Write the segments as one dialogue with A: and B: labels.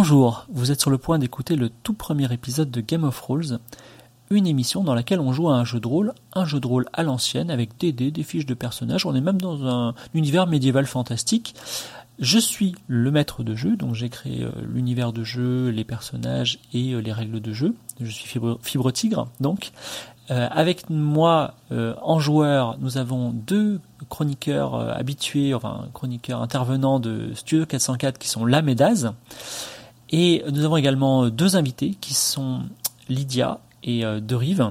A: Bonjour, vous êtes sur le point d'écouter le tout premier épisode de Game of Rules, une émission dans laquelle on joue à un jeu de rôle, un jeu de rôle à l'ancienne, avec des dés, des fiches de personnages, on est même dans un univers médiéval fantastique. Je suis le maître de jeu, donc j'ai créé euh, l'univers de jeu, les personnages et euh, les règles de jeu. Je suis fibre, fibre tigre, donc. Euh, avec moi, euh, en joueur, nous avons deux chroniqueurs euh, habitués, enfin chroniqueurs intervenants de Studio 404 qui sont Lame et Daz. Et nous avons également euh, deux invités qui sont Lydia et euh, Derive.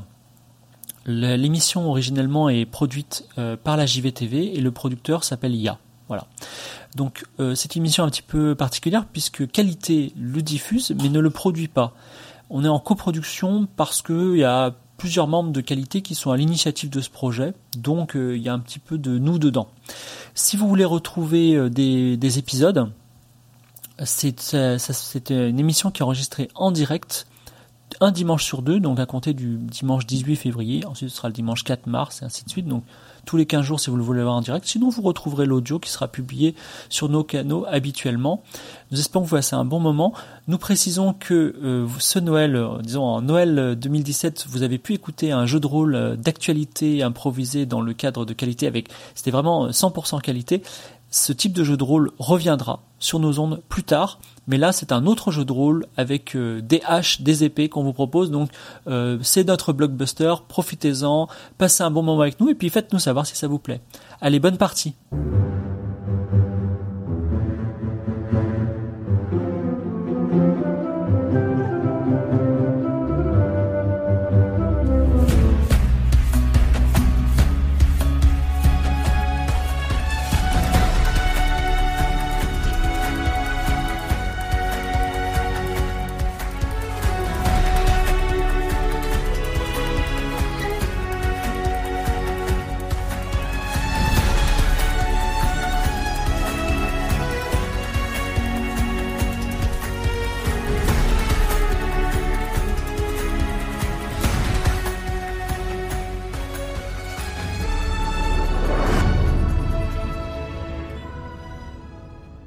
A: Le- L'émission originellement est produite euh, par la JVTV et le producteur s'appelle IA. Voilà. Donc euh, c'est une émission un petit peu particulière puisque Qualité le diffuse mais ne le produit pas. On est en coproduction parce qu'il y a plusieurs membres de Qualité qui sont à l'initiative de ce projet, donc euh, il y a un petit peu de nous dedans. Si vous voulez retrouver euh, des, des épisodes, c'est euh, ça- c'est une émission qui est enregistrée en direct un dimanche sur deux, donc à compter du dimanche 18 février, ensuite ce sera le dimanche 4 mars et ainsi de suite, donc tous les 15 jours si vous le voulez voir en direct, sinon vous retrouverez l'audio qui sera publié sur nos canaux habituellement. Nous espérons que vous passez un bon moment. Nous précisons que euh, ce Noël, euh, disons en Noël euh, 2017, vous avez pu écouter un jeu de rôle euh, d'actualité improvisé dans le cadre de qualité avec, c'était vraiment euh, 100% qualité. Ce type de jeu de rôle reviendra sur nos ondes plus tard, mais là c'est un autre jeu de rôle avec euh, des haches, des épées qu'on vous propose. Donc euh, c'est notre blockbuster, profitez-en, passez un bon moment avec nous et puis faites-nous savoir si ça vous plaît. Allez, bonne partie.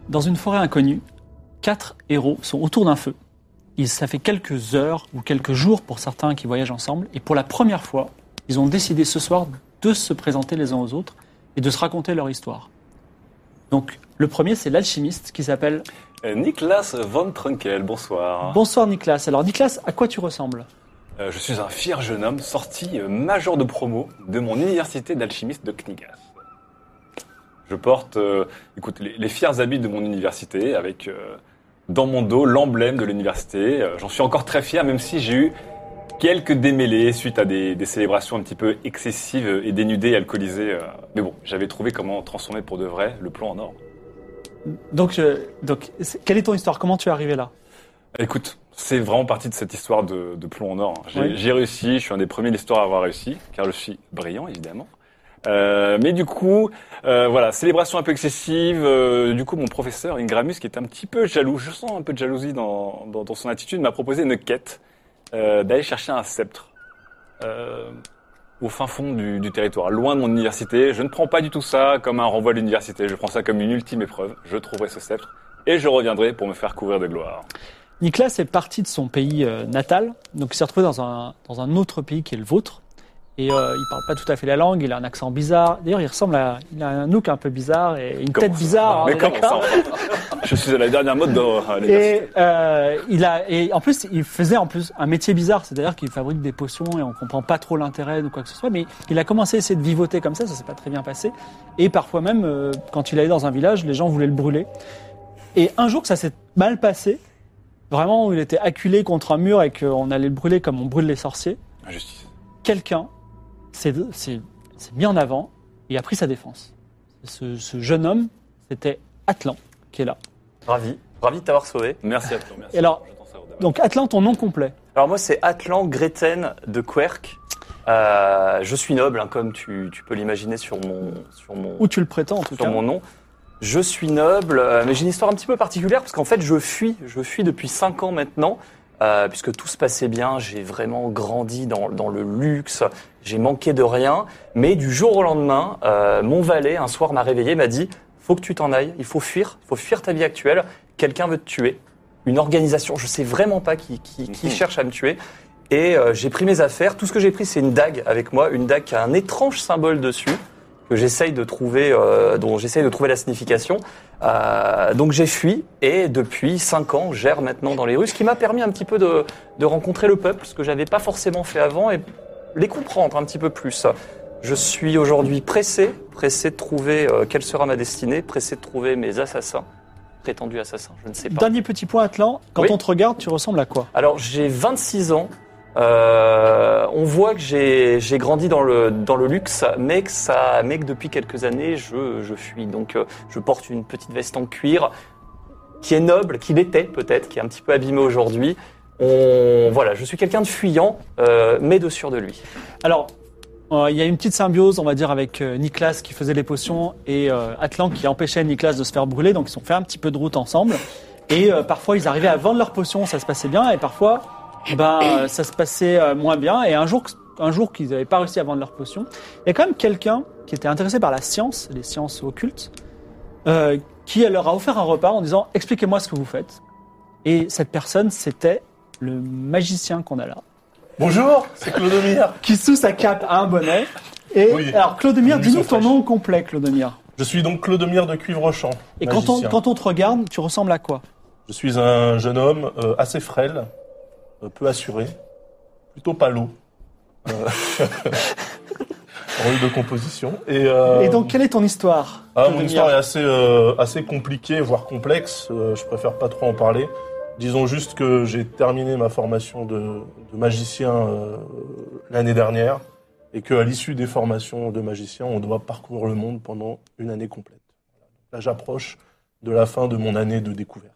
A: Dans une forêt inconnue, quatre héros sont autour d'un feu. Ils, ça fait quelques heures ou quelques jours pour certains qui voyagent ensemble, et pour la première fois, ils ont décidé ce soir de se présenter les uns aux autres et de se raconter leur histoire. Donc, le premier, c'est l'alchimiste qui s'appelle.
B: Euh, Nicolas Van Trunkel, bonsoir.
A: Bonsoir Nicolas. Alors, Nicolas, à quoi tu ressembles
B: Euh, je suis un fier jeune homme sorti euh, major de promo de mon université d'alchimiste de Knigas. Je porte euh, écoute, les, les fiers habits de mon université avec euh, dans mon dos l'emblème de l'université. Euh, J'en suis encore très fier même si j'ai eu quelques démêlés suite à des, des célébrations un petit peu excessives et dénudées, alcoolisées. euh. Mais bon, j'avais trouvé comment transformer pour de vrai le plomb en or.
C: Donc, euh, donc, c'est- quelle est ton histoire Comment tu es arrivé là
B: Écoute, c'est vraiment partie de cette histoire de, de plomb en or. J'ai
C: Oui.
B: j'ai réussi, je suis un des premiers de l'histoire à avoir réussi, car je suis brillant, évidemment. Euh, mais du coup, euh, voilà, célébration un peu excessive. euh, du coup, mon professeur Ingramus, qui est un petit peu jaloux, je sens un peu de jalousie dans, dans, dans son attitude, m'a proposé une quête euh, d'aller chercher un sceptre euh, au fin fond du, du territoire, loin de mon université. Je ne prends pas du tout ça comme un renvoi à l'université. Je prends ça comme une ultime épreuve. Je trouverai ce sceptre et je reviendrai pour me faire couvrir de gloire.
C: Nicolas est parti de son pays euh, natal, donc il s'est retrouvé dans un, dans un autre pays qui est le vôtre. Et euh, il parle pas tout à fait la langue, il a un accent bizarre. D'ailleurs, il ressemble à, il a un look un peu bizarre et une
B: Comment
C: tête
B: ça
A: Ah,
C: bizarre. hein,
B: Mais
C: on est
B: comment ça
C: d'accord
B: enfin Je suis à la dernière mode dans euh,
C: Et
B: l'université.
C: euh, il a, et en plus, il faisait en plus un métier bizarre, c'est-à-dire qu'il fabrique des potions et on comprend pas trop l'intérêt ou quoi que ce soit. Mais il a commencé à essayer de vivoter comme ça, ça s'est pas très bien passé. Et parfois même, euh, quand il allait dans un village, les gens voulaient le brûler. Et un jour, que ça s'est mal passé. Vraiment, où il était acculé contre un mur et qu'on allait le brûler comme on brûle les sorciers.
B: Injustice.
C: Quelqu'un s'est s'est- s'est mis en avant et a pris sa défense. Ce, ce jeune homme, c'était Atlan qui est là.
D: Ravi, ravi de t'avoir sauvé.
B: Merci à toi. Merci.
C: Et alors,
B: J'attends ça au débat.
C: Donc Atlan, ton nom complet.
D: Alors moi c'est Atlan Greten de Querc. Euh, je suis noble, hein, comme tu, tu peux l'imaginer sur mon sur mon
C: Ou tu le prétends en tout
D: sur
C: cas.
D: mon nom. Je suis noble, euh, mais j'ai une histoire un petit peu particulière parce qu'en fait je fuis, je fuis depuis cinq ans maintenant. euh, puisque tout se passait bien, j'ai vraiment grandi dans, dans le luxe, j'ai manqué de rien, mais du jour au lendemain, euh, mon valet un soir m'a réveillé, m'a dit faut que tu t'en ailles, il faut fuir, il faut fuir ta vie actuelle, quelqu'un veut te tuer. une organisation, je sais vraiment pas qui, qui, qui cherche à me tuer. Et euh, j'ai pris mes affaires. Tout ce que j'ai pris, c'est une dague avec moi, une dague qui a un étrange symbole dessus que j'essaye de trouver, euh, dont j'essaye de trouver la signification. Euh, donc j'ai fui et depuis cinq ans, j'erre maintenant dans les rues, ce qui m'a permis un petit peu de, de rencontrer le peuple, ce que j'avais pas forcément fait avant et les comprendre un petit peu plus. Je suis aujourd'hui pressé, pressé de trouver euh, quelle sera ma destinée, pressé de trouver mes assassins, prétendus assassins, je ne sais pas.
A: Dernier petit point, Atlan. Quand
D: Oui.
A: on te regarde, tu ressembles à quoi
D: Alors j'ai 26 ans. Euh, on voit que j'ai j'ai grandi dans le dans le luxe, mais que ça, mais que depuis quelques années, je je fuis. Donc euh, je porte une petite veste en cuir qui est noble, qui l'était peut-être, qui est un petit peu abîmée aujourd'hui. On voilà, je suis quelqu'un de fuyant, euh, mais de sûr de lui.
A: Alors, euh, il y a une petite symbiose, on va dire, avec euh, Nicolas qui faisait les potions et euh, Atlan qui empêchait Nicolas de se faire brûler, donc ils ont fait un petit peu de route ensemble. Et euh, parfois, ils arrivaient à vendre leurs potions, ça se passait bien, et parfois, ben, euh, ça se passait euh, moins bien. Et un jour, un jour qu'ils n'avaient pas réussi à vendre leurs potions, il y a quand même quelqu'un qui était intéressé par la science, les sciences occultes, euh, qui leur a offert un repas en disant Expliquez-moi ce que vous faites. Et cette personne, c'était le magicien qu'on a là
E: Bonjour, c'est Clodomir.
A: qui sous sa cape a un bonnet. Et
E: Oui.
A: alors, Clodomir,
E: Une
A: dis-nous
E: mise en
A: ton nom au complet, Clodomir.
E: Je suis donc Clodomir de Cuivre-Champ.
A: Et quand on,
E: magicien.
A: quand on te regarde, tu ressembles à quoi
E: Je suis un jeune homme euh, assez frêle, euh, peu assuré, plutôt palo. Euh, Rôle de composition. Et, euh,
A: Et donc, quelle est ton histoire
E: ah, mon
A: Clodomir
E: histoire est assez, euh, assez compliquée, voire complexe. Euh, je préfère pas trop en parler. Disons juste que j'ai terminé ma formation de, de magicien euh, l'année dernière et qu'à l'issue des formations de magicien, on doit parcourir le monde pendant une année complète. Là, j'approche de la fin de mon année de découverte.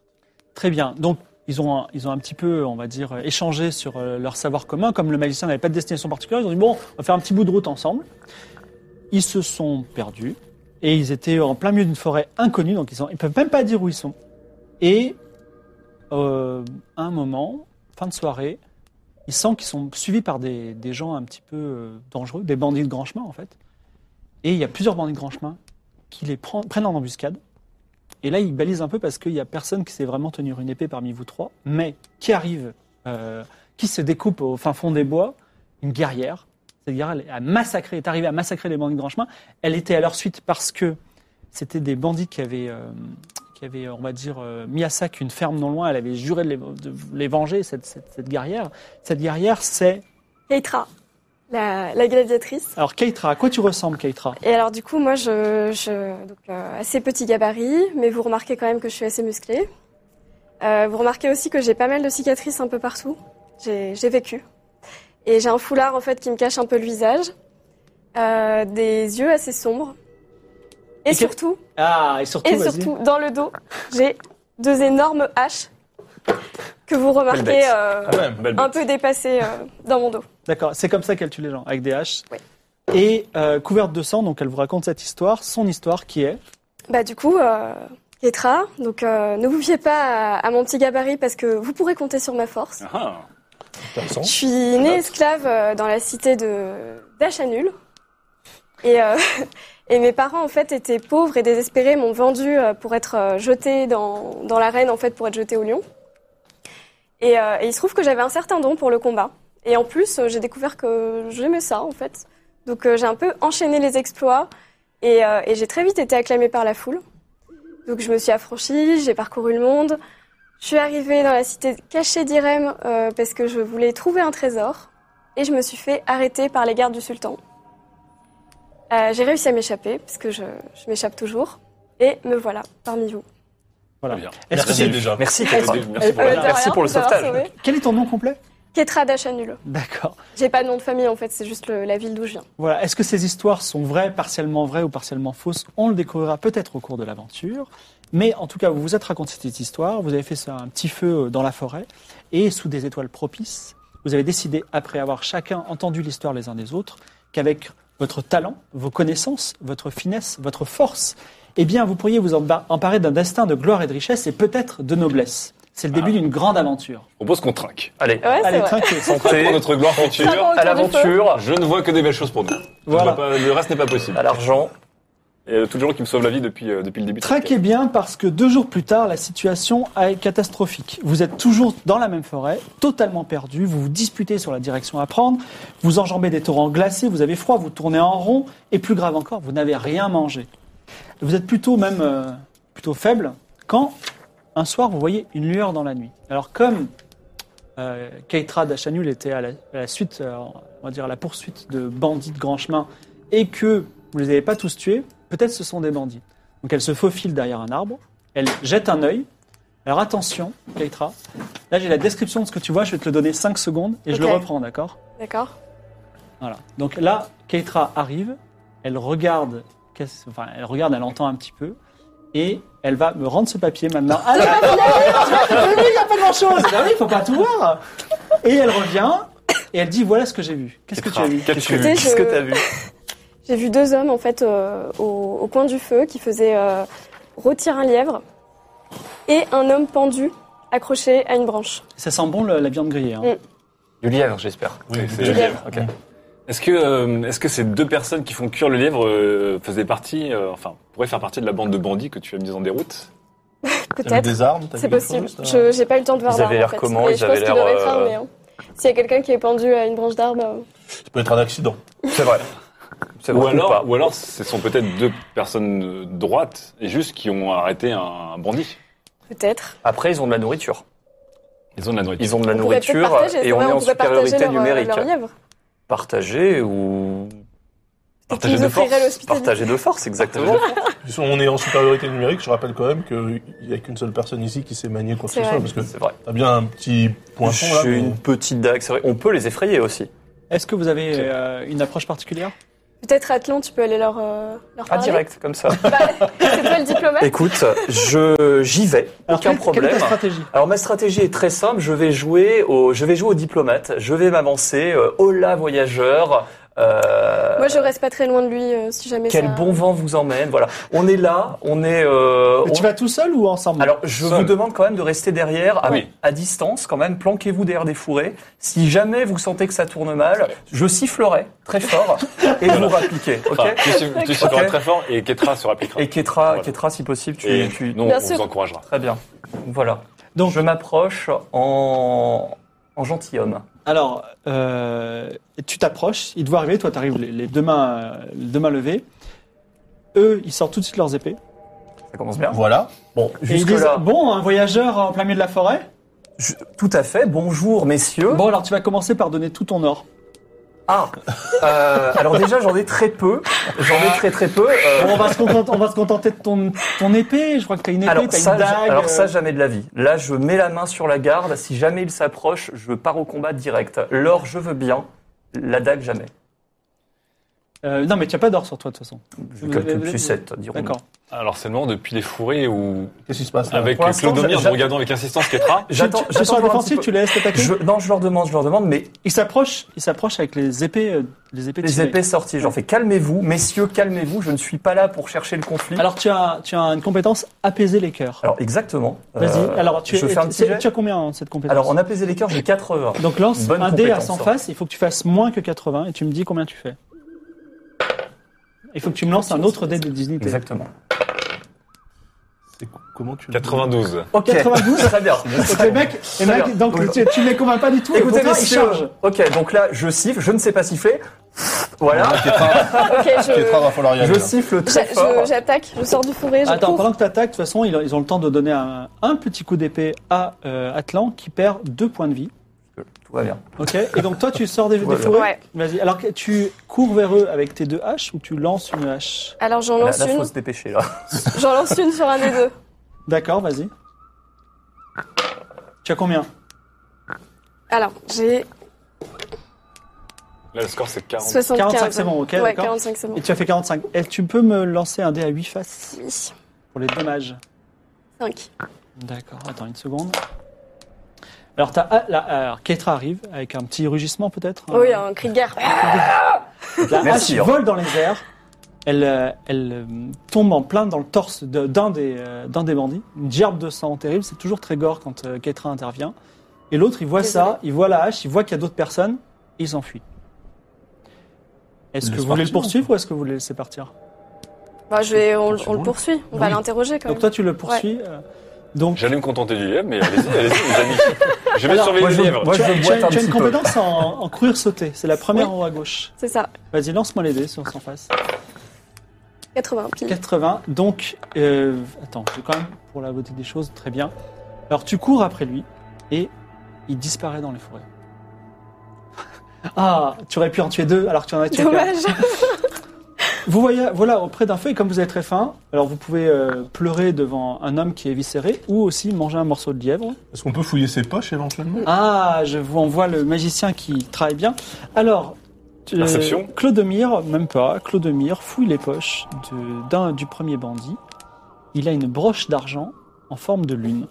A: Très bien. Donc, ils ont, un, ils ont un petit peu, on va dire, euh, échangé sur euh, leur savoir commun. Comme le magicien n'avait pas de destination particulière, ils ont dit bon, on va faire un petit bout de route ensemble. Ils se sont perdus et ils étaient en plein milieu d'une forêt inconnue, donc ils ne peuvent même pas dire où ils sont. Et euh, à un moment, fin de soirée, ils sentent qu'ils sont suivis par des, des gens un petit peu euh, dangereux, des bandits de grand chemin en fait. Et il y a plusieurs bandits de grand chemin qui les prend- prennent en embuscade. Et là, il balise un peu parce qu'il n'y a personne qui sait vraiment tenir une épée parmi vous trois. Mais qui arrive, euh, qui se découpe au fin fond des bois, une guerrière. Cette guerrière elle a massacré, est arrivée à massacrer les bandits de grand chemin. Elle était à leur suite parce que c'était des bandits qui avaient, euh, qui avaient, on va dire, euh, mis à sac une ferme non loin. Elle avait juré de les, de les venger, cette, cette, cette guerrière. Cette guerrière, c'est.
F: Keitra, la, la gladiatrice.
A: Alors, Keitra, à quoi tu ressembles, Keitra
F: Et alors, du coup, moi, je. je donc, euh, assez petit gabarit, mais vous remarquez quand même que je suis assez musclée. Euh, vous remarquez aussi que j'ai pas mal de cicatrices un peu partout. J'ai j'ai vécu. Et j'ai un foulard, en fait, qui me cache un peu le visage. Euh, des yeux assez sombres. Et,
A: Et que-
F: surtout,
A: Ah, et surtout,
F: et
A: vas-y.
F: surtout, dans le dos, j'ai deux énormes haches que vous remarquez
D: bête.
F: euh,
B: Ah, Belle
F: un
B: bête.
F: peu dépassées euh, dans mon dos.
A: D'accord, c'est comme ça qu'elle tue les gens, avec des haches.
F: Oui.
A: Et euh, couverte de sang, donc elle vous raconte cette histoire, son histoire qui est.
F: Bah du coup, euh, Ketra, donc euh, ne vous fiez pas à, à mon petit gabarit parce que vous pourrez compter sur ma force.
B: Ah,
E: Intéressant.
F: Je suis née esclave euh, dans la cité de d'Achanul. Et, euh, et mes parents en fait étaient pauvres et désespérés, m'ont vendu euh, pour être euh, jetée dans, dans l'arène en fait pour être jetée au lion. Et, euh, et il se trouve que j'avais un certain don pour le combat. Et en plus, euh, j'ai découvert que j'aimais ça en fait. Donc euh, j'ai un peu enchaîné les exploits et, euh, et j'ai très vite été acclamée par la foule. Donc je me suis affranchie, j'ai parcouru le monde. Je suis arrivée dans la cité cachée d'Irem euh, parce que je voulais trouver un trésor et je me suis fait arrêter par les gardes du sultan. Euh, j'ai réussi à m'échapper parce que je, je m'échappe toujours et me voilà parmi vous.
A: Voilà.
B: Très bien.
A: Est-ce que
E: Merci
A: c'est-
E: déjà.
D: Merci.
B: Merci
D: Catherine.
B: pour
F: Euh,
B: la-
F: de
D: merci
F: rien
D: pour le
F: nous avoir
D: sauvetage.
F: sauvés.
A: Quel est ton nom complet
F: Ketra Dachanul.
A: D'accord.
F: J'ai pas de nom de famille en fait, c'est juste le- la ville d'où je viens.
A: Voilà. Est-ce que ces histoires sont vraies, partiellement vraies ou partiellement fausses On le découvrira peut-être au cours de l'aventure. Mais en tout cas, vous vous êtes raconté cette histoire, vous avez fait ça, un petit feu euh, dans la forêt et sous des étoiles propices, vous avez décidé, après avoir chacun entendu l'histoire les uns des autres, qu'avec votre talent, vos connaissances, votre finesse, votre force, eh bien, vous pourriez vous emba- emparer d'un destin de gloire et de richesse et peut-être de noblesse. C'est le début d'une grande aventure.
B: Je propose qu'on trinque.
D: Allez,
F: Ouais, Ah, c'est
A: Allez,
F: vrai.
A: trinquez.
B: Trinque pour notre gloire future.
F: Travaux autour
D: à
F: Euh, du feu.
D: l'aventure,
B: Je ne vois que des belles choses pour nous. Je
A: Voilà.
B: vois pas- le reste n'est pas possible.
D: à l'argent.
B: Et euh, tous les gens qui me sauvent la vie depuis, euh, depuis le début. de cette
A: Traquez bien parce que deux jours plus tard, la situation est catastrophique. Vous êtes toujours dans la même forêt, totalement perdu, vous vous disputez sur la direction à prendre, vous enjambez des torrents glacés, vous avez froid, vous tournez en rond, et plus grave encore, vous n'avez rien mangé. Vous êtes plutôt même euh, plutôt faible quand un soir vous voyez une lueur dans la nuit. Alors comme euh, Keitra Dachanul était à la, à la suite, euh, on va dire à la poursuite de bandits de grand chemin, et que vous les avez pas tous tués, peut-être ce sont des bandits. Donc elle se faufile derrière un arbre, elle jette un œil. Alors attention, Keitra, là j'ai la description de ce que tu vois, je vais te le donner 5 secondes et je le
F: Ok.
A: reprends, d'accord
F: D'accord
A: voilà. Donc là, Keitra arrive, elle regarde, qu'est-ce- enfin, elle regarde, elle entend un petit peu, et elle va me rendre ce papier maintenant. Ah, là, il y a- oui, il n'y a pas grand-chose. Ah oui, faut pas tout voir. Et elle revient et elle dit voilà ce que j'ai vu. Qu'est-ce que tu as vu
B: Qu'as-tu
F: Écoutez,
B: vu
D: Qu'est-ce que
F: je-
D: t'as vu
F: J'ai vu deux hommes en fait euh, au, au coin du feu qui faisaient euh, rôtir un lièvre et un homme pendu accroché à une branche.
A: Ça sent bon le- la viande grillée. hein.
F: Mm.
D: Du lièvre, j'espère.
B: Oui, c'est-
F: Du lièvre.
E: Mmh.
D: Ok.
B: Est-ce que, euh, est-ce que ces deux personnes qui font cuire le livre euh, faisaient partie, euh, enfin, pourraient faire partie de la bande de bandits que tu as mise en déroute
E: T'as vu
F: Peut-être.
E: des armes t'as
F: C'est
E: vu des
F: possible.
E: choses, t'as-
F: Je j'ai pas eu le temps de voir
D: Ils
F: d'arbre,
D: avaient l'air
F: en fait.
D: comment
F: Mais
D: Ils
F: je
D: avaient
F: pense qu'ils
D: l'air,
F: doivent être
D: euh,
F: armés, hein. S'il y a quelqu'un qui est pendu à une branche d'arbre, euh,
E: Ça peut être un accident.
D: C'est vrai. C'est
B: Ou
D: vrai.
B: alors,
D: pas.
B: ou alors, ce sont peut-être deux personnes euh, droites et juste qui ont arrêté un, un bandit.
F: peut-être.
D: Après, ils ont de la nourriture.
B: Ils ont de la nourriture.
D: Ils ont de la
F: On pourrait peut-être
D: nourriture
F: partager,
D: et
F: c'est
D: on
F: vrai,
D: est en
F: pourrait partager
D: supériorité
F: leur, euh,
D: numérique.
F: Leur lièvre.
D: Partager ou
B: Partager
F: Ils
B: de
F: offriraient
B: force.
F: l'hospitalité.
D: partager de force, exactement.
E: Ils sont- On est en supériorité numérique, je rappelle quand même qu'il n'y a qu'une seule personne ici qui s'est maniée quoi que
F: C'est
E: ce soit,
F: vrai.
E: parce que
D: C'est vrai.
E: t'as bien un petit poinçon là.
D: J'ai
E: mais-
D: une petite dague, c'est vrai. On peut les effrayer aussi.
F: Ah
A: Est-ce que vous avez euh, une approche particulière
F: Peut-être Atlan, tu peux aller leur, euh, leur
D: Pas
F: parler.
D: Ah, direct, comme ça.
F: Bah, c'est toi le diplomate.
D: Écoute, je j'y vais, aucun
A: quelle, quelle est
D: problème.
A: ta stratégie
D: Alors ma stratégie est très simple, je vais jouer au je vais jouer au diplomate, je vais m'avancer euh, hola voyageur. euh,
F: Moi, je reste pas très loin de lui euh, si jamais
D: quel
F: ça...
D: bon vent vous emmène, voilà. On est là, on est euh,
A: Tu
D: on-
A: vas tout seul ou ensemble
D: Alors, je
B: Seul.
D: vous demande quand même de rester derrière, à,
B: Mmh. Oui.
D: à distance quand même. Planquez-vous derrière des fourrés. Si jamais vous sentez que ça tourne mal, je sifflerai très fort et vous rappliquez. Ok
B: Enfin, tu sais- tu sais,
D: Ok.
B: feras très fort et Ketra se rappliquera.
D: et Ketra,
B: Voilà.
D: Ketra, si possible, tu,
B: Et
D: tu-
B: non,
F: Bien
B: on
F: sûr.
B: vous encouragera.
D: Très bien. Voilà.
A: Donc-
D: Donc, je m'approche en, en gentilhomme.
A: Alors, euh, tu t'approches, il doit arriver, toi t'arrives les, les deux mains, euh, les deux mains levées. Eux, ils sortent tout de suite leurs épées.
D: Ça commence bien.
E: Voilà. Bon,
A: Et ils
D: Jusque
A: disent,
D: là.
A: bon, un voyageur en plein milieu de la forêt
D: Je- tout à fait. Bonjour, messieurs.
A: Bon, alors tu vas commencer par donner tout ton or.
D: Ah. Euh, alors déjà, j'en ai très peu. J'en ai très très peu. Euh,
A: Bon, on, va se contenter, on va se contenter de ton, ton épée, je crois que t'as une épée,
D: Alors
A: t'as
D: ça,
A: une dague.
D: j- alors ça,
A: euh,
D: jamais de la vie. Là, je mets la main sur la garde. Si jamais il s'approche, je pars au combat direct. L'or, je veux bien. La dague, jamais.
A: euh, non, mais tu n'as pas d'or sur toi de toute façon.
D: Je
A: Vous
D: calcule
A: avez-
D: plus 7, dirons
A: D'accord.
B: Alors seulement depuis les fourrés ou
E: qu'est-ce qui se passe là
B: avec
D: Pour l'instant,
B: Clodomir,
D: j'a-
B: nous regardons avec insistance Ketra.
D: J'attends,
A: Tu es sur
D: j'attends
A: la
D: de voir un
A: défensive,
D: petit
A: tu les laisses
D: peu.
A: t'attaquer
D: Je- non, je leur demande, je leur demande, mais
A: Ils s'approchent ils s'approchent avec les épées, euh, les épées
D: les
A: tirées.
D: épées sorties, j'en fais calmez-vous, messieurs, calmez-vous, je ne suis pas là pour chercher le conflit.
A: Alors tu as, tu as une compétence apaiser les cœurs.
D: Mm. Alors, exactement.
A: Vas-y,
D: Euh,
A: alors tu,
D: je
A: es-
D: fais un petit
A: tu-
D: jet.
A: tu as combien en cette compétence
D: Alors, en apaisé les cœurs, j'ai 80.
A: Donc lance
D: Bonne
A: un dé à
D: compétence,
A: 100
D: hein.
A: faces, il faut que tu fasses moins que 80 et tu me dis combien tu fais. Il faut que tu me lances un autre dé de dignité.
D: Exactement.
E: C'est- Comment tu
B: 92.
D: Ok.
A: 92.
D: Très bien.
A: Donc les mecs, les
D: Très
A: mecs,
D: bien.
A: donc
D: Donc-
A: tu, tu ne les convaincs pas du tout, et
D: Écoutez,
A: pourtant ils
D: messieurs,
A: chargent.
D: ok, donc là, je siffle, je ne sais pas siffler. Voilà.
E: Ah,
F: Ok,
E: Kétra
F: je-
E: va falloir y aller.
D: Je
E: là.
D: siffle
F: j'a-
D: très fort.
F: je- j'attaque, je, sors du fourré, je
A: Attends,
F: cours.
A: pendant que tu attaques, de toute façon, ils, ils ont le temps de donner un, un petit coup d'épée à euh, Atlan qui perd deux points de vie.
D: Tout va bien.
A: Ok Et donc toi, tu sors des, des
D: Voilà.
A: fourrés
F: Ouais.
A: Vas-y. Alors que tu cours vers eux avec tes deux haches ou tu lances une hache
F: Alors j'en
D: Là,
F: lance
D: là, faut
F: une,
D: se dépêcher, là.
F: j'en lance une sur un des deux.
A: D'accord, vas-y. Tu as combien
F: Alors, j'ai
B: Là, le score c'est 40.
F: 75.
A: 45, c'est bon, ok,
F: Ouais,
A: d'accord.
F: 45, c'est bon.
A: Et tu as fait 45. Et tu peux me lancer un dé à 8 faces
F: Oui,
A: pour les dommages
F: 5.
A: D'accord, attends une seconde. Alors, t'as, ah, là, alors Ketra arrive avec un petit rugissement peut-être.
F: Oh, il y a un cri de guerre.
A: Ah. La
D: Merci,
A: hache
D: hein.
A: vole dans les airs. Elle, euh, elle euh, tombe en plein dans le torse de- d'un des, euh, d'un des bandits. Une gerbe de sang terrible. C'est toujours très gore quand euh, Keitra intervient. Et l'autre, il voit
F: Désolé.
A: ça, il voit la hache, il voit qu'il y a d'autres personnes, et il s'enfuit. Est-ce
E: Il
A: que
E: laisse
A: vous voulez le
E: partir,
A: poursuivre ou est-ce que vous le laissez partir
F: Bah, je vais, on,
G: Tu
F: on le
G: roules
F: poursuit, on va
A: Oui.
F: l'interroger quand
A: Donc
F: même.
A: toi, tu le poursuis. euh, Donc,
B: J'allais me contenter du lièvre, mais allez-y, allez-y, les amis. Je vais
A: Alors,
B: surveiller
E: Moi,
B: le
E: je,
B: lièvre.
E: moi,
A: tu
E: je
A: as,
E: le
A: tu
E: boite
A: as-
E: un
A: tu as
E: petit
A: une
E: peu.
A: compétence en, en courir sauter. C'est la première en haut à gauche.
F: C'est ça,
A: Vas-y, lance-moi les dés sur sans face.
F: 80 pile.
A: 80. Donc, euh, attends, c'est quand même pour la beauté des choses, très bien. Alors, tu cours après lui et il disparaît dans les forêts. Ah, tu aurais pu en tuer deux alors que tu en as tué qu'un.
F: Dommage.
A: Vous voyez, voilà, auprès d'un feu, et comme vous avez très faim, alors vous pouvez euh, pleurer devant un homme qui est viscéré ou aussi manger un morceau de lièvre.
E: Est-ce qu'on peut fouiller ses poches éventuellement
A: Ah, je vous envoie le magicien qui travaille bien. Alors, tu-
B: Perception.
A: Clodomir, même pas, Clodomir fouille les poches de- d'un du premier bandit. Il a une broche d'argent en forme de lune.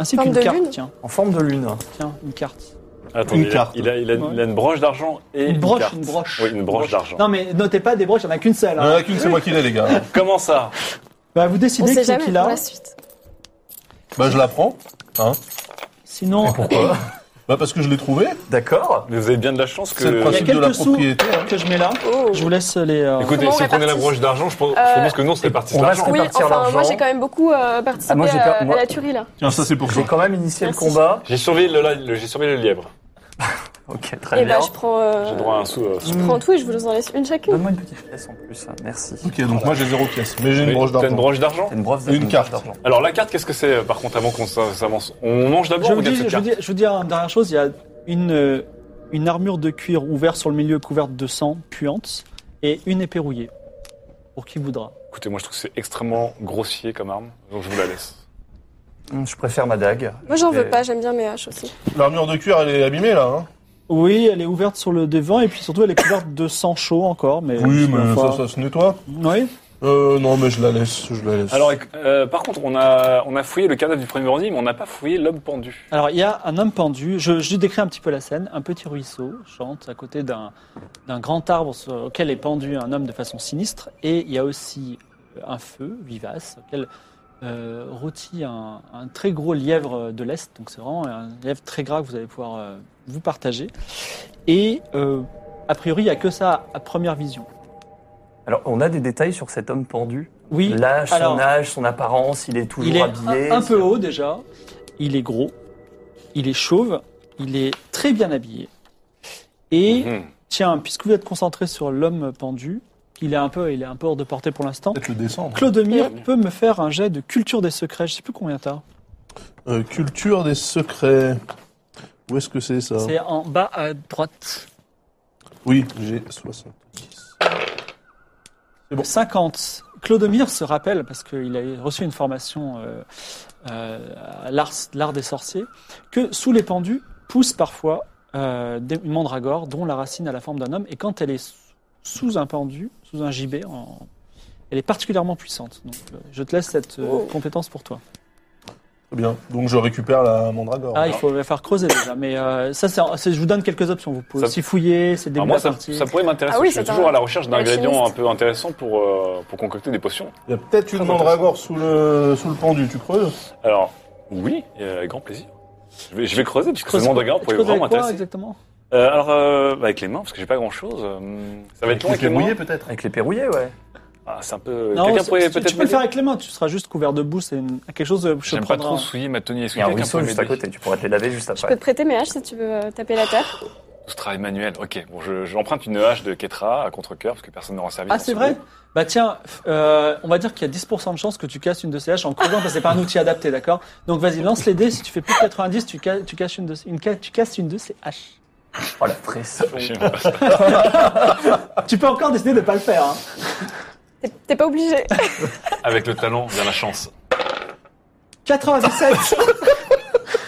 A: Ainsi
F: Forme
A: qu'une
F: de
A: carte,
F: lune
A: tiens,
D: En forme de lune.
A: tiens, une carte.
B: Attends,
E: Une
B: il, a-
E: carte.
B: Il, a, il, a, il a une broche d'argent et
A: Une
B: une,
A: broche,
B: carte.
A: une broche.
B: Oui, une broche d'argent.
A: Non mais notez pas des broches, il n'y en a qu'une seule.
E: Il y en
A: hein.
E: a qu'une, c'est moi qui l'ai, les gars.
B: Comment ça
A: Bah, vous
F: On
A: décidez
F: sait
A: qui,
F: jamais
A: qui
F: pour
A: l'a.
F: la suite.
E: Bah, je la prends. Hein
A: Sinon,
E: bah, parce que je l'ai trouvé.
D: D'accord.
B: Mais Vous avez bien de la chance
E: C'est le
B: que...
E: principe
A: Il y a
E: de la
A: quelques sous.
E: propriété. hein.
A: que je mets là,
F: Oh.
A: je vous laisse les... euh,
B: Écoutez,
F: Comment
B: si
F: on
B: vous prenez la
F: répartit
B: broche d'argent, je pense,
F: Euh,
B: je pense que non, c'est parti
D: on va
B: l'argent.
D: se
F: Oui,
D: répartir
F: enfin, moi
D: l'argent.
F: j'ai quand même beaucoup euh, participé
D: Ah, moi, j'ai
F: à-
D: pas-
F: à,
D: moi-
F: la tuerie là.
E: Tiens, ça, c'est pour
D: J'ai
E: toi.
D: quand même initié
F: Merci.
D: le combat.
B: J'ai surveillé le, la- le- j'ai surveillé le lièvre.
D: Ok,
F: Et
D: très bien.
F: bah, je prends, euh,
B: J'ai droit à un sou. euh, sou.
F: je prends tout et je vous en laisse une chacune.
D: Donne-moi une petite pièce en plus, hein. merci.
E: Ok, donc moi j'ai zéro pièce, mais j'ai une
B: Oui,
E: broche
B: t'as une
E: d'argent.
B: broche d'argent
D: T'as Une broche
E: Une carte.
D: d'argent.
B: Alors la carte, qu'est-ce que c'est euh, par contre avant qu'on s'a- s'avance On mange d'abord
A: Je
B: ou
A: vous,
B: regarde
A: dis,
B: cette
A: je, vous
B: carte
A: dis, je vous dis une dernière chose, il y a une, euh, une armure de cuir ouverte sur le milieu couverte de sang, puante, et une épée rouillée, pour qui voudra.
B: Écoutez, moi je trouve que c'est extrêmement grossier comme arme, donc je vous la laisse.
D: Hum, Je préfère ma dague.
F: Moi j'en veux
D: Et-
F: pas, j'aime bien mes haches aussi.
E: L'armure de cuir, elle est abîmée là. Hein
A: Oui, elle est ouverte sur le devant, et puis surtout elle est couverte de sang chaud encore, mais...
E: oui, mais
A: enfin,
E: ça, ça se nettoie.
A: Oui,
E: Euh, non, mais je la laisse, je la laisse.
B: Alors éc- euh, par contre, on a, on a fouillé le cadavre du premier bandit, mais on n'a pas fouillé l'homme pendu.
A: alors il y a un homme pendu, je, je décris un petit peu la scène, un petit ruisseau chante à côté d'un d'un grand arbre sur- auquel est pendu un homme de façon sinistre, et il y a aussi euh, un feu vivace auquel euh, rôti un, un très gros lièvre de l'Est, donc c'est vraiment un lièvre très gras que vous allez pouvoir euh, vous partager. Et euh, a priori, il n'y a que ça à première vision.
D: Alors, on a des détails sur cet homme pendu.
A: Oui,
D: L'âge,
A: alors,
D: son âge, son apparence, il est toujours
A: il est
D: habillé.
A: un, un peu haut déjà, il est gros, il est chauve, il est très bien habillé. Et
B: Mhm.
A: tiens, puisque vous êtes concentré sur l'homme pendu, il est un peu, il est un peu hors de portée pour l'instant.
E: peut-être le descendre.
A: Clodomir peut me faire un jet de culture des secrets, je sais plus combien t'as.
E: Euh, culture des secrets. Où est-ce que c'est ça
A: C'est en bas à droite.
E: Oui, j'ai 70.
A: 50. Clodomir se rappelle, parce qu'il a reçu une formation euh, euh, à l'art l'art des sorciers, que sous les pendus pousse parfois euh, des- une mandragore dont la racine a la forme d'un homme, et quand elle est sous- sous un pendu, sous un gibet, en- elle est particulièrement puissante. Donc, euh, je te laisse cette euh, compétence pour toi.
E: Très bien. Donc je récupère la mandragore.
A: Ah, il faut il va falloir creuser déjà, mais euh, ça, c'est- c'est- je vous donne quelques options. Vous pouvez
B: Ça-
A: aussi fouiller, c'est des
B: Alors moi, ça, ça pourrait m'intéresser.
F: Ah oui,
B: je suis
F: c'est un
B: toujours à la recherche d'ingrédients un
F: alchimiste.
B: peu intéressants pour, euh, pour concocter des potions.
E: Il y a peut-être une mandragore sous le, sous le pendu, tu creuses
B: Alors, oui, euh, avec grand plaisir. Je vais, je vais creuser, puisque ce
A: Creuse-
B: monde d'agrément pourrait
A: creuse avec
B: vraiment
A: quoi,
B: m'intéresser.
A: exactement
B: Euh, alors, euh, bah, avec les mains, parce que j'ai pas grand-chose. euh, Ça va être long avec les mains.
E: peut-être
D: Avec les perrouillés, ouais.
B: Ah, c'est un peu...
A: Non,
B: Quelqu'un
A: c'est-
B: pourrait
A: tu- tu
B: peut-être
A: peux le
B: m'aider
A: faire avec les mains, tu seras juste couvert de boue, c'est une- quelque chose que je
B: J'aime pas
A: prendrai
B: trop
A: en-
B: souillé ma Tony. Est-ce
D: Il
B: que
D: y a un
B: quelqu'un
D: ruisseau
B: peut
D: juste à
B: m'aider
D: côté, tu pourrais te les laver juste
F: Je peux
D: après.
F: te prêter mes haches si tu veux euh, taper la terre.
B: Tout ce travail manuel. Ok, bon, je, je emprunte une hache de Ketra à contre-coeur, parce que personne n'aura servi.
A: Ah,
B: dans
A: c'est
B: ce
A: vrai
B: groupe.
A: Bah tiens, euh, on va dire qu'il y a 10% de chances que tu casses une de ces haches en creusant, parce que c'est pas un outil adapté, d'accord Donc vas-y, lance les dés, si tu fais plus de 90, tu, ca- tu, casses une de, une, ca- tu casses une de ces haches.
D: Oh la pression.
A: Ah, Tu peux encore décider de pas le faire. Hein.
F: T'es- T'es pas obligé.
B: Avec le talent, vient la chance.
A: 97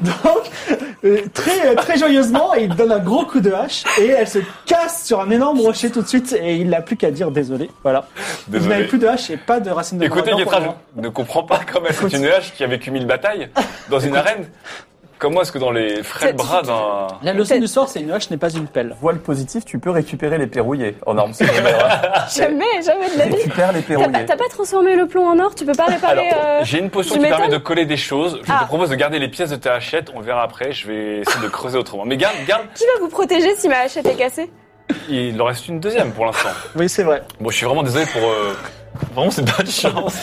A: Donc, euh, très, très joyeusement, il donne un gros coup de hache, et elle se casse sur un énorme rocher tout de suite, et il n'a plus qu'à dire désolé, voilà. Vous n'avez
B: Désolé.
A: plus de hache et pas de racine de hein.
B: Écoutez,
A: mandragore pour le
B: Ketra,
A: moment.
B: je ne comprends pas comment elle fait une hache qui a vécu mille batailles dans une arène. Comment est-ce que dans les frais
F: C'est-
B: bras d'un...
A: La leçon du sort, c'est une hache n'est pas une pelle.
D: Voile positif, tu peux récupérer les perrouillés. Oh non, c'est
F: jamais, jamais de la vie.
D: Récupère les
F: T'as pas,
D: perrouillés.
F: t'as pas transformé le plomb en or Tu peux pas réparer.
B: Alors,
F: euh,
B: j'ai une potion
F: tu
B: qui
F: m'étonnes
B: permet de coller des choses. Je
F: Ah.
B: te propose de garder les pièces de ta hachette. On verra après. Je vais essayer de creuser autrement. Mais garde, garde.
F: Qui va vous protéger si ma hachette est cassée
B: Il en reste une deuxième pour l'instant.
A: Oui, c'est vrai.
B: Bon, je suis vraiment désolé pour. euh, Vraiment, c'est pas de chance.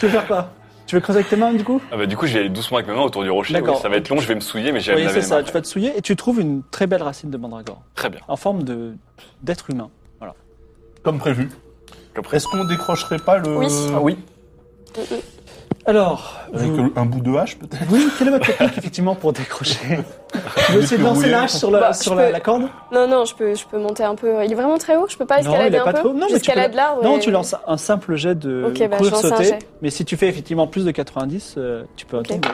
A: Tu veux faire quoi Tu veux creuser avec tes mains, du coup
B: Ah bah, du coup, je vais aller doucement avec mes mains autour du rocher.
A: D'accord.
B: oui, ça va être long, je vais me souiller, mais j'ai à me
A: Oui,
B: laver
A: c'est
B: les
A: ça.
B: mains
A: Tu
B: après.
A: vas te souiller et tu trouves une très belle racine de mandragore
B: Très bien.
A: en forme de d'être humain.
E: Comme prévu.
B: Comme prévu.
E: Est-ce qu'on décrocherait pas le.
F: Oui. Ah
E: oui.
A: Alors,
E: Avec
A: vous-
B: Mmh.
E: le- un bout de hache peut-être
A: oui, quelle est votre technique effectivement pour décrocher Tu veux essayer de
E: peux
A: lancer
E: rouler.
A: la hache sur, la,
F: Bah,
A: sur
F: je
A: la,
F: peux-
A: la corde
F: Non, non, je peux, je peux monter un peu. Il est vraiment très haut, je peux pas
A: Non, il
F: escalader
A: est pas
F: un peu.
A: trop. Non, mais tu peux
F: J'escalade l'arbre.
A: Non,
F: et-
A: tu lances un simple jet de
F: Ok, bah, je
A: courir
F: lance un
A: sauter.
F: jet.
A: Mais si tu fais effectivement plus de 90, euh, tu peux
F: Ok.
A: atteindre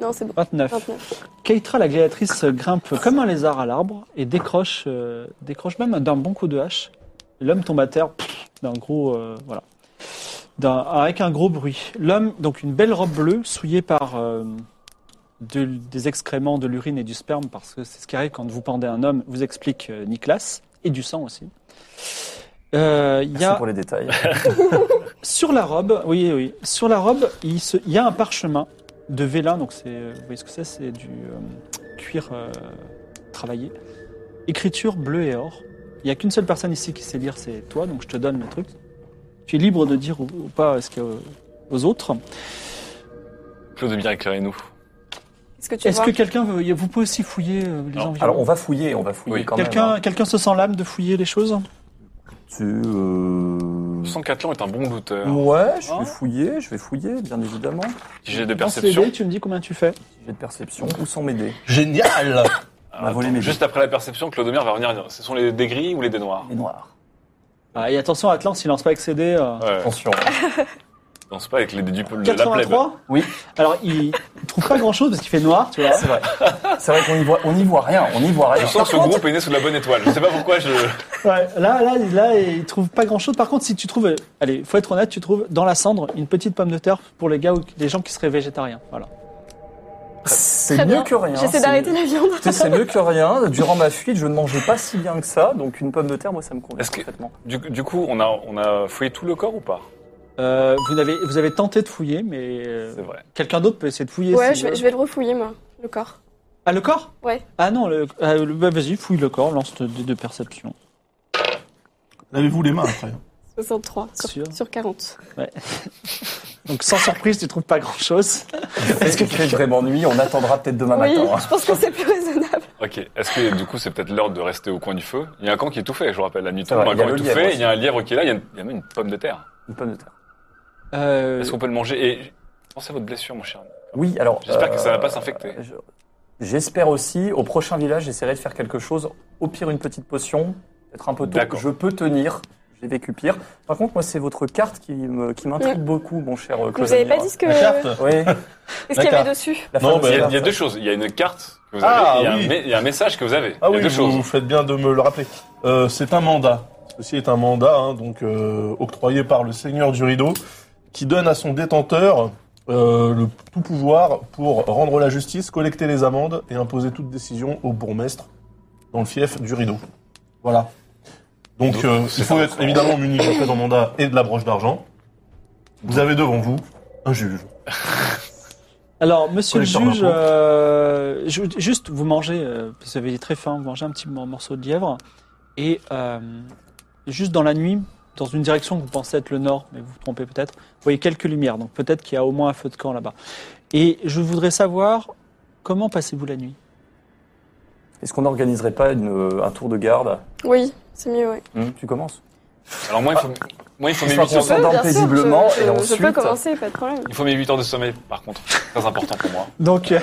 F: Non, c'est bon.
A: 29.
F: 29.
A: Keitra, la gladiatrice, euh, grimpe comme un lézard à l'arbre et décroche, euh, décroche même d'un bon coup de hache. L'homme tombe à terre pff, d'un gros, euh, voilà, d'un- avec un gros bruit. L'homme, donc une belle robe bleue souillée par euh, de- des excréments, de l'urine et du sperme, parce que c'est ce qui arrive quand vous pendez un homme, vous explique euh, Nicolas, et du sang aussi. Euh, Il y
D: Merci
A: a
D: pour les détails.
A: sur la robe, oui, oui, sur la robe, il, se- il y a un parchemin de vélin, donc c'est, euh, vous voyez ce que c'est, c'est du euh, cuir euh, travaillé. Écriture bleue et or. Il n'y a qu'une seule personne ici qui sait lire, c'est toi, donc je te donne le truc. Tu es libre de dire ou, ou pas ce qu'il y a aux- aux autres.
B: Claude, viens éclairer-nous.
F: Est-ce que tu
A: Est-ce
F: vois
A: que quelqu'un veut, vous pouvez aussi fouiller euh, les
B: Alors,
A: environs
D: Alors on va fouiller, on va fouiller
B: Oui.
D: quand même.
A: Quelqu'un,
D: hein.
A: quelqu'un se sent l'âme de fouiller les choses
D: Tu, euh,
B: 104 est un bon looter.
D: Ouais, je
A: Hein
D: vais fouiller, je vais fouiller, bien évidemment.
B: Petit jet de
A: Lance les dés,
B: perception.
A: Tu me dis combien tu fais
D: J'ai de perception. Où sont mes dés
E: Génial
B: Ah,
D: On m'a volé
B: attends,
D: mes
B: juste après la perception, Clodomir va revenir. dire, Ce sont les dés gris ou les dés noirs
D: Les noirs.
A: ah, Et attention, Atlan, s'il lance pas excédé.
B: Ouais,
D: Attention.
B: je pense pas avec les dés du, de la plèbe.
A: 83
D: Oui.
A: Alors, il trouve pas grand chose parce qu'il fait noir, tu vois.
D: C'est vrai. C'est vrai qu'on y voit, on y voit rien, on y voit rien.
B: Je sens que ce
D: Par contre,
B: groupe est né sous la bonne étoile. Je sais pas pourquoi je.
A: Ouais, là, là, là, il trouve pas grand chose. Par contre, si tu trouves, euh, allez, faut être honnête, tu trouves dans la cendre une petite pomme de terre pour les gars ou les gens qui seraient végétariens. Voilà.
D: C'est
F: Très
D: mieux
F: bien.
D: que rien.
F: J'essaie
D: C'est-
F: d'arrêter la viande.
D: Écoutez, C'est mieux que rien. Durant ma fuite, je ne mangeais pas si bien que ça, donc une pomme de terre, moi, ça me convient
B: Est-ce que-
D: parfaitement.
B: Du, du coup, on a, on a fouillé tout le corps ou pas
A: Euh, vous avez, vous avez tenté de fouiller, mais euh,
B: C'est vrai.
A: quelqu'un d'autre peut essayer de fouiller.
F: Ouais,
A: s'il
F: je vais,
A: veut.
F: je vais le refouiller, moi, le corps.
A: Ah, le corps
F: Ouais.
A: Ah non, le, euh, le- bah, vas-y, fouille le corps, lance des deux perceptions.
E: Lavez-vous les mains après.
F: 63 sur,
A: Sûr.
F: sur 40.
A: Donc sans surprise, tu trouves pas grand chose.
D: Est-ce qu'il fait vraiment nuit On attendra peut-être demain
F: oui,
D: matin. hein.
F: je pense que c'est plus raisonnable.
B: Ok. Est-ce que du coup, c'est peut-être l'heure de rester au coin du feu Il y a un camp qui est tout fait, je vous rappelle. La nuit
D: C'est
B: tombe,
D: vrai,
B: un
D: il y a
B: camp est
D: le
B: tout
D: lièvre
B: fait.
D: aussi.
B: Il y a un lièvre qui est là, il y a, une- il y a même une pomme de terre.
D: Une pomme de terre.
A: Euh,
B: Est-ce qu'on peut le manger Et pensez à votre blessure, mon cher.
D: Oui, alors.
B: J'espère que ça
D: euh,
B: va pas s'infecter.
D: je- J'espère aussi, au prochain village, j'essaierai de faire quelque chose. Au pire, une petite potion, peut-être un peu tôt.
B: D'accord.
D: Je peux tenir. J'ai vécu pire. Par contre, moi, c'est votre carte qui me- qui m'intrigue beaucoup, mon cher euh, Claude.
F: Mm. Vous avez pas dit ce que-
E: La carte
D: Oui,
F: Est-ce qu'il y
E: D'accord.
F: avait dessus
D: la
E: Non,
D: fameuse
E: mais
B: Il y a,
D: carte.
B: il y a deux choses. Il y a une carte que vous avez
E: Ah,
B: et il y a un
E: oui.
B: me- il y, a un message que vous avez.
E: Ah
B: il y a
E: oui,
B: deux
E: vous, vous
B: choses.
E: faites bien de me le rappeler. Euh, c'est un mandat. Ceci est un mandat, hein, donc euh, octroyé par le Seigneur du Rideau, qui donne à son détenteur euh, le tout pouvoir pour rendre la justice, collecter les amendes et imposer toute décision au bourgmestre dans le fief du Rideau. Voilà. Donc
B: Donc,
E: euh,
B: c'est
E: il faut
B: un-
E: être évidemment muni d'un présent mandat et de la broche d'argent. Vous avez devant vous un juge.
A: Alors, monsieur le
E: Collecteur
A: juge,
E: d'impôts.
A: euh, ju- juste, vous mangez, euh, parce que vous avez très faim, vous mangez un petit mor- morceau de lièvre, et euh, juste dans la nuit, dans une direction que vous pensez être le nord, mais vous vous trompez peut-être, vous voyez quelques lumières, donc peut-être qu'il y a au moins un feu de camp là-bas. Et je voudrais savoir, comment passez-vous la nuit
D: Est-ce qu'on n'organiserait pas une- euh, un tour de garde
F: Oui, c'est mieux, ouais.
D: Hum, Tu commences
B: Alors, moi, il
A: Ah.
B: faut, moi, il faut mes
D: Histoire
B: 8 heures.
D: qu'on s'entende
F: bien sûr,
D: paisiblement,
F: je,
D: et
F: je- je peux
D: ensuite-
F: commencer, pas de problème.
B: Il faut mes 8 heures de sommeil, par contre. Très important pour moi.
A: Donc, euh,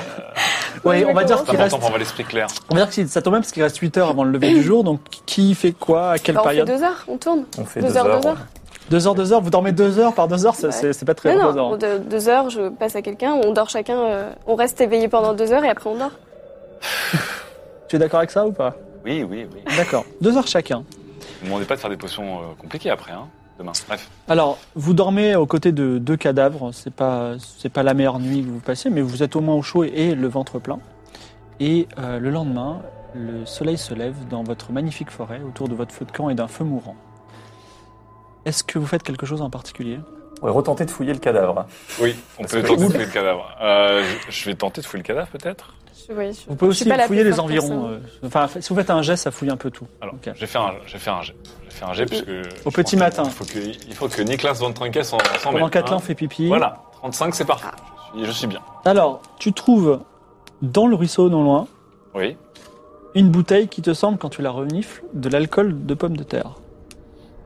A: ouais,
F: Oui,
A: on va dire
B: C'est
F: d'accord.
A: qu'il
B: important
A: reste,
B: pour avoir l'esprit clair.
A: on va dire que ça tombe bien, parce qu'il reste 8 heures avant le lever du jour, donc qui fait quoi, à quelle
F: Bah, on fait
A: période
F: deux heures, on tourne.
D: On fait
F: Deux
D: deux
F: heures,
D: heures.
F: deux heures.
A: 2 heures, 2 heures, vous dormez 2 heures par 2 heures, ça,
F: Ouais.
A: c'est c'est pas très
F: Non, non,
A: reposant.
F: bon, de- deux heures, je passe à quelqu'un, on dort chacun, euh, on reste éveillé pendant deux heures et après on dort.
A: Tu es d'accord avec ça ou pas
B: Oui, oui, oui.
A: D'accord, 2 heures chacun.
B: Ne me demandez pas de faire des potions euh, compliquées après, hein, demain. Bref.
A: Alors, vous dormez aux côtés de deux cadavres. C'est pas, c'est pas la meilleure nuit que vous passez, mais vous êtes au moins au chaud et le ventre plein. Et euh, le lendemain, le soleil se lève dans votre magnifique forêt, autour de votre feu de camp et d'un feu mourant. Est-ce que vous faites quelque chose en particulier
D: pourrait retenter de fouiller le cadavre.
B: Oui, on
D: Parce
B: peut
D: que-
B: tenter de fouiller le cadavre. Euh, je- je vais tenter de fouiller le cadavre peut-être.
F: Je- oui, je-
A: Vous pouvez
F: je suis
A: aussi
F: pas la
A: fouiller
F: plus
A: les
F: forte
A: environs. euh, Enfin, si vous faites un geste, ça fouille un peu tout.
B: Alors,
A: Ok.
B: j'ai fait un, j'ai fait un jet. J'ai fait un jet parce que.
A: Au
B: je
A: petit
B: pense que-
A: matin.
B: Il faut que, il faut que Nicolas Van Trinquet s'en s'en mêle.
A: Pendant 4 ans,
B: hein.
A: on fait pipi.
B: Voilà, 35 c'est parfait. Je suis, je suis bien.
A: Alors, tu trouves dans le ruisseau, non loin,
B: Oui.
A: une bouteille qui te semble, quand tu la renifles, de l'alcool de pommes de terre.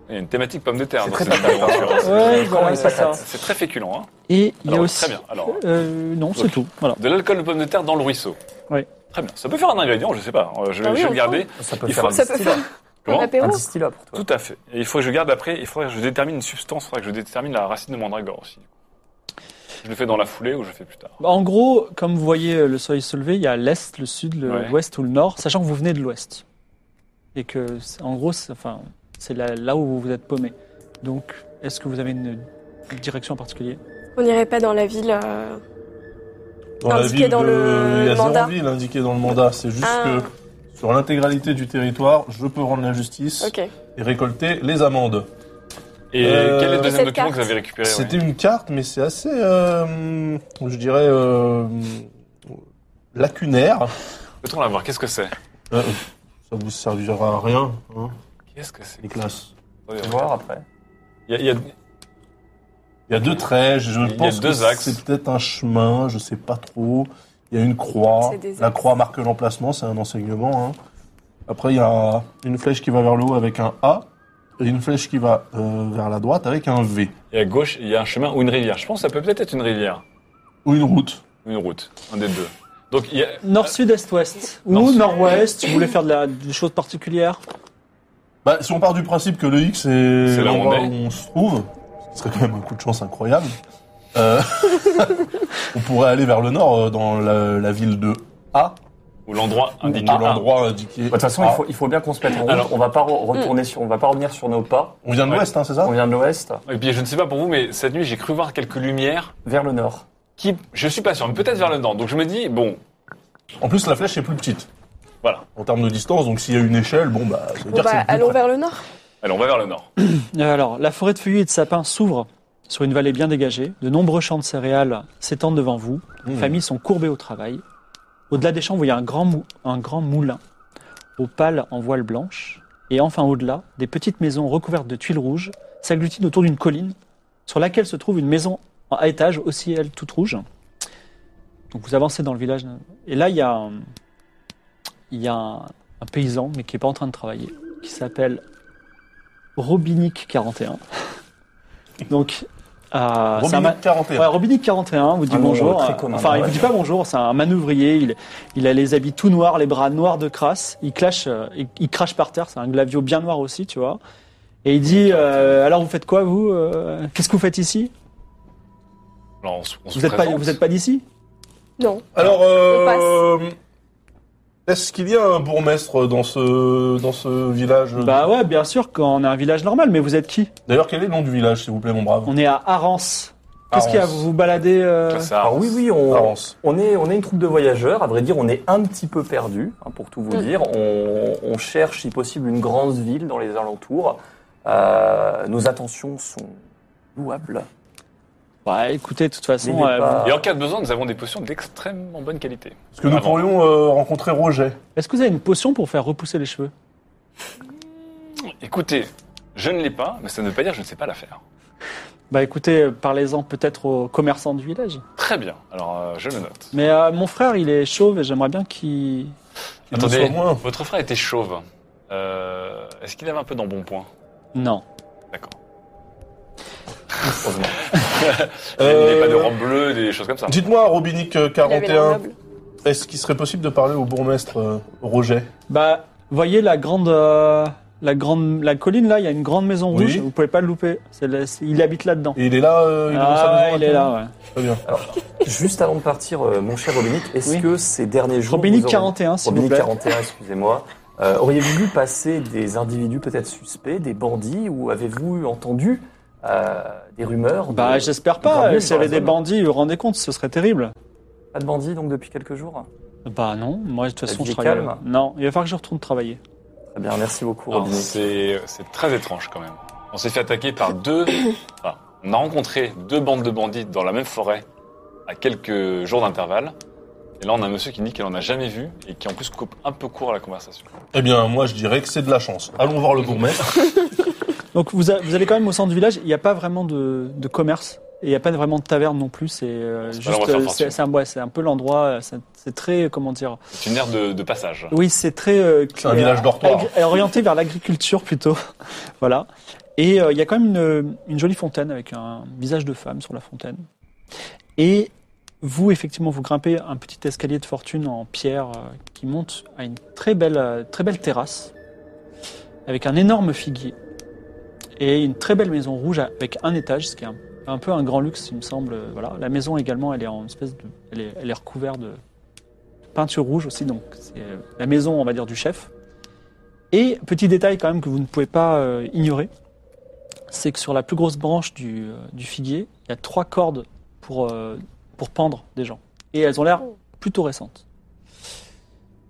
B: Il y a une thématique pomme de terre.
D: C'est
B: donc
D: très
B: une
D: patate,
B: aventure,
D: hein.
B: hein. C'est-
A: Ouais,
D: Encore
A: voilà,
D: une
A: c'est ça.
D: patate.
B: C'est très féculent. Hein.
A: Et il y a
B: Alors,
A: aussi.
B: Très bien. Alors,
A: Euh, non, c'est
B: Ok.
A: tout. Voilà.
B: de l'alcool de pomme de terre dans le ruisseau.
A: Oui.
B: Très bien. Ça peut faire un ingrédient, je sais pas. Euh, Je,
F: Ah
B: vais-
F: oui,
B: je vais
F: on
B: le garder.
D: Ça peut
B: Il
D: faire
B: faut-
D: un
F: ça peut
D: distillat.
B: Comment
F: Un apéro.
D: Un distillat pour toi.
B: Tout à fait. Et il faut que je garde après, il faudrait que je détermine une substance, il faudrait que je détermine la racine de mandragore aussi. Je le fais dans la foulée ou je le fais plus tard.
A: Bah, En gros, comme vous voyez euh, le soleil se lever, il y a l'est, le sud, le-
B: Ouais.
A: l'ouest ou le nord, sachant que vous venez de l'ouest. Et que, c'est- en gros, c'est enfin, c'est là, là où vous êtes paumé. Donc, est-ce que vous avez une une direction en particulier
F: On n'irait pas dans la ville. euh,
E: Dans la
F: Indiqué
E: ville
F: dans
E: de-
F: le
E: il y a
F: mandat.
E: zéro ville indiquée dans le mandat. C'est juste
F: Ah.
E: que sur l'intégralité du territoire, je peux rendre la justice
F: Ok.
E: et récolter les amendes.
B: Et
E: Euh,
B: quel est le deuxième
F: cette
B: document
F: carte.
B: que vous avez récupéré ouais
E: C'était une carte, mais c'est assez, euh, je dirais, euh, lacunaire.
B: Peut-on la voir Qu'est-ce que c'est
E: Euh, ça vous servira à rien, hein,
B: Qu'est-ce que c'est
E: les classes.
B: Attendez,
D: On va voir après.
B: Il y a- il y a-
E: Il y a deux traits, je
B: Il y a
E: pense
B: deux
E: que
B: axes.
E: c'est peut-être un chemin, je sais pas trop. Il y a une croix.
F: C'est des
E: La
F: axes.
E: croix marque l'emplacement, c'est un enseignement. hein. Après, il y a une flèche qui va vers le haut avec un A et une flèche qui va euh, vers la droite avec un V.
B: et à gauche, il y a un chemin ou une rivière. Je pense que ça peut peut-être être une rivière
E: Ou une route.
B: ou une route. Un des deux. Donc, il y a-
A: Nord, sud, est, ouest. Ou
B: Nord-Sud.
A: nord-ouest, vous voulez faire de la, des choses particulières
E: Bah, si on part du principe que le X
B: C'est
E: est
B: là où on
E: l'endroit
B: est.
E: où on se trouve, ce serait quand même un coup de chance incroyable. Euh, on pourrait aller vers le nord euh, dans la, la ville de A,
B: ou l'endroit
E: ou
B: indiqué.
E: l'endroit indiqué.
D: Bah, De
E: Ah.
D: toute façon,
E: A.
D: il, faut, il faut bien qu'on se mette en route.
B: Alors-
D: on va pas re-
F: Mm.
D: retourner sur, on va pas revenir sur nos pas.
E: On vient de
B: Ouais.
E: l'ouest, hein, c'est ça
D: On vient de l'ouest
B: Et puis, Eh je ne sais pas pour vous, mais cette nuit, j'ai cru voir quelques lumières
D: vers le nord.
B: qui, je suis pas sûr, mais peut-être vers le nord. Donc, je me dis, bon,
E: En plus, la flèche est plus petite.
B: Voilà.
E: En termes de distance, donc s'il y a une échelle, bon, bah, ça veut
F: Bon
E: dire que
F: bah,
E: c'est plus
F: allons
E: près.
F: vers le nord.
B: allez, on va vers le nord.
A: Euh, Alors, la forêt de feuillus et de sapins s'ouvre sur une vallée bien dégagée. De nombreux champs de céréales s'étendent devant vous. Les
E: Hmm.
A: familles sont courbées au travail. Au-delà des champs, vous voyez un grand, mou- un grand moulin, au pâle en voile blanche. Et enfin, au-delà, des petites maisons recouvertes de tuiles rouges s'agglutinent autour d'une colline sur laquelle se trouve une maison à étage, aussi elle toute rouge. Donc vous avancez dans le village. Et là, il y a un, il y a un- un paysan, mais qui n'est pas en train de travailler, qui s'appelle Robinic 41. Donc, euh, c'est un ma-
E: Robinic 41.
A: Ouais, Robinic 41 vous dit
D: Un nom,
A: bonjour.
D: euh, très commun,
A: enfin, il
D: ouais.
A: vous dit pas bonjour, c'est un manœuvrier. Il, il a les habits tout noirs, les bras noirs de crasse. Il, clash, euh, il, il crache par terre, c'est un glavio bien noir aussi, tu vois. Et il dit euh, Alors, vous faites quoi, vous euh, Qu'est-ce que vous faites ici
B: Alors, on, se- on se
A: Vous n'êtes pas,
B: présente.
A: vous êtes pas d'ici
F: Non.
E: Alors,
F: On
E: euh, est-ce qu'il y a un bourgmestre dans ce, dans ce village
D: Mhm.
A: Bah ouais, bien sûr, quand on est un village normal, mais vous êtes qui
E: D'ailleurs, quel est le nom du village, s'il vous plaît, mon brave
A: On est à Arance. Qu'est-ce qu'il y a
E: Arance.
A: Vous vous baladez euh,
B: Là, ça
D: Alors oui, oui, on,
E: Arance.
D: on est, on est une troupe de voyageurs. À vrai dire, on est un petit peu perdu, hein, pour tout vous
F: Mm.
D: dire. On, on cherche, si possible, une grande ville dans les alentours. Euh, nos attentions sont louables.
A: Bah écoutez, de toute façon,
D: N'aimez
A: euh,
D: pas-
B: Et en cas de besoin, nous avons des potions d'extrêmement bonne qualité.
E: Est-ce que nous
B: Avant.
E: pourrions euh, rencontrer Roger
A: est-ce que vous avez une potion pour faire repousser les cheveux
B: Écoutez, je ne l'ai pas, mais ça ne veut pas dire que je ne sais pas la faire.
A: Bah écoutez, euh, parlez-en peut-être aux commerçants du village.
B: Très bien, alors euh, je le note.
A: Mais euh, mon frère, il est chauve et j'aimerais bien qu'il...
E: Qu'il le soit moins.
B: votre frère était chauve. Euh, Est-ce qu'il avait un peu d'embonpoint
A: Non.
B: D'accord.
D: Heureusement.
B: Il n'avait pas de
E: Euh,
B: robe bleue, des choses comme ça.
E: Dites-moi, Robinic euh,
F: Il avait l'air
E: 41,
F: noble.
E: est-ce qu'il serait possible de parler au bourgmestre euh, Roger
A: Bah, voyez la grande... euh, La grande, la colline là, il y a une grande maison
E: Oui.
A: rouge. Vous pouvez pas le louper. C'est le- c'est- il habite là-dedans.
E: Et il est là euh, il est dans sa
A: Ah,
E: maison
A: il est
E: actuellement
A: là. Ouais.
E: Très bien.
D: Juste avant de partir, euh, mon cher Robinic, est-ce
A: Oui.
D: que ces derniers jours...
A: Robinic
D: vous aurez-
A: 41, s'il vous
D: Robinic
A: plaît.
D: 41, excusez-moi. Euh, Auriez-vous vu passer des individus peut-être suspects, des bandits, ou avez-vous entendu euh, des rumeurs de-
A: Bah, j'espère
D: Grand
A: pas.
D: mur
A: S'il y
D: dans la
A: avait des
D: zone.
A: bandits, vous vous rendez compte, ce serait terrible.
D: Pas de bandits, donc, depuis quelques jours
A: Bah non, moi de toute
D: La
A: façon
D: vie
A: je
D: est
A: travaille.
D: calme.
A: Non, il va falloir que je retourne travailler.
D: Très Eh bien, merci beaucoup,
B: Alors,
D: Robinic.
B: C'est c'est très étrange quand même. On s'est fait attaquer par deux, enfin, On a rencontré deux bandes de bandits dans la même forêt à quelques jours d'intervalle. Et là, on a un monsieur qui dit qu'elle en a jamais vu et qui en plus coupe un peu court à la conversation.
E: Eh bien, moi, je dirais que c'est de la chance. Allons voir le bourgmestre.
A: Donc vous, a- vous allez quand même au centre du village, il n'y a pas vraiment de, de commerce. Et il n'y a pas vraiment de taverne non plus, c'est euh,
B: C'est pas
A: juste,
B: l'endroit de faire
A: euh, c'est
B: fortune.
A: c'est un, ouais, c'est un peu l'endroit, euh, c'est c'est très, euh, comment dire,
B: C'est une aire de, de passage.
A: oui c'est très euh,
E: C'est un village dortoir.
A: agri- orienté vers l'agriculture plutôt, voilà. Et euh, il y a quand même une, une jolie fontaine avec un visage de femme sur la fontaine. Et vous effectivement vous grimpez un petit escalier de fortune en pierre euh, qui monte à une très belle, euh, très belle terrasse avec un énorme figuier et une très belle maison rouge avec un étage, ce qui est un, un peu un grand luxe, il me semble. euh, Voilà, la maison également, elle est en espèce de, elle est, elle est recouverte de peinture rouge aussi, donc c'est euh, la maison, on va dire, du chef. Et petit détail quand même que vous ne pouvez pas euh, ignorer, c'est que sur la plus grosse branche du, euh, du figuier, il y a trois cordes pour euh, pour pendre des gens, et elles ont l'air plutôt récentes.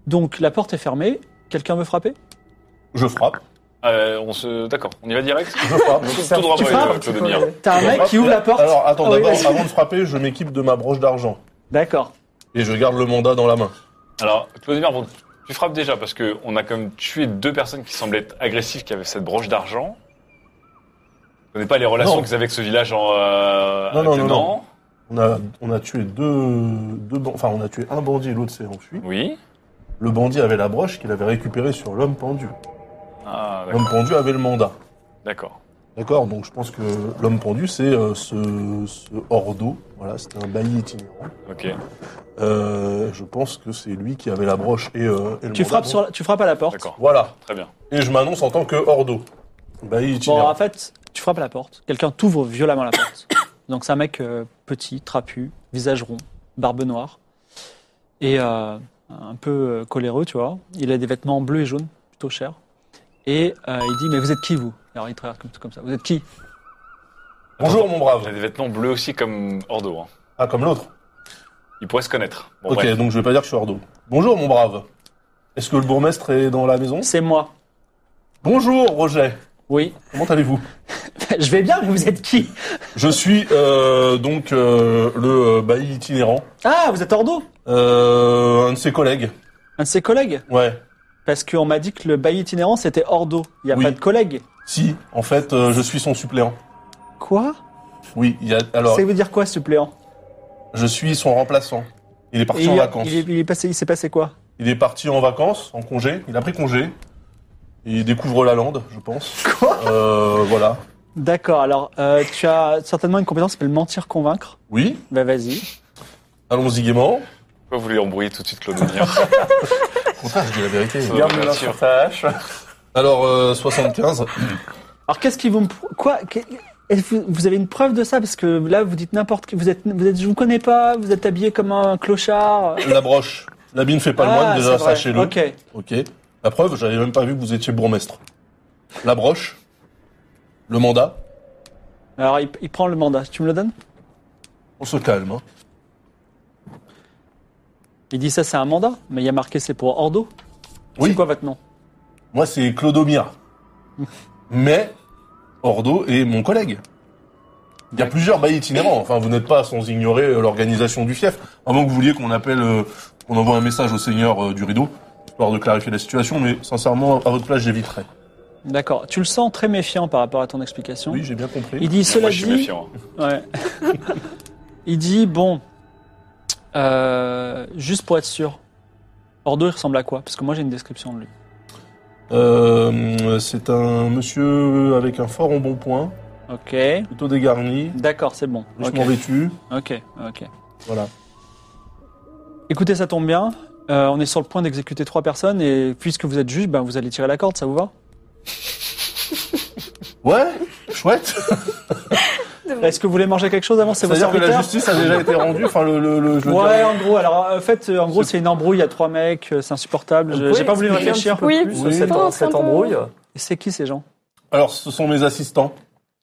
A: Donc la porte est fermée. Quelqu'un veut frapper
E: Ah Je frappe.
B: Euh, on se, d'accord, on y va direct.
E: Je frappe.
B: Tout droit,
A: Ah, tu
B: ouais,
A: frappes,
B: euh, Claude Mire.
A: T'as un mec qui ouvre la porte.
E: Alors, attends,
A: Ah oui,
E: d'abord,
A: vas-y.
E: avant de frapper, je m'équipe de ma broche d'argent.
A: D'accord.
E: Et je garde le mandat dans la main.
B: Alors, Claude Mire, bon, tu frappes déjà parce que on a quand même tué deux personnes qui semblaient être agressives, qui avaient cette broche d'argent. Je connais pas les relations
E: Non.
B: qu'ils avaient avec ce village en, euh,
E: Non, non, non,
B: attenant.
E: non. On a, on a tué deux, deux ban- enfin, on a tué un bandit et l'autre s'est enfui.
B: Oui.
E: Le bandit avait la broche qu'il avait récupérée sur l'homme pendu.
B: Ah, d'accord.
E: L'homme pendu avait le mandat.
B: d'accord.
E: D'accord, donc je pense que l'homme pendu, c'est euh, ce, ce Ordo. Voilà, c'était un bailli itinérant.
B: Ok.
E: Euh, je pense que c'est lui qui avait la broche et, euh, et le
A: Tu
E: mandat.
A: frappes sur, la- tu frappes à la porte.
B: D'accord.
E: Voilà.
B: Très bien.
E: Et je m'annonce en tant que Ordo. Bailli
A: Bon, en
E: itinérant.
A: fait, tu frappes à la porte. Quelqu'un t'ouvre violemment la porte. Donc, c'est un mec euh, petit, trapu, visage rond, barbe noire. Et euh, un peu euh, coléreux, tu vois. Il a des vêtements bleus et jaunes, plutôt chers. Et euh, il dit Mais vous êtes qui, vous Alors, il te regarde comme, comme ça. Vous êtes qui
E: Bonjour, mon
B: Il a
E: brave.
B: des vêtements bleus aussi comme Ordo. Hein.
E: Ah, comme l'autre.
B: Il pourrait se connaître. Bon,
E: ok,
B: bref.
E: donc je vais pas dire que je suis Ordo. Bonjour, mon brave. Est-ce que le bourgmestre est dans la maison
A: C'est moi.
E: Bonjour, Roger.
A: Oui.
E: Comment allez-vous
A: Je vais bien, mais vous êtes qui
E: Je suis euh, donc euh, le euh, bailli itinérant,
A: Ah, vous êtes Ordo
E: euh, un de ses collègues.
A: Un de ses collègues
E: Ouais.
A: Parce qu'on m'a dit que le bail itinérant, c'était Ordo. Il n'y a
E: Oui.
A: pas de collègue.
E: Si, en fait, euh, je suis son suppléant.
A: Quoi
E: Oui, il y a, alors
A: Ça veut dire quoi, suppléant
E: je suis son remplaçant. Il est parti
A: Et
E: en
A: il-
E: vacances.
A: Il, est- il est passé- il s'est passé quoi
E: Il est parti en vacances, en congé. Il a pris congé. Il découvre la lande, je pense.
A: Quoi
E: Euh, voilà.
A: D'accord, alors euh, tu as certainement une compétence qui s'appelle mentir-convaincre.
E: Oui,
A: Bah vas-y.
E: allons-y gaiement.
B: Pourquoi vous voulez embrouiller tout de suite Claude Mire
E: Au contraire, je dis la vérité.
B: Ça
D: Garde-le
B: bien
D: là
B: sûr.
D: sur ta hache.
E: Alors, euh, 75.
A: Alors qu'est-ce qui vous... me prou- Quoi Qu'est- est-ce que vous, vous avez une preuve de ça Parce que là, vous dites n'importe qui. Vous êtes, vous êtes, je vous connais pas, vous êtes habillé comme un clochard.
E: La broche. L'habit ne fait pas le
A: Ah,
E: moine, déjà,
A: c'est vrai.
E: sachez-le.
A: Ok.
E: Ok. La preuve, j'avais même pas vu que vous étiez bourgmestre. La broche, le mandat,
A: Alors il, il prend le mandat, tu me le donnes
E: on se calme. hein.
A: Il dit ça c'est un mandat, mais il y a marqué c'est pour Ordo.
E: Oui,
A: C'est quoi votre nom
E: moi c'est Clodomir. Mais Ordo est mon collègue. Il y a plusieurs bails itinérants. Enfin, vous n'êtes pas sans ignorer euh, l'organisation du fief. À moins que vous vouliez qu'on appelle, euh, qu'on envoie un message au seigneur euh, du rideau, histoire de clarifier la situation. Mais sincèrement, à votre place, j'éviterais.
A: D'accord, tu le sens très méfiant par rapport à ton explication.
E: Oui, j'ai bien compris.
A: Il dit cela
B: Moi, je suis
A: dit...
B: méfiant. hein.
A: Ouais. il dit bon, euh, juste pour être sûr, Ordo il ressemble à quoi Parce que moi j'ai une description de lui.
E: Euh, c'est un monsieur avec un fort en bon point,
A: Ok,
E: plutôt dégarni,
A: d'accord, c'est bon. Ok,
E: doucement vêtu.
A: ok, ok.
E: Voilà.
A: Écoutez, ça tombe bien. Euh, on est sur le point d'exécuter trois personnes et puisque vous êtes juge, ben vous allez tirer la corde, ça vous va
E: Ouais, chouette.
A: Est-ce que vous voulez manger quelque chose avant C'est vos
E: C'est-à-dire que la
A: serviteurs
E: justice a déjà été rendue. Enfin, le, le, le- je veux
A: Ouais,
E: dire-
A: en gros. Alors, en fait, euh, en gros, c'est une embrouille. Il y a trois mecs, euh, c'est insupportable. Je-
D: Vous
A: J'ai pas voulu
D: pouvez expliquer un
A: réfléchir.
D: petit peu
F: Oui,
D: plus
E: oui.
D: cette-
F: Pense un
D: cette
F: peu.
D: embrouille.
A: C'est qui ces gens
E: Alors, ce sont mes assistants.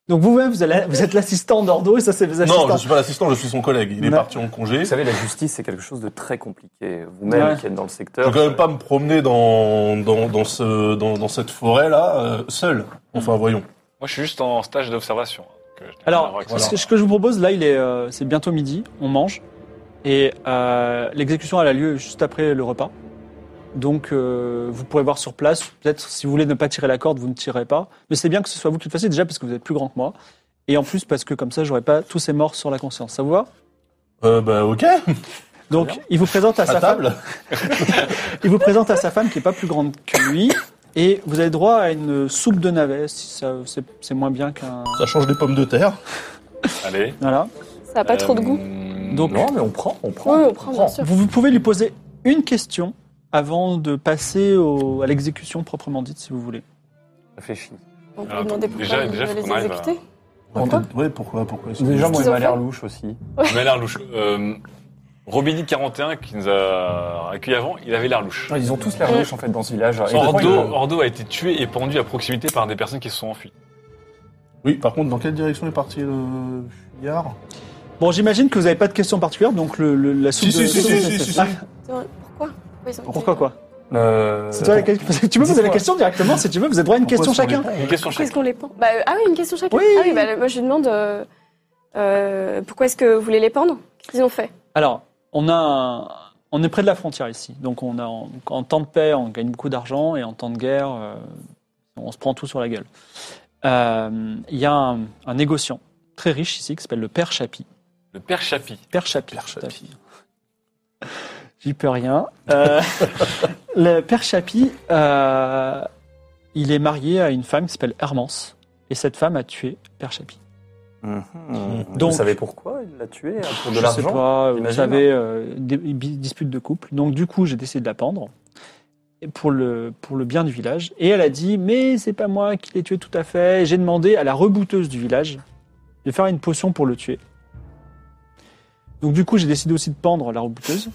A: Donc vous-même, vous, allez- vous êtes l'assistant d'Ordo et ça, c'est vos assistants.
E: Non, je suis pas l'assistant, je suis son collègue. Il est
A: Non.
E: parti en congé.
D: Vous savez, la justice, c'est quelque chose de très compliqué. Vous-même
A: Ouais.
D: qui êtes dans le
E: Je
D: secteur.
E: vais quand même pas me promener dans dans dans ce dans, dans cette forêt là seul. Enfin, voyons.
B: Moi, je suis juste en stage d'observation. que je-
A: Alors,
B: Voilà.
A: ce que- ce que je vous propose, là, il est, euh, c'est bientôt midi, on mange, et euh, l'exécution elle a lieu juste après le repas. Donc, euh, vous pourrez voir sur place. Peut-être, si vous voulez ne pas tirer la corde, vous ne tirez pas. Mais c'est bien que ce soit vous qui le fassiez déjà parce que vous êtes plus grand que moi, et en plus parce que comme ça, j'aurai pas tous ces morts sur la conscience. Ça vous va
E: Euh, bah ok,
A: Donc, il vous présente à,
E: à
A: sa
E: table.
A: femme. Il vous présente à sa femme qui est pas plus grande que lui, et vous avez droit à une soupe de navet. Si ça, c'est, c'est moins bien qu'un.
E: Ça change des pommes de terre.
B: Allez.
A: Voilà.
F: Ça n'a pas trop de
B: Euh,
F: goût.
A: Donc,
D: Non, mais on prend, on prend.
F: Oui, on prend, bien sûr.
A: Vous, vous pouvez lui poser une question avant de passer au- à l'exécution proprement dite, si vous voulez.
D: Réfléchis.
F: On peut
B: Alors,
F: demander pourquoi
B: Ah, déjà-
F: il
B: déjà,
F: veut
B: faut
F: les
B: qu'on arrive à-
F: exécuter.
E: Pourquoi Ouais, pourquoi, pourquoi est-ce que-
D: Déjà, moi,
F: qu'ils
D: il
F: ont
D: m'a l'air
F: fait
D: louche aussi.
B: Mais l'air louche. Euh, Robini41 qui nous a accueillis avant, il avait l'air louche.
D: ils ont tous l'air louches, en fait, dans ce village. Et
B: Son
D: pourquoi
B: Ordo,
D: ils-
B: Ordo a été tué et pendu à proximité par des personnes qui se sont enfuies.
E: Oui, par contre, dans quelle direction est parti le fuyard
A: Bon, j'imagine que vous n'avez pas de question particulière, donc le, le- la soupe
E: Si,
A: de...
E: si, si, si, si, si, si.
A: Ah,
F: Pourquoi Pourquoi ils ont
A: pourquoi
F: été-
A: quoi
D: Euh,
A: C'est toi la question. Si tu veux, vous avez la question directement, si tu veux, vous avez droit à une question
E: Pourquoi
A: chacun.
E: sur les ponts
B: Une question
F: Pourquoi
B: chacun.
F: est-ce qu'on les pend Bah, euh, Ah oui, une question chacun.
A: Oui.
F: Ah oui, bah, moi je lui demande euh, euh, pourquoi est-ce que vous voulez les pendre Qu'est-ce qu'ils ont fait
A: Alors, on, a un- on est près de la frontière ici, donc on a, en, en temps de paix, on gagne beaucoup d'argent, et en temps de guerre, euh, on se prend tout sur la gueule. Euh, Il y a un, un négociant très riche ici qui s'appelle le père Chapi.
B: Le père Chapi.
A: Père Chapi. tout à fait. J'y peux rien. Euh, le père Chapi, euh, il est marié à une femme qui s'appelle Hermance. Et cette femme a tué Père Chapi.
D: Mhm.
A: Donc-
D: vous savez pourquoi il l'a tué hein, pour de
A: Je sais
D: l'argent
A: pas, vous
D: t'imagines,
A: savez, euh, des bi- disputes de couple. Donc du coup, j'ai décidé de la pendre et pour le, pour le bien du village. Et elle a dit, mais c'est pas moi qui l'ai tué tout à fait. J'ai demandé à la rebouteuse du village de faire une potion pour le tuer. Donc du coup, j'ai décidé aussi de pendre la rebouteuse.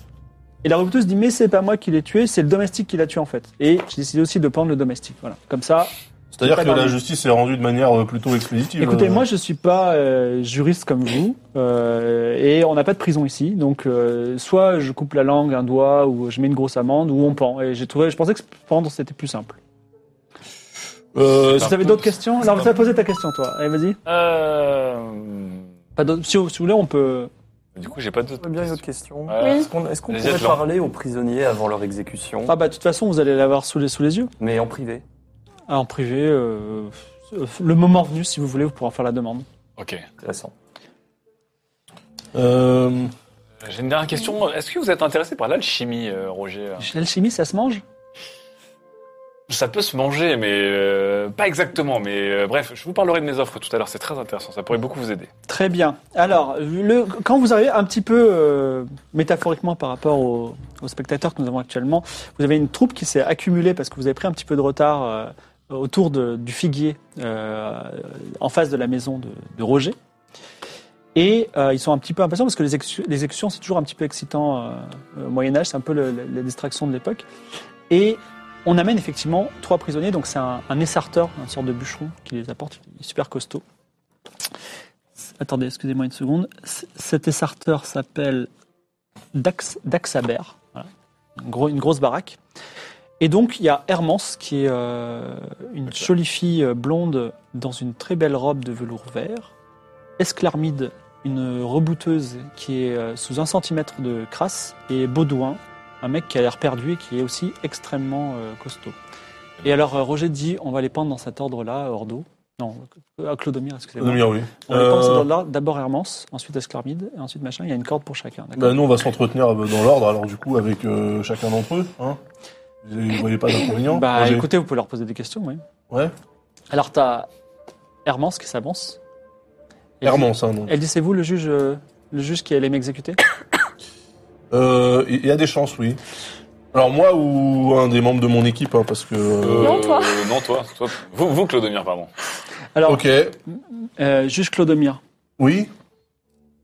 A: Et la rebouteuse dit, mais c'est pas moi qui l'ai tué, c'est le domestique qui l'a tué en fait. Et j'ai décidé aussi de pendre le domestique. Voilà, comme ça.
E: C'est-à-dire
A: Pas
E: que
A: dans
E: la
A: le-
E: justice est rendue de manière euh, plutôt expéditive.
A: Écoutez,
E: euh,
A: moi je suis pas euh, juriste comme vous euh, et on n'a pas de prison ici, donc euh, soit je coupe la langue, un doigt, ou je mets une grosse amende, ou on pend. Et j'ai trouvé, je pensais que pendre c'était plus simple.
E: euh,
A: Si vous avez d'autres questions, non, tu as posé ta question toi. Allez, vas-y.
B: Euh...
A: Pas d'autres- si, vous- si vous voulez, on peut.
B: Du coup, j'ai pas d'autres
D: J'aurais bien une autre
B: questions.
D: question.
B: Ah.
F: Oui.
D: Est-ce qu'on est-ce qu'on
B: Les
D: pourrait
B: Atlan.
D: parler aux prisonniers avant leur exécution,
A: Ah bah de toute façon, vous allez l'avoir sous les sous les yeux.
D: mais en privé
A: Ah, en privé, euh, euh, le moment venu, si vous voulez, vous pourrez en faire la demande.
B: Ok.
D: Intéressant.
E: euh,
B: Euh, J'ai une dernière question. Est-ce que vous êtes intéressé par l'alchimie, euh, Roger
A: Chez l'alchimie, ça se mange
B: Ça peut se manger, mais euh, pas exactement. Mais euh, bref, je vous parlerai de mes offres tout à l'heure. C'est très intéressant. Ça pourrait beaucoup vous aider.
A: Très bien. Alors, le- quand vous arrivez un petit peu euh, métaphoriquement par rapport aux, aux spectateurs que nous avons actuellement, vous avez une troupe qui s'est accumulée parce que vous avez pris un petit peu de retard euh, autour de- du figuier euh, en face de la maison de, de Roger. Et euh, ils sont un petit peu impatients parce que les, exé- les exécutions, c'est toujours un petit peu excitant euh, au Moyen Âge, c'est un peu le- le- la distraction de l'époque. Et on amène effectivement trois prisonniers, donc c'est un, un essarteur, une sorte de bûcheron qui les apporte, il est super costaud. Attendez, excusez-moi une seconde. C- Cet essarteur s'appelle Dax, Daxaber. Voilà. Une, gros- une grosse baraque. Et donc, il y a Hermance, qui est euh, une jolie fille euh, blonde dans une très belle robe de velours vert. Esclarmide, une rebouteuse qui est euh, sous un centimètre de crasse. Et Baudouin, un mec qui a l'air perdu et qui est aussi extrêmement euh, costaud. Et alors, euh, Roger dit on va les pendre dans cet ordre-là, Ordo. Non, euh, Clodomir, excusez-moi.
E: Clodomir, oui.
A: On les pense
E: Euh,
A: dans l'ordre. D'abord Hermance, ensuite Esclarmide, et ensuite machin. Il y a une corde pour chacun. d'accord
E: bah, nous, on va s'entretenir euh, dans l'ordre, alors du coup, avec euh, chacun d'entre eux. Hein. Vous vous voyez pas d'inconvénient
A: Bah
E: Roger
A: écoutez, vous pouvez leur poser des questions, oui.
E: Ouais.
A: Alors t'as Hermance qui s'avance. Elle
E: Hermance, hein,
A: dit-
E: donc.
A: Elle dit c'est vous le juge, euh, le juge qui allait m'exécuter
E: Euh, Il y a des chances, oui. Alors moi ou un des membres de mon équipe, hein, parce que... euh,
F: Non, toi.
B: Euh, non, toi. Toi- Vous, vous Clodomir, pardon.
A: Alors
E: ok,
A: euh, juge Clodomir.
E: oui,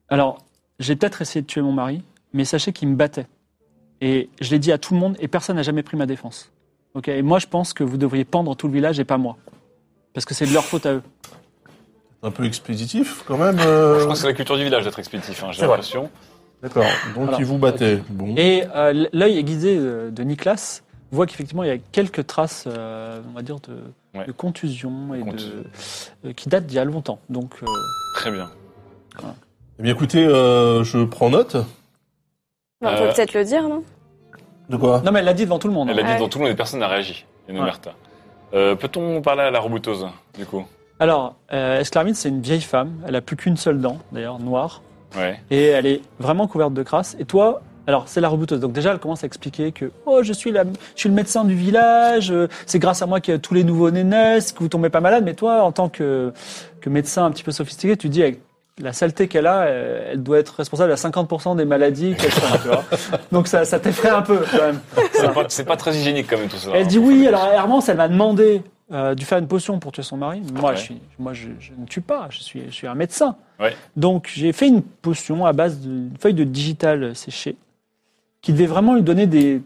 A: Alors j'ai peut-être essayé de tuer mon mari, mais sachez qu'il me battait et je l'ai dit à tout le monde et personne n'a jamais pris ma défense. Ok. Et moi je pense que vous devriez pendre tout le village et pas moi, parce que c'est de leur faute à eux.
E: un peu expéditif quand même.
B: Je
E: euh,
B: crois que c'est la culture du village d'être expéditif. hein, J'ai
D: C'est vrai.
B: l'impression.
E: D'accord, donc
A: Alors,
E: ils vous battaient. Bon.
A: Et euh, l'œil aiguisé euh, de Nicolas voit qu'effectivement, il y a quelques traces, euh, on va dire, de,
B: Ouais.
A: de contusions et
B: Contusions.
A: de, euh, qui datent d'il y a longtemps. Donc, euh,
B: Très bien.
E: Eh bien, écoutez, euh, je prends note.
F: Enfin, on peut
B: Euh,
F: peut-être le dire, non
E: De quoi
A: non, mais elle l'a dit devant tout le monde. hein.
B: Elle a dit
F: Ouais.
B: dans tout le monde, personne n'a réagi. Il y a une
A: Ouais.
B: omerta. Euh, Peut-on parler à la robouteuse, du coup
A: Alors, euh, Esclarmide, c'est une vieille femme. Elle a plus qu'une seule dent, d'ailleurs, noire.
B: Ouais.
A: Et elle est vraiment couverte de crasse. Et toi, alors, c'est la rebouteuse. Donc, déjà, elle commence à expliquer que, oh, je suis, la, je suis le médecin du village. euh, C'est grâce à moi que tous les nouveaux-nés naissent, que vous tombez pas malade. Mais toi, en tant que, que médecin un petit peu sophistiqué, tu dis, avec la saleté qu'elle a, euh, elle doit être responsable à 50% des maladies qu'elle soigne, tu vois. Donc, ça, ça t'effraie un peu, quand même.
B: C'est pas, c'est pas très hygiénique, quand même, tout ça.
A: Elle dit oui, alors Hermance, elle m'a demandé euh, de faire une potion pour tuer son mari. Moi,
B: Ouais.
A: je, suis- moi je, je ne tue pas, je suis, je suis un médecin.
B: Ouais.
A: Donc j'ai fait une potion à base d'une feuille de digital séchée qui devait vraiment lui donner des,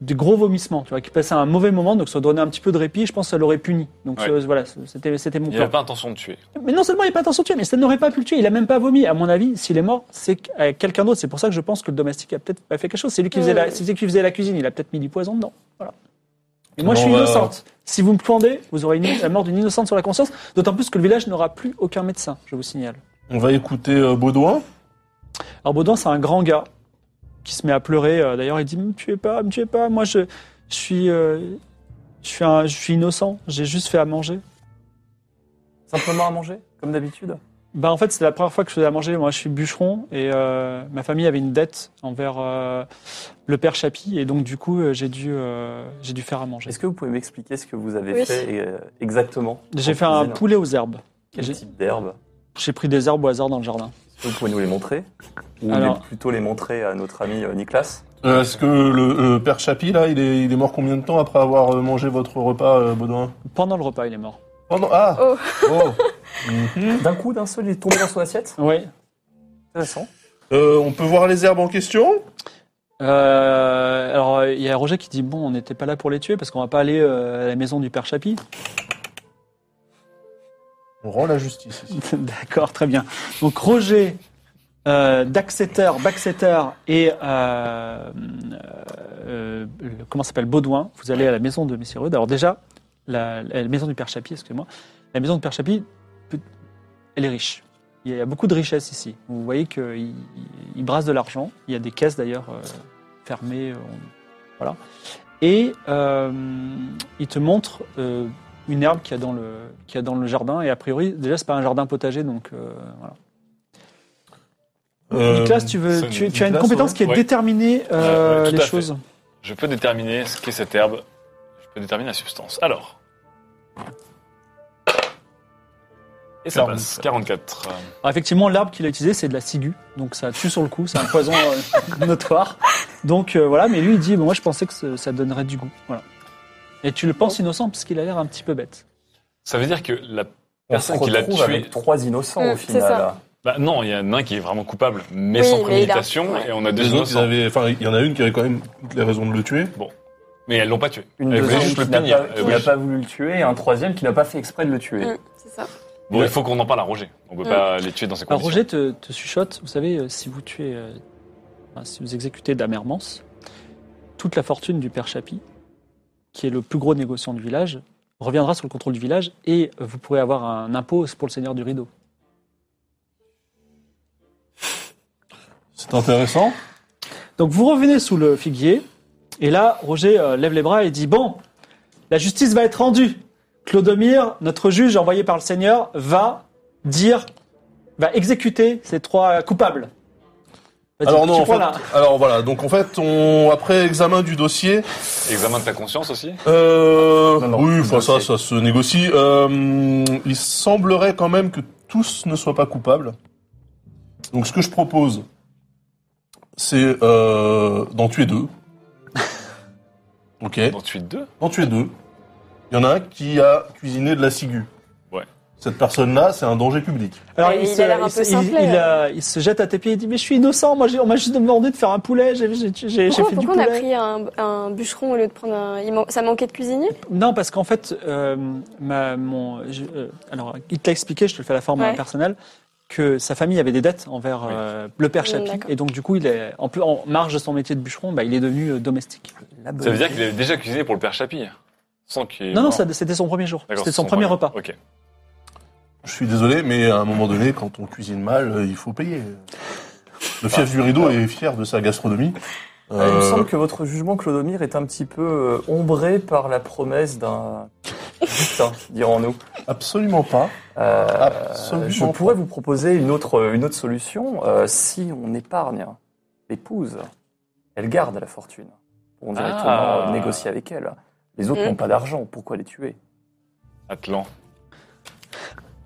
A: des gros vomissements, tu vois, qui passait un mauvais moment, donc ça lui donnait un petit peu de répit, je pense que ça l'aurait puni. Donc
B: Ouais.
A: ça, voilà, c'était c'était mon
B: Il n'avait
A: plan.
B: pas intention de tuer.
A: Mais non seulement il n'est pas intention de tuer, mais ça n'aurait pas pu le tuer, il a même pas vomi. À mon avis, s'il est mort, c'est à quelqu'un d'autre. C'est pour ça que je pense que le domestique a peut-être pas fait quelque chose. C'est lui qui faisait, la,
F: Mm.
A: c'est lui qui faisait la cuisine, il a peut-être mis du poison dedans. Voilà. Et moi,
E: Bon,
A: je suis
E: bah,
A: innocente. Si vous me pendez, vous aurez une- la mort d'une innocente sur la conscience, d'autant plus que le village n'aura plus aucun médecin, je vous signale.
E: On va écouter euh, Baudouin.
A: Alors Baudouin, c'est un grand gars qui se met à pleurer. Euh, D'ailleurs, il dit, me tuez pas, me tuez pas, moi je, je suis... euh, je suis, un- je suis innocent, j'ai juste fait à manger.
D: Simplement à manger, comme d'habitude.
A: Bah en fait c'est la première fois que je faisais à manger. Moi je suis bûcheron et euh, ma famille avait une dette envers euh, le père Chapi et donc du coup euh, j'ai dû euh, j'ai dû faire à manger.
D: Est-ce que vous pouvez m'expliquer ce que vous avez
F: Oui.
D: fait euh, exactement
A: J'ai
D: en
A: fait un
D: cuisine
A: poulet aux herbes.
D: Quel
A: j'ai-
D: type d'herbe
A: J'ai pris des herbes au hasard dans le jardin.
D: Est-ce que Vous pouvez nous les montrer Ou
A: Alors-
D: les- plutôt les montrer à notre ami euh, Nicolas
E: Euh, Est-ce que le, le père Chapi, là, il est, il est mort combien de temps après avoir euh, mangé votre repas, euh, Baudouin
A: Pendant le repas il est mort.
E: Oh non, ah
F: Oh.
E: Oh.
D: D'un coup, d'un seul, il est tombé dans son assiette
A: Oui.
D: Intéressant.
E: Euh, on peut voir les herbes en question
A: Euh, alors euh, il y a Roger qui dit bon on n'était pas là pour les tuer parce qu'on va pas aller euh, à la maison du père Chapi.
E: On rend la justice ici.
A: D'accord très bien. Donc Roger. Euh, Daxeter, Baxeter et euh, euh, le- comment s'appelle Baudouin, vous allez à la maison de Messieurs Rude. Alors déjà, la, la maison du Père Chapi, excusez-moi, la maison du Père Chapi, peut- elle est riche. Il y a beaucoup de richesses ici. Vous voyez qu'il il brasse de l'argent. Il y a des caisses d'ailleurs euh, fermées, euh, on- voilà. Et euh, il te montre euh, une herbe qu'il y a dans le qu'il y a dans le jardin. Et a priori, déjà c'est pas un jardin potager, donc euh, voilà.
E: Euh,
A: Nicolas, tu, veux,
B: ça,
A: tu,
E: Nicolas,
A: tu as une compétence
E: ouais.
A: qui est
B: Ouais.
A: déterminée euh,
B: Ouais, ouais, tout
A: les
B: à fait.
A: choses.
B: Je peux déterminer ce qu'est cette herbe. Je peux déterminer la substance. Alors. Et ça
E: 44.
B: passe. 44. Euh,
A: Alors, effectivement, l'arbre qu'il a utilisé, c'est de la ciguë, donc ça tue sur le coup, c'est un poison euh, notoire. Donc euh, voilà, mais lui il dit, bon, moi je pensais que ce- ça donnerait du goût. Voilà. Et tu le penses
B: Oh.
A: innocent parce qu'il a l'air un petit peu bête.
B: Ça veut dire que la
D: On se
B: personne qui l'a tué.
D: retrouve avec trois innocents
F: Mm,
D: au
F: c'est
D: final.
F: ça.
D: là.
B: Bah non, il y en a un qui est vraiment coupable, mais
F: Oui,
B: sans
F: mais
B: préméditation,
F: il a- ouais.
B: et on a deux
E: Les autres, ils
B: innocents.
E: avaient, enfin, il y en a une qui avait quand même toutes les raisons de le tuer.
B: Mais elles l'ont pas tué.
D: Une
B: elles voulaient
D: deuxième
B: juste le
D: qui n'a
B: punir. Euh,
D: pas, qui
B: Elles
D: n'a
B: voulaient-
D: pas voulu le tuer et un troisième qui n'a pas fait exprès de le tuer.
F: Hum, C'est ça.
B: Bon, il faut qu'on en parle à Roger. On peut
F: Mm.
B: pas les tuer dans ces
A: Alors
B: conditions.
A: Roger te, te chuchote, vous savez, euh, si vous tuez, euh, enfin, si vous exécutez Damermance, toute la fortune du père Chapi, qui est le plus gros négociant du village, reviendra sous le contrôle du village et euh, vous pourrez avoir un impôt pour le seigneur du rideau.
E: C'est intéressant.
A: Donc vous revenez sous le figuier, et là, Roger euh, lève les bras et dit, bon, la justice va être rendue. Clodomir, notre juge envoyé par le Seigneur, va dire, va exécuter ces trois euh, coupables. Vas-y,
E: Alors
A: Bah, tu
E: non, en
A: prends
E: fait,
A: la-
E: alors voilà. Donc en fait, on après examen du dossier,
B: Examen de ta conscience aussi
E: euh,
D: Non, non,
E: oui,
D: du
E: enfin ça,
D: dossier.
E: ça se négocie. Euh, il semblerait quand même que tous ne soient pas coupables. Donc ce que je propose, c'est euh, d'en tuer deux. Ok.
B: Dans suite 2
E: D'en tuer deux. Il y en a un qui a cuisiné de la ciguë.
B: Ouais.
E: Cette personne-là, c'est un danger public.
A: Alors,
F: Mais
A: il,
F: il
A: se,
F: a l'air un
A: il se-
F: peu simplet,
A: il- il a- il se jette à tes pieds et dit Mais je suis innocent, moi j'ai- on m'a juste demandé de faire un poulet, j'ai j'ai- j'ai- j'ai
F: Pourquoi,
A: fait du
F: pourquoi on a
A: poulet.
F: pris un, un bûcheron au lieu de prendre un... il man- Ça manquait de cuisinier
A: Non, parce qu'en fait, euh, ma, mon, je- euh, alors il te l'a expliqué, je te le fais à la forme
F: Ouais.
A: personnelle. que sa famille avait des dettes envers euh, le père
F: Oui,
A: Chapi.
F: Mm, d'accord.
A: Et donc, du coup, il est, en, plus- en marge de son métier de bûcheron, bah, il est devenu euh, domestique.
B: Ça veut dire qu'il avait déjà cuisiné pour le père Chapille Sans qu'il.
A: Non, non, ça- c'était son premier jour.
B: D'accord,
A: C'était
B: c'est
A: son, premier repas.
B: Ok.
E: Je suis désolé, mais à un moment donné, quand on cuisine mal, euh, il faut payer. Le fief du rideau est fier de sa gastronomie.
D: Ah, Il me
E: Euh,
D: semble que votre jugement, Clodomir, est un petit peu euh, ombré par la promesse d'un butin, dirons-nous.
E: Absolument pas.
D: Euh,
E: Absolument
D: je
E: pas.
D: pourrais vous proposer une autre, une autre solution. euh, si on épargne l'épouse, elle garde la fortune. On directement
B: Ah.
D: euh, négocier avec elle. Les autres
F: Mm.
D: n'ont pas d'argent, pourquoi les tuer
B: Atlan.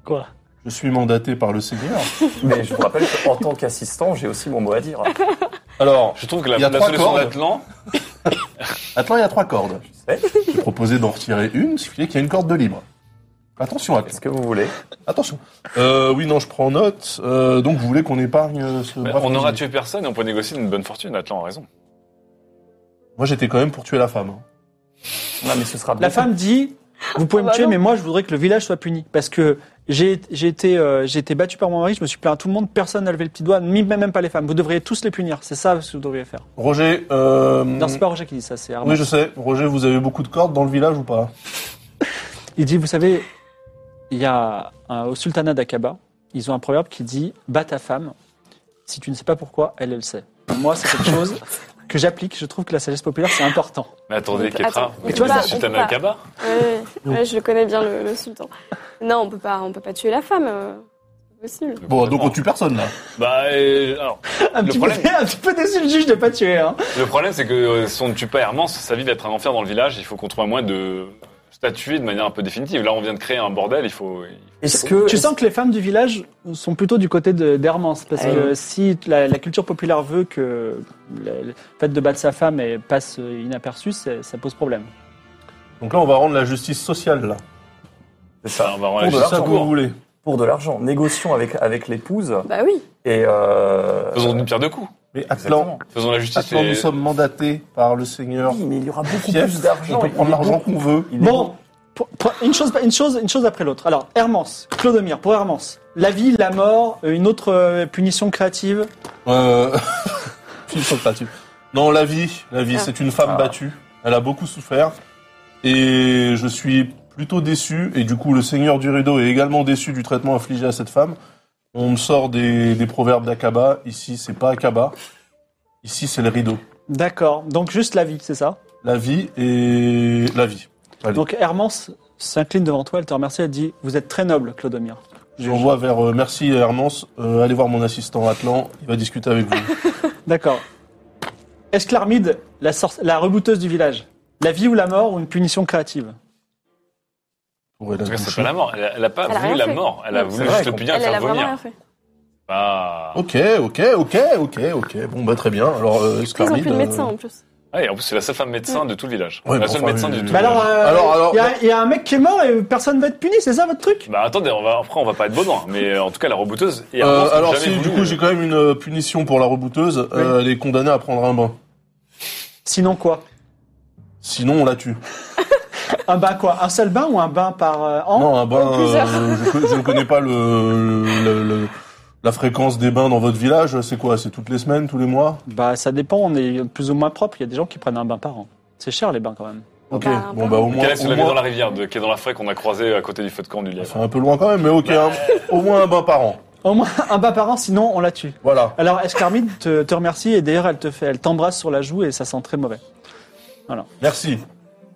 A: Quoi
E: Je suis mandaté par le Seigneur.
D: Mais je vous rappelle qu'en tant qu'assistant, j'ai aussi mon mot à dire.
E: Alors,
B: Je trouve que la,
E: Il y a
B: la
E: trois
B: solution
E: cordes.
B: d'Atlan.
E: attends, il y a trois cordes.
D: sais.
E: J'ai proposé d'en retirer une, ce qui fait qu'il y a une corde de libre. Attention, Atlan.
D: Est-ce que vous voulez
E: Attention. Euh, oui, non, je prends note. Euh, donc, vous voulez qu'on épargne euh, ce
B: Bah,
E: brave
B: on n'aura
E: cuisinier.
B: tué personne et on peut négocier une bonne fortune. Atlan a raison.
E: Moi, j'étais quand même pour tuer la femme. hein.
D: Non, mais ce sera
A: La
D: beaucoup-
A: femme dit Vous pouvez
F: Ah
A: me
F: bah
A: tuer,
F: non.
A: mais moi, je voudrais que le village soit puni. Parce que j'ai j'ai été, euh, j'ai été battu par mon mari, je me suis plaint à tout le monde, personne n'a levé le petit doigt, ni- même pas les femmes. Vous devriez tous les punir. C'est ça ce que vous devriez faire.
E: Roger, euh...
A: Non, c'est pas Roger qui dit ça, c'est Armand.
E: oui, je sais. Roger, vous avez beaucoup de cordes dans le village ou pas
A: Il dit, vous savez, il y a un- au sultanat d'Aqaba, ils ont un proverbe qui dit "Bat ta femme, si tu ne sais pas pourquoi, elle elle sait." Moi, c'est quelque chose que j'applique. Je trouve que la sagesse populaire c'est important.
B: Mais attendez,
F: Attends,
B: Ketra.
F: on
B: Mais
F: peut
B: tu vois, ça,
F: pas, on
B: c'est
F: peut
B: un
F: pas.
B: Akaba.
F: Ouais, ouais, je le connais bien, le, le sultan. Non, on peut pas, on peut pas tuer la femme. euh, c'est pas possible.
E: Bon, donc on tue personne là.
B: Bah, euh, alors,
A: Un
B: Le
A: petit, peu,
B: problème-
A: un petit peu déçu le juge de pas tuer. Hein.
B: le problème, c'est que euh, si on ne tue pas Hermance, sa vie va être un enfer dans le village. Il faut qu'on trouve un moyen de statuer de manière un peu définitive. Là, on vient de créer un bordel. Il faut.
D: Est-ce que.
A: Tu sens que les femmes du village sont plutôt du côté de- d'Hermance, parce
D: Ouais.
A: que si la, la culture populaire veut que le, le fait de battre sa femme elle passe inaperçu, c'est- ça pose problème.
E: Donc là, on va rendre la justice sociale là.
D: C'est ça.
B: Enfin, on va rendre la
E: C'est
D: de
B: justice
E: ça
B: en
E: que vous
B: cours.
E: voulez.
D: Pour de l'argent, négocions avec, avec l'épouse
F: Bah oui.
D: et. Euh...
B: Faisons une pierre deux coups.
E: Mais
D: Exactement.
E: Atlan,
B: Faisons la justice.
E: Atlan,
B: et-
E: nous sommes mandatés par le Seigneur.
D: Oui, mais il y aura beaucoup
E: Fief,
D: plus d'argent.
E: On peut
D: Il
E: prendre
D: est
E: l'argent
D: beaucoup-
E: qu'on veut.
D: il est beaucoup-
A: Bon, pour- pour- une, chose, une, chose, une chose après l'autre. Alors, Hermance, Clodomir, pour Hermance, la vie, la mort, euh, une autre euh, punition créative.
E: Euh... File sur le plat-dessus. Non, la vie, la vie,
F: Ah.
E: c'est une femme
D: Ah.
E: battue. Elle a beaucoup souffert. Et je suis plutôt déçu. Et du coup, le seigneur du rideau est également déçu du traitement infligé à cette femme. On me sort des, des proverbes d'Akaba. Ici, c'est pas Akaba. Ici, c'est le rideau.
A: D'accord, donc juste la vie, c'est ça
E: La vie et la vie. Allez.
A: Donc Hermance s'incline devant toi, elle te remercie, elle te dit Vous êtes très noble, Clodomir.
E: J'envoie vers euh, merci Hermance. Euh, allez voir mon assistant Atlan. Il va discuter avec vous.
A: D'accord. Esclarmide, la, sorc- la rebouteuse du village. La vie ou la mort ou une punition créative
E: Pour
B: En tout
E: Hélène
B: cas, c'est
E: Bouchon.
B: pas la mort. Elle a, elle a pas
F: Elle a
B: voulu
F: rien
B: la
F: fait.
B: mort. Elle a
F: Non,
B: voulu
D: c'est
B: juste
D: vrai
B: le punir et
F: Elle,
B: le
F: elle a
B: faire
F: vraiment
B: venir.
F: rien fait.
B: Ah.
E: Ok, ok, ok, ok, ok. Bon, bah très bien. Alors, euh,
F: Ils ont plus
E: Escarmide,
F: de
E: euh,
F: médecin en plus.
B: Ah, et en plus, c'est la seule femme médecin de tout le village.
E: Ouais,
B: la
E: mais
B: seule
E: enfin,
B: médecin
E: euh,
B: du tout.
E: Bah
B: le
E: alors,
B: village.
E: Alors, alors-
A: Il y a- il y, a un mec qui est mort et personne va être puni, c'est ça votre truc
B: Bah attendez, on va, après on va pas être bonin, mais euh, en tout cas la rebouteuse. Et
E: Euh,
B: Hermance n'a
E: alors
B: jamais
E: si
B: voulu,
E: du coup
B: euh,
E: j'ai quand même une euh, punition pour la rebouteuse, euh, elle est condamnée à prendre un bain.
A: Sinon quoi
E: Sinon on la tue.
A: Un bain quoi Un seul bain ou un bain par euh, an
E: Non un bain,
F: Oh. plusieurs.
E: euh, je, co- je ne connais pas le, le- le- la fréquence des bains dans votre village. C'est quoi C'est toutes les semaines, tous les mois
A: Bah ça dépend, on est plus ou moins propre, il y a des gens qui prennent un bain par an. C'est cher les bains quand même.
E: Ok.
F: Bah, un
E: bon
F: bain.
E: bah au moins,
B: Quelle est
E: au
B: la
E: moins-
B: dans la rivière, de, qui est dans la forêt qu'on a croisée euh, à côté du feu de camp du lièvre
E: Enfin, un peu loin quand même, mais ok. hein.
B: Bah.
E: au moins un bain par an.
A: Au moins un bain par an, sinon on la tue.
E: Voilà.
A: Alors Escarmide te, te remercie et d'ailleurs elle te fait, elle t'embrasse sur la joue et ça sent très mauvais.
E: Merci.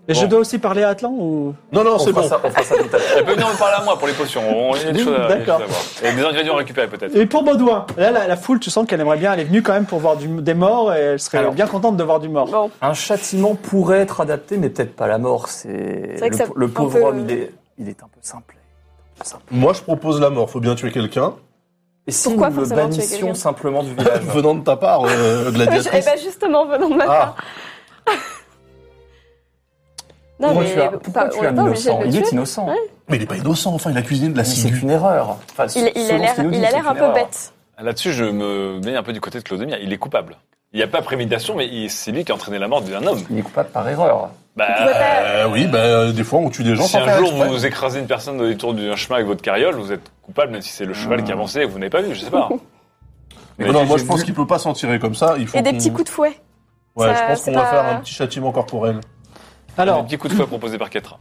A: Et
E: Bon.
A: je dois aussi parler à Atlan ou
E: Non non
D: On
E: c'est
D: fera
E: bon.
D: ça- on fera ça tout à l'heure.
B: Elle peut venir me parler à moi pour les potions, on il y a des choses à, il y a des choses à
A: D'accord.
B: voir. Et des ingrédients récupérés peut-être.
A: Et pour Baudouin, là la, la foule, tu sens qu'elle aimerait bien, elle est venue quand même pour voir du- des morts et elle serait
D: Alors.
A: bien contente de voir du mort.
F: Bon,
D: Un châtiment pourrait être adapté, mais peut-être pas la mort. C'est
F: vrai que
D: le,
F: ça-
D: le
F: un
D: pauvre
F: peu-
D: homme, il est, il est un peu simple.
E: Moi je propose la mort. Faut bien tuer quelqu'un.
D: Et si
F: Pourquoi
D: nous le
F: forcément tuer
D: bannissions
F: quelqu'un
D: simplement du village
E: Venant de ta part, euh,
F: et
E: gladiatrice.
F: bah justement, venant de ma
E: Ah
F: part. Non,
D: Pourquoi
F: mais
D: tu as-
F: pas-
D: pourquoi tu
F: on n'est
D: as
F: pas
D: un
F: obligé
D: innocent
F: de le
D: Il est
F: tuer.
D: innocent.
F: Ouais.
E: mais il est pas innocent. Enfin il a cuisiné de
A: Ah,
E: la
D: Mais c'est
E: ciguë.
D: une erreur. Enfin,
F: Il, il
D: selon
F: a
D: ce qu'il
F: l'air,
D: nous dit,
F: il a
D: c'est
F: l'air un
D: une
F: peu
D: erreur.
F: bête.
B: Là-dessus, je me mets un peu du côté de Clodomir, il est coupable. Il n'y a pas préméditation, mais il- c'est lui qui a entraîné la mort d'un homme.
D: Il est coupable par erreur.
B: Bah,
F: pouvez pas-
E: Euh, oui, bah, euh, des fois on tue des gens
B: si
E: sans
B: un
E: faire
B: jour
E: exprès.
B: vous écrasez une personne au détour d'un chemin avec votre carriole, vous êtes coupable, même si c'est le cheval qui avançait et que vous n'avez pas vu, je sais pas.
E: Mais non, moi je pense qu'il peut pas s'en tirer comme ça. Il faut
F: Et des
E: qu'on-
F: petits coups de fouet.
E: Ouais,
F: Ça,
E: je pense
F: c'est
E: qu'on va
F: pas-
E: faire un petit châtiment corporel.
B: Alors,
A: Alors,
B: petit coup de fouet proposé par Ketra.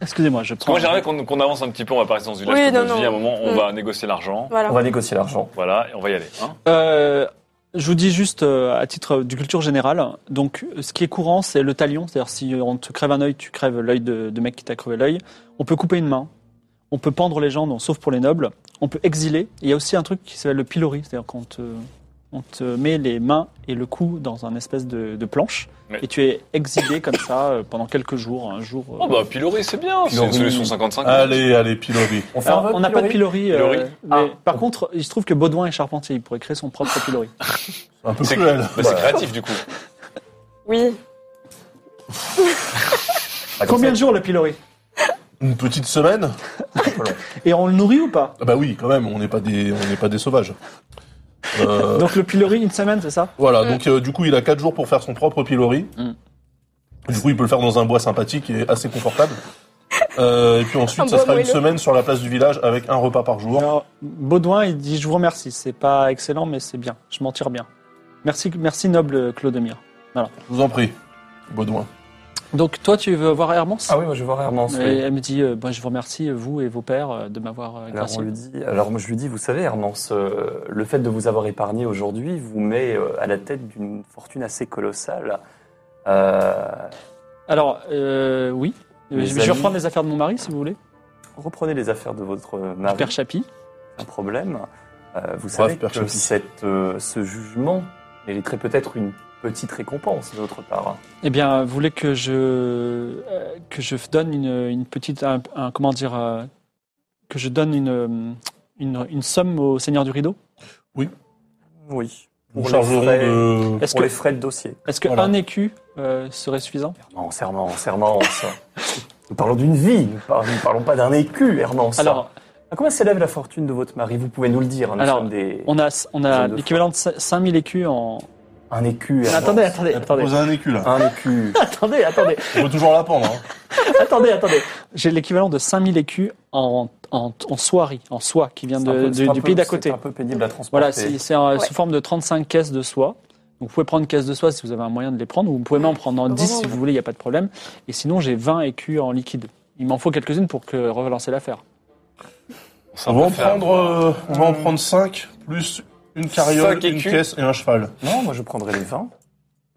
A: excusez-moi, je
B: Parce
A: prends.
B: que moi j'aimerais qu'on qu'on avance un petit peu, on va pas rester dans une
F: Oui,
B: village
F: non,
B: comme on dit,
F: non.
B: à un moment on
F: Mm.
B: va négocier l'argent,
F: Voilà.
D: On va négocier l'argent.
B: voilà, et on va y aller. hein.
A: Euh, je vous dis juste euh, à titre du culture générale. Donc, ce qui est courant, c'est le talion. C'est-à-dire, si on te crève un œil, tu crèves l'œil de, de mec qui t'a crevé l'œil. On peut couper une main. On peut pendre les gens, donc, sauf pour les nobles. On peut exiler. Il y a aussi un truc qui s'appelle le pilori. C'est-à-dire qu'on te, on te met les mains et le cou dans un espèce de, de planche.
B: Mais-
A: Et tu es exilé comme ça euh, pendant quelques jours. Un jour. euh,
B: Oh bah pilori c'est bien, c'est une
D: Pilori.
B: solution hein. 55
E: Allez, allez, pilori.
D: On fait
A: Alors,
D: un vote
A: on n'a pas de pilori. euh,
B: Pilori.
A: mais
D: Ah.
A: Par contre, il se trouve que Baudouin est charpentier. Il pourrait créer son propre pilori.
E: Un peu
B: C'est
E: cruel.
B: bah, c'est créatif du coup.
F: Oui.
D: Ah, comme
A: Combien de
D: ça,
A: jours le pilori
E: Une petite semaine
A: Et on le nourrit ou pas
E: Ah Bah oui, quand même, on n'est pas des, on n'est pas des sauvages. Euh,
A: Donc le pilori une semaine, c'est ça
E: voilà,
F: Mm.
E: donc euh, du coup, il a 4 jours pour faire son propre pilori.
A: Mm.
E: Du coup, il peut le faire dans un bois sympathique et assez confortable. Euh, et puis ensuite,
F: Un
E: ça
F: bois
E: sera une
F: moelleux.
E: semaine sur la place du village avec un repas par jour.
A: Alors, Baudouin, il dit je vous remercie, c'est pas excellent mais c'est bien, je m'en tire bien. Merci, merci noble Clodomir.
E: Je vous en prie, Baudouin.
A: Donc toi tu veux voir Hermance
D: Ah oui, moi je vais voir Hermance.
A: Et Elle me dit euh, Bah, je vous remercie vous et vos pères euh, de m'avoir euh,
D: Alors, on
A: gracié.
D: lui dit, alors moi, je lui dis, vous savez, Hermance, euh, le fait de vous avoir épargné aujourd'hui vous met euh, à la tête d'une fortune assez colossale. Euh,
A: Alors euh, oui, Euh,
D: Mes
A: je je vais
D: amis.
A: reprendre les affaires de mon mari si vous voulez.
D: reprenez les affaires de votre mari,
A: Père Chapi.
D: un problème. Euh, vous savez
E: père
D: que
E: Chapis.
D: cette, euh, ce jugement mériterait peut-être une petite récompense de votre part.
A: Eh bien, vous voulez que je euh, que je donne une, une petite un, un- comment dire euh, que je donne une, euh, une une somme au Seigneur du Rideau
D: Oui.
E: Nous
D: Pour les
E: chargerons
D: frais,
E: de...
A: Est-ce
D: pour
A: que
D: les frais de dossier.
A: est-ce que
E: Voilà.
A: un écu euh, serait suffisant
D: Hermance, Hermance, Hermance. nous parlons d'une vie, nous par- nous ne parlons pas d'un écu, Hermance.
A: Alors
D: à combien s'élève la fortune de votre mari Vous pouvez nous le dire. Nous
A: Alors,
D: sommes des...
A: On a, on a
D: Zone de
A: l'équivalent de 5000 écus en.
D: Un écu. Hermance.
A: attendez, attendez,
E: Elle
A: attendez.
E: propose un écu, là.
D: Un écu.
A: Attendez, attendez,
E: On peut toujours la pendre, hein.
A: attendez, attendez. J'ai l'équivalent de 5000 écus en, en, en soierie, en soie, qui vient
D: C'est
A: de-
D: un peu- c'est
A: de-
D: un
A: du
D: peu-
A: pays d'à côté.
D: C'est un peu pénible à transporter.
A: Voilà, c'est c'est, euh,
F: Ouais.
A: sous forme de 35 caisses de soie. Donc vous pouvez prendre caisses de soie si vous avez un moyen de les prendre, ou vous pouvez même en prendre en 10 si vous voulez, il n'y a pas de problème. Et sinon, j'ai 20 écus en liquide. Il m'en faut quelques-unes pour que relancer l'affaire.
E: On va en prendre, euh, on va en prendre 5, plus une carriole,
B: Cinq
E: une
B: écus.
E: caisse et un cheval.
D: Non, moi je prendrais les 20.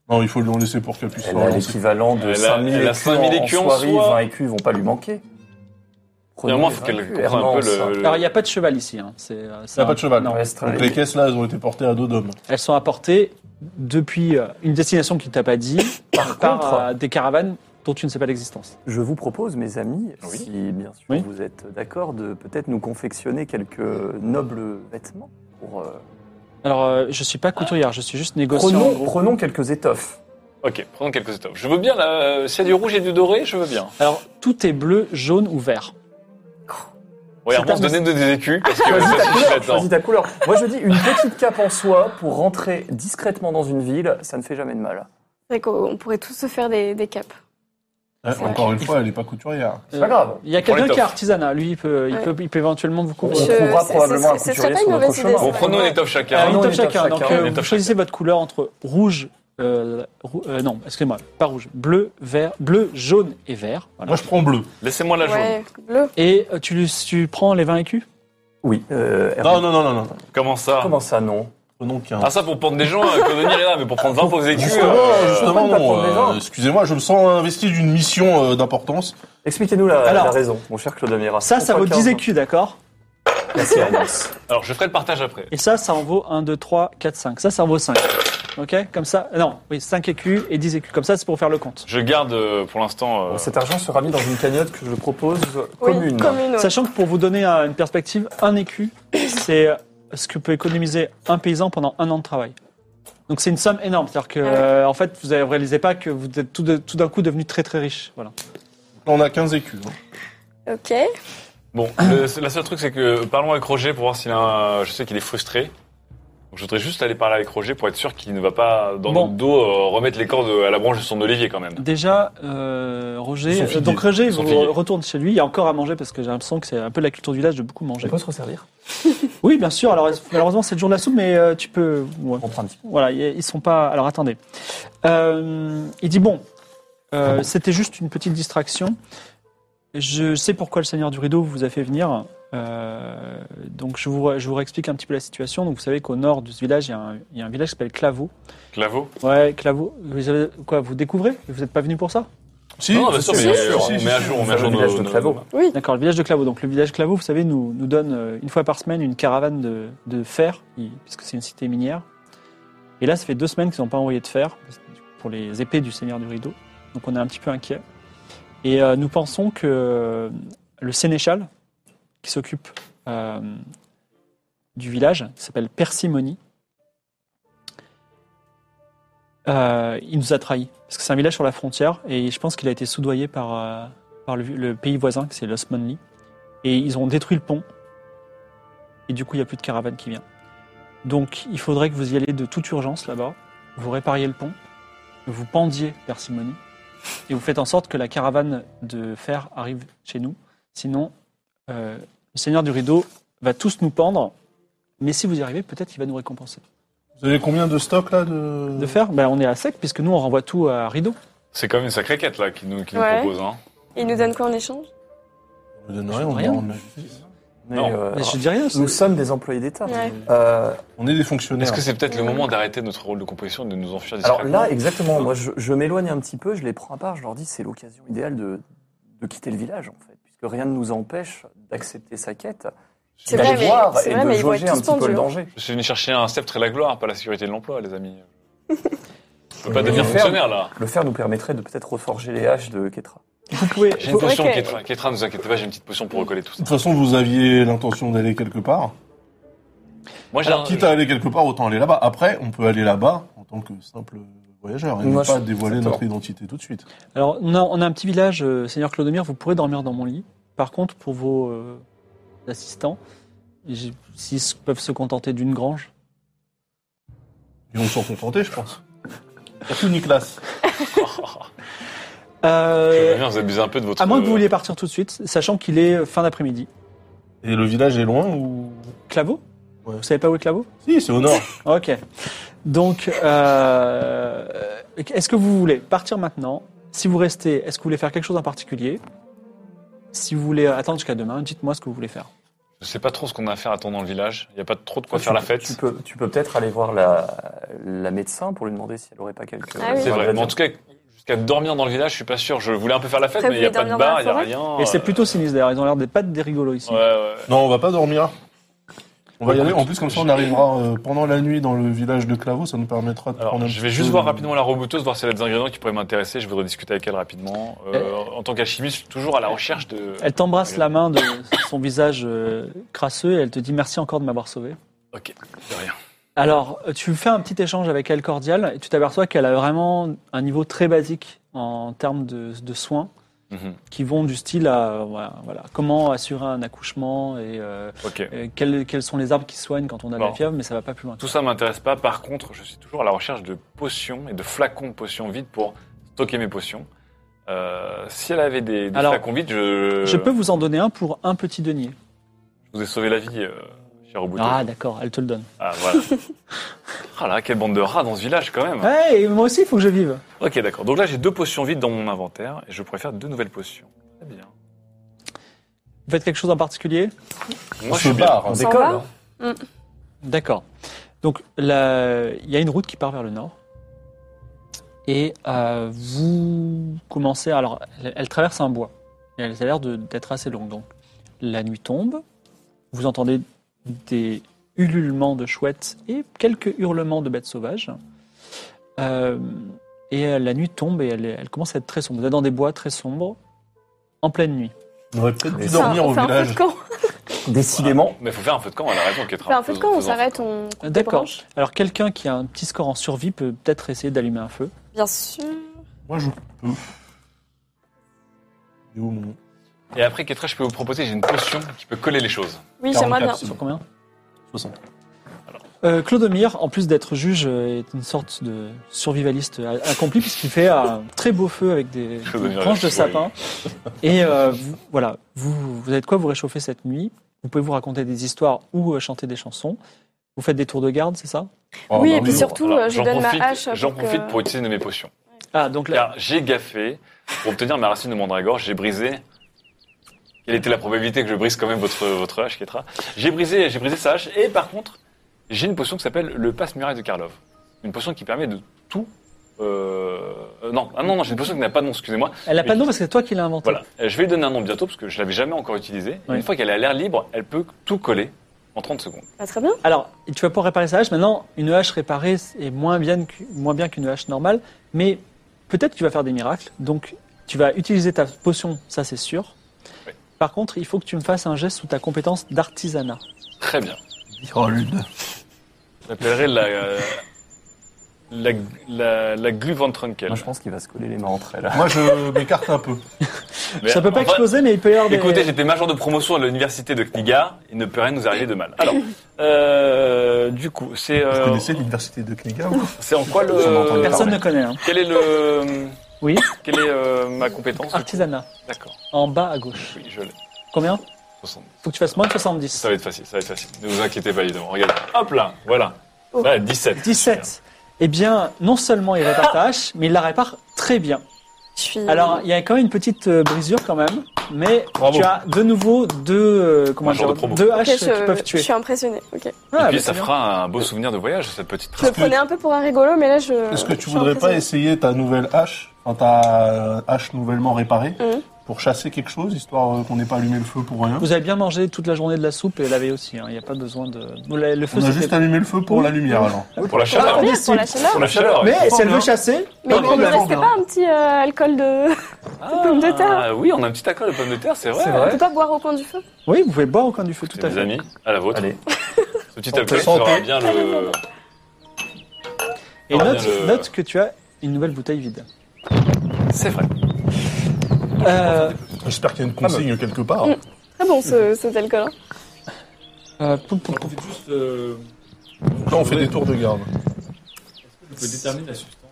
E: Non, il faut lui en laisser pour qu'elle puisse
D: Elle
E: s'en
D: a
E: lancer.
D: l'équivalent de
B: Elle a-
D: 5000
B: elle a 5000 écus
D: écus
B: en
D: en soirée.
B: soie.
D: 20 écus vont pas lui manquer.
B: Finalement, il faut qu'elle comprenne un peu le-
D: Euh,
B: le.
A: Alors il n'y a pas de cheval ici. Hein. c'est, euh, c'est
E: Il n'y a
A: un-
E: pas de cheval.
A: Non.
E: Donc les caisses là, elles ont été portées à dos d'hommes.
A: Elles sont apportées depuis euh, une destination qui ne t'a pas dit,
D: Par
A: par
D: contre,
A: euh, des caravanes dont tu ne sais pas l'existence.
D: je vous propose, mes amis,
B: Oui.
D: si bien sûr
A: Oui.
D: vous êtes d'accord, de peut-être nous confectionner quelques nobles vêtements. Pour, euh,
A: Alors, euh, je suis pas couturière, je suis juste négociant. en
D: prenons,
A: gros.
D: prenons quelques étoffes.
B: Ok, prenons quelques étoffes. Je veux bien, là, euh, s'il y a du rouge et du doré, je veux bien.
A: Alors, tout est bleu, jaune ou vert.
B: Ouais,
A: C'est
B: on se
A: un-
B: donner des écus, parce que
D: Choisis
B: ça
D: ta
B: suffit
D: couleur,
B: maintenant.
D: choisis ta couleur. Moi je dis une petite cape en soie pour rentrer discrètement dans une ville, ça ne fait jamais de mal.
F: C'est vrai qu'on pourrait tous se faire des, des capes.
E: Ouais,
F: C'est
E: Eh, encore une fois, elle n'est pas couturière.
D: C'est
A: Euh,
D: pas grave.
A: Il y a
B: Prends
A: quelqu'un
B: l'étoffe.
A: qui est artisanat, lui, il peut, il
F: Ouais.
A: peut, il peut éventuellement vous
D: On
F: Je-
A: couvrir.
D: trouvera
F: c'est- c'est-
D: probablement un
F: ce serait
D: couturier
F: pas
D: sur
F: une
D: notre
F: mauvaise idée,
D: chemin.
F: ça.
B: Bon, prenons une étoffe
A: Euh,
B: chacun.
A: une
D: non,
A: étoffe
D: une étoffe
A: chacun, donc
D: chacun,
A: euh,
D: une
A: vous
B: étoffe
A: choisissez votre couleur entre rouge, euh, rou- euh, non, excusez-moi, pas rouge, bleu, vert, bleu, jaune et vert. Voilà.
E: Moi, je prends bleu.
B: Laissez-moi la jaune.
F: Ouais, bleu.
A: Et euh, tu, tu prends les 20 écus
D: Oui. euh,
E: Non, non, non, non, non.
B: Comment ça
D: Comment ça, non
E: Prenons qu'un.
B: Ah, ça, pour prendre des gens, euh, Codonir est là, mais pour prendre 20 pauvres écus.
E: justement,
B: euh,
E: justement,
D: on peut pas
E: non.
D: prendre les
E: euh,
D: gens.
E: Excusez-moi, je me sens investi d'une mission euh, d'importance.
D: Expliquez-nous la,
A: Alors,
D: la raison, mon cher Claude Amira.
A: Ah, Ça, ça vaut
D: Pourquoi
A: 10
D: quinze
A: écus, d'accord
D: Merci, Hermance.
B: Alors, je ferai le partage après.
A: Et ça, ça en vaut 1, 2, 3, 4, 5. Ça, ça en vaut 5. Ok Comme ça, non, oui, 5 écus et 10 écus. Comme ça, c'est pour faire le compte.
B: Je garde euh, pour l'instant. euh,
D: Bon, Cet argent sera mis dans une cagnotte que je propose
F: Oui,
D: commune.
F: commune. ouais.
A: Sachant que pour vous donner euh, une perspective, un écu, c'est euh, ce que peut économiser un paysan pendant un an de travail. Donc c'est une somme énorme. C'est-à-dire que,
F: Ah ouais.
A: euh, en fait, vous ne réalisez pas que vous êtes tout de- tout d'un coup devenu très très riche. Voilà.
E: Là, on a 15 écus. hein.
F: Ok.
B: Ah. Bon, le- la seule truc, c'est que parlons avec Roger pour voir s'il a. un- Je sais qu'il est frustré. Je voudrais juste aller parler avec Roger pour être sûr qu'il ne va pas, dans
A: Bon.
B: notre dos, euh, remettre les cordes à la branche de son olivier quand même.
A: Déjà, euh, Roger.
E: Ils sont
A: euh,
E: fidèles.
A: donc Roger
B: Ils sont
A: vous
B: fidèles.
A: retourne chez lui. Il y a encore à manger parce que j'ai l'impression que c'est un peu la culture du village de beaucoup manger.
D: se resservir
A: Oui, bien sûr. Alors malheureusement, c'est le jour de la soupe, mais euh, tu peux. ouais.
D: On prend un petit peu.
A: Voilà, y- ils sont pas. Alors attendez. Euh, il dit bon, euh, c'était juste une petite distraction. Je sais pourquoi le Seigneur du Rideau vous a fait venir. Euh, donc je vous, je vous réexplique un petit peu la situation. Donc vous savez qu'au nord de ce village, il y a un, il y a un village qui s'appelle Claveau.
B: Claveau
A: Ouais, Claveau. Vous avez- quoi Vous découvrez Vous n'êtes pas venu pour ça
E: Si,
B: Non, non, bien sûr, mais bien
E: si,
B: sûr,
E: si,
B: on
E: si,
B: met à
E: si.
B: jour, on met à
D: Le
B: jour
D: village
B: nos-
D: de
B: nos-
D: Claveau.
F: Oui,
A: D'accord, le village de Claveau. Donc le village Claveau, vous savez, nous, nous donne euh, une fois par semaine une caravane de, de fer, i- puisque c'est une cité minière. Et là, ça fait deux semaines qu'ils n'ont pas envoyé de fer pour les épées du Seigneur du Rideau. Donc on est un petit peu inquiet. Et euh, nous pensons que euh, le sénéchal, qui s'occupe euh, du village, qui s'appelle Persimony, euh, il nous a trahis. Parce que c'est un village sur la frontière, et je pense qu'il a été soudoyé par... euh, par le, le pays voisin, qui c'est l'Osmanli. Et ils ont détruit le pont. Et du coup, il n'y a plus de caravane qui vient. Donc, il faudrait que vous y alliez de toute urgence là-bas. Vous répariez le pont. Vous pendiez Persimony. Et vous faites en sorte que la caravane de fer arrive chez nous. Sinon, euh, le Seigneur du Rideau va tous nous pendre. Mais si vous y arrivez, peut-être qu'il va nous récompenser.
E: Vous avez combien de stocks là de...
A: De fer, ben, on est à sec, puisque nous, on renvoie tout à Rideau.
B: C'est quand même une sacrée quête là qui nous, qui nous
F: Ouais.
B: propose. Hein.
F: il nous donne quoi en échange
E: Vous donnez rien, on,
A: Rien.
E: est en justice.
D: Mais,
B: Non.
D: euh,
A: Mais je dis rien. c'est-
D: nous sommes des employés d'État.
F: Ouais.
D: Euh,
E: On est des fonctionnaires.
B: Est-ce que c'est peut-être le moment d'arrêter notre rôle de composition et de nous enfuir discrètement
D: alors là, exactement, moi je, je m'éloigne un petit peu, je les prends à part, je leur dis c'est l'occasion idéale de, de quitter le village en fait, puisque rien ne nous empêche d'accepter sa quête,
F: C'est
D: d'aller
F: vrai, mais-
D: voir
F: c'est
D: et
F: vrai,
D: de
F: mais ils vont
D: jauger un
F: être tous
D: petit peu
F: pendus,
D: le
F: hein.
D: danger.
B: Je suis venu chercher un sceptre et la gloire, pas la sécurité de l'emploi, les amis. Je peux
D: Et
B: pas
D: le
B: devenir
D: fer-
B: fonctionnaire là.
D: Le fer nous permettrait de peut-être reforger les haches de Ketra.
A: Vous pouvez,
B: J'ai une
F: Faudrait
B: potion,
F: que-
B: Kétra, Kétra, ne vous inquiétez pas, j'ai une petite potion pour recoller tout
E: De
B: ça.
E: toute façon, vous aviez l'intention d'aller quelque part.
B: Moi, j'ai un...
E: Quitte à aller quelque part, autant aller là-bas. Après, on peut aller là-bas en tant que simple voyageur et
D: Moi,
E: ne pas
D: je-
E: dévoiler
D: exactement.
E: notre identité tout de suite.
A: Alors, on a, on a un petit village, euh, Seigneur Clodomir, vous pourrez dormir dans mon lit. Par contre, pour vos euh, assistants, j'ai- s'ils peuvent se contenter d'une grange.
E: Et on s'en contentait, je pense. Surtout Nicolas.
A: Euh,
B: Bien, vous abusez un peu de votre.
A: à moins que vous vouliez partir tout de suite, sachant qu'il est euh, fin d'après-midi.
E: Et le village est loin ou
A: Claveau
E: Ouais.
A: Vous savez pas où est Claveau
E: Si, c'est au nord.
A: Ok. Donc, euh, est-ce que vous voulez partir maintenant Si vous restez, est-ce que vous voulez faire quelque chose en particulier Si vous voulez euh, attendre jusqu'à demain, dites-moi ce que vous voulez faire.
B: euh, Je sais pas trop ce qu'on a à faire à attendre dans le village. Il n'y a pas trop de quoi
D: Ah, Tu
B: faire la
D: peux-
B: fête.
D: Tu peux, tu peux peut-être aller voir la, la médecin pour lui demander si elle aurait pas quelque.
F: Ah oui.
B: C'est vrai.
D: Ouais,
B: Mais en tout cas, jusqu'à dormir dans le village, je suis pas sûr. Je voulais un peu faire la fête,
F: Après,
B: mais il
F: vous
B: n'y a
F: voulez
B: pas de
F: dormir dans
B: bar,
F: la
B: il n'y a
F: forêt
B: rien.
A: Et c'est
B: euh,
A: plutôt sinistre d'ailleurs, ils ont l'air des pattes des rigolos ici.
B: Ouais, ouais.
E: Non, on va pas dormir. On va y aller. En plus, comme ça, on arrivera euh, pendant la nuit dans le village de Claveau. Ça nous permettra de prendre
B: Alors,
E: un
B: je
E: petit
B: vais juste
E: peu-
B: voir rapidement la rebouteuse, voir si elle a des ingrédients qui pourraient m'intéresser. Je voudrais discuter avec elle rapidement. Euh, en tant qu'alchimiste, je suis toujours à la recherche de.
A: Elle t'embrasse la main de son visage euh, crasseux et elle te dit merci encore de m'avoir sauvé.
B: Ok, de rien.
A: Alors, tu fais un petit échange avec elle cordial et tu t'aperçois qu'elle a vraiment un niveau très basique en termes de, de soins
B: Mhm.
A: qui vont du style à euh, voilà, voilà, comment assurer un accouchement et euh,
B: Ok.
A: euh, quels, quels sont les arbres qui soignent quand on a de la
B: Bon.
A: fièvre, mais ça va pas plus loin.
B: Tout ça m'intéresse pas. Par contre, je suis toujours à la recherche de potions et de flacons de potions vides pour stocker mes potions. Euh, si elle avait des, des
A: Alors,
B: flacons vides, je,
A: Je peux vous en donner un pour un petit denier.
B: je vous ai sauvé la vie, euh, cher Robuto.
A: Ah
B: Ah,
A: d'accord, elle te le donne.
B: voilà. ah là, quelle bande de rats dans ce village quand même.
A: Ouais, et moi aussi il faut que je vive.
B: Ok, d'accord. Donc là, j'ai deux potions vides dans mon inventaire et je pourrais faire deux nouvelles potions. Très bien.
A: Vous faites quelque chose en particulier
B: Moi,
E: se barre.
D: On
F: s'en
D: décolle.
F: va
D: hein.
A: D'accord. Donc, la- il y a une route qui part vers le nord. Et euh, vous commencez. Alors, elle, elle traverse un bois. Et elle a l'air de- d'être assez longue. Donc, la nuit tombe. Vous entendez des ululements de chouettes et quelques hurlements de bêtes sauvages. Euh, et euh, la nuit tombe et elle, est- elle commence à être très sombre. Vous êtes dans des bois très sombres en pleine nuit.
E: On aurait peut-être dû
D: Et
F: Enfin,
E: dormir
F: on
E: au
F: fait un feu
E: village.
F: de camp.
D: Décidément.
B: Mais faut faire un feu de camp, elle a raison, Kétra.
F: On fait Bah, un feu de camp, on
B: Faisons-
F: s'arrête, on coupe des
A: D'accord.
F: branches.
A: Alors, quelqu'un qui a un petit score en survie peut peut-être essayer d'allumer un feu.
F: Bien sûr.
E: Moi, je peux. Il est où, mon-
B: Et après, Kétra, je peux vous proposer, j'ai une potion qui peut coller les choses.
F: Oui, j'aimerais bien.
E: 44.
A: Sur combien
E: 60.
A: Euh, Clodomir, en plus d'être juge, euh, est une sorte de survivaliste euh, accompli puisqu'il fait un très beau feu avec des
B: Clodomir,
A: branches de
B: oui.
A: sapin. Et euh, vous- voilà, vous, vous avez de quoi vous réchauffer cette nuit. Vous pouvez vous raconter des histoires ou euh, chanter des chansons. Vous faites des tours de garde, c'est ça
F: oui,
E: bah,
F: et puis
E: oui.
F: surtout,
B: Alors,
F: euh, je
B: j'en
F: donne
B: profite-
F: ma hache.
B: J'en
F: pour que-
B: profite pour utiliser une de mes potions.
A: Ah, donc là,
B: Car j'ai gaffé pour obtenir ma racine de mandragore, j'ai brisé. Quelle était la probabilité que je brise quand même votre votre hache, Ketra J'ai brisé, j'ai brisé sa hache. Et par contre, j'ai une potion qui s'appelle le passe muraille de Karlov. Une potion qui permet de tout. euh, euh, non, ah non, non, j'ai une potion qui n'a pas de nom. Excusez-moi.
A: elle n'a pas de nom
B: Mais-
A: parce que c'est toi qui l'as inventé.
B: Ah, Voilà, Euh, je vais lui donner un nom bientôt parce que je l'avais jamais encore utilisée. Et
A: Ouais.
B: Une fois qu'elle est à l'air libre, elle peut tout coller en 30 secondes.
F: Ah, très bien.
A: Alors, tu vas pouvoir réparer sa hache. Maintenant, une hache réparée est moins bien, que- moins bien qu'une hache normale, mais peut-être que tu vas faire des miracles. Donc, tu vas utiliser ta potion, ça c'est sûr.
B: Ouais.
A: Par contre, il faut que tu me fasses un geste sous ta compétence d'artisanat.
B: Très bien.
H: Oh, lune.
B: Je l'appellerai la, euh, la la la glu von Trunkel.
D: Moi, je pense qu'il va se coller les mains entre elles.
E: Moi, je m'écarte un peu.
B: Mais
A: ça peut pas
B: en vrai-
A: exploser, mais il peut y avoir des...
B: Écoutez, j'étais major de promotion à l'université de Kniga. Il ne peut rien nous arriver de mal. Alors, euh, du coup, c'est
E: Vous
B: euh,
E: connaissez l'université de Kniga vous
B: c'est en quoi
E: J'en entends
B: le
E: parler.
A: Personne ne connaît. hein.
B: Quel est le
A: Oui. Ah.
B: Quelle est euh, ma compétence
A: Artisanat,
B: D'accord.
A: en bas à gauche.
B: Oui, je l'ai.
A: Combien
B: 60.
A: Faut que tu fasses moins de 70.
B: Ça va être facile. Ça va être facile. Ne vous inquiétez pas, évidemment. Regardez. Hop là, voilà.
A: Oh.
B: Là, 17.
A: 17. Eh bien, non seulement il répare ta hache, mais il la répare très bien.
F: Je suis.
A: Alors, il y a quand même une petite euh, brisure quand même, mais
B: Bravo.
A: tu as de nouveau deux, euh, comment
B: Un jour
A: dire,
B: de promo.
A: deux
F: Ok,
A: haches qui
F: je,
A: peuvent
F: euh, je
A: tuer.
F: suis impressionnée. Ok.
B: Et
A: Ah,
B: puis,
A: bah,
B: ça
A: c'est
B: fera un beau souvenir de voyage, cette petite
F: Je le
B: trace.
F: prenais un peu pour un rigolo, mais là, je.
E: Est-ce que
F: je
E: tu
F: suis
E: voudrais pas
F: impressionnée.
E: essayer ta nouvelle hache, enfin ta euh, hache nouvellement réparée,
F: Mhm.
E: pour chasser quelque chose, histoire euh, qu'on n'ait pas allumé le feu pour rien
A: bien. Vous avez bien mangé toute la journée de la soupe et la veille aussi. hein, Il n'y a pas besoin de. Vous l'avez- Le feu,
E: On a
A: c'était-
E: juste allumé le feu pour la lumière alors.
B: Pour la
F: Ah,
B: chaleur. hein.
F: bien, pour la chaleur.
B: Pour la chaleur.
A: Mais si elle
E: bien.
A: veut chasser,
F: Mais
E: Ah,
F: il ne
E: bien,
F: restait
E: bien.
F: pas un petit euh, alcool de. pommes de terre.
B: Ah, oui, on a un petit accord de pommes de terre, c'est vrai.
D: C'est
F: On
D: vrai.
F: peut pas boire au coin du feu.
A: oui, vous pouvez boire au coin du feu tout à
B: Mes
A: fait.
B: amis, à la vôtre.
D: Allez.
B: Ce petit alcool fera bien le.
A: Et
B: Ah,
A: note,
B: bien, le-
A: note que tu as une nouvelle bouteille vide.
B: C'est vrai.
A: Euh,
E: J'espère qu'il y a une consigne quelque part.
F: Mhm. Très bon ce, cet alcool. hein.
A: euh, pou- pou- pou-
H: juste, euh,
E: Là, on fait des tours de garde.
H: je peux déterminer la substance.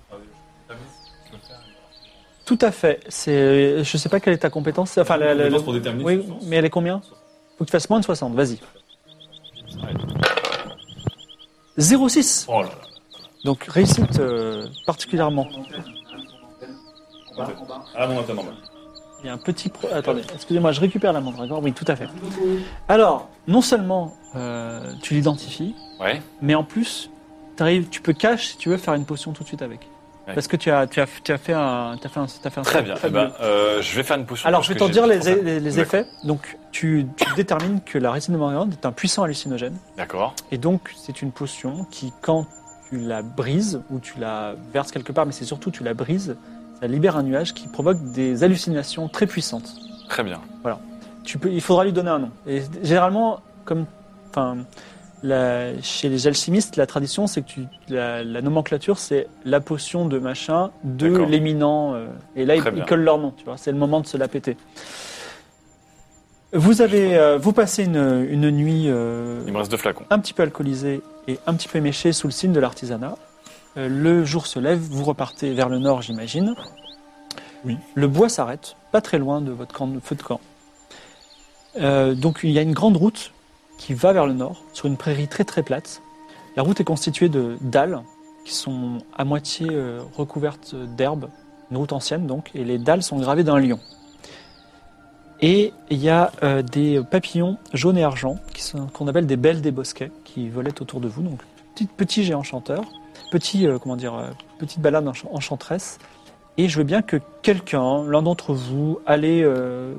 A: tout à fait. C'est, je sais pas quelle est ta compétence. Enfin, la- la-
H: Je
A: la-
H: pense pour déterminer la
A: oui,
H: substance.
A: mais elle est combien Faut que tu fasses moins de 60. Vas-y. 06.
B: Oh là là.
A: Donc réussite euh, particulièrement.
H: Ah non, attends, normal.
A: Il y a un petit... pro- Attendez, excusez-moi, je récupère la mandragore. Oui, tout à fait. Alors, non seulement euh, tu l'identifies,
B: Ouais.
A: mais en plus, t'arrives- tu peux cash si tu veux faire une potion tout de suite avec.
B: Ouais.
A: Parce que tu as, tu as, tu as fait un... Tu as fait un, tu as fait un
B: Très bien. Eh
A: fabuleux.
B: ben, euh, je vais faire une potion.
A: Alors,
B: parce
A: je vais
B: que
A: t'en
B: j'ai
A: dire les, e-,
B: trop faim.
A: les- les effets. Donc, tu, tu détermines que la résine de mandragore est un puissant hallucinogène.
B: D'accord.
A: Et donc, c'est une potion qui, quand tu la brises ou tu la verses quelque part, mais c'est surtout tu la brises, ça libère un nuage qui provoque des hallucinations très puissantes.
B: Très bien.
A: Tu peux, il faudra lui donner un nom. Et généralement, comme, enfin, la- chez les alchimistes, la tradition, c'est que tu, la, la nomenclature, c'est la potion de machin de
B: D'accord.
A: l'éminent. euh, et là, ils,
B: Très bien.
A: ils collent leur nom. Tu vois, c'est le moment de se la péter. Vous avez, euh, vous passez une, une nuit. euh,
B: Il me reste deux flacons.
A: un petit peu alcoolisé et un petit peu éméché sous le signe de l'artisanat. Euh, le jour se lève, vous repartez vers le nord, j'imagine.
E: Oui.
A: Le bois s'arrête, pas très loin de votre camp, de feu de camp. Euh, donc il y a une grande route qui va vers le nord, sur une prairie très très plate. La route est constituée de dalles qui sont à moitié euh, recouvertes d'herbe, une route ancienne donc, et les dalles sont gravées d'un lion. Et il y a euh, des papillons jaunes et argent, qui sont- qu'on appelle des belles des bosquets, qui volaient autour de vous. Donc, petit, petit géant chanteur, petit, euh, comment dire, euh, petite balade encha- enchanteresse. Et je veux bien que quelqu'un, l'un d'entre vous, allez. euh,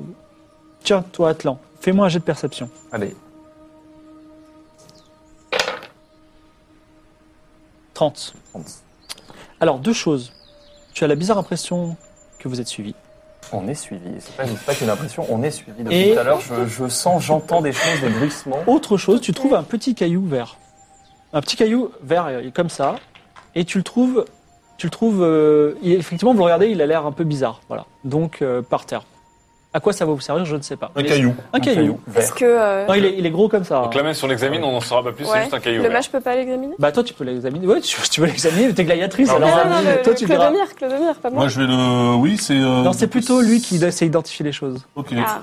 A: Tiens, toi, Atlan, fais-moi un jet de perception.
D: Allez.
A: 30. Alors, deux choses. Tu as la bizarre impression que vous êtes suivi.
D: On est suivi. C'est pas, c'est pas qu'une impression, on est suivi. Depuis
A: Et-
D: tout à l'heure, je, je sens, j'entends des choses, des bruissements.
A: Autre chose, tu trouves un petit caillou vert. Un petit caillou vert euh, comme ça, et tu le trouves, tu le trouves. euh, il- effectivement, vous le regardez, il a l'air un peu bizarre, voilà. Donc euh, par terre. À quoi ça va vous servir, je ne sais pas.
E: Un
A: Mais-
E: caillou.
A: Un caillou.
F: Est-ce que euh,
A: Non, il est, il est gros comme ça.
B: Donc là, même si on l'examine, on n'en saura pas plus, c'est
F: ouais,
B: juste un caillou.
F: le
B: vert.
F: mage peut pas l'examiner
A: Bah toi, tu peux l'examiner. Ouais, tu, tu peux l'examiner, mais t'es gladiatrice.
F: Non,
A: alors,
F: non,
A: euh,
F: non, le,
A: toi,
F: le
A: tu verras.
F: Clodomir, Clodomir, pas moi.
E: Moi, je vais le. Oui, c'est. euh,
A: Non, c'est plutôt lui qui sait identifier les choses.
E: Ok.
F: Ah,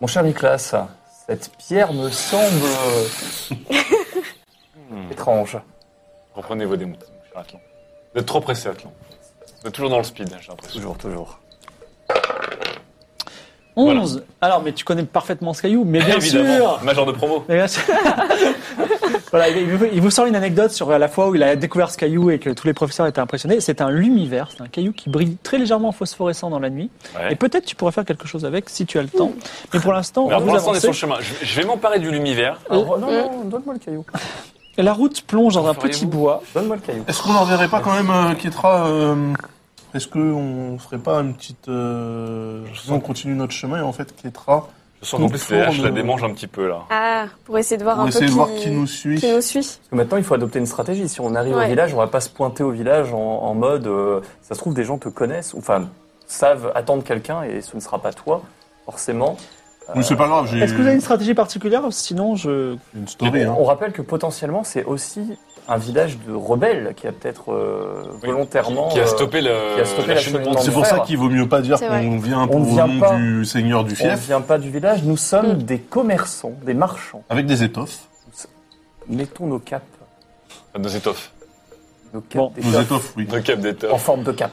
D: Mon cher Nicolas, cette pierre me semble euh, étrange.
B: Reprenez vos démons, cher Atlan. Vous êtes trop pressé, Atlan. Vous êtes toujours dans le speed, j'ai l'impression.
D: Toujours, toujours.
A: 11. Alors, mais tu connais parfaitement ce caillou, mais bien
B: Évidemment,
A: sûr.
B: major de promo.
A: Mais Eh bien sûr. voilà, il vous, il vous sort une anecdote sur la fois où il a découvert ce caillou et que tous les professeurs étaient impressionnés. C'est un lumivers, c'est un caillou qui brille très légèrement phosphorescent dans la nuit.
B: Ouais.
A: Et peut-être tu pourras faire quelque chose avec si tu as le temps. Mais pour l'instant,
B: Alors,
A: vous
B: pour l'instant, on est
A: avancez.
B: sur le chemin. Je, je vais m'emparer du lumivers.
D: Alors, non, non, donne-moi le caillou.
A: La route plonge dans un petit
B: Feriez-vous
A: bois.
D: Donne-moi le caillou.
E: Est-ce qu'on n'enverrait pas quand même euh, Kétra euh, Est-ce qu'on ferait pas une petite. euh, On continue notre chemin et en fait, Kétra,
B: Je sens qu'en
E: On
B: plus, les haches
E: tourne,
B: la
E: euh,
B: démange un petit peu, là.
F: ah, pour essayer de voir
E: on
F: un peu
E: essaie
F: qui,
E: de voir qui nous suit.
F: qui nous suit.
D: Parce que maintenant, il faut adopter une stratégie. Si on arrive
F: Ouais.
D: au village, on va pas se pointer au village en, en mode euh, ça se trouve, des gens te connaissent, ou enfin, savent attendre quelqu'un et ce ne sera pas toi, forcément.
E: Mais c'est pas
B: Hmm.
E: grave, j'ai
A: Est-ce que vous avez une stratégie particulière Sinon, je.
E: une story.
D: on,
E: Hein.
D: on rappelle que potentiellement, c'est aussi un village de rebelles qui a peut-être euh, volontairement.
B: Qui a
D: euh,
B: stoppé le.
D: qui a stoppé l'acheminement
B: de
E: C'est
B: monde.
E: pour ça qu'il vaut mieux pas dire
F: C'est vrai.
E: qu'on vient
D: On
E: pour
D: vient
E: au nom
D: pas.
E: du seigneur du
D: euh, on ne
E: fief
D: vient pas du village, nous sommes
F: Mm.
D: des commerçants, des marchands.
E: avec des étoffes.
D: Mettons nos capes.
B: Nos étoffes.
D: Nos capes
A: Bon.
D: des
E: Nos
D: capes.
E: étoffes, oui.
B: Nos capes
D: en
B: d'étoffes.
D: forme de cap.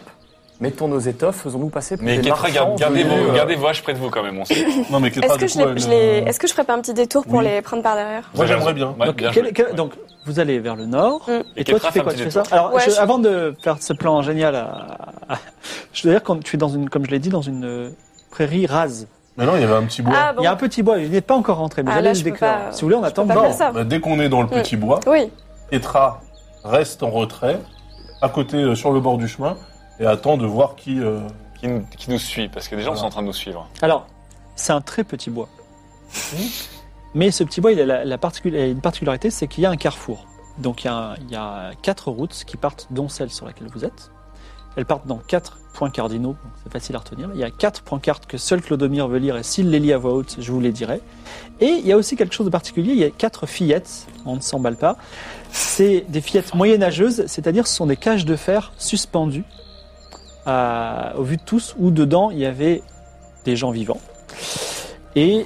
D: Mettons nos étoffes, faisons-nous passer pour
B: Mais
D: des
B: Ketra,
D: marchands.
B: garde- gardez,
D: venus,
B: vos,
D: euh,
B: gardez vos haches près de vous, quand même. On sait.
E: Non, mais Kétra,
F: Est-ce que,
E: du
F: je
E: coup,
F: les-
E: elle,
F: je les-
E: euh,
F: est-ce que je ferais pas un petit détour pour
E: Oui.
F: les prendre par derrière
E: Moi, j'aimerais bien.
B: Ouais,
A: Donc,
B: bien
A: quel-
B: joué.
A: quel-
B: Ouais.
A: donc, vous allez vers le nord.
F: Mm.
A: Et,
B: Et
A: toi,
B: Ketra
A: tu fais
B: fait un
A: quoi
B: petit
A: Tu fais ça
B: détour.
A: Alors,
F: Ouais,
A: je-
F: je-
A: avant de faire ce plan génial, à- à- je veux dire quand tu es dans une, comme je l'ai dit, dans une euh, prairie rase.
E: Mais non, il y avait un petit bois.
F: Ah
A: Il y a
F: bon,
A: un petit bois. Il n'est pas encore rentré, mais
F: Ah,
A: vous
F: là,
A: allez le
F: je peux
A: déclore.
F: pas-
A: Si vous voulez, on attend.
F: peux pas
A: Non.
F: faire ça.
E: Bah, dès qu'on est dans le
F: Mm.
E: petit bois,
F: oui.
E: Petra reste en retrait, à côté, euh, sur le bord du chemin, et attend de voir qui. euh,
B: Qui nous, qui nous suit Parce que déjà, on sont en train de nous suivre.
A: Alors, c'est un très petit bois. Mais ce petit bois, il a la, la particuli- il a une particularité, c'est qu'il y a un carrefour. Donc il y, a, un- il y a quatre routes qui partent, dont celle sur laquelle vous êtes. Elles partent dans quatre points cardinaux, donc c'est facile à retenir. Il y a quatre points cartes que seul Clodomir veut lire, et s'il les lit à voix haute, je vous les dirai. Et il y a aussi quelque chose de particulier, il y a quatre fillettes, on ne s'emballe pas. C'est des fillettes moyenâgeuses, c'est-à-dire ce sont des cages de fer suspendues à- au vu de tous, où dedans il y avait des gens vivants. Et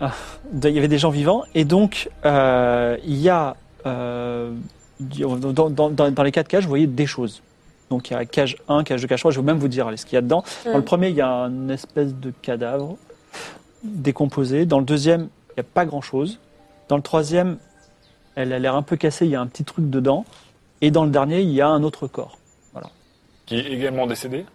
A: Ah, il y avait des gens vivants. Et donc, euh, il y a euh, dans, dans- dans- dans les quatre cages, vous voyez des choses. Donc il y a cage 1, cage 2, cage 3. Je vais même vous dire allez, ce qu'il y a dedans. Dans le
F: Mm.
A: premier, il y a une espèce de cadavre décomposé. Dans le deuxième, il n'y a pas grand-chose. Dans le troisième, elle a l'air un peu cassée. Il y a un petit truc dedans. Et dans le dernier, il y a un autre corps.
B: Qui est également décédé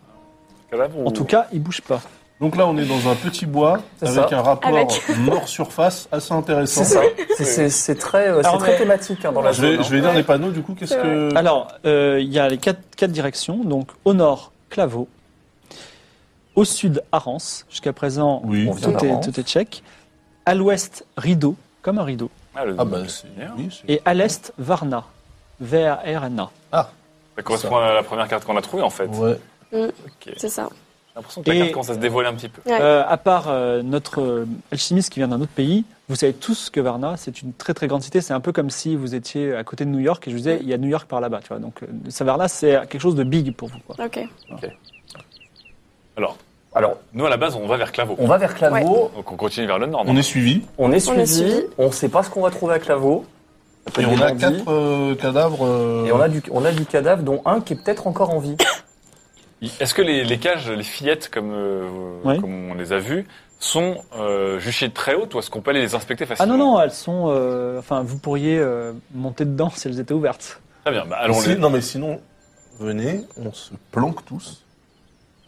B: Cadavre ou-
A: En tout cas, il bouge pas.
E: Donc là, on est dans un petit bois,
D: C'est
E: avec
D: ça.
E: un rapport
F: Avec-
E: mort-surface assez intéressant.
D: C'est ça. C'est- C'est c'est très, euh, c'est
A: Alors,
D: très
A: mais-
D: thématique hein, dans la
E: Je vais,
D: zone.
E: je vais
D: hein.
E: lire les panneaux, du coup, qu'est-ce
F: C'est
E: que.
A: Alors, euh, il y a les quatre, quatre directions. Donc, au nord, Claveau. Au sud, Arance. Jusqu'à présent,
E: Oui.
D: On vient
A: tout, est,
D: d'Arance.
A: tout est tchèque. À l'ouest, Rideau, comme un rideau.
B: Ah, le-
E: Ah, bah, c'est. oui, c'est-
A: Et à l'est, Varna. V-A-R-N-A.
B: Ça correspond à la première carte qu'on a trouvée, en fait. J'ai
E: Ouais.
F: C'est ça.
B: l'impression que la carte
A: Et-
B: commence à se dévoiler un petit peu.
A: Euh, à part euh, notre euh, alchimiste qui vient d'un autre pays, vous savez tous que Varna, c'est une très très grande cité. C'est un peu comme si vous étiez à côté de New York et je vous disais, il y a New York par là-bas. Tu vois. Donc, euh, ça, Varna, c'est quelque chose de big pour vous. quoi.
F: Ok.
B: Alors,
D: Alors,
B: nous, à la base, on va vers Claveau.
D: on va vers Claveau,
B: Donc, on continue vers le nord.
E: On est suivi,
D: on est
F: On est
D: suivi,
F: suivi.
D: on ne sait pas ce qu'on va trouver à Claveau. Ça peut
E: et
D: être
E: on
D: des
E: a
D: bandits.
E: quatre euh, cadavres. euh,
D: Et on a, du, on a du cadavre, dont un qui est peut-être encore en vie.
B: Est-ce que les, les cages, les fillettes, comme, euh,
A: Oui.
B: comme on les a vues, sont euh, juchées de très haut ou est-ce qu'on peut aller les inspecter
A: Ah
B: facilement
A: non, non, elles sont. euh, enfin, vous pourriez euh, monter dedans si elles étaient ouvertes.
B: Très bien, bah,
E: Mais
B: allons-les.
E: si- Non, mais sinon, venez, on se planque tous.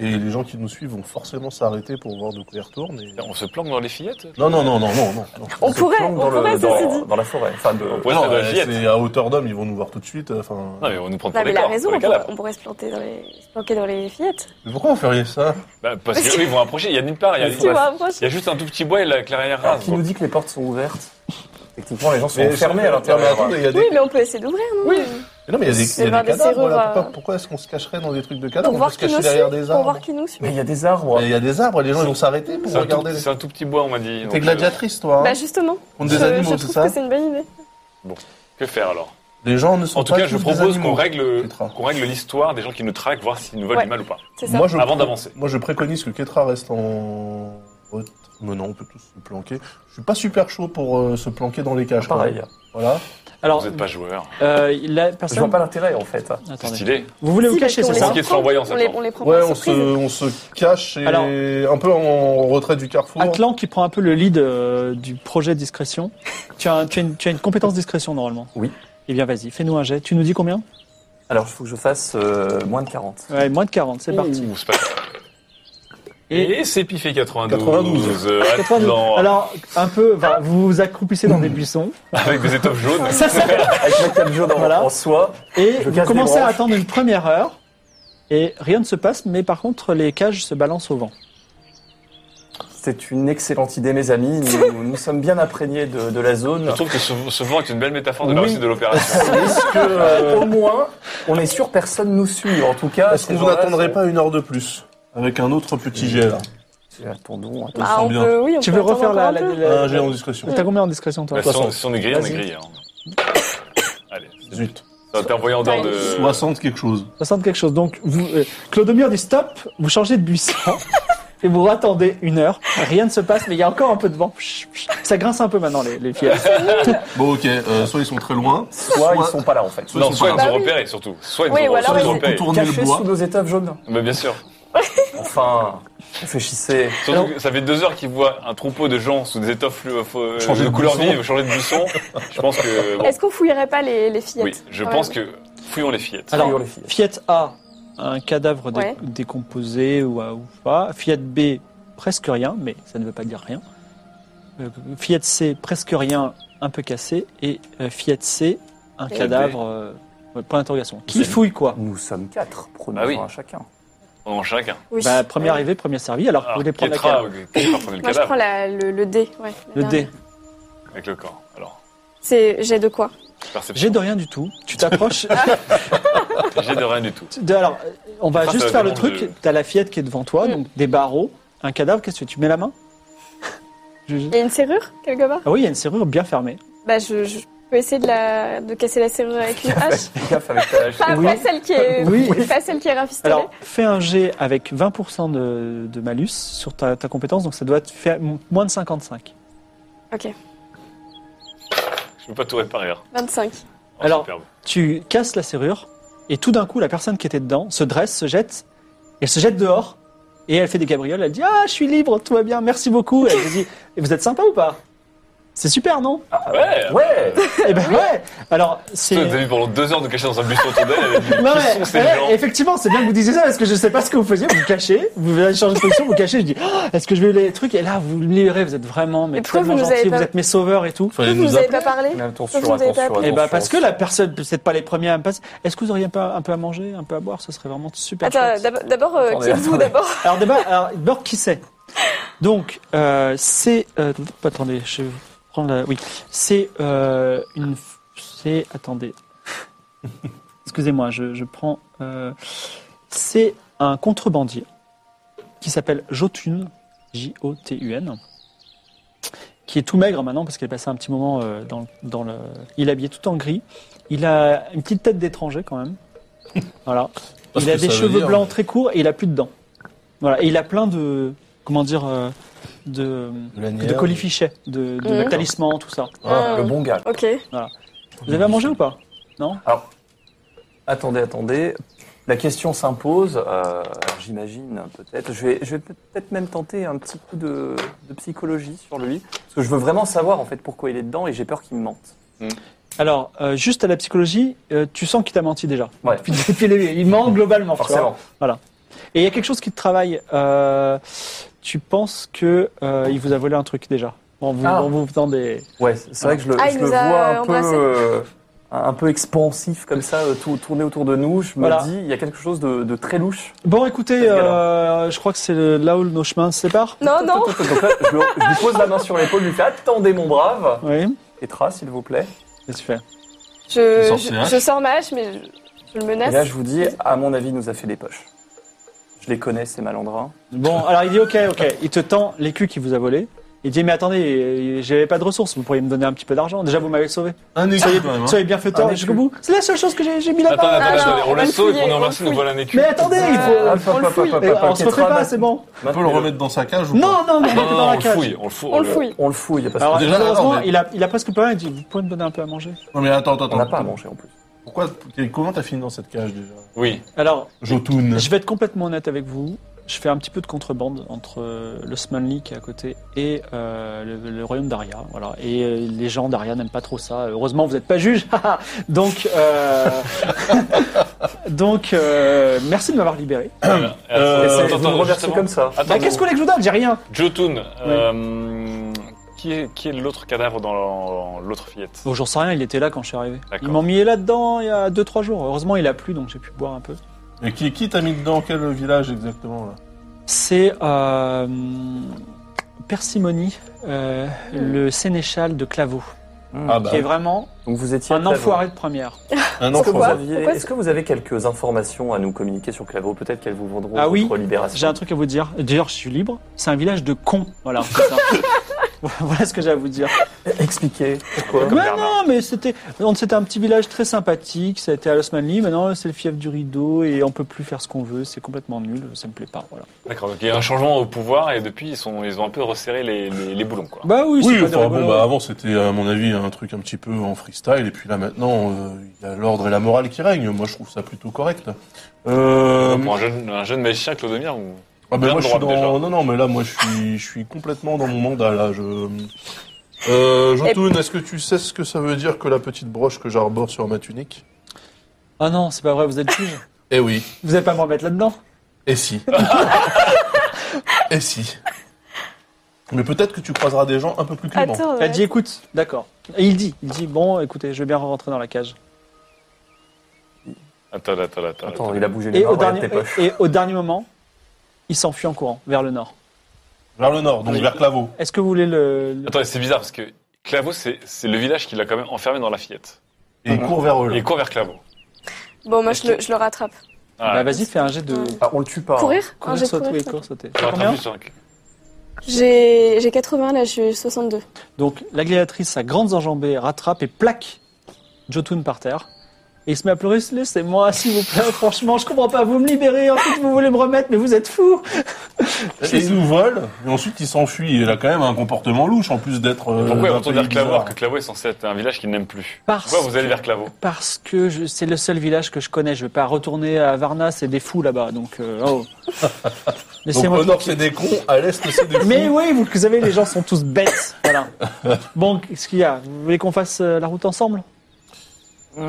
E: Et les gens qui nous suivent vont forcément s'arrêter pour voir de quoi ils retournent. et-
B: On se planque dans les fillettes
E: Non, non, non, non, non, non. non.
F: On
D: se
F: pourrait,
D: planque
F: on pourrait,
D: dans,
F: ceci dit.
D: dans la forêt. Enfin, de-
B: On pourrait
E: Non,
B: se faire de
F: bah,
B: la
E: euh,
B: fillette.
E: c'est à hauteur d'homme, ils vont nous voir tout de suite. euh, Enfin,
B: Non, mais on nous prend pour
F: Non, mais
B: des
F: il a
B: corps,
F: raison,
B: pour des
F: on pourrait,
B: cadavres.
F: on pourrait se, planter dans les, se planquer dans les fillettes.
E: Mais pourquoi on ferait ça
B: Bah, parce que eux, ils vont approcher. Il y a nulle part. Il y a,
F: Tu vois,
B: il y
F: franchement.
B: a juste un tout petit bois et la clairière
E: Ah,
D: Alors,
B: rase.
D: qui nous dit que les portes sont ouvertes Techniquement, les gens sont
E: Mais
D: fermés à
E: Non, mais
D: l'intérieur.
E: attendez, il y a des-
F: Oui, mais on peut essayer d'ouvrir, non
D: Oui.
E: Mais non, mais il y a des, il y a
F: C'est par
E: des
F: des
E: cadavres. voilà.
F: serrures,
E: Pourquoi,
F: euh,
E: pourquoi est-ce qu'on se cacherait dans des trucs de
F: Pour
E: cadavres On peut
F: voir
E: se
F: qui nous
E: cacher
F: suit.
E: derrière des
F: Pour voir
E: arbres.
F: qui nous suit.
D: Mais il y a des arbres.
E: Mais Il y a des arbres, les gens ils vont s'arrêter pour
B: C'est un, tout,
E: regarder.
B: c'est un tout petit bois, on m'a dit. donc,
E: T'es
B: euh,
E: gladiatrice, toi. hein
F: Bah justement,
E: Contre des
F: je,
E: animaux,
F: je
E: c'est
F: trouve
E: ça
F: que c'est une bonne idée.
B: que faire alors
E: Les gens ne sont
B: En tout
E: pas
B: cas, je
E: tous des
B: propose
E: animaux.
B: qu'on règle,
E: Ketra.
B: qu'on règle l'histoire des gens qui nous traquent, voir s'ils nous veulent
F: Ouais.
B: du mal ou pas.
F: C'est ça.
E: Moi, je
B: Avant
E: pré-
B: d'avancer.
E: Moi, je préconise que Ketra reste en. retraite. Mais non, on peut tous se planquer. Je suis pas super chaud pour euh, se planquer dans les cages. quoi.
D: Ah, Pareil.
E: Voilà.
A: Alors,
B: Vous n'êtes pas joueur.
A: euh, la
D: Je vois
A: personne.
D: pas l'intérêt en fait.
B: C'est
A: Attendez.
B: stylé.
A: Vous voulez vous
F: Si, parce
A: cacher, c'est
F: qu'on les
A: ça
B: Qui est
F: surprend,
B: flamboyant, ça,
F: on les,
B: pardon.
F: on les prend
E: Ouais,
F: par
E: on se,
F: surprise.
E: on se cache et
A: Alors-
E: un peu en retrait du carrefour.
A: Atlan qui prend un peu le lead euh, du projet discrétion. tu, as, un- tu as une, tu as une compétence discrétion normalement.
D: Oui.
A: Eh bien vas-y, fais-nous un jet. Tu nous dis combien
D: Alors il faut que je fasse euh, moins de 40.
A: Ouais, moins de 40, c'est parti.
B: Ouh, c'est pas-
A: Et-
B: Et c'est piffé 92.
E: 92.
B: euh, Atlan,
A: Alors, un peu, enfin, vous vous accroupissez dans des buissons.
B: Avec des étoffes jaunes.
D: Avec ma table jaune en-
A: Voilà.
D: en soie.
A: Et
D: Je
A: vous
D: casse
A: commencez
D: des
A: à
D: branches.
A: attendre une première heure. Et rien ne se passe, mais par contre, les cages se balancent au vent.
D: C'est une excellente idée, mes amis. Nous, nous sommes bien imprégnés de, de la
B: Je
D: zone.
B: trouve que ce, ce vent est une belle métaphore de la
D: Oui.
B: réussite de l'opération.
D: Est-ce que, euh, au moins, on est sûr, personne nous suit. En tout cas,
E: Est-ce
D: ces
E: qu'on vous
D: gens-là
E: n'attendrait
D: sont-
E: pas une heure de plus avec un autre petit jet là
D: Attendons. attendons.
F: Bah,
E: sent
F: on
E: bien.
F: peut, oui, on
A: Tu
F: peut
A: veux
F: attendre
A: refaire la.
F: encore un
A: la-
F: peu.
A: la-
E: Un jet en discrétion.
A: T'as combien en discrétion, toi
B: Bah, si, on,
E: 60.
B: si on est grillé, on est
D: Vas-y.
B: grillé. hein. Allez,
E: Zut.
B: ça t'envoie en dehors de.
E: 60 quelque chose.
A: 60 quelque chose. Donc, vous, euh, Clodomir dit stop, vous changez de buisson et vous attendez une heure. Rien ne se passe, mais il y a encore un peu de vent. Chut, chut. Ça grince un peu maintenant, les, les filles.
E: Bon, ok. euh, soit ils sont très loin,
D: Soit ils sont pas là en fait.
E: soit
B: Non,
E: ils
B: soit
E: sont
B: ils
E: pas
B: nous
E: là.
B: ont
F: Bah oui.
B: repérés, surtout. Soit ils
F: Oui,
B: nous
F: ou
B: ont-
F: alors
B: soit ils
F: ils
B: ont
F: ont
B: repérés.
E: Tourner le
D: Cachés
E: bois.
D: sous nos étoffes jaunes.
B: Mais bien sûr.
D: Enfin, réfléchissez.
B: Surtout
A: Alors-
B: que ça fait deux heures qu'ils voient un troupeau de gens sous des étoffes euh, fo-
E: Changer
B: de
E: de
B: couleur
E: buisson.
B: vive, changer de buisson. Je pense que. bon,
F: Est-ce qu'on fouillerait pas les, les fillettes Ah
B: oui, je
F: quand
B: pense
F: même
B: que. Fouillons les fillettes.
A: Alors,
D: Fouillons les filles.
A: Fiat A, un cadavre dé-
F: Ouais.
A: décomposé ou, euh, ou pas. Fiat B, presque rien, mais ça ne veut pas dire rien. Euh, Fiat C, presque rien, un peu cassé. Et euh, Fiat C, un
F: Fiat
A: cadavre, euh, ouais, point d'interrogation. Qui fouille quoi
D: Nous sommes quatre. Prenons
B: Bah oui.
D: un chacun.
B: On en chacun.
F: Oui.
A: bah,
F: Ah,
A: Premier arrivé, premier servi. Alors, vous
B: Alors,
A: voulez prendre
B: Kétra,
A: laquelle
B: euh, Kétra prenait le
F: Moi, je prends
B: cadavre
F: la- le, le dé. ouais, la
A: Le
F: dernière.
A: D.
B: avec le corps. Alors,
F: C'est j'ai de quoi
B: perception.
A: J'ai de rien du tout. Tu t'approches.
B: J'ai de rien du tout.
A: De- alors, euh, on va
B: Ça,
A: juste
B: ça
A: faire le
B: demande
A: truc.
B: de-
A: T'as la fillette qui est devant toi,
F: Mm.
A: donc des barreaux, un cadavre. Qu'est-ce que tu fais Tu mets la main Je- je-
F: Il y a une serrure quelque part
A: Ah oui, il y a une serrure bien fermée.
F: Bah, je, je peux essayer de, la, de casser la serrure avec une hache.
D: Fais Gaffe avec ta hache.
F: Pas,
A: Oui.
F: pas celle qui est,
A: Oui.
F: pas celle qui est rafistolée.
A: Alors, fais un jet avec 20% de, de malus sur ta, ta compétence, donc ça doit te faire m- moins de 55.
B: Je peux pas tout réparer. hein.
F: 25.
B: Oh,
A: Alors-
B: superbe.
A: Tu casses la serrure, et tout d'un coup, la personne qui était dedans se dresse, se jette, elle se jette dehors, et elle fait des gabrioles. Elle dit Ah, je suis libre, tout va bien, merci beaucoup. Elle vous dit Et vous êtes sympa ou pas C'est super, non
B: ouais.
D: Ouais.
A: Eh ben ouais Alors, ah c'est.
B: Toi, T'as vu pendant deux heures de cacher dans un buisson autour d'elle. elle a dit,
A: Non,
B: Qui
A: mais,
B: sont ces
A: ouais,
B: gens
A: effectivement, c'est bien que vous disiez ça parce que je sais pas ce que vous faisiez. Vous cachez, vous allez changer de position, vous cachez. Je dis, Ah, est-ce que je vais les trucs Et là, vous me libérez, vous êtes vraiment mais
F: Et pourquoi
A: tellement
F: vous nous avez
A: gentils,
F: pas-
A: vous êtes mes sauveurs et tout.
E: Fallait
F: vous
E: nous
F: n'avez
E: appeler.
F: pas parlé
D: Mais
F: Vous
D: attention,
F: vous avez pas
D: attention,
F: pris.
A: Et
D: attention.
A: bah parce que la personne, peut être pas les premiers à me passer. Est-ce que vous auriez pas un peu à manger, un peu à boire Ce serait vraiment super.
F: Attends,
A: chouette.
F: d'ab- d'abord, euh,
D: Attendez,
F: qui êtes-vous
D: attendez.
F: d'abord
A: Alors débat, alors d'abord qui c'est Donc euh, c'est euh, attendez, je vais prendre la oui, c'est euh, une c'est attendez. Excusez-moi, je, je prends euh, c'est un contrebandier qui s'appelle Jotun, J O T U N qui est tout maigre maintenant parce qu'il a passé un petit moment euh, dans, dans le il est habillé tout en gris. Il a une petite tête d'étranger quand même. Voilà.
E: Parce
A: il a
E: que
A: des
E: ça veut
A: cheveux
E: dire,
A: blancs
E: mais-
A: très courts et il a plus de dents. Voilà, et il a plein de comment dire euh, de
E: De la
A: de
E: nière.
A: colifichets, de, de
F: Mhm.
A: talismans, tout ça.
E: Ah,
D: Le bon gars.
F: Ok.
A: Vous avez à manger ou pas
D: Attendez, attendez. La question s'impose. euh, J'imagine peut-être. Je vais, je vais peut-être même tenter un petit coup de, de psychologie sur lui, parce que je veux vraiment savoir en fait pourquoi il est dedans et j'ai peur qu'il me mente.
A: Alors, euh, juste à la psychologie, euh, tu sens qu'il t'a menti déjà.
D: Ouais.
A: Depuis- depuis le début, il
E: Mmh.
A: ment globalement. tu vois.
D: Forcément.
A: Et il y a quelque chose qui te travaille. euh, tu penses que euh, il vous a volé un truc déjà en vous,
D: Ah.
A: en vous faisant des.
D: Ouais, c'est c'est vrai que je le,
F: Ah, il
D: je le
F: nous a
D: vois un
F: embrassés.
D: peu, euh, un peu expansif comme ça, euh, tout, tourné autour de nous. Je me
A: Voilà.
D: dis, il y a quelque chose de, de très louche.
A: Bon, écoutez,
D: Quel galop.
A: euh, je crois que c'est le- là où nos chemins se séparent.
F: Non, non.
D: Donc là, je, je lui pose la main sur l'épaule, je lui fais attendez mon brave.
A: Oui.
D: Petra, s'il vous plaît.
A: Qu'est-ce que tu fais
F: Je,
I: Tu sors
F: je,
I: ce hache
F: je sors ma hache, mais je, je le
D: Et
F: menace.
D: là, je vous dis, à mon avis, il nous a fait des poches. Je les connais, ces malandrins.
A: Bon, alors il dit ok, ok. Il te tend l'écu qu'il vous a volé. Il dit mais attendez, euh, j'avais pas de ressources. Vous pourriez me donner un petit peu d'argent. Déjà vous m'avez sauvé.
I: Un écu, quand même. hein.
A: Soyez bienfaiteur
D: Un
A: jusqu'au
D: écu.
A: bout. C'est la seule chose que j'ai j'ai mis là-bas.
B: Attends, attends,
F: non,
B: attends,
F: non,
B: on
F: on
B: le
F: le
B: sauve
F: fouille,
B: et qu'on en
F: on
B: merci,
F: le
B: nous
F: fouille.
B: voilà un écu.
A: Mais attendez, il faut.
F: Euh,
A: Ah, faut
F: on
A: le
F: le fouille.
A: fouiller. on se refait pas, c'est bon.
I: On peut le remettre dans sa cage ou pas
A: Non, non, non,
B: Non, non,
A: mettez
B: non,
A: dans
B: on
A: la
B: le
A: cage.
B: fouille, on le fouille.
F: On le fouille.
D: On le fouille, parce
A: Alors,
D: qu'on
I: Déjà,
A: malheureusement,
I: non, mais-
A: il, a, il a presque pas. Il dit Vous pouvez me donner un peu à manger
I: Non, mais attends, attends, attends.
D: n'a pas à manger en plus.
I: Pourquoi, t'es- comment t'as fini dans cette cage déjà
B: Oui.
A: Alors,
I: Jotun.
A: je vais être complètement honnête avec vous. Je fais un petit peu de contrebande entre euh, le Smanli qui est à côté et euh, le, le royaume d'Aria. Voilà. Et euh, les gens d'Aria n'aiment pas trop ça. Heureusement, vous n'êtes pas juge. donc, euh, donc euh, merci de m'avoir libéré.
B: Voilà.
E: Euh,
D: Et c'est-
B: Attends,
D: vous
B: attends,
D: me remerciez
B: justement.
D: comme ça. Mmh.
B: Attends,
A: Bah, Qu'est-ce que vous voulez que je vous donne J'ai rien.
B: Jotun, euh, qui est, qui est l'autre cadavre dans l'autre fillette
A: Bon, j'en sais rien, il était là quand je suis arrivé.
B: D'accord.
A: Ils m'ont mis là-dedans il y a 2-3 jours. Heureusement, il a plu, donc j'ai pu boire un peu.
E: Et qui, qui t'a mis dedans Quel village exactement là
A: C'est euh, Persimony, euh, le sénéchal de Claveau,
D: Hmm.
E: Ah bah,
A: qui est vraiment
D: Donc vous étiez
A: un
D: à Claveau.
A: enfoiré de première.
E: un
D: Est-ce que,
E: enfant.
D: vous
F: Pourquoi
D: aviez-
F: Pourquoi
D: est-ce que vous avez quelques informations à nous communiquer sur Claveau Peut-être qu'elles vous vendront
A: Ah oui,
D: votre libération.
A: J'ai un truc à vous dire. D'ailleurs, je suis libre. C'est un village de cons. Voilà, c'est ça. voilà ce que j'ai à vous dire.
D: Expliquez pourquoi.
A: Mais non, mais c'était, on- c'était un petit village très sympathique. Ça a été à l'Osmanli. Maintenant, c'est le fief du rideau et on peut plus faire ce qu'on veut. C'est complètement nul. Ça me plaît pas. Voilà.
B: D'accord, donc il y a un changement au pouvoir et depuis ils, sont, ils ont un peu resserré les, les, les boulons. Quoi.
A: Bah oui, c'est
E: Oui,
A: pas des
E: enfin, bon,
A: rigolos.
E: bah, avant c'était à mon avis un truc un petit peu en freestyle, et puis là maintenant euh, il y a l'ordre et la morale qui règnent. Moi je trouve ça plutôt correct. Euh,
B: Pour un jeune, un jeune magicien, Clodomir, ou...
E: ah, ben,
B: plein de
E: moi je suis
B: droite,
E: dans-
B: déjà.
E: non non mais là moi je suis je suis complètement dans mon mandat là. Je euh, Jotun, est-ce que tu sais ce que ça veut dire que la petite broche que j'arbore sur ma tunique
A: Ah non, c'est pas vrai. Vous êtes juge.
E: Eh oui,
A: Vous allez pas me remettre là-dedans.
E: et si. et si. Mais peut-être que tu croiseras des gens un peu plus cléments.
F: Attends,
A: Elle dit écoute, d'accord. Et il dit, il dit bon, écoutez, je vais bien rentrer dans la cage.
B: Attends, attends, attends.
D: Attends, il a bougé les
A: Et
D: mains,
A: au,
D: regarde
A: dernier,
D: tes poches.
A: et au dernier moment, il s'enfuit en courant vers le nord.
E: Vers le nord, donc
B: Oui.
E: vers Claveau.
A: Est-ce que vous voulez le, le-
B: Attends, c'est bizarre parce que Claveau, c'est c'est le village qui l'a quand même enfermé dans la fillette.
E: Et il court vers eux.
B: Et
E: là.
B: il court vers Claveau.
F: Bon, moi, je le, je le rattrape.
B: Ah,
A: Bah, Vas-y, fais un jet de
F: Ouais.
D: Ah, on le tue pas. hein.
F: Courir Un
A: courir,
F: jet de
A: sauter,
F: courir,
A: oui,
F: ça.
A: courir, sauter.
B: Alors,
A: Combien
B: attends, juste un-
F: J'ai j'ai 80, là, je suis 62.
A: Donc la gladiatrice, à grandes enjambées, rattrape et plaque Jotun par terre. Et il se met à pleurer, laissez-moi, s'il vous plaît, franchement, je comprends pas, vous me libérez, ensuite vous voulez me remettre, mais vous êtes fous
E: Et il nous vole, et ensuite il s'enfuit. Il a quand même un comportement louche en plus d'être. euh,
B: Pourquoi ils
E: d'un
B: vont tourner
E: pays
B: vers Claveau alors
E: bizarre.
B: que Claveau est censé être un village qu'ils n'aiment plus
A: Parce
B: Pourquoi vous allez vers Claveau
A: Parce que je- c'est le seul village que je connais. Je vais pas retourner à Varna, c'est des fous là-bas. Donc, euh, oh.
E: Donc
B: oh
A: Laissez-moi
E: au nord
A: tranquille.
E: c'est des cons, à l'est c'est des fous.
A: Mais oui, vous le savez, les gens sont tous bêtes. Voilà. Bon, qu'est-ce qu'il y a Vous voulez qu'on fasse euh, la route ensemble Vous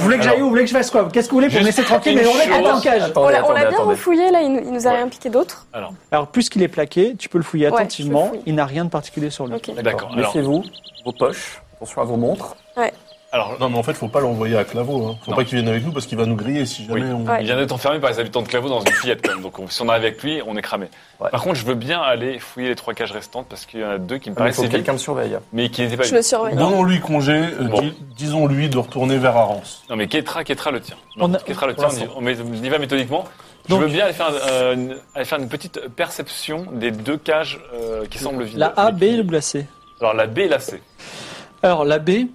A: voulez que j'aille où Vous voulez que je fasse quoi Qu'est-ce que vous voulez pour me
B: Juste
A: laisser tranquille
B: une
A: mais on met
B: chose.
A: Attends, en cage
F: On
D: Attendez,
F: l'a on
D: attendez,
F: l'a bien
D: attendez.
F: refouillé, là, il, nous- il nous a
B: Ouais.
F: rien piqué d'autre.
A: Alors, puisqu'il est plaqué, tu peux le fouiller
F: Ouais,
A: attentivement.
F: je le fouille.
A: Il n'a rien de particulier sur lui.
F: Ok.
B: D'accord. Alors,
D: Méfiez-vous, vos poches, attention à vos montres.
B: alors
E: Non mais en fait faut pas l'envoyer à Claveau. Hein. Faut
B: Non.
E: pas qu'il vienne avec nous parce qu'il va nous griller si jamais
B: Oui.
E: on.
F: Ouais.
B: il vient d'être enfermé par les habitants de Claveau dans une fillette quand même. Donc on- si on arrive avec lui, on est cramé.
D: Ouais.
B: Par contre, je veux bien aller fouiller les trois cages restantes parce qu'il y en a deux qui me
D: Ah, Il
B: paraissent
D: faut que
B: vides,
D: quelqu'un me surveille.
B: mais qui n'étaient pas
F: Je
B: vides.
F: le surveille.
E: Donnons-lui congé, euh,
B: Bon.
E: dis- disons-lui de retourner vers Arance.
B: Non mais Ketra, Ketra le tien.
A: On
B: Non,
A: a-
B: Ketra le
D: pour
B: tien, on y, on met- on y va méthodiquement.
A: Donc-
B: je veux bien aller faire, euh, une, aller faire une petite perception des deux cages euh, qui semblent vides.
A: La A,
B: Mais
A: B
B: qui-
A: et le glacé.
B: Alors la B et la C.
A: Alors, la B,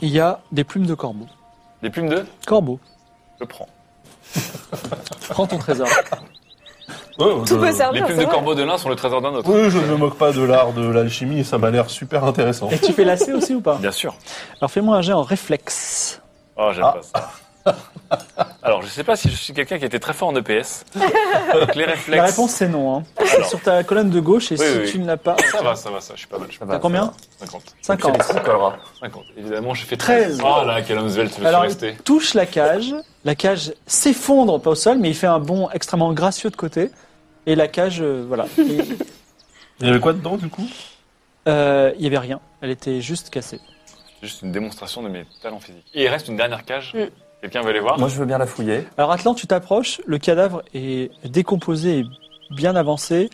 A: il y a des plumes de corbeau.
B: Les plumes de,
A: Corbeau,
B: je prends.
A: prends ton trésor.
E: Oh, je-
F: Tout peut servir.
B: Les plumes
F: Ah c'est
B: de
F: vrai.
B: corbeau de l'un sont le trésor d'un autre.
E: Oui, je ne me moque pas de l'art de l'alchimie, ça m'a l'air super intéressant.
A: Et tu fais la C aussi ou pas
B: Bien sûr.
A: Alors, fais-moi un jet en réflexe.
B: Oh, j'aime
E: Ah.
B: pas ça. Alors, je sais pas si je suis quelqu'un qui était très fort en EPS. Donc, les réflexes.
A: La réponse, c'est non. Hein. C'est sur ta colonne de gauche et
B: Oui,
A: si
B: oui,
A: tu
B: oui.
A: ne l'as pas.
B: Ça va, ça va, ça. Je suis pas mal. Je suis pas
A: T'as combien
B: 50.
A: 50.
D: Ça collera.
B: 50. Évidemment, j'ai fait
A: 13.
B: 13. Oh là, quel homme svelte, je me suis
A: Alors, il
B: resté.
A: touche la cage, la cage s'effondre pas au sol, mais il fait un bond extrêmement gracieux de côté, et la cage, euh, voilà. Et,
E: Il y avait quoi dedans du coup
A: euh, Il y avait rien, elle était juste cassée.
B: C'est juste une démonstration de mes talents physiques. Et il reste une dernière cage.
F: Mm.
B: Quelqu'un veut aller voir
D: Moi, je veux bien la fouiller.
A: Alors Atlan, tu t'approches, le cadavre est décomposé et bien avancé,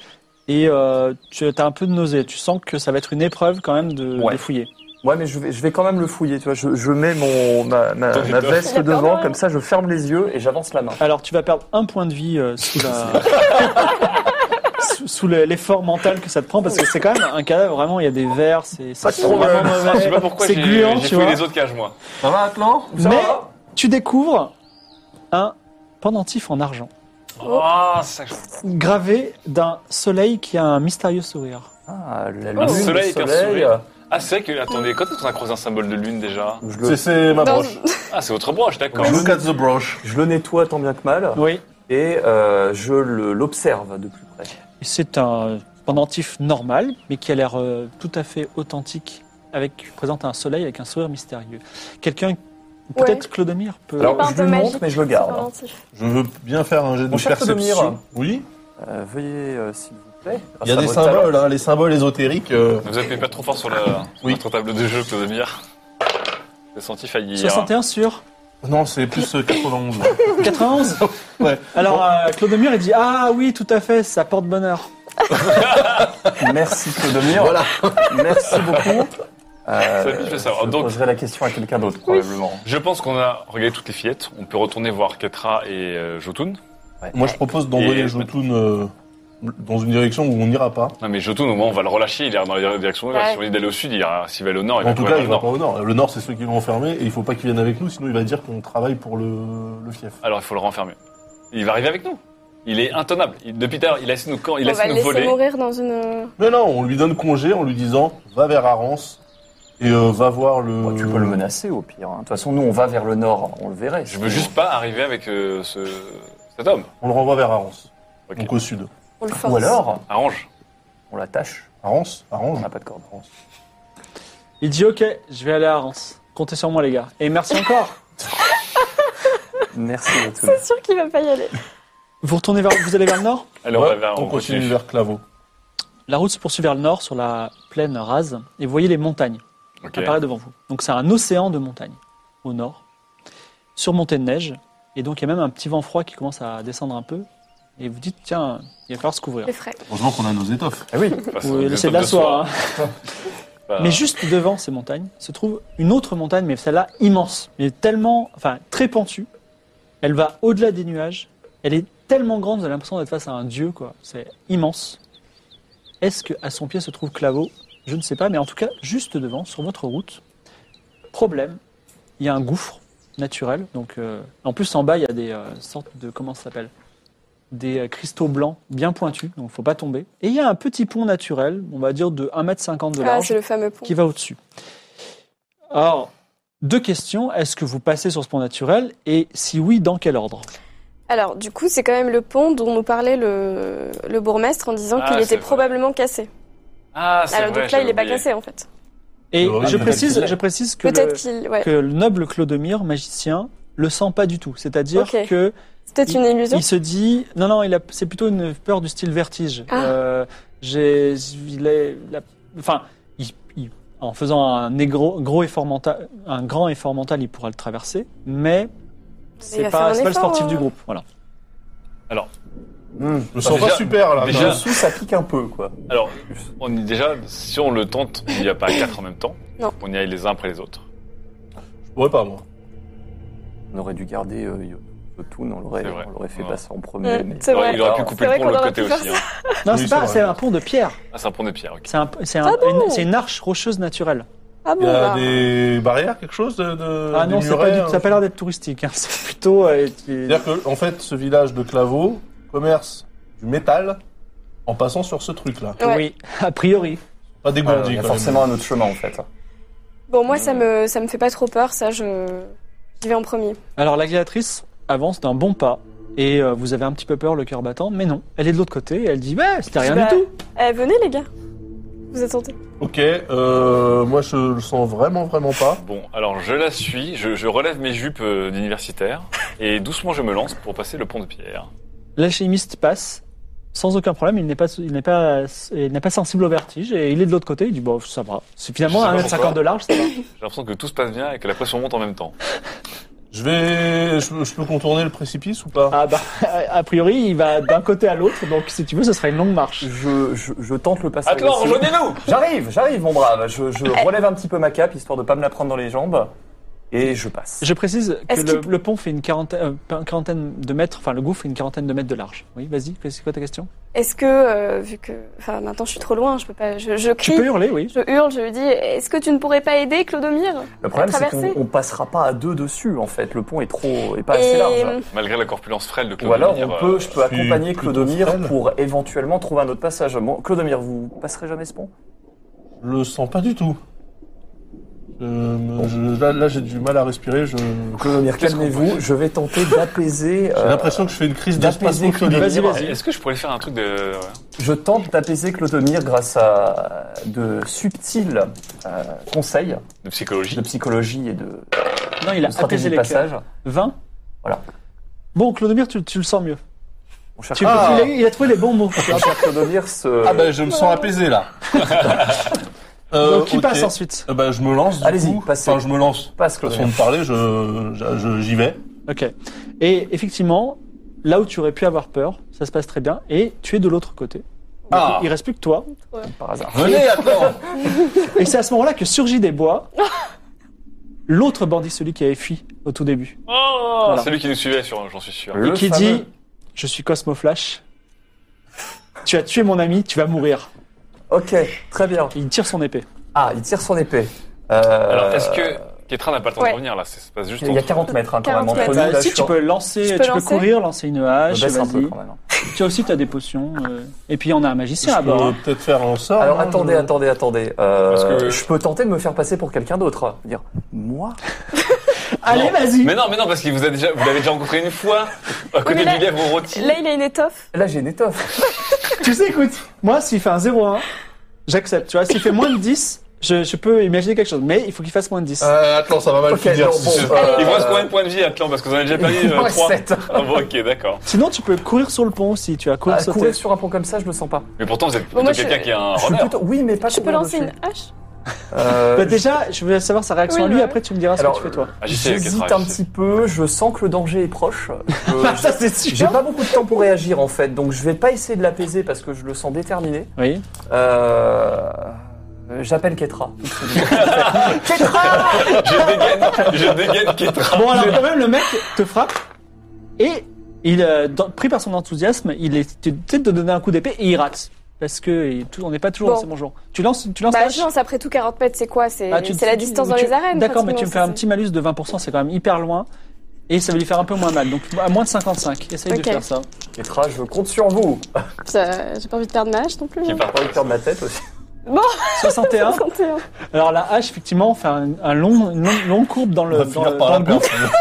A: et euh, tu as un peu de nausée. Tu sens que ça va être une épreuve quand même de,
D: Ouais.
A: de fouiller.
D: Ouais, mais je vais, je vais quand même le fouiller, tu vois. Je, je mets mon, ma, ma-
B: T'avais
D: ma
B: peur.
D: veste
F: J'ai peur de
D: devant,
F: rien.
D: comme ça je ferme les yeux et j'avance la main.
A: Alors tu vas perdre un point de vie euh, sous, la- sous- sous le- l'effort mental que ça te prend parce que c'est quand même un cadavre vraiment il y a des vers c'est ça
D: Pas de problème.
B: Je sais pas pourquoi
A: euh, c'est
B: j'ai
A: gluant
B: j'ai
A: tu
B: fouillé
A: vois
B: les autres cages, moi.
I: Ça va, Atlan
D: Ça
A: mais
D: va
A: tu découvres un pendentif en argent
B: Oh, ça...
A: gravé d'un soleil qui a un mystérieux sourire
D: Ah, la lune,
B: Un soleil
D: le
B: avec un
D: soleil.
B: sourire. Ah, c'est vrai que, attendez, quand est-ce qu'on a croisé un symbole de lune déjà
D: Je
E: C'est-
D: le,
E: C'est ma
F: Dans-
E: broche.
B: Ah, c'est votre broche, d'accord.
I: Look at the brush.
D: je le nettoie tant bien que mal
A: oui
D: et euh, je le- l'observe de plus près.
A: c'est un pendentif normal mais qui a l'air euh, tout à fait authentique avec qui présente un soleil avec un sourire mystérieux quelqu'un peut-être Clodomir peut
D: Alors,
F: pas un
D: je
F: peu
D: lui montre,
F: magique,
D: mais je le
F: c'est
D: garde.
F: inventif.
E: Je veux bien faire un jet
D: Mon
E: de
D: cher Sodomir.
E: perception. Oui.
D: Euh, veuillez, euh, s'il vous plaît.
B: Ah,
E: Il y a
D: grâce à
E: des
D: vos talents.
E: symboles, hein, les symboles ésotériques. euh,
B: Ne vous appuyez pas trop fort sur la, sur
E: Oui.
B: notre table de jeu, Clodomir. J'ai senti faillir.
A: 61 sur
E: Non, c'est plus euh, 91.
A: 91
E: Ouais.
A: Alors, euh, Clodomir, il dit Ah oui, tout à fait, ça porte bonheur.
D: Merci Clodomir.
I: Voilà.
D: Merci beaucoup.
B: Ça,
D: Euh,
B: je vais
D: je
B: savoir. Donc,
D: poserai la question à quelqu'un d'autre probablement.
B: je pense qu'on a regardé toutes les fillettes. On peut retourner voir Ketra et euh, Jotun.
E: Moi, je propose d'envoyer
B: Et-
E: Jotun euh, dans une direction où on n'ira pas.
B: Non, mais Jotun, au moins, on va le relâcher. Il est dans la direction
F: Ouais.
B: inverse. Si on lui dit d'aller au sud, il ira. S'il va aller au nord, il
E: En
B: va
E: tout
B: courir
E: cas,
B: vers
E: il
B: le
E: va pas
B: nord.
E: au nord. Le nord, c'est ceux qui l'ont enfermé et il faut pas qu'il vienne avec nous, sinon il va dire qu'on travaille pour le, le fief.
B: Alors, il faut le renfermer. Il va arriver avec nous. Il est intenable. Il- depuis tard, il a essayé de nous, quand, il a
F: On va
B: essayé
F: le
B: de nous
F: laisser
B: voler.
F: mourir dans une.
E: Mais non, on lui donne congé en lui disant va vers Arance et euh, va voir le.
D: Bon, Bah, tu peux le menacer au pire. hein. De toute façon, nous on va vers le nord, on le verrait.
B: Je veux juste pas arriver avec euh, ce, cet homme.
E: On le renvoie vers Arance,
B: Ok.
E: donc au sud.
F: On le force.
D: Ou alors,
B: Arrange.
D: on l'attache.
E: Arance,
D: On
E: Arance.
D: n'a pas de corde.
A: Il dit Ok, je vais aller à Reims. Comptez sur moi, les gars. Et merci encore.
D: Merci Jotun.
F: C'est sûr qu'il va pas y aller.
A: vous retournez vers, vous allez vers le nord
B: Alors,
E: Ouais,
B: on va vers-
E: on continue vers Claveau.
A: La route se poursuit vers le nord sur la plaine rase et vous voyez les montagnes
B: Ok.
A: qui apparaissent devant vous. Donc, c'est un océan de montagnes au nord, surmonté de neige. Et donc, il y a même un petit vent froid qui commence à descendre un peu. Et vous dites Tiens, il va falloir se couvrir.
F: Les frais.
I: Heureusement qu'on a nos étoffes.
D: Ah oui,
B: Enfin, c'est
A: Vous
B: une
A: laissez de
B: étape
A: la soie. hein.
B: Bah,
A: Mais juste devant ces montagnes se trouve une autre montagne, mais celle-là immense, mais tellement, enfin très pentue. Elle va au-delà des nuages. Elle est tellement grande, vous avez l'impression d'être face à un dieu, quoi. C'est immense. Est-ce que à son pied se trouve Claveau Je ne sais pas, mais en tout cas, juste devant, sur votre route, problème, il y a un gouffre naturel. Donc, euh, en plus, en bas, il y a des euh, sortes de comment ça s'appelle Des euh, cristaux blancs bien pointus, donc faut pas tomber. Et il y a un petit pont naturel, on va dire de 1m50 de
F: Ah,
A: large
F: c'est le fameux pont.
A: qui va au-dessus. Alors, deux questions. Est-ce que vous passez sur ce pont naturel Et si oui, dans quel ordre
F: Alors, du coup, c'est quand même le pont dont nous parlait le, le bourgmestre en disant
B: Ah,
F: qu'il
B: c'est
F: était
B: vrai.
F: probablement cassé.
B: Ah, c'est
F: Alors,
B: vrai,
F: donc là, il
B: j'avais
F: est pas
B: oublié.
F: cassé en fait.
A: Et
E: Oui,
A: je
E: mais-
A: précise, je précise que,
F: Peut-être
A: le,
F: qu'il. Ouais.
A: que le noble Clodomir, magicien, le sent pas du tout. C'est-à-dire
F: Ok.
A: que
F: C'est peut-être
A: il-
F: une illusion.
A: il se dit, non, non, il a- c'est plutôt une peur du style vertige.
F: Ah.
A: Euh, j'ai, il est, la- enfin, il- il- en faisant un égro- gros effort mental, un grand effort mental, il pourra le traverser, mais
F: il
A: c'est
F: va
A: pas,
F: faire un
A: c'est pas le
F: effort,
A: sportif
F: hein.
A: du groupe. Voilà.
D: Mmh.
E: Je me sens
B: Bah, Déjà-
E: pas super là.
B: déjà-
E: Déjà,
D: dessous ça pique un peu quoi.
B: Alors, on y, déjà, si on le tente, on n'y a pas quatre en même temps.
F: Non.
B: On y aille les uns après les autres.
E: je pourrais pas moi.
D: On aurait dû garder euh, Yo- Jotun, on l'aurait
B: C'est vrai.
D: on l'aurait fait
B: Ouais.
D: passer en premier.
F: Mmh,
D: mais-
F: c'est
B: Il aurait-
F: vrai.
B: il aurait pu couper
F: C'est
B: le
F: vrai
B: pont de
F: qu'on
B: l'autre
F: aurait
B: côté
F: pu faire
B: aussi. hein.
A: Non,
E: Oui,
A: c'est
E: c'est
A: pas,
E: vrai.
A: c'est un pont de pierre.
B: Ah, c'est un pont de pierre, ok.
A: C'est un, c'est un-
F: Ah bon
A: une, c'est une arche rocheuse naturelle.
B: hein.
F: Ah bon
E: Il y a
F: bah,
E: des barrières, quelque chose de. de-
A: Ah
E: des
A: non, c'est pas
E: murets,
A: du-
E: hein.
A: ça a pas l'air d'être touristique. hein. C'est plutôt. euh, tu-
E: C'est-à-dire que, en fait, ce village de Claveau commerce du métal en passant sur ce truc-là.
F: Ouais.
A: Oui, a priori.
E: Pas
D: Ouais,
E: dégourdi,
D: Euh, il y a
E: quand même.
D: Ah, forcément un autre chemin en fait.
F: Bon, moi,
A: Mm.
F: ça me, ça me fait pas trop peur, ça, je. J'y vais en premier.
A: Alors la gladiatrice avance d'un bon pas et euh, vous avez un petit peu peur, le cœur battant, mais non, elle est de l'autre côté. Et elle dit bah c'était rien
F: Bah,
A: du tout.
F: Eh, venez, les gars. Vous attendez.
E: Ok, euh, moi je le sens vraiment, vraiment pas.
B: Bon, alors je la suis, je, je relève mes jupes euh, d'universitaire et doucement je me lance pour passer le pont de pierre.
A: L'alchimiste passe sans aucun problème. Il n'est pas, il n'est pas, il n'est pas sensible au vertige et il est de l'autre côté. Il dit bon ça va. C'est finalement
B: Je sais pas
A: 1m50 de large. Ça va.
B: J'ai l'impression que tout se passe bien et que la pression monte en même temps.
E: Je vais. Je, je peux contourner le précipice ou pas
A: Ah bah, a priori, il va d'un côté à l'autre, donc si tu veux, ce sera une longue marche.
D: Je, je, je tente le passage.
B: Attends,
D: aussi.
B: rejoignez-nous
D: J'arrive, j'arrive, mon brave. Je, je relève un petit peu ma cape, histoire de pas me la prendre dans les jambes. Et je passe.
A: Je précise que
F: Est-ce
A: le,
F: qu'il-
A: le pont fait une quarantaine, euh, pas une quarantaine de mètres, enfin le gouffre fait une quarantaine de mètres de large. Oui, vas-y, c'est quoi ta question
F: Est-ce que, euh, vu que. Enfin, maintenant, je suis trop loin, je peux pas. Je, je
A: Tu
F: crie,
A: peux hurler, oui.
F: je hurle, je lui dis Est-ce que tu ne pourrais pas aider, Clodomir
D: Le problème, c'est qu'on
F: traversée.
D: on passera pas à deux dessus, en fait. Le pont est trop, est pas assez
F: Et
A: hein.
D: large.
B: Malgré la corpulence frêle de Claude.
D: Ou alors,
B: Lumière,
D: on peut,
B: euh,
D: je peux
E: je suis
D: accompagner
E: plutôt
D: Clodomir
E: frêle.
D: pour éventuellement trouver un autre passage. Bon, Clodomir, vous passerez jamais ce pont
E: Je le sens pas du tout. Euh, je- là, là, j'ai du mal à respirer. Je...
D: Clodomir,
B: Qu'est-ce
D: calmez-vous. Je vais tenter d'apaiser.
E: J'ai
D: euh,
E: l'impression que je fais une crise d'espace
D: d'apaiser
E: bronchiolite.
D: Clodomir.
B: Est-ce que je pourrais faire un truc de.
D: Je tente d'apaiser Clodomir grâce à de subtils euh, conseils
B: de psychologie
D: de psychologie et de,
A: Non, il a
D: de stratégie
A: apaisé
D: de
A: les cœurs.
D: passage.
A: 20
D: Voilà.
A: Bon, Clodomir, tu, tu le sens mieux.
D: Mon cher,
A: Tu-
E: Ah.
A: il, a, il a trouvé les bons mots.
D: mon cher Clodomir, ce...
E: Ah ben, je me sens apaisé là. Euh,
A: Donc, qui
E: ok.
A: passe ensuite
E: Euh, ben, je me lance. du
D: Allez-y,
E: coup.
D: passez.
E: Enfin, je me lance.
D: passe
E: De façon
D: Clodomir.
E: de parler, je, je- je- j'y vais.
A: Ok. Et effectivement, là où tu aurais pu avoir peur, ça se passe très bien, et tu es de l'autre côté.
E: Ah.
A: Il reste plus que toi.
D: par hasard.
E: Venez, attends.
A: Et c'est à ce moment-là que surgit des bois l'autre bandit, celui qui avait fui au tout début,
B: Ah, Celui qui nous suivait, sur- j'en suis sûr.
D: Le
A: et qui
D: fameux-
A: dit Je suis Cosmo Flash. Tu as tué mon ami, tu vas mourir.
D: Ok, très bien.
A: Il tire son épée.
D: Ah, il tire son épée. Euh,
B: Alors, est-ce que. Kétra n'a pas le temps
F: ouais.
B: de revenir là, ça se passe juste
D: Il y a
B: entre-
D: 40 mètres hein, quand
F: 40
D: même entre
F: mètres.
D: nous.
A: Bah,
D: là,
A: si
D: je
A: tu
D: suis-
A: peux lancer,
F: Je peux
A: tu peux
F: lancer
A: courir, lancer une hache.
D: Je baisse un
A: vas-y. Oh,
D: peu quand même. hein.
A: Tu as aussi t'as des potions. euh, Et puis on a un
E: Je
A: magicien à bord.
E: peux
A: hein.
E: peut-être faire un sort.
D: Alors
E: hein,
D: attendez,
E: je-
D: attendez, attendez. Euh,
B: Parce que-
D: Je peux tenter de me faire passer pour quelqu'un d'autre. Dire moi
A: Allez,
B: Non.
A: vas-y.
B: Mais non, mais non, parce que vous, a déjà, vous l'avez déjà rencontré une fois, à côté
F: mais là-
B: du lièvre rôti.
F: hum, Là, il a une étoffe.
D: Là j'ai une étoffe.
A: Tu sais, écoute, moi, s'il fait un 0-1, j'accepte. Tu vois, s'il fait moins de 10, je, je peux imaginer quelque chose. Mais il faut qu'il fasse moins de 10.
I: Euh, attends, ça va mal
D: Ok,
I: finir.
D: non,
I: ce-
D: bon,
I: ce-
D: euh,
B: Il vous reste combien de points de vie, Atlan Parce que vous en avez déjà perdu
D: Il me
B: euh,
D: reste
B: trois.
D: sept.
B: Ah bon, ok, d'accord.
A: Sinon, tu peux courir sur le pont aussi. Tu as courir
D: Ah,
A: sauter.
D: courir sur un pont comme ça, je le sens pas.
B: Mais pourtant, vous êtes plutôt
F: Bon, moi, je-
B: quelqu'un qui a un
D: je suis
B: runner.
D: plutôt. Oui, mais pas.
F: Je peux
D: courir
F: lancer
D: dessus.
F: une hache
D: Euh,
A: Bah, déjà, je veux savoir sa réaction
F: Oui,
A: à lui.
F: ouais.
A: Après, tu me diras
D: Alors,
A: ce que tu fais, toi.
B: Agissez,
D: J'hésite
B: Kétra,
D: un
B: agissez.
D: petit peu. Je sens que le danger est proche. Euh, Je-
A: Ça, c'est sûr.
D: J'ai pas beaucoup de temps pour réagir en fait, donc je vais pas essayer de l'apaiser parce que je le sens déterminé.
A: Oui.
D: Euh... J'appelle Ketra.
B: Je dégaine, je dégaine Kétra.
A: Ah Bon, alors, bah. quand même, le mec te frappe. Et il, euh, dans- pris par son enthousiasme, il est tu- tu sais, de donner un coup d'épée et il rate. Parce que il- tout- on n'est pas toujours
F: Bon.
A: dans ces bons jours. Tu lances, tu lances
F: Bah,
A: la hache
F: je lance après tout 40 mètres, c'est quoi C'est
A: Bah, tu-
F: c'est la
A: tu-
F: distance
A: tu-
F: dans
A: tu-
F: les arènes.
A: D'accord, mais tu me fais un
F: pratiquement,
A: petit malus de 20%, c'est quand même hyper loin. Et ça va lui faire un peu moins mal, donc à moins de 55. Essaye
F: Ok.
A: de faire ça.
D: Ketra, je compte sur vous. Ah,
F: c'est ça. Ça- J'ai pas envie de perdre ma hache non plus.
B: Qui
F: hein.
B: part
D: Pas le cœur de ma tête aussi.
A: 61.
F: 61.
A: Alors la hache, effectivement, fait un, un long, une longue, longue courbe dans
E: On
A: le, dans
E: va
A: le,
E: finir par
A: dans
E: la
A: le
E: perdre.
A: gouffre.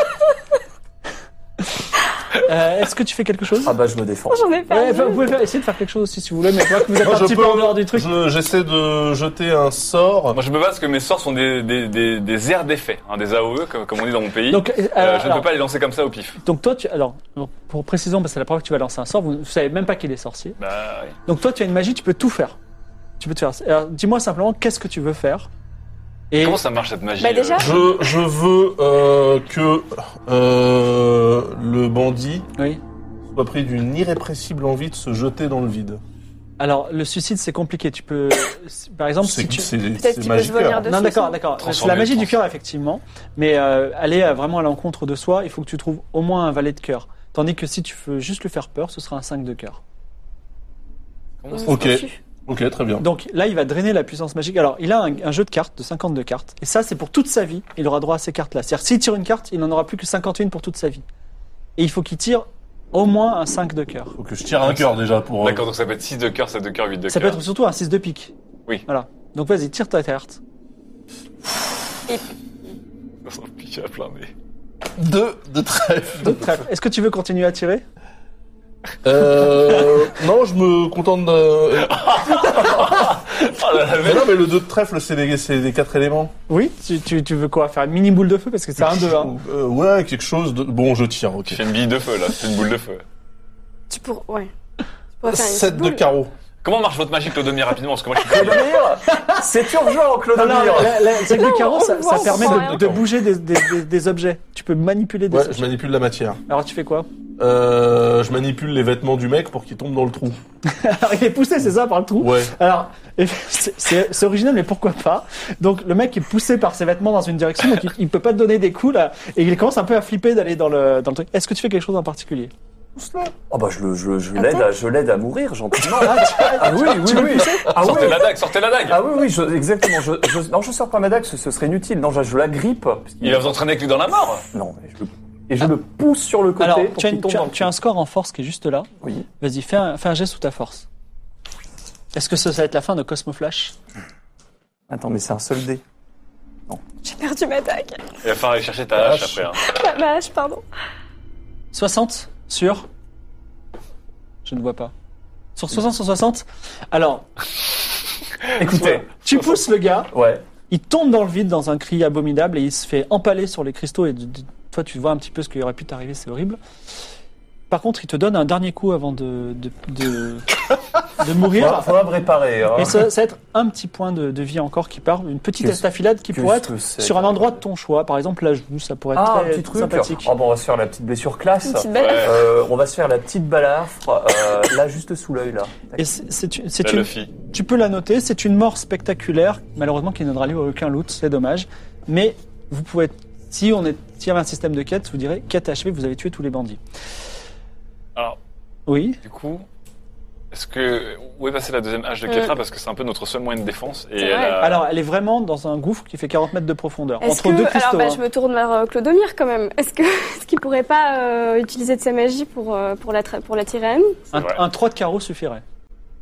A: Euh, Est-ce que tu fais quelque chose
D: Ah bah je me défends.
F: J'en ai pas.
A: Ouais, enfin, vous pouvez faire- essayer de faire quelque chose aussi si vous voulez, mais je vois que vous êtes
E: Moi,
A: un
E: je
A: petit peu
E: peux-
A: en dehors du truc.
E: je- J'essaie de jeter un sort.
B: Moi, je me bats parce que mes sorts sont des, des, des, des airs d'effet, hein, des AOE, comme, comme on dit dans mon pays.
A: Donc, euh,
B: Euh, je ne
A: alors,
B: peux pas les lancer comme ça au pif.
A: donc toi, tu, alors pour précision, parce que c'est la preuve que tu vas lancer un sort, vous, vous savez même pas qu'il est sorcier.
B: Bah, oui.
A: Donc toi, tu as une magie, tu peux tout faire. Tu peux tout faire. Alors, Dis-moi simplement qu'est-ce que tu veux faire. Et
B: Comment ça marche cette magie
F: Bah,
B: euh,
F: déjà-
E: Je, je veux euh, que euh, le bandit
A: oui.
E: soit pris d'une irrépressible envie de se jeter dans le vide.
A: Alors, le suicide, c'est compliqué. Tu peux, si- par exemple, si
E: C'est
A: tu...
E: c'est-
F: Peut-être
E: c'est
F: tu peux se
E: magique. hein.
F: venir dessus.
A: Non, d'accord,
F: sans-
A: d'accord. C'est
B: Transformer
A: la
B: le
A: magie du
B: trans-
A: cœur, effectivement. Mais euh, aller euh, vraiment à l'encontre de soi, il faut que tu trouves au moins un valet de cœur. Tandis que si tu veux juste lui faire peur, ce sera un 5 de cœur.
B: comment ça-
F: On
E: Ok.
F: se tue.
E: Ok, très bien.
A: Donc là, il va drainer la puissance magique. Alors, il a un, un jeu de cartes de 52 cartes. Et ça, c'est pour toute sa vie. Il aura droit à ces cartes-là. C'est-à-dire, s'il tire une carte, il n'en aura plus que 51 pour toute sa vie. Et il faut qu'il tire au moins un 5 de cœur.
E: Faut que je tire un cœur déjà pour. euh,
B: D'accord, donc ça peut être 6 de cœur, 7 de cœur, 8 de cœur.
A: Ça peut être surtout un 6 de pique.
B: Oui.
A: Voilà. Donc vas-y, tire ta carte.
B: Ça sent le pic à plein nez.
E: Deux de trèfle.
A: D'autres trèfles. Est-ce que tu veux continuer à tirer
E: Euh, non, je me contente de.
B: Oh là là, Ah, mais-
E: Mais non, mais le 2 de trèfle, c'est des, c'est des quatre éléments.
A: Oui, tu, tu, tu veux quoi Faire une mini boule de feu parce que c'est un hein. 2 1
E: Euh, ouais, quelque chose de. Bon, je tire, ok.
B: J'ai une bille de feu là, c'est une boule de feu.
F: Tu pourrais. Ouais. Tu pourrais faire une
E: 7 de
F: boule.
E: carreau.
B: Comment marche votre magie, Claude Demir, rapidement Parce que moi, je suis
D: Claude Mire C'est urgent, Claude
A: Non, non,
D: Mire
A: la- la- le truc
F: Non,
A: de carreau,
F: on
A: ça,
F: le
A: ça
F: voit, hein. on
A: permet
F: voit
A: de,
F: rien.
A: de bouger des, des- des- des objets. Tu peux manipuler des
E: Ouais, je
A: objets.
E: manipule la matière.
A: Alors tu fais quoi
E: Euh, je manipule les vêtements du mec pour qu'il tombe dans le trou.
A: Alors, Il est poussé, c'est ça, par le trou.
E: Ouais.
A: Alors, c'est- c'est c'est original, mais pourquoi pas Donc, le mec est poussé par ses vêtements dans une direction, donc il, il peut pas te donner des coups là, et il commence un peu à flipper d'aller dans le, dans le truc. Est-ce que tu fais quelque chose en particulier
D: Oh bah je le- je je
F: Attends.
D: l'aide à- je l'aide à mourir gentiment.
A: Ah
D: oui, oui, oui. Ah oui,
B: Sortez la dague, sortez la dague
D: ah oui, oui, je- exactement. Je, je- non, je sors pas ma dague, ce, ce serait inutile. Non, je, je la grippe. parce qu'il-
B: Il va vous entraîner avec lui dans la mort
D: Non, mais je le- et je le pousse sur le côté
A: Alors,
D: pour
A: tu as,
D: qu'il
A: une-
D: tombe
A: tu as-
D: dans le
A: tu as un score en force qui est juste là.
D: Oui.
A: Vas-y, fais un, fais un geste sous ta force. Est-ce que ça, ça va être la fin de Cosmo Flash
D: Attends, mais c'est un seul dé.
F: J'ai perdu ma dague.
B: Il va falloir aller chercher
A: Ah,
B: ta hache après. hein.
F: Ma, ma hache, pardon.
A: 60 sur Je ne vois pas. Sur 60 sur 60 Alors,
D: Écoutez,
A: tu pousses le gars,
D: ouais.
A: il tombe dans le vide dans un cri abominable et il se fait empaler sur les cristaux et d- d- toi tu vois un petit peu ce qui aurait pu t'arriver, c'est horrible. Par contre, il te donne un dernier coup avant de, de, de, de
D: Faudra,
A: mourir.
D: faudra me réparer. Hein.
A: Et ça, ça va être un petit point de, de vie encore qui part, une petite
D: Qu'est-ce-
A: estafilade qui
D: qu'est-ce
A: pourrait être
D: que c'est
A: sur un endroit de ton choix. Par exemple, la joue, ça pourrait être
D: Ah, un
A: très
D: petit truc.
A: sympathique.
D: Oh, bon, on va se faire la petite blessure classe.
F: Une petite balafre.
D: Euh, on va se faire la petite balafre, euh, là, juste sous l'œil, là.
A: Et c'est c'est une- c'est
B: La
A: une,
B: Luffy.
A: Tu peux la noter, c'est une mort spectaculaire, malheureusement qui ne donnera lieu à aucun loot, c'est dommage. Mais vous pouvez, si on est, s'il y avait un système de quête, vous direz quête achevée, vous avez tué tous les bandits.
B: Alors,
A: Oui.
B: du coup, est-ce que. Où est passée la deuxième hache de Ketra Parce que c'est un peu notre seul moyen de défense. Et
F: Euh. C'est
B: elle
F: vrai.
B: a-
A: Alors, elle est vraiment dans un gouffre qui fait 40 mètres de profondeur,
F: Est-ce
A: entre deux
F: que,
A: cristaux.
F: alors bah,
A: hein.
F: je me tourne vers euh, Clodomir quand même. Est-ce que, est-ce qu'il pourrait pas euh, utiliser de sa magie pour euh, pour la tra- pour la tirer à nous
B: C'est
A: un,
B: vrai.
A: un 3 de carreau suffirait.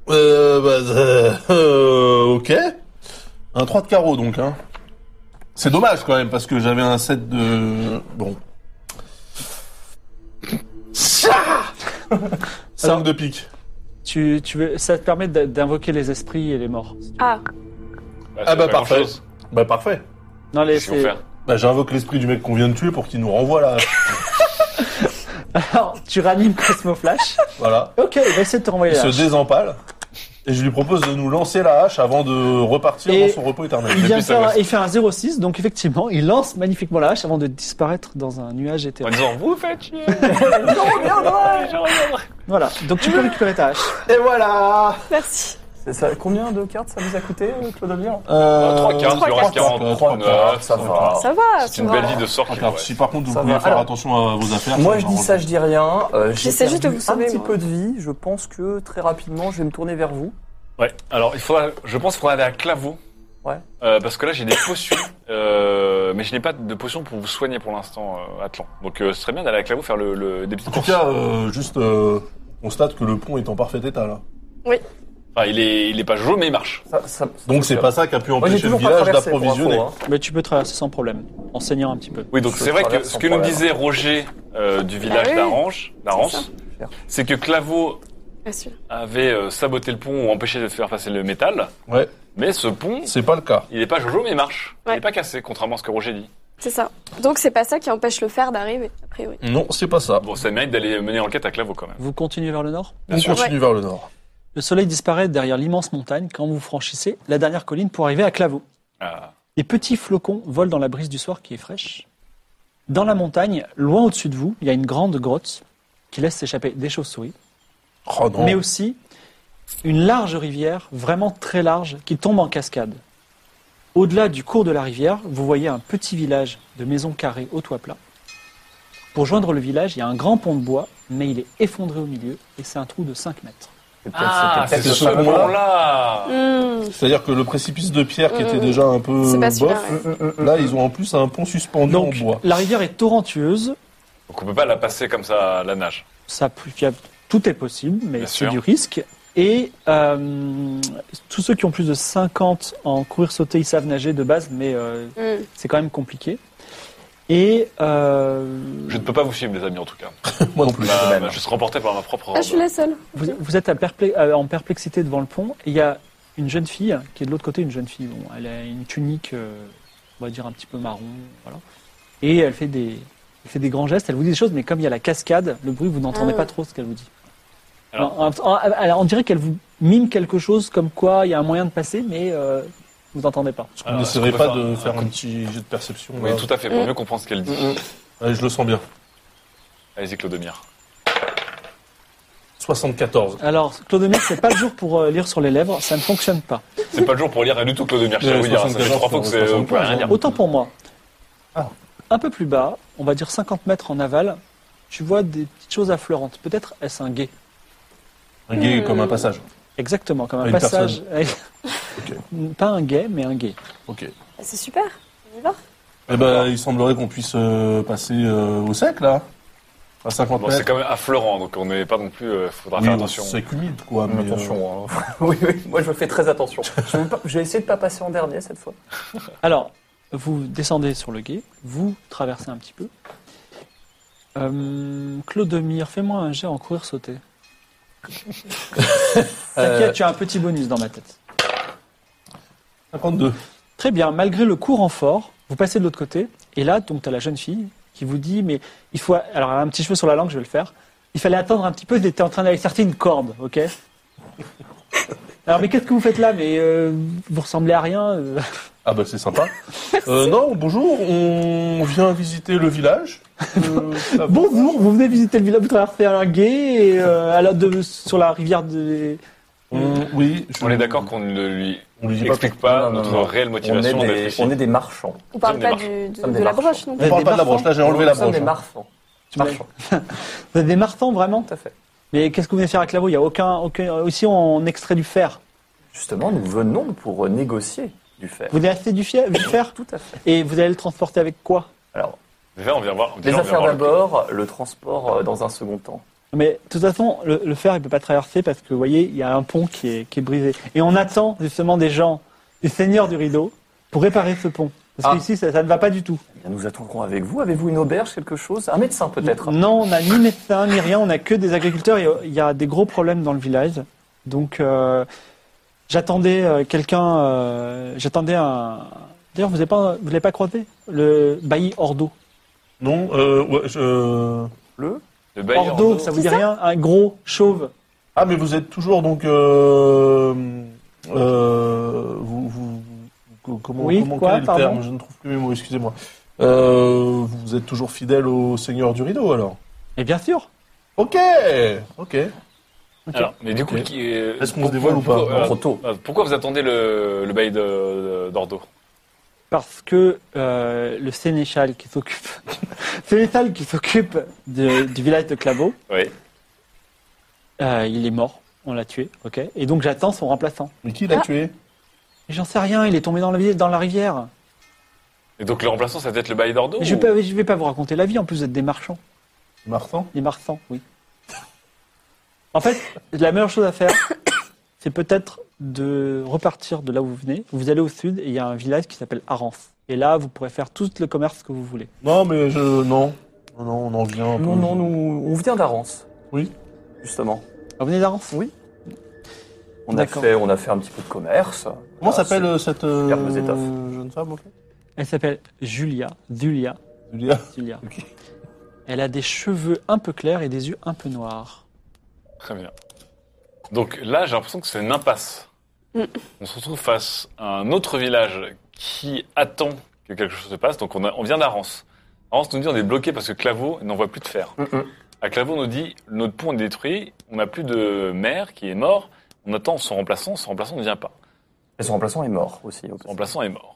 E: Euh, bah, euh, euh, ok. Un 3 de carreau, donc. Hein. C'est dommage, quand même, parce que j'avais un 7 de... Bon. 5
A: Alors-
E: de pique.
A: Tu, tu veux, ça te permet d'a- d'invoquer les esprits et les morts.
F: Ah,
B: Bah,
E: Ah
B: c'est
E: bah,
B: pas
E: parfait.
B: grand-chose.
E: Bah, parfait.
A: Non, les,
B: Qu'est-ce qu'ils vont
A: c'est-
B: faire
E: Bah, j'invoque l'esprit du mec qu'on vient de tuer pour qu'il nous renvoie là.
A: Alors, tu ranimes Cosmo Flash.
E: voilà.
A: ok, il va essayer de te renvoyer
E: Il
A: là.
E: se désempale. Et je lui propose de nous lancer la hache avant de repartir
A: Et-
E: dans son repos éternel.
A: Il,
B: Et
A: vient
B: puis, ça
A: faire-
B: va-
A: il fait un 0,6, donc effectivement, il lance magnifiquement la hache avant de disparaître dans un nuage
B: En
A: éthéré.
B: disant, vous faites chier
A: Voilà, donc tu peux récupérer ta hache.
E: Et voilà
F: merci.
D: C'est ça, combien de cartes ça vous a coûté, euh, Claude Amir
E: euh,
B: 3 cartes, il lui reste
F: cartes.
B: 40.
E: Trois
B: 39,
D: cartes, ça va.
F: Ça va.
B: C'est
F: ça
B: une
F: va.
B: belle vie de sort
E: Trois
B: qu'il
E: cartes.
B: aurait.
E: Si par contre vous
D: Ça
E: pouvez
D: va.
E: faire
D: Alors,
E: attention à vos affaires.
D: Moi,
E: ça
D: je
E: va
D: dis ça, je dis rien. Euh, j'ai
F: J'essaie juste de
D: perdu
F: vous sauver,
D: Un petit
F: moi.
D: peu de vie. Je pense que très rapidement, je vais me tourner vers vous.
B: Ouais, alors il faudra, je pense qu'il faudra aller à Claveau.
D: Ouais.
B: Euh, parce que là j'ai des potions, euh, mais je n'ai pas de potions pour vous soigner pour l'instant, euh, Atlan. Donc euh, ce serait bien d'aller à Claveau faire le, le- des
E: En
B: petites
E: tout
B: courses.
E: cas, euh, juste, euh, on constate que le pont est en parfait état là.
B: Enfin, il est, il est pas jaune mais il marche.
D: Ça- ça-
E: Donc c'est pas ça qui a pu
D: Moi, j'ai
E: empêcher le
D: toujours pas
E: village
D: traversé, pour
E: d'approvisionner.
D: info, hein.
A: Mais tu peux traverser sans problème, en saignant un petit peu.
B: Oui, donc
D: Je
B: c'est vrai que
D: traverse
B: ce
D: sans
B: que nous
D: problème.
B: disait Roger euh, du village
F: oui.
B: d'Arange,
F: C'est
B: d'Arance,
D: ça.
B: c'est que Claveau
F: Bien sûr.
B: avait euh, saboté le pont ou empêché de faire passer le métal.
D: hein.
E: Ouais.
B: Mais ce pont,
E: C'est pas le cas.
B: il est pas Jojo mais il marche. Il
F: Ouais.
B: est pas cassé, contrairement à ce que Roger dit.
F: C'est ça. Donc c'est pas ça qui empêche le fer d'arriver a priori.
E: Non, c'est pas ça.
B: Bon, ça mérite d'aller mener enquête à Claveau quand même.
A: Vous continuez vers le nord
E: On continue vers le nord.
A: Le soleil disparaît derrière l'immense montagne quand vous franchissez la dernière colline pour arriver à Claveau.
B: Ah.
A: Des petits flocons volent dans la brise du soir qui est fraîche. Dans la montagne, loin au-dessus de vous, il y a une grande grotte qui laisse s'échapper des chauves-souris,
E: Oh non.
A: mais aussi une large rivière, vraiment très large, qui tombe en cascade. Au-delà du cours de la rivière, vous voyez un petit village de maisons carrées au toit plat. Pour joindre le village, il y a un grand pont de bois, mais il est effondré au milieu et c'est un trou de 5 mètres.
D: C'est peut-être-
B: Ah,
D: c'était
B: c'est
D: peut-être
B: ce
E: ce
D: ça.
E: pont-là.
B: pont-là
F: Hmm.
E: C'est-à-dire que le précipice de pierre qui
F: Mm,
E: était
F: mm.
E: déjà un peu
F: C'est pas
E: bof,
F: celui-là,
E: là ils ont en plus un pont suspendu
A: Donc,
E: en bois.
A: la rivière est torrentueuse,
B: Donc on peut pas la passer comme ça à la nage.
A: ça, il y a- tout est possible, mais
B: Bien
A: c'est
B: sûr.
A: du risque. Et euh, tous ceux qui ont plus de 50 en courir sauter, ils savent nager de base, mais euh,
F: Hmm.
A: c'est quand même compliqué. Et euh,
B: Je ne peux pas vous suivre, les amis, en tout cas.
E: Moi non plus.
B: Bah,
D: même.
B: bah, je suis remporté par ma propre robe.
F: Ah, je suis la seule.
A: vous, vous êtes à perple- euh, en perplexité devant le pont. et Il y a une jeune fille qui est de l'autre côté, une jeune fille. Bon, elle a une tunique, euh, on va dire un petit peu marron, voilà. Et elle fait des, elle fait des grands gestes. Elle vous dit des choses, mais comme il y a la cascade, le bruit, vous n'entendez
F: Ah.
A: pas trop ce qu'elle vous dit.
B: Alors.
A: Non, en- en- alors, on dirait qu'elle vous mime quelque chose comme quoi il y a un moyen de passer, mais euh, vous n'entendez pas.
E: On
B: Alors,
E: n'essaierait
B: est-ce Ah, qu'on
E: pas
B: peut
E: de
B: faire
E: faire un petit jet de perception.
B: Oui,
E: là
B: tout à fait,
F: Mm.
B: pour mieux comprendre ce qu'elle dit.
E: Allez, je le sens bien.
B: Allez-y, Clodomir.
E: 74.
A: Alors, Clodomir, c'est pas le jour pour euh, lire sur les lèvres, ça ne fonctionne pas.
B: C'est pas le jour pour lire du tout, Clodomir, je tiens à
E: Ouais,
B: vous dire. Ça fait
E: 74,
B: trois fois que c'est- vous pouvez rien dire.
A: Autant pour moi.
E: Ah.
A: Un peu plus bas, on va dire 50 mètres en aval, tu vois des petites choses affleurantes. Peut-être est-ce un guet
E: Un
D: Hmm.
E: guet comme un passage.
A: Exactement, comme un
E: Une
A: passage. Pas un guet, mais un guet.
E: Ok.
F: Bah, C'est super. On y va.
E: Eh ben, il semblerait qu'on puisse euh, passer euh, au sec, là. À 50
B: Bon, c'est
E: mètres.
B: quand même affleurant, donc on n'est pas non plus. euh, faudra
E: Oui,
B: faire
E: bon,
B: attention.
E: sec humide, quoi. mais, euh,
D: Attention. hein. oui, oui, moi je fais très attention. Je vais, pas- je vais essayer de ne pas passer en dernier cette fois.
A: Alors, vous descendez sur le guet, vous traversez un petit peu. Euh, Clodomir, fais-moi un jet en courir sauter. T'inquiète, tu as un petit bonus dans ma tête.
E: 52.
A: Très bien, malgré le coup renfort, vous passez de l'autre côté, et là, donc, tu as la jeune fille qui vous dit, mais il faut... Alors, elle a un petit cheveu sur la langue, je vais le faire. Il fallait attendre un petit peu, t'étais en train d'aller sortir une corde, ok Alors, mais qu'est-ce que vous faites là Mais euh, vous ressemblez à rien. euh.
E: Ah bah c'est sympa. Euh, non, bonjour, on vient visiter le village. Euh, ça va.
A: Bonjour, vous venez visiter le village, vous traversez un gué et, euh, à la de- sur la rivière de...
E: On- Euh, oui, je-
B: On est d'accord qu'on ne lui
E: On lui dit pas
B: explique
E: qu'on-
B: pas,
D: Non, non,
B: notre
D: non.
B: réelle
D: On est,
B: motivation d'être
D: des,
B: ici.
D: on est des marchands.
F: On parle
B: Nous
F: pas
B: sommes
F: du- du-
D: Nous sommes
F: de
D: des
F: la
D: marchands.
F: broche non
E: On
F: plus.
E: parle pas de la
D: marchands.
E: broche, là j'ai enlevé la
D: Nous sommes
E: broche.
D: des
E: hein.
D: marchands.
A: Tu m'as-
D: Marchands,
A: Vous êtes des martins, vraiment
D: tout à fait.
A: Mais qu'est-ce que vous venez faire avec la voix Il y a aucun, aucun... Ici, on extrait du fer.
D: Justement, nous venons pour négocier du fer.
A: Vous venez acheter du, fier- du fer
D: Tout à fait.
A: et vous allez le transporter avec quoi
D: Alors,
B: Déjà, on vient voir.
D: les
B: déjà, on vient
D: affaires
B: voir le-
D: d'abord, le transport euh, dans un second temps.
A: Mais de toute façon, le, le fer, il peut pas traverser parce que, vous voyez, il y a un pont qui est, qui est brisé. Et on attend justement des gens, des seigneurs du rideau, pour réparer ce pont. Parce
D: Ah.
A: qu'ici, ça, ça ne va pas du tout.
D: Eh bien, nous attendrons avec vous. Avez-vous une auberge, quelque chose Un médecin peut-être
A: Non, on n'a ni médecin, ni rien, on n'a que des agriculteurs et euh, il y a des gros problèmes dans le village. Donc, euh, j'attendais euh, quelqu'un, euh, j'attendais un... D'ailleurs, vous n'avez pas, vous l'avez pas croisé Le bailli Ordo.
E: Non, euh, ouais, je...
B: Le bailleur
A: Ordo, ça vous dit
F: C'est ça
A: rien Un gros chauve.
E: Ah mais vous êtes toujours donc... Euh... euh, vous, vous- co- Comment,
A: Oui,
E: comment
A: quoi,
E: quel est le
A: pardon
E: terme Je ne trouve plus mes mots, excusez-moi. Euh, vous êtes toujours fidèle au Seigneur du Rideau alors
A: Et bien sûr
E: Ok, ok.
B: Alors, mais du coup,
E: Ok.
B: qui est-
E: Est-ce qu'on se dévoile ou pas
B: pourquoi-
E: Non,
D: Trop tôt.
B: euh, Pourquoi vous attendez le, le bail de- d'Ordo
A: Parce que euh, le sénéchal qui s'occupe, sénéchal qui s'occupe de- du village de Claveau,
B: Oui.
A: euh, il est mort, on l'a tué, ok. Et donc j'attends son remplaçant.
E: Mais qui l'a
F: Ah.
E: tué
A: Mais J'en sais rien, il est tombé dans la, vi- dans la rivière.
B: Et donc le remplaçant, ça va être le bail d'Ordo
A: Mais Je
B: ou-
A: ne vais, pas vous raconter la vie, en plus vous êtes des marchands,
E: Martin
A: des marchands, oui. En fait, la meilleure chose à faire, c'est peut-être de repartir de là où vous venez. Vous allez au sud et il y a un village qui s'appelle Arance. Et là, vous pourrez faire tout le commerce que vous voulez.
E: Non, mais je. Non. Non, non, on en vient. un peu.
D: Non, non, nous, on vient d'Arance.
E: Oui.
D: Justement.
A: Ah, Vous venez d'Arance
D: Oui. On a,
A: D'accord.
D: fait, on a fait un petit peu de commerce.
E: Comment
D: Ah,
E: s'appelle
D: c'est-
E: euh, cette. euh,
D: Hermes Étoffe.
E: jeune femme, en fait
A: Elle s'appelle Julia, Zulia,
E: Julia.
A: Julia.
E: Ok.
A: Elle a des cheveux un peu clairs et des yeux un peu noirs.
B: Très bien. Donc là, j'ai l'impression que c'est une impasse.
F: Mm.
B: On se retrouve face à un autre village qui attend que quelque chose se passe. Donc on, a- on vient d'Arance. Arance nous dit on est bloqué parce que Claveau n'envoie plus de fer.
D: Mm-mm.
B: À Claveau, on nous dit notre pont est détruit, on n'a plus de maire qui est mort, on attend son remplaçant, son remplaçant ne vient pas.
D: Et son remplaçant est mort aussi. au
B: Son remplaçant est mort.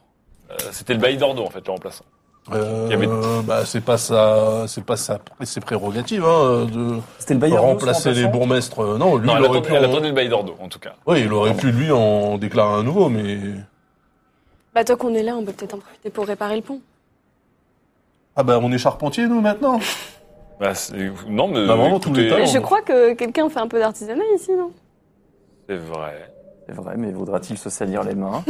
B: Euh, C'était le bailli d'Ordo en fait, le remplaçant.
E: Euh,
B: Il y avait-
E: bah, c'est pas ça. C'est pas ça. Ses prérogatives, hein, de
D: C'était le bailleur.
E: remplacer les
D: bons.
E: bourgmestres. Euh, Non, lui,
B: Non,
E: il
B: elle
E: aurait
B: attendait,
E: pu.
B: elle
E: en-
B: attendait le bailli d'Ordo en tout cas.
E: Oui, il aurait pu, lui, en déclarer un nouveau, mais.
F: Bah, tant qu'on est là, on peut peut-être en profiter pour réparer le pont.
E: Ah, bah, on est charpentier, nous, maintenant.
B: Bah, c'est- non mais euh,
E: Bah, vraiment,
B: écoutez,
E: tous les talents.
F: Mais
E: Non.
F: je crois que quelqu'un fait un peu d'artisanat ici, non
B: c'est vrai.
D: C'est vrai, mais vaudra-t-il se salir les mains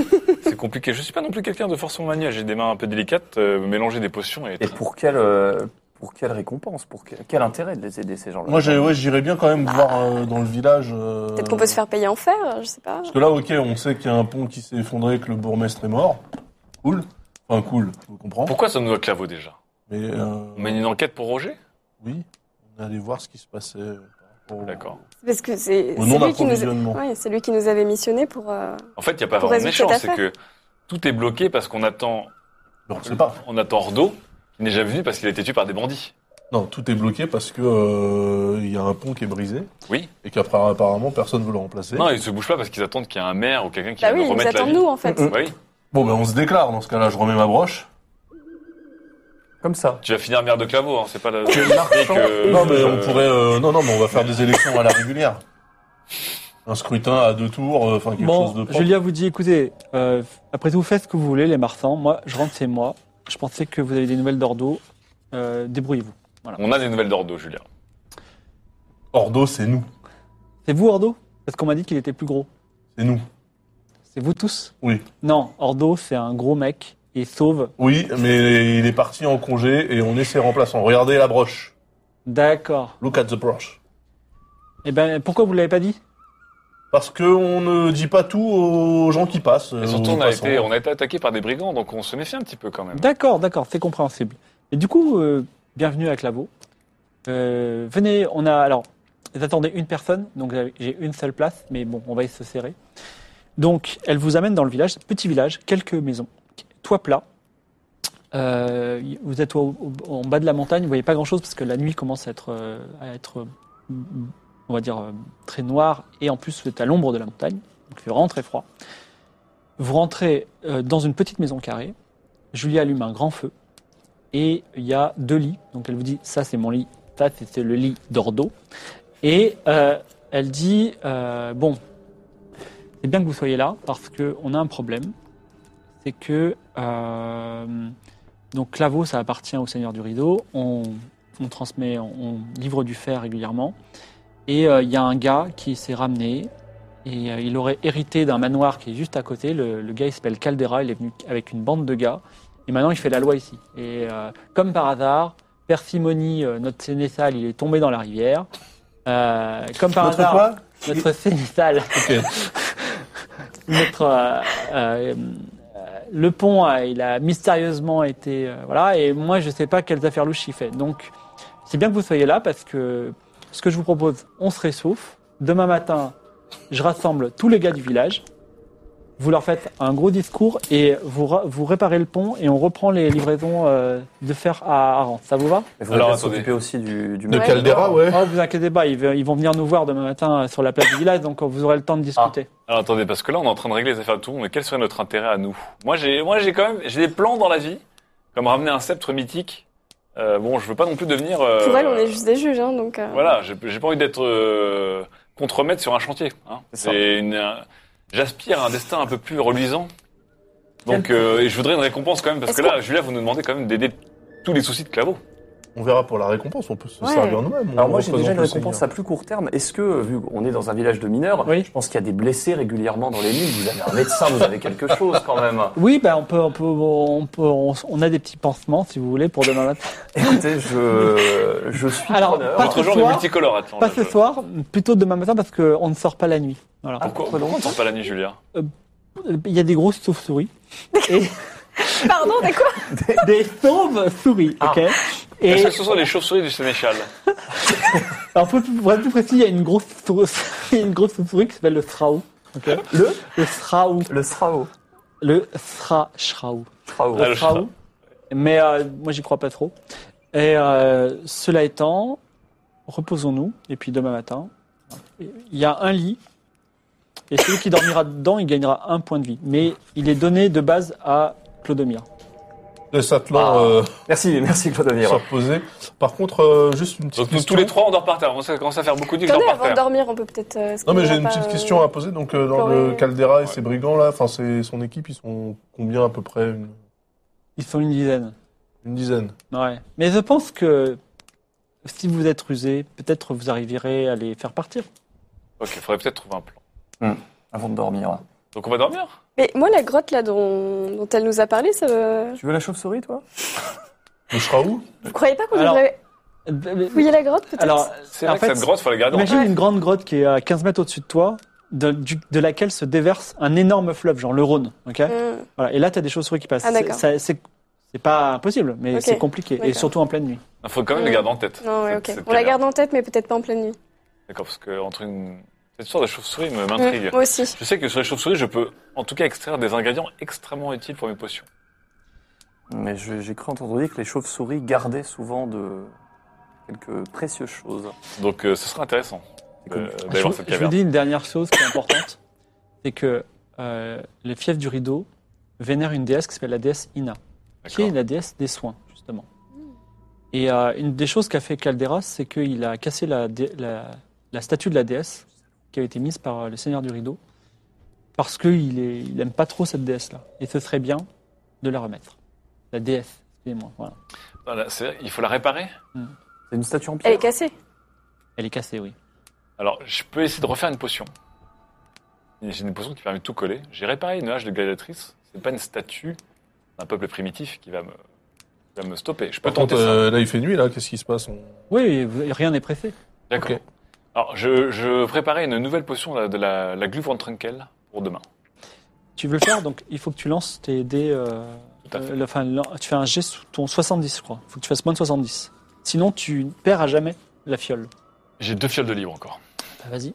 B: C'est compliqué. Je suis pas non plus quelqu'un de forcément manuel. J'ai des mains un peu délicates. euh, mélanger des potions et.
D: Et pour quelle, euh, pour quelle récompense Pour quel, quel intérêt de les aider ces gens-là
E: Moi, j'ai- ouais, j'irais bien quand même voir euh, dans le village. euh,
F: Bah. Peut-être qu'on peut se faire payer en fer, je sais pas.
E: Parce que là, ok, on sait qu'il y a un pont qui s'est effondré, que le bourgmestre est mort. Cool. Enfin, cool, on comprend.
B: Pourquoi ça nous doit claveau déjà
E: Mais. euh,
B: On mène une enquête pour Roger
E: Oui, on est allé voir ce qui se passait. euh,
B: D'accord.
F: C'est Parce que c'est
E: Au nom
F: c'est lui, qui nous...
E: d'approvisionnement.
F: ouais, c'est lui qui nous avait missionné pour. euh,
B: En fait, il n'y a pas
F: Pour
B: vraiment de
F: résoudre cette
B: méchant, c'est que
F: affaire.
B: tout est bloqué parce qu'on attend,
E: Non, c'est pas.
B: on attend Ordo, qui n'est jamais venu parce qu'il a été tué par des bandits.
E: Non, tout est bloqué parce que euh, il y a un pont qui est brisé.
B: Oui.
E: Et qu'apparemment personne veut le remplacer.
B: Non, ils se bougent pas parce qu'ils attendent qu'il y ait un maire ou quelqu'un qui
F: Bah
B: va
F: oui,
B: nous
F: ils nous
B: remettre la
F: attendent
B: vie.
F: nous en fait.
B: Bah oui.
E: Bon ben on se déclare dans ce cas-là, je remets ma broche.
D: Comme ça.
B: Tu vas finir maire de Claveau, hein, c'est pas la...
E: Que
B: Et que-
E: non mais on
B: euh,
E: pourrait euh, non non mais on va faire des élections à la régulière. Un scrutin à deux tours, euh, enfin quelque
A: bon,
E: chose de propre.
A: Julia vous dit, écoutez, euh, après tout, faites ce que vous voulez, les Martins. Moi, je rentre chez moi. Je pensais que vous avez des nouvelles d'Ordo. Euh, Débrouillez-vous.
B: On a des nouvelles d'Ordo, Julien.
E: Ordo, c'est nous,
A: C'est vous, Ordo Parce qu'on m'a dit qu'il était plus gros.
E: c'est nous.
A: C'est vous tous
E: Oui.
A: Non, Ordo, c'est un gros mec. Il sauve.
E: Oui, mais il est parti en congé et on est ses remplaçants. Regardez la broche.
A: D'accord.
E: Look at the broche.
A: Eh ben, pourquoi vous l'avez pas dit
E: Parce que on ne dit pas tout aux gens qui passent. euh,
B: Et surtout, on a, été, on a été attaqué par des brigands, donc on se méfie un petit peu quand même.
A: D'accord, d'accord, c'est compréhensible. Et du coup, euh, bienvenue à Claveau. Euh, venez, on a alors, vous attendez une personne, donc euh, j'ai une seule place, mais bon, on va y se serrer. Donc, elle vous amène dans le village, petit village, quelques maisons, toit plat. Euh, vous êtes au- au- en bas de la montagne, vous voyez pas grand-chose parce que la nuit commence à être, euh, à être, euh, on va dire, euh, très noire, et en plus, vous êtes à l'ombre de la montagne, donc il fait vraiment très froid. Vous rentrez euh, dans une petite maison carrée. Julie allume un grand feu et il y a deux lits. Donc elle vous dit ça c'est mon lit, ça c'est le lit d'Ordo. Et euh, elle dit euh, bon, c'est bien que vous soyez là parce que on a un problème, c'est que euh, donc Claveau ça appartient au Seigneur du Rideau. On, on transmet, on, on livre du fer régulièrement. Et euh, il y a un gars qui s'est ramené. Et euh, il aurait hérité d'un manoir qui est juste à côté. Le, le gars, il s'appelle Caldera. Il est venu avec une bande de gars. Et maintenant, il fait la loi ici. Et euh, comme par hasard, Persimony, euh, notre sénéchal, il est tombé dans la rivière. Euh, comme par
E: Notre
A: hasard,
E: quoi
A: notre sénéchal,
E: Ok.
A: notre euh, euh, euh, le pont, euh, il a mystérieusement été euh, voilà. Et moi, je sais pas quelles affaires louches il fait. Donc, c'est bien que vous soyez là parce que ce que je vous propose, on se réchauffe. Demain matin, je rassemble tous les gars du village. Vous leur faites un gros discours et vous, ra- vous réparez le pont et on reprend les livraisons euh, de fer à Aran. Ça vous va
D: Mais vous
B: Alors,
D: Alors,
B: attendez.
D: s'occuper aussi du, du
E: De
F: Ouais.
E: Caldera, ouais.
A: Oh, vous inquiétez pas, ils, ve- ils vont venir nous voir demain matin euh, sur la place du village, donc euh, vous aurez le temps de discuter.
B: Alors attendez, parce que là, on est en train de régler les affaires de tout le monde, mais quel serait notre intérêt à nous Moi, j'ai moi j'ai quand même j'ai des plans dans la vie, comme ramener un sceptre mythique. Euh, bon, je veux pas non plus devenir... euh,
F: Pour elle, on est juste des juges, hein, donc. euh,
B: Voilà, j'ai j'ai pas envie d'être euh, contremaître sur un chantier. Hein.
D: C'est ça.
B: C'est une, euh, J'aspire à un destin un peu plus reluisant. Donc, euh, et je voudrais une récompense quand même, parce
F: Est-ce
B: que là, Julia, vous nous demandez quand même d'aider tous les soucis de Claveau.
E: On verra pour la récompense, on peut se
F: Ouais.
E: servir nous-mêmes.
D: Alors
E: On
D: moi j'ai déjà
E: représente
D: une
E: le
D: récompense à plus court terme. Est-ce que, vu qu'on est dans un village de mineurs,
A: Oui.
D: je pense qu'il y a des blessés régulièrement dans les mines, vous avez un médecin, vous avez quelque chose quand même.
A: Oui, bah, on peut, on peut, on peut- on, s- on a des petits pansements si vous voulez pour demain matin.
D: Écoutez, je, je suis
A: Alors,
D: preneur.
A: pas
B: Entre
A: ce
B: genre des
A: soir,
B: multicolores, attends.
A: Pas
B: Oh là,
A: ce
B: je-
A: soir, plutôt demain matin parce qu'on ne sort pas la nuit. Voilà.
B: Pourquoi
D: pardon.
B: on sort pas la nuit, Julia
A: Il y a des grosses sauves-souris.
F: Pardon, t'es quoi
A: des sauves-souris, ok Et
B: Est-ce que ce sont les chauves-souris du Sénéchal
A: alors, pour, pour être plus précis, il y a une grosse, sau- il y a une grosse souris qui s'appelle le Sraou. ok
D: Le
A: Le Sraou.
D: Le Strao.
A: Le Sra-Shraou.
D: Strao.
B: Ah, le
A: Sraou.
B: Sraou.
A: Mais euh, moi, j'y crois pas trop. Et euh, cela étant, reposons-nous. Et puis demain matin, il y a un lit. Et celui qui dormira dedans, il gagnera un point de vie. Mais il est donné de base à Clodomir.
E: Laisse Atlan
D: Ah.
E: euh,
D: Merci, merci Claude
E: se
D: Amir.
E: reposer. Par contre, euh, juste une petite
B: Donc nous,
E: question.
B: tous les trois, on dort par terre. Ça commence à faire beaucoup de nuit que je
F: Attendez,
B: dors
F: avant
B: par
F: de
B: terre.
F: dormir, on peut peut-être. euh, est-ce
E: Non
F: qu'on
E: mais
F: va
E: j'ai une
F: pas,
E: petite
F: euh,
E: question à poser. Donc euh, dans le
F: explorer-
E: Caldera et
B: Ouais.
E: ses brigands là, enfin c'est son équipe, ils sont combien à peu près une,
A: Ils sont une dizaine.
E: une dizaine.
A: Ouais. Mais je pense que si vous êtes rusé, peut-être vous arriverez à les faire partir.
B: Ok, faudrait peut-être trouver un plan.
D: Avant de dormir.
B: Donc on va dormir
F: Mais moi, la grotte là dont, dont elle nous a parlé, ça. me-
D: Tu veux la chauve-souris, toi
E: Le Shraou
F: Vous croyez pas qu'on
A: Alors-
F: devrait fouiller la grotte peut-être
A: Alors,
B: C'est
A: En
B: vrai que
A: fait,
B: cette grotte, faut la garder en
A: imagine
F: Ouais.
A: une grande grotte qui est à 15 mètres au-dessus de toi, de, du- de laquelle se déverse un énorme fleuve, genre le Rhône. ok
F: Hmm.
A: Voilà, et là, tu as des chauves-souris qui passent.
F: Ah,
A: C'est-
F: d'accord.
A: ça- c'est c'est pas impossible, mais
F: Ok,
A: c'est compliqué. Et
F: d'accord.
B: Ah,
A: surtout en pleine nuit.
B: Il faut quand même la
F: Mm.
B: garder en tête.
F: Non, ouais,
B: cette-
F: ok.
B: cette
F: On la
B: galère.
F: garde en tête, mais peut-être pas en pleine nuit.
B: D'accord, parce que entre une... Cette histoire de chauve-souris me- m'intrigue.
F: Mm, Moi aussi.
B: Je sais que sur les chauves-souris, je peux en tout cas extraire des ingrédients extrêmement utiles pour mes potions.
D: Mais je- j'ai cru entendre dire que les chauves-souris gardaient souvent de quelques précieuses choses.
B: Donc euh, ce sera intéressant
D: Cool.
B: de-
A: Je,
B: d'aller
A: vous-
B: voir
A: je vous
B: cette caverne.
A: dis une dernière chose qui est importante, c'est que euh, les fiefs du rideau vénèrent une déesse qui s'appelle la déesse Ina, qui
B: D'accord.
A: est la déesse des soins, justement. Et euh, une des choses qu'a fait Calderas, c'est qu'il a cassé la, dé- la- la statue de la déesse qui avait été mise par euh, le seigneur du rideau, parce qu'il est- il aime pas trop cette déesse-là. Et ce serait bien de la remettre. La déesse, excusez-moi. Voilà.
B: Voilà, c'est- il faut la réparer
D: C'est une statue en
F: Elle est
D: pierre.
F: cassée.
A: Elle est cassée, oui.
B: Alors, je peux essayer de refaire une potion. J'ai une potion qui permet de tout coller. J'ai réparé une hache de gladiatrice. C'est pas une statue d'un peuple primitif qui va me, qui va me stopper. Je peux
E: Par contre,
B: tenter ça.
E: euh, là, il fait nuit, là. Qu'est-ce qui se passe On-
A: Oui, vous- rien n'est pressé.
B: D'accord.
E: ok.
B: Alors, je, je préparais une nouvelle potion la- de la, la Glue von Trunkel pour demain.
A: Tu veux le faire, donc il faut que tu lances tes dés. euh,
B: Tout à fait.
A: euh, le- enfin, lan- tu fais un jet sous ton 70, je crois. Il faut que tu fasses moins de 70. Sinon, tu perds à jamais la fiole.
B: J'ai deux fioles de livre encore.
A: Bah, Vas-y.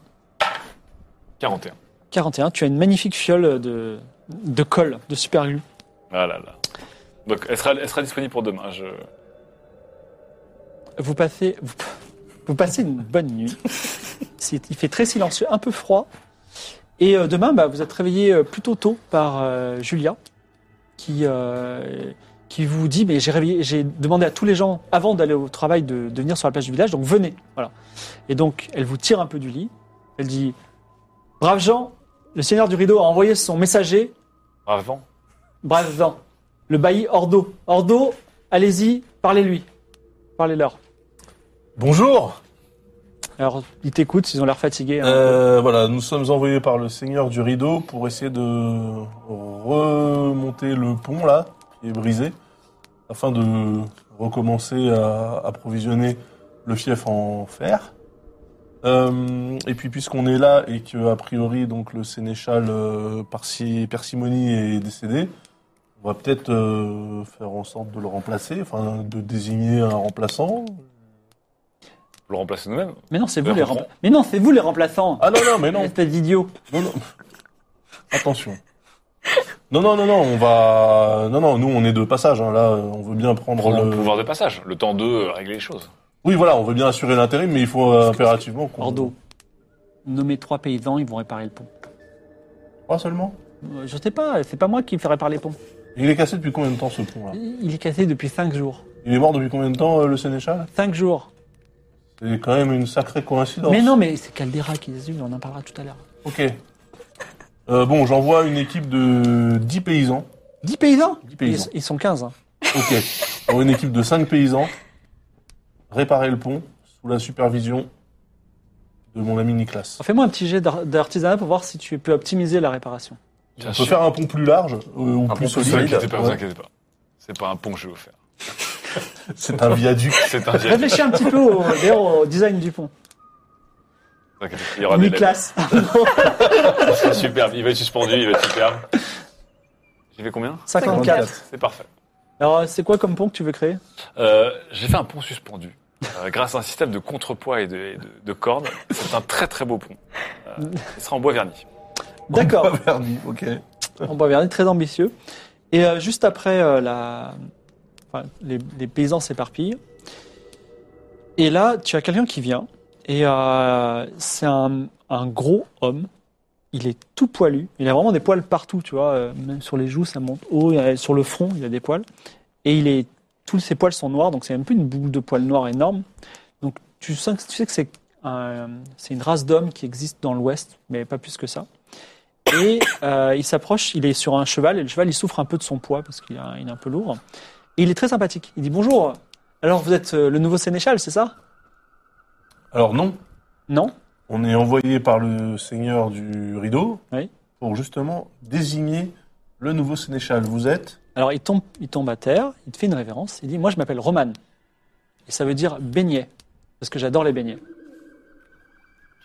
B: 41.
A: 41, tu as une magnifique fiole de, de colle, de super glue.
B: Ah là là. Donc, elle sera, elle sera disponible pour demain. Je...
A: Vous passez, vous, vous passez une bonne nuit. C'est- il fait très silencieux, un peu froid. Et euh, demain, bah, vous êtes réveillé euh, plutôt tôt par euh, Julia, qui, euh, qui vous dit, mais j'ai réveillé- j'ai demandé à tous les gens avant d'aller au travail de, de venir sur la plage du village, donc venez. Voilà. Et donc, elle vous tire un peu du lit. Elle dit, braves gens, le seigneur du rideau a envoyé son messager
B: Avant.
A: Brave vent. Le bailli Ordo. Ordo, allez-y, parlez-lui. Parlez-leur.
E: Bonjour
A: Alors, ils t'écoutent, ils ont l'air fatigués. hein.
E: Euh, Voilà, nous sommes envoyés par le seigneur du rideau pour essayer de remonter le pont, là, qui est brisé, afin de recommencer à approvisionner le fief en fer. Euh, et puis puisqu'on est là et que a priori donc le sénéchal euh, Parsi- Persimony est décédé, on va peut-être euh, faire en sorte de le remplacer, enfin de désigner un remplaçant.
B: Pour le remplacer nous-mêmes.
A: Mais non, c'est vous
B: Euh,
A: les
B: bon.
A: rempla- Mais non, c'est vous les remplaçants.
E: Ah non non mais non
A: Espèce d'idiot.
E: Non, non. Attention. Non, non, non, non, on va. Non, non, nous, on est de passage. hein, Là, euh, on veut bien prendre
B: Prendre
E: le.
B: le pouvoir de passage. Le temps de euh, régler les choses.
E: Oui, voilà, on veut bien assurer l'intérim, mais il faut euh, impérativement qu'on.
A: Ordo. Nommez trois paysans, ils vont réparer le pont.
E: Trois Ah, seulement
A: Euh, Je sais pas, c'est pas moi qui ferai réparer les ponts.
E: Il est cassé depuis combien de temps ce pont-là
A: Il est cassé depuis cinq jours.
E: Il est mort depuis combien de temps, euh, le Sénéchal
A: Cinq jours.
E: C'est quand même une sacrée coïncidence.
A: Mais non, mais c'est Caldera qui les a eus, on en parlera tout à l'heure.
E: Ok. Euh, bon, j'envoie une équipe de 10 paysans.
A: 10 paysans
E: Dix paysans.
A: Ils, ils sont 15. hein.
E: Ok. J'envoie une équipe de 5 paysans réparer le pont sous la supervision de mon ami Nicolas.
A: Fais-moi un petit jet d'ar- d'artisanat pour voir si tu peux optimiser la réparation.
B: Bien
E: On peut faire un pont plus large euh, ou
D: pont
E: plus
D: plus
B: Vous
E: solide.
B: inquiétez pas, vous
E: Ouais.
B: inquiétez pas. C'est pas un pont que je vais vous faire.
E: C'est un viaduc.
B: C'est un diable.
A: Réfléchis un petit peu au, d'ailleurs, au design du pont.
B: Vous inquiétez pas, Il y aura des lettres.
A: Nicolas.
B: Ce sera superbe. Il va être suspendu, il va être superbe. J'ai fait combien
A: 54.
B: C'est parfait.
A: Alors, c'est quoi comme pont que tu veux créer
B: Euh, j'ai fait un pont suspendu. euh, grâce à un système de contrepoids et de, et de- de cordes, c'est un très très beau pont. Euh, il sera en bois verni.
A: D'accord,
I: Verdi, ok.
A: on va regarder, très ambitieux. Et euh, juste après, euh, la... enfin, les, les paysans s'éparpillent. Et là, tu as quelqu'un qui vient. Et euh, c'est un, un gros homme. Il est tout poilu. Il a vraiment des poils partout, tu vois. euh, Même sur les joues, ça monte haut. euh, Sur le front, il a des poils. Et il est... tous ses poils sont noirs, donc c'est même plus une boule de poils noirs énorme. Donc tu sens, tu sais que c'est un- c'est une race d'hommes qui existe dans l'Ouest, mais pas plus que ça. Et euh, il s'approche, il est sur un cheval, et le cheval, il souffre un peu de son poids, parce qu'il a- il est un peu lourd. Et il est très sympathique. Il dit, bonjour, alors vous êtes euh, le nouveau sénéchal, c'est ça
E: Alors non,
A: Non
E: on est envoyé par le seigneur du rideau
A: Oui.
E: pour justement désigner le nouveau sénéchal. Vous êtes
A: Alors il tombe, il tombe à terre, il te fait une révérence, il dit, moi je m'appelle Roman. Et ça veut dire beignet, parce que j'adore les beignets.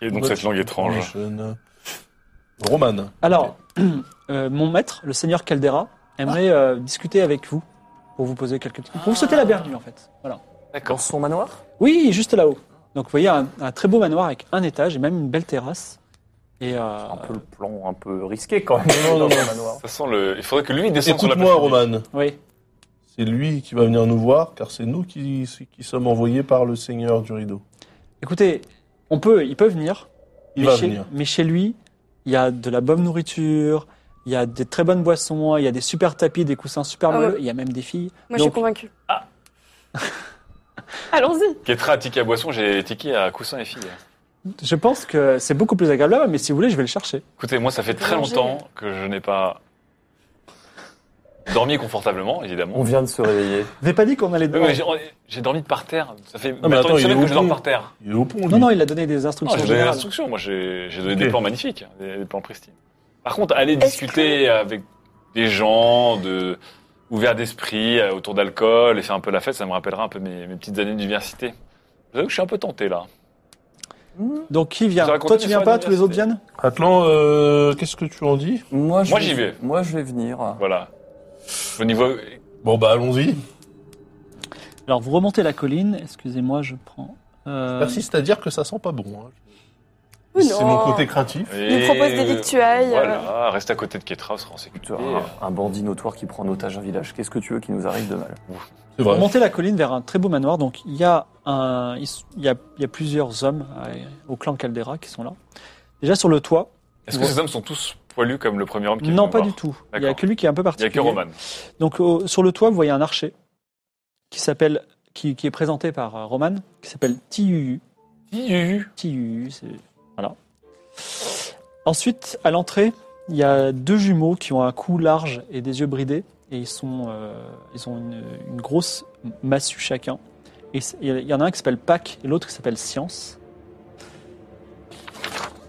B: Et donc
E: Votre-
B: cette langue étrange.
E: Formation. Roman.
A: Alors, euh, mon maître, le seigneur Caldera, aimerait euh, discuter avec vous, pour vous poser quelques... Pour vous sauter la bienvenue, en fait. Voilà.
D: Dans son manoir
A: Oui, juste là-haut. Donc vous voyez un, un très beau manoir avec un étage et même une belle terrasse. Et euh,
D: Un peu le plan un peu risqué quand même.
E: Non, non,
D: dans
E: non.
D: le manoir.
B: toute façon, le... il faudrait que lui descende sur la
E: Écoute-moi,
B: plateforme.
E: Roman.
A: oui,
E: C'est lui qui va venir nous voir, car c'est nous qui, qui sommes envoyés par le Seigneur du Rideau.
A: écoutez, on peut, il peut venir.
E: Il
A: mais
E: va
A: chez,
E: venir.
A: mais chez lui, il y a de la bonne nourriture, il y a des très bonnes boissons, il y a des super tapis, des coussins super
F: Ah ouais.
A: moelleux, il y a même des filles.
F: Moi, je suis
A: Donc,
F: convaincue.
B: Ah.
F: Allons-y.
B: Ketra a tiqué à boisson, j'ai tiqué à coussin et fille.
A: je pense que c'est beaucoup plus agréable là-bas, mais si vous voulez, je vais le chercher.
B: Écoutez, moi, ça fait très
F: manger.
B: longtemps que je n'ai pas dormi confortablement, évidemment.
D: On vient de se réveiller.
A: Vous n'avez pas dit qu'on allait
B: Oui, mais j'ai- j'ai dormi par terre. Ça fait
E: Ah, mais
B: maintenant
E: attends,
B: une
E: il est
B: semaine que
E: au
B: je dors
E: bout.
B: par terre.
E: Il est au pont, lui.
A: Non, non, il a donné des
B: Non,
A: instructions
B: j'ai donné
A: générales.
B: Ah, l'instruction. Moi, j'ai j'ai donné
E: Ok.
B: des plans magnifiques, hein, des, des plans pristiges. Par contre, aller discuter avec des gens de ouverts d'esprit euh, autour d'alcool et faire un peu la fête, ça me rappellera un peu mes, mes petites années d'université. J'avoue que je suis un peu tenté là.
D: Hmm.
A: Donc qui vient
B: Vous avez
A: Toi,
B: raconté
A: tu viens
B: sur
A: pas, tous les autres
B: l'université.
A: viennent
E: Atlan, euh, qu'est-ce que tu en dis
D: Moi,
B: Moi, j'y vais.
D: Moi, je vais venir.
B: Voilà. Au niveau,
E: Bon, bah allons-y.
A: Alors vous remontez la colline, excusez-moi, je prends... euh,
E: Persiste à dire que ça sent pas bon. hein.
F: Mais
E: C'est
F: Oh non.
E: mon côté craintif.
B: Il
F: propose des victuailles, euh.
B: Voilà, reste à côté de Ketra, on sera en sécurité.
D: Un, un bandit notoire qui prend en otage un village. Qu'est-ce que tu veux qui nous arrive de mal
E: C'est
A: Vous
E: vrai.
A: montez la colline vers un très beau manoir. Donc il y a un, il s- il y a, il y a plusieurs hommes euh, au clan Caldera qui sont là. Déjà sur le toit.
B: Est-ce que ces hommes sont tous poilus comme le premier homme qui est
A: Non,
B: venu
A: pas
B: me
A: du
B: voir
A: tout. Il y a
B: D'accord.
A: que lui qui est un peu
B: Il n'y
A: particulier.
B: a que Roman.
A: Donc au- sur le toit, vous voyez un archer qui s'appelle, qui, qui est présenté par euh, Roman, qui s'appelle Tiyu. Tiyu, c'est voilà. Ensuite, à l'entrée, il y a deux jumeaux qui ont un cou large et des yeux bridés, et ils sont, euh, ils ont une, une grosse massue chacun. Et c'est- il y en a un qui s'appelle Pâques et l'autre qui s'appelle Science.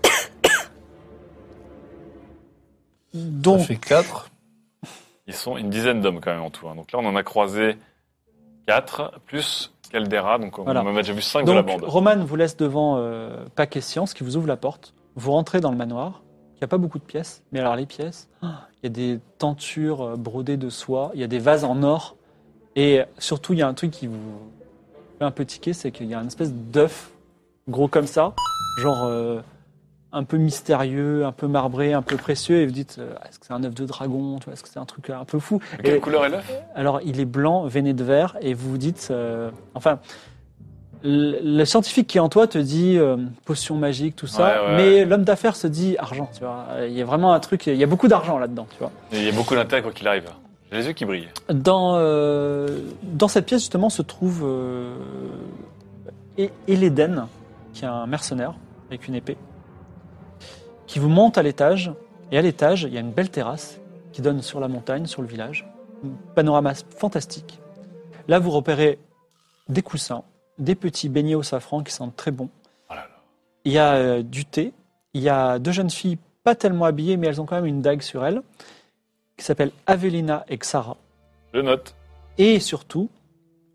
E: Ça
A: Donc,
E: fait 4.
B: Ils sont une dizaine d'hommes quand même en tout. hein. Donc là, on en a croisé 4, plus Caldera. Donc on
A: Voilà.
B: on en a déjà vu 5 de la
A: Donc,
B: bande.
A: Roman vous laisse devant euh, Paquet Science qui vous ouvre la porte. Vous rentrez dans le manoir. Il n'y a pas beaucoup de pièces. Mais alors, les pièces, ah, il y a des tentures euh, brodées de soie. Il y a des vases en or. Et surtout, il y a un truc qui vous fait un peu tiquer c'est qu'il y a une espèce d'œuf gros comme ça, genre euh, un peu mystérieux, un peu marbré, un peu précieux. Et vous dites euh, est-ce que c'est un œuf de dragon Tu vois, Est-ce que c'est un truc euh, un peu fou
B: Quelle
A: Et-
B: couleur est l'œuf
A: alors, il est blanc, veiné de vert, et vous vous dites, euh, enfin, le, le scientifique qui est en toi te dit euh, potion magique, tout ça,
B: Ouais, ouais,
A: mais
B: ouais.
A: l'homme d'affaires se dit argent, tu vois. Euh, Il y a vraiment un truc, il y a beaucoup d'argent là-dedans, tu vois.
B: Il y a beaucoup d'intérêt quoi qu'il arrive. J'ai les yeux qui brillent.
A: Dans, euh, dans cette pièce, justement, se trouve euh, E- Eleden, qui est un mercenaire avec une épée, qui vous monte à l'étage. Et à l'étage, il y a une belle terrasse qui donne sur la montagne, sur le village. Un panorama fantastique. Là, vous repérez des coussins, des petits beignets au safran qui sentent très bon.
B: Oh là là.
A: Il y a euh, du thé. Il y a deux jeunes filles pas tellement habillées, mais elles ont quand même une dague sur elles, qui s'appellent Avelina et Xara.
B: Je note.
A: Et surtout,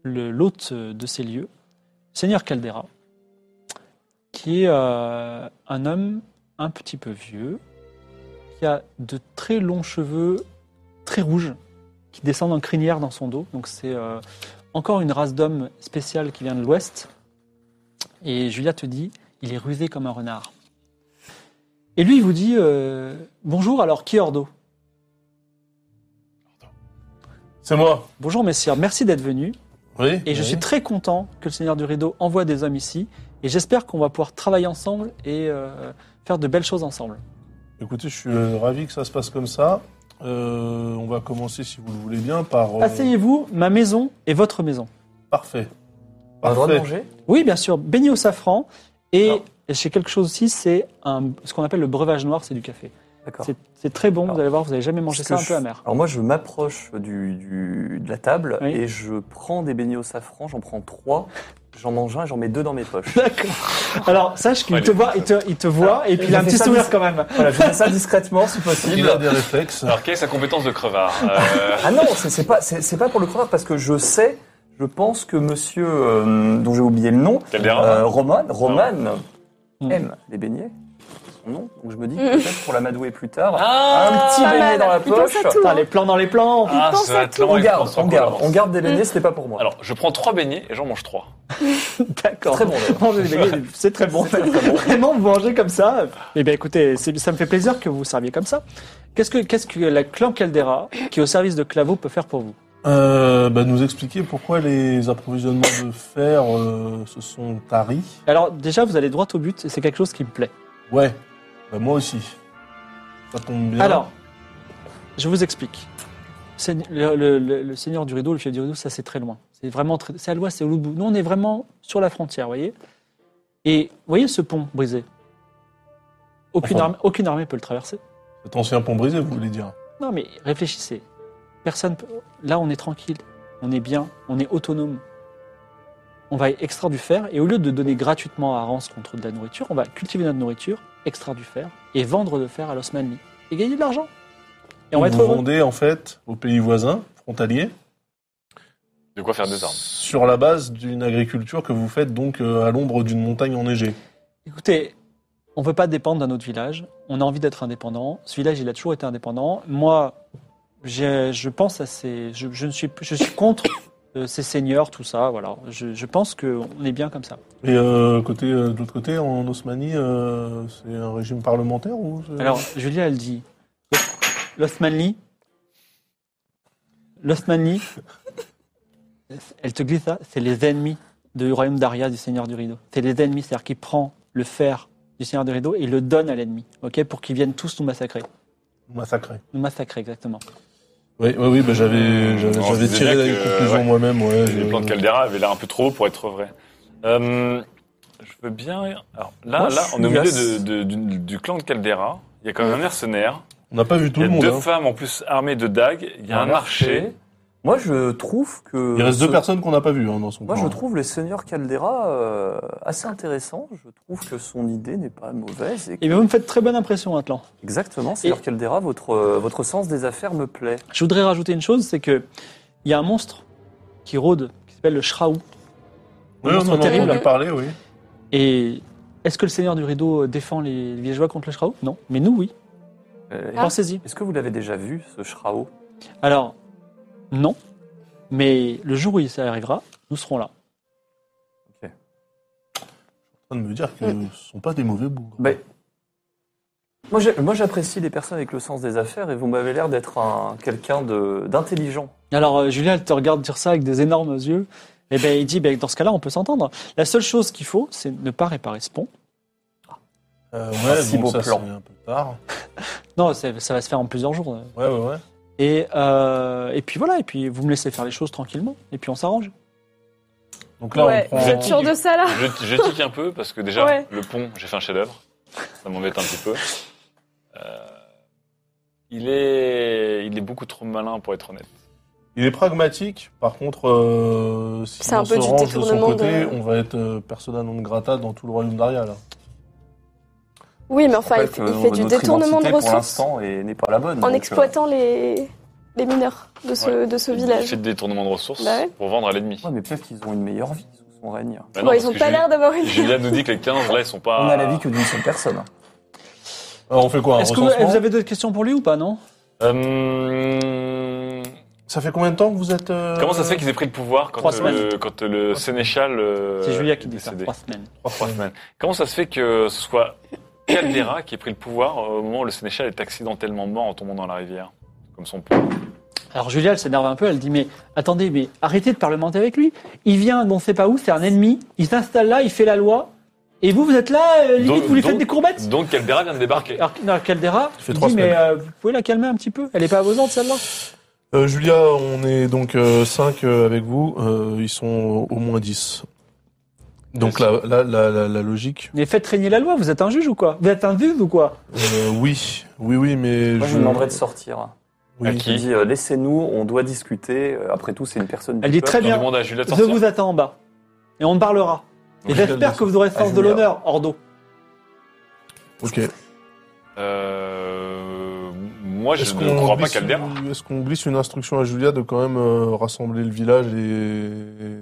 A: le- l'hôte de ces lieux, Seigneur Caldera, qui est euh, un homme un petit peu vieux, qui a de très longs cheveux très rouges, qui descendent en crinière dans son dos. Donc c'est euh, encore une race d'hommes spéciale qui vient de l'Ouest. Et Julia te dit, il est rusé comme un renard. Et lui, il vous dit, euh, bonjour, alors qui est Ordo
E: C'est moi.
A: Bonjour messire, merci d'être venu.
E: Oui.
A: Et je suis très content que le Seigneur du Rideau envoie des hommes ici. Et j'espère qu'on va pouvoir travailler ensemble et euh, faire de belles choses ensemble.
E: Écoutez, je suis euh, ravi que ça se passe comme ça. Euh, on va commencer, si vous le voulez bien, par. euh,
D: Oh.
A: Asseyez-vous, ma maison et votre maison.
E: Parfait.
D: On a le droit de
E: Parfait.
D: manger
A: Oui, bien sûr, baigné au safran. Et
D: Alors.
A: chez quelque chose aussi, c'est un- ce qu'on appelle le breuvage noir, c'est du café.
D: D'accord.
A: C'est- C'est très bon,
D: Alors.
A: vous allez voir, vous n'avez jamais mangé
D: Ce
A: ça
D: que
A: un
D: je-
A: peu amer.
D: Alors moi, je m'approche du, du- de la table
A: Oui.
D: et je prends des beignets au safran. J'en prends trois. J'en mange un et j'en mets deux dans mes poches.
A: D'accord. Alors, sache qu'il
B: Ouais,
A: te
B: les-
A: voit, il te, il te voit, et puis il a un
D: fait
A: petit
D: ça
A: sourire
D: dis-
A: quand même.
D: voilà, je fais ça discrètement si
E: Il
D: possible.
E: a des réflexes.
B: Alors, quelle est sa compétence de crevard Euh,
D: Ah non, c'est c'est pas, c'est c'est pas pour le croire parce que je sais, je pense que monsieur, euh, dont j'ai oublié le nom,
B: Caldera
D: euh, Roman, Roman
A: Hmm.
D: aime les beignets. son nom, donc je me dis
F: Mm.
D: peut-être pour l'amadouer plus tard.
B: Ah,
D: un petit
F: pas
D: beignet
F: mal.
D: dans la
F: Il pense
D: poche.
F: à tout.
A: Putain, les plans dans les plans.
B: Ah,
F: pense
B: ça va
F: à
B: être
F: tout.
B: long,
D: On
B: il
D: garde,
B: faut
D: on
B: qu'on
D: garde,
B: avance.
D: on garde des
F: Mm.
D: beignets, c'était pas pour moi.
B: Alors, je prends trois beignets et j'en mange trois.
A: D'accord.
D: Très bon, d'ailleurs.
A: Manger des beignets, c'est très bon. Vraiment, vous mangez comme ça. Eh bien, écoutez, c'est- ça me fait plaisir que vous vous serviez comme ça. Qu'est-ce que, qu'est-ce que la clan Caldera, qui est au service de Clavo, peut faire pour vous
E: Euh, bah, nous expliquer pourquoi les approvisionnements de fer euh, se sont taris.
A: Alors, déjà, vous allez droit au but, et c'est quelque chose qui me plaît.
E: Ouais, bah, moi aussi. Ça tombe bien.
A: Alors, je vous explique. Seigne- Le, le- le- le seigneur du rideau, le chef du rideau, ça c'est très loin. C'est vraiment très, c'est à l'ouest, c'est au bout. de- Nous, on est vraiment sur la frontière, vous voyez. Et vous voyez ce pont brisé aucune,
E: Enfin.
A: armée, aucune armée peut le traverser.
E: Cet ancien pont brisé, vous voulez dire
A: Non, mais réfléchissez. Personne. peut- Là, on est tranquille, on est bien, on est autonome. On va extraire du fer et au lieu de donner gratuitement à Arance contre de la nourriture, on va cultiver notre nourriture, extraire du fer et vendre le fer à l'Osmanli et gagner de l'argent. Et on va être
E: Vous
A: heureux.
E: vendez en fait aux pays voisins, frontaliers,
B: De quoi faire des armes
E: sur la base d'une agriculture que vous faites donc euh, à l'ombre d'une montagne enneigée.
A: Écoutez, on ne veut pas dépendre d'un autre village. On a envie d'être indépendant. Ce village, il a toujours été indépendant. Moi, j'ai- je pense à ces. Je, je ne suis, je suis contre euh, ces seigneurs, tout ça. Voilà. Je, je pense qu'on est bien comme ça.
E: Et euh, côté, euh, de l'autre côté, en Osmanie, euh, c'est un régime parlementaire ou c'est-
A: Alors, Julia, elle dit L'Osmanli. L'Osmanli. Elle te glisse ça. C'est les ennemis du royaume d'Aria du Seigneur du Rideau. C'est les ennemis, c'est-à-dire qu'il prend le fer du Seigneur du Rideau et il le donne à l'ennemi, ok, pour qu'ils viennent tous nous massacrer.
E: massacré
A: Nous massacrer, exactement.
E: Oui, oui, oui bah, j'avais, j'avais,
B: Non,
E: j'avais
B: je
E: tiré
B: disais
E: la
B: que,
E: conclusion
B: ouais.
E: moi-même. Ouais,
B: Les
E: je-
B: plans de Caldera avaient l'air un peu trop haut pour être vrai. Euh, je veux bien. Alors là,
A: Moi, je
B: là
A: suis
B: on est au milieu
A: là-
B: de- de- du, du clan de Caldera. Il y a quand même un mercenaire.
E: On n'a pas vu tout
B: Il y a
E: le monde.
B: deux
E: hein.
B: femmes en plus armées de dagues. Il y a un, marché.
D: Moi, je trouve que.
E: Il reste deux
D: ce-
E: personnes qu'on n'a pas vues hein, dans son
D: Moi,
E: clan.
D: je trouve le seigneur Caldera euh, assez intéressant. Je trouve que son idée n'est pas mauvaise. Et que-
A: Et bien, vous me faites très bonne impression, Atlan.
D: Exactement, seigneur Caldera, votre, euh, votre sens des affaires me plaît.
A: Je voudrais rajouter une chose, c'est que il y a un monstre qui rôde, qui s'appelle le Shraou.
E: Oui, on en a
A: terrible.
E: entendu parler, oui.
A: Et est-ce que le Seigneur du Rideau défend les villageois contre le Shraou Non, mais nous oui.
F: Ah.
D: Euh,
A: Pensez-y.
D: Est-ce que vous l'avez déjà vu, ce Shrao
A: Alors non, mais le jour où ça arrivera, nous serons là.
E: En train de me dire que ce sont pas des mauvais bougres.
D: Ben, Moi, j'ai- moi, j'apprécie les personnes avec le sens des affaires et vous m'avez l'air d'être un quelqu'un de- d'intelligent.
A: Alors euh, Julien, elle te regarde dire ça avec des énormes yeux. Et ben il dit, ben, dans ce cas-là, on peut s'entendre. La seule chose qu'il faut, c'est ne pas réparer ce pont.
E: Euh,
D: un
E: ouais,
D: si
E: bon,
D: beau
E: ça
D: plan.
E: c'est un peu tard.
A: Non, ça ça va se faire en plusieurs jours.
E: Ouais, ouais, ouais.
A: Et, euh, et puis voilà, et puis vous me laissez faire les choses tranquillement, et puis on s'arrange.
E: Donc là,
F: ouais,
E: on
F: vous
E: prend...
F: êtes sûr de ça là
B: Je, je tique un peu parce que déjà,
F: Ouais.
B: le pont, j'ai fait un chef-d'œuvre. Ça m'embête un petit peu. Euh, il, est, il est beaucoup trop malin pour être honnête.
E: Il est pragmatique, par contre, euh, si
F: C'est un
E: on
F: peu
E: se
F: du
E: range de son
F: détournement
E: côté,
F: de-
E: on va être euh, persona non grata dans tout le royaume d'Aria. Là.
F: Oui, mais enfin,
D: En
F: il
D: fait,
F: fait-
D: euh,
F: il fait du
D: notre
F: détournement de
D: identité, Pour
F: ressources
D: l'instant, et n'est pas la bonne.
F: en
D: donc, euh,
F: exploitant les, les mineurs de ce, de ce
B: Il- Il
F: village.
B: fait des détournements de ressources
F: Bah ouais.
B: pour vendre à l'ennemi.
D: ouais, mais peut-être qu'ils ont une meilleure vie sous son règne.
B: Bah non,
F: Ouais,
B: parce
F: ils ont
B: que
F: pas
B: Julie-
F: l'air d'avoir une.
B: Julia nous dit que les 15 là, ils sont pas.
D: On a la vie que d'une seule personne.
E: Alors, Euh, on fait quoi un
A: Est-ce que vous,
E: recensement
A: vous avez d'autres questions pour lui ou pas, non
B: Euh,
E: Ça fait combien de temps que vous êtes... euh,
B: Comment ça se fait qu'ils aient pris le pouvoir quand,
A: Trois
B: le, quand le sénéchal. euh,
A: C'est Julia qui
B: est
A: dit ça,
B: décédé
A: trois semaines.
B: Trois semaines. Comment ça se fait que ce soit Caldera qui ait pris le pouvoir euh, au moment où le sénéchal est accidentellement mort en tombant dans la rivière Comme son père.
A: Alors Julia, elle s'énerve un peu, elle dit mais attendez, mais arrêtez de parlementer avec lui. Il vient, on ne sait pas où, c'est un ennemi, il s'installe là, il fait la loi, et vous, vous êtes là, euh, limite,
B: Donc-
A: vous lui faites
B: donc-
A: des courbettes
B: Donc Caldera vient de débarquer.
F: Ah,
A: alors, non, Caldera,
E: fait
A: dit,
E: trois
A: mais
E: semaines.
A: euh, vous pouvez la calmer un petit peu. Elle est pas abusante celle-là.
E: Euh, Julia, on est donc 5 avec vous. euh, ils sont au moins 10. Donc la, la, la, la, la logique,
A: Mais faites régner la loi. Vous êtes un juge ou quoi Vous êtes un juge ou quoi
E: euh, oui, oui, oui, mais
D: Moi, je
E: je...
D: lui demanderais de sortir.
E: oui.
B: À qui
D: Il dit euh, laissez-nous, on doit discuter. Euh, Après tout, c'est une personne.
A: Elle
D: du
A: dit très
B: On
A: bien.
B: demande à Julia de
A: Je
B: sortir.
A: vous attends en bas, et on parlera. Et
E: Oui,
A: j'espère
E: bien Ah,
A: que vous aurez le sens de
D: Julia.
A: l'honneur, Ordo.
E: Ok.
B: Euh, moi, je
E: Est-ce
B: ne crois pas
E: glisse
B: Caldera.
E: une- Est-ce qu'on glisse une instruction à Julia de quand même euh, rassembler le village et...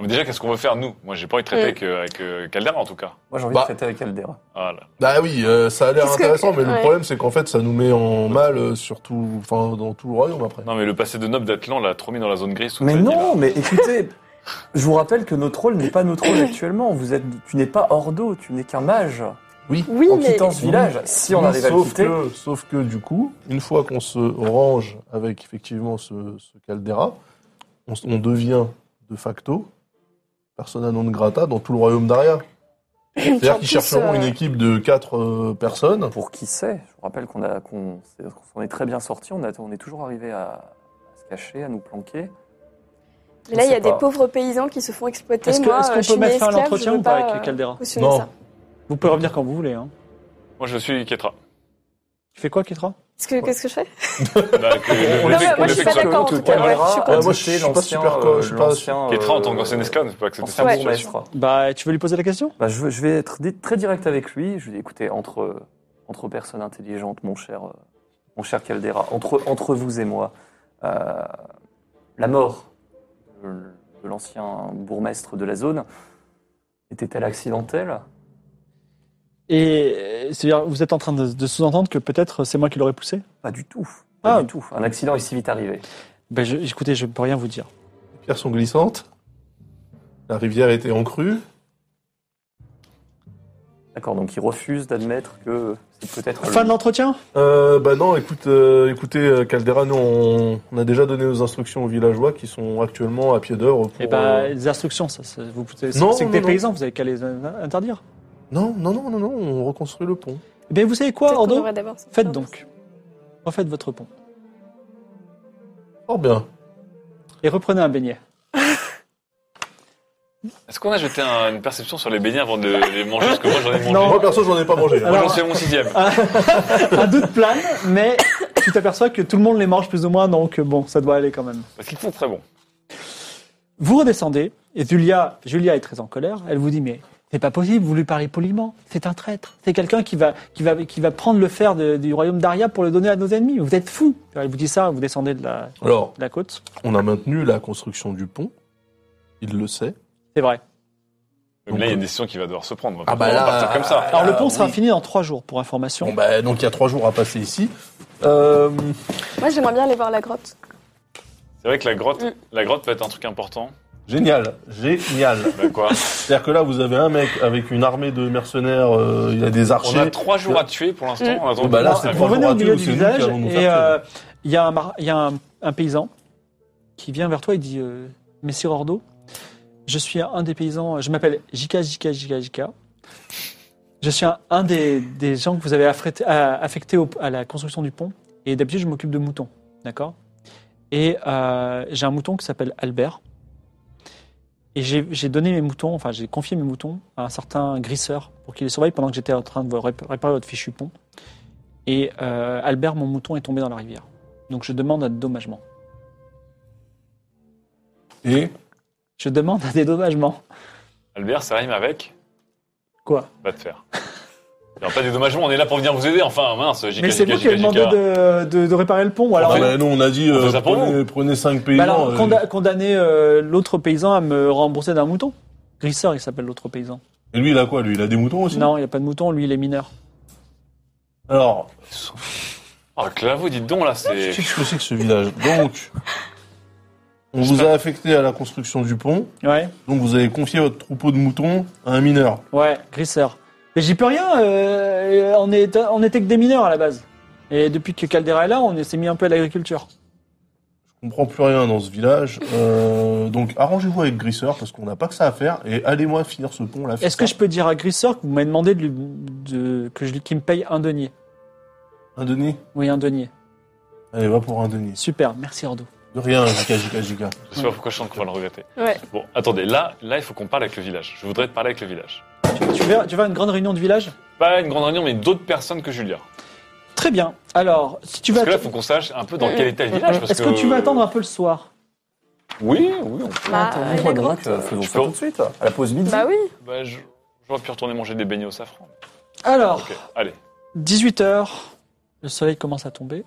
B: On Déjà, qu'est-ce qu'on veut faire, nous Moi, j'ai pas envie de traiter
F: Mm.
B: avec, euh, avec euh, Caldera, en tout cas.
D: Moi, j'ai envie
E: Bah.
D: de traiter avec Aldera.
B: Voilà.
E: Bah oui, euh, ça a l'air
F: Parce que-
E: intéressant, mais le
F: ouais.
E: problème c'est qu'en fait ça nous met en mal euh, sur tout, enfin dans tout le royaume après.
B: Non, mais le passé de noble d'Atlan l'a trop mis dans la zone grise. toute
D: Mais
B: sa vie, là.
D: non, mais écoutez, je vous rappelle que notre rôle n'est pas notre rôle actuellement. Vous êtes, tu n'es pas Ordo, tu n'es qu'un mage.
F: Oui,
D: en
F: mais
D: quittant ce village, si on
E: Oui,
D: arrive à le
E: sauf
D: quitter,
E: que, sauf que du coup, une fois qu'on se range avec effectivement ce, ce caldera, on, s- on devient de facto persona non grata dans tout le royaume d'Aria.
F: Puis en
E: C'est-à-dire qu'ils
F: plus,
E: chercheront
F: euh,
E: une équipe de quatre euh, personnes.
D: pour qui sait, je vous rappelle qu'on a, qu'on s'est- qu'on s'en est très bien sorti. On, a- on est toujours arrivé à, à se cacher, à nous planquer.
F: Mais là,
D: Je
F: il y a
D: sais
F: des
D: pas.
F: pauvres paysans qui se font exploiter.
A: Est-ce que-
F: Moi,
A: est-ce qu'on
F: euh, je
A: peut
F: suis
A: mettre
F: née
A: fin à
F: esclave,
A: l'entretien
F: je veux
A: ou pas
F: euh,
A: avec Caldera
F: cautionner
E: Non.
F: ça.
A: Vous pouvez revenir quand vous voulez. Hein.
B: Moi, je suis Ketra.
A: Tu fais quoi, Kétra
F: Parce que- Qu'est-ce que je fais
B: Bah, que- le
F: non,
B: fait-
F: mais moi,
B: le
F: je suis
B: fait
F: pas
B: que-
F: d'accord, en tout cas, ouais, je suis
D: euh,
E: contre. moi, je suis pas super co- je suis pas-
B: Ketra, en tant qu'ancien esclave, ne peut pas accepter ça.
F: Ouais.
B: cette situation.
A: Bah, tu veux lui poser la question
D: Bah, je, veux- je vais être di- très direct avec lui. Je lui dis, écoutez, entre, entre personnes intelligentes, mon cher, euh, mon cher Caldera, entre, entre vous et moi, euh, la mort de, l- de l'ancien bourgmestre de la zone était-elle accidentelle
A: Et euh, c'est-à-dire, vous êtes en train de, de sous-entendre que peut-être euh, c'est moi qui l'aurais poussé
D: Pas du tout. Pas
A: Ah.
D: du tout. Un accident est si vite arrivé.
A: Bah, je- écoutez, je peux rien vous dire.
E: Les pierres sont glissantes. La rivière était en crue.
D: D'accord, donc il refuse d'admettre que c'est
E: Ah,
D: peut-être.
A: Fin de
D: lui.
A: l'entretien
E: Euh, bah non, écoute, euh, écoutez, euh, Caldera, nous on, on a déjà donné nos instructions aux villageois qui sont actuellement à pied d'œuvre pour.
A: Eh bah,
E: euh,
A: les instructions, ça, ça- vous pouvez- c'est
E: Non,
A: c'est que
E: non,
A: des
E: non.
A: paysans, vous avez qu'à les euh, interdire.
E: Non, non, non, non, non, on reconstruit le pont.
A: Eh bien, vous savez quoi,
F: Peut-être qu'on
A: Ordo
F: devrait d'abord s'en
A: Faites
F: faire.
A: donc. Refaites votre pont.
E: Oh bien.
A: Et reprenez un beignet.
B: Est-ce qu'on a jeté un- une perception sur les beignets avant de les manger Parce que moi, j'en ai mangé.
A: Non.
E: Moi perso, j'en ai pas mangé. hein.
B: Moi, j'en
A: Alors-
B: suis à mon sixième.
A: un doute plane, mais tu t'aperçois que tout le monde les mange plus ou moins, donc bon, ça doit aller quand même.
B: Parce qu'ils font très bon.
A: Vous redescendez, et Julia, Julia est très en colère. Elle vous dit, mais c'est pas possible, vous lui parlez poliment. C'est un traître. C'est quelqu'un qui va, qui, va, qui va prendre le fer de- du royaume d'Aria pour le donner à nos ennemis. Vous êtes fous. Elle vous dit ça, vous descendez de la,
E: Alors,
A: de la côte.
E: on a maintenu la construction du pont. Il le sait.
A: C'est vrai.
B: Mais là, il y a une décision qui va devoir se prendre. On va pas
E: Ah, bah
B: pouvoir
E: là,
B: partir comme ça.
A: Alors le
E: Ah,
A: pont sera
E: oui.
A: fini dans trois jours, pour information.
E: Bon bah donc il y a trois jours à passer ici. Euh,
F: Moi, j'aimerais bien aller voir la grotte.
B: C'est vrai que la grotte,
A: euh,
F: Mm.
B: la grotte peut être un truc important.
E: génial, génial.
A: euh,
B: Bah quoi
E: C'est-à-dire que là, vous avez un mec avec une armée de mercenaires. euh, il a des
B: On
E: archers.
B: a trois jours à tuer pour l'instant.
F: Mm.
B: On attend.
E: Bah là,
B: Ah,
E: c'est
B: bon.
A: Vous
E: trois
A: venez
E: jours
A: au
E: à
A: milieu
E: tuer,
A: du
E: c'est nous
A: village
E: qui allons nous
A: et
E: faire
A: euh, il y a, un, mar- il y a un, un paysan qui vient vers toi et dit euh, Messire Ordo, je suis un des paysans, je m'appelle Jika Jika Jika Jika. Je suis un, un des, des gens que vous avez affrété- à- affectés au- à la construction du pont. Et d'habitude, je m'occupe de moutons. D'accord Et euh, j'ai un mouton qui s'appelle Albert. Et j'ai j'ai donné mes moutons, enfin, j'ai confié mes moutons à un certain grisseur pour qu'il les surveille pendant que j'étais en train de rép- réparer votre fichu pont. Et euh, Albert, mon mouton, est tombé dans la rivière. Donc je demande un dédommagement.
E: Et
A: Bah, Je demande un dédommagement.
B: Albert, ça rime avec
A: Quoi
B: va te faire. Alors, pas des dommagements, on est là pour venir vous aider. Enfin, mince, JK,
A: Mais c'est
B: JK,
A: vous qui avez
B: JK.
A: demandé de, de- de réparer le pont. ou Alors,
E: Ah,
B: oui.
E: bah, nous, on a dit
B: On fait
E: euh,
B: ça pour
E: prenez, prenez cinq paysans.
A: Bah alors,
E: euh,
A: conda- condamner euh, l'autre paysan à me rembourser d'un mouton. Grisseur, il s'appelle l'autre paysan.
E: Et lui, il a quoi Lui, il a des moutons aussi.
A: Non, il n'y a pas de mouton, lui, il est mineur.
E: Alors,
B: Oh, Clavo, dites donc, là,
A: Ah,
B: c'est.
E: qu'est-ce que c'est que ce village Donc, on vous a affecté à la construction du pont.
A: Ouais,
E: Donc, vous avez confié votre troupeau de moutons à un mineur.
A: ouais, Grisseur. Mais j'y peux rien, euh, on, est, on était que des mineurs à la base. Et depuis que Caldera est là, on est- s'est mis un peu à l'agriculture.
E: Je comprends plus rien dans ce village. Euh, donc, arrangez-vous avec Grisseur parce qu'on n'a pas que ça à faire. Et allez-moi finir ce pont là.
A: Est-ce que je peux dire à Grisseur que vous m'avez demandé de, lui- de- que je, qu'il me paye un denier
E: un denier
A: Oui, un denier.
E: Allez, va pour un denier.
A: Super, merci Ordo.
E: De rien, giga, giga, giga.
B: Je sais pas pourquoi je sens qu'on va le regretter.
F: Ouais.
B: Bon, attendez, là, là, il faut qu'on parle avec le village. Je voudrais te parler avec le village.
A: Tu vas, tu vas à une grande réunion de village
B: Pas une grande réunion, mais d'autres personnes que Julia.
A: Très bien. Alors, si tu vas...
B: Parce que là, faut qu'on sache un peu dans quel état le village. parce
A: Eh, Est-ce que... tu vas attendre un peu le soir
B: Oui, oui.
A: Ah,
B: on-
F: Bah,
D: Attends,
F: euh,
D: on
F: la
D: regrette,
F: grotte.
D: euh, faisons
B: Je
D: ça
B: peux-
D: tout de suite, à la pause midi.
F: Bah oui.
B: Bah, je- j'aurais pu retourner manger des beignets au safran.
A: Alors,
B: Ok, allez.
A: 18h, le soleil commence à tomber.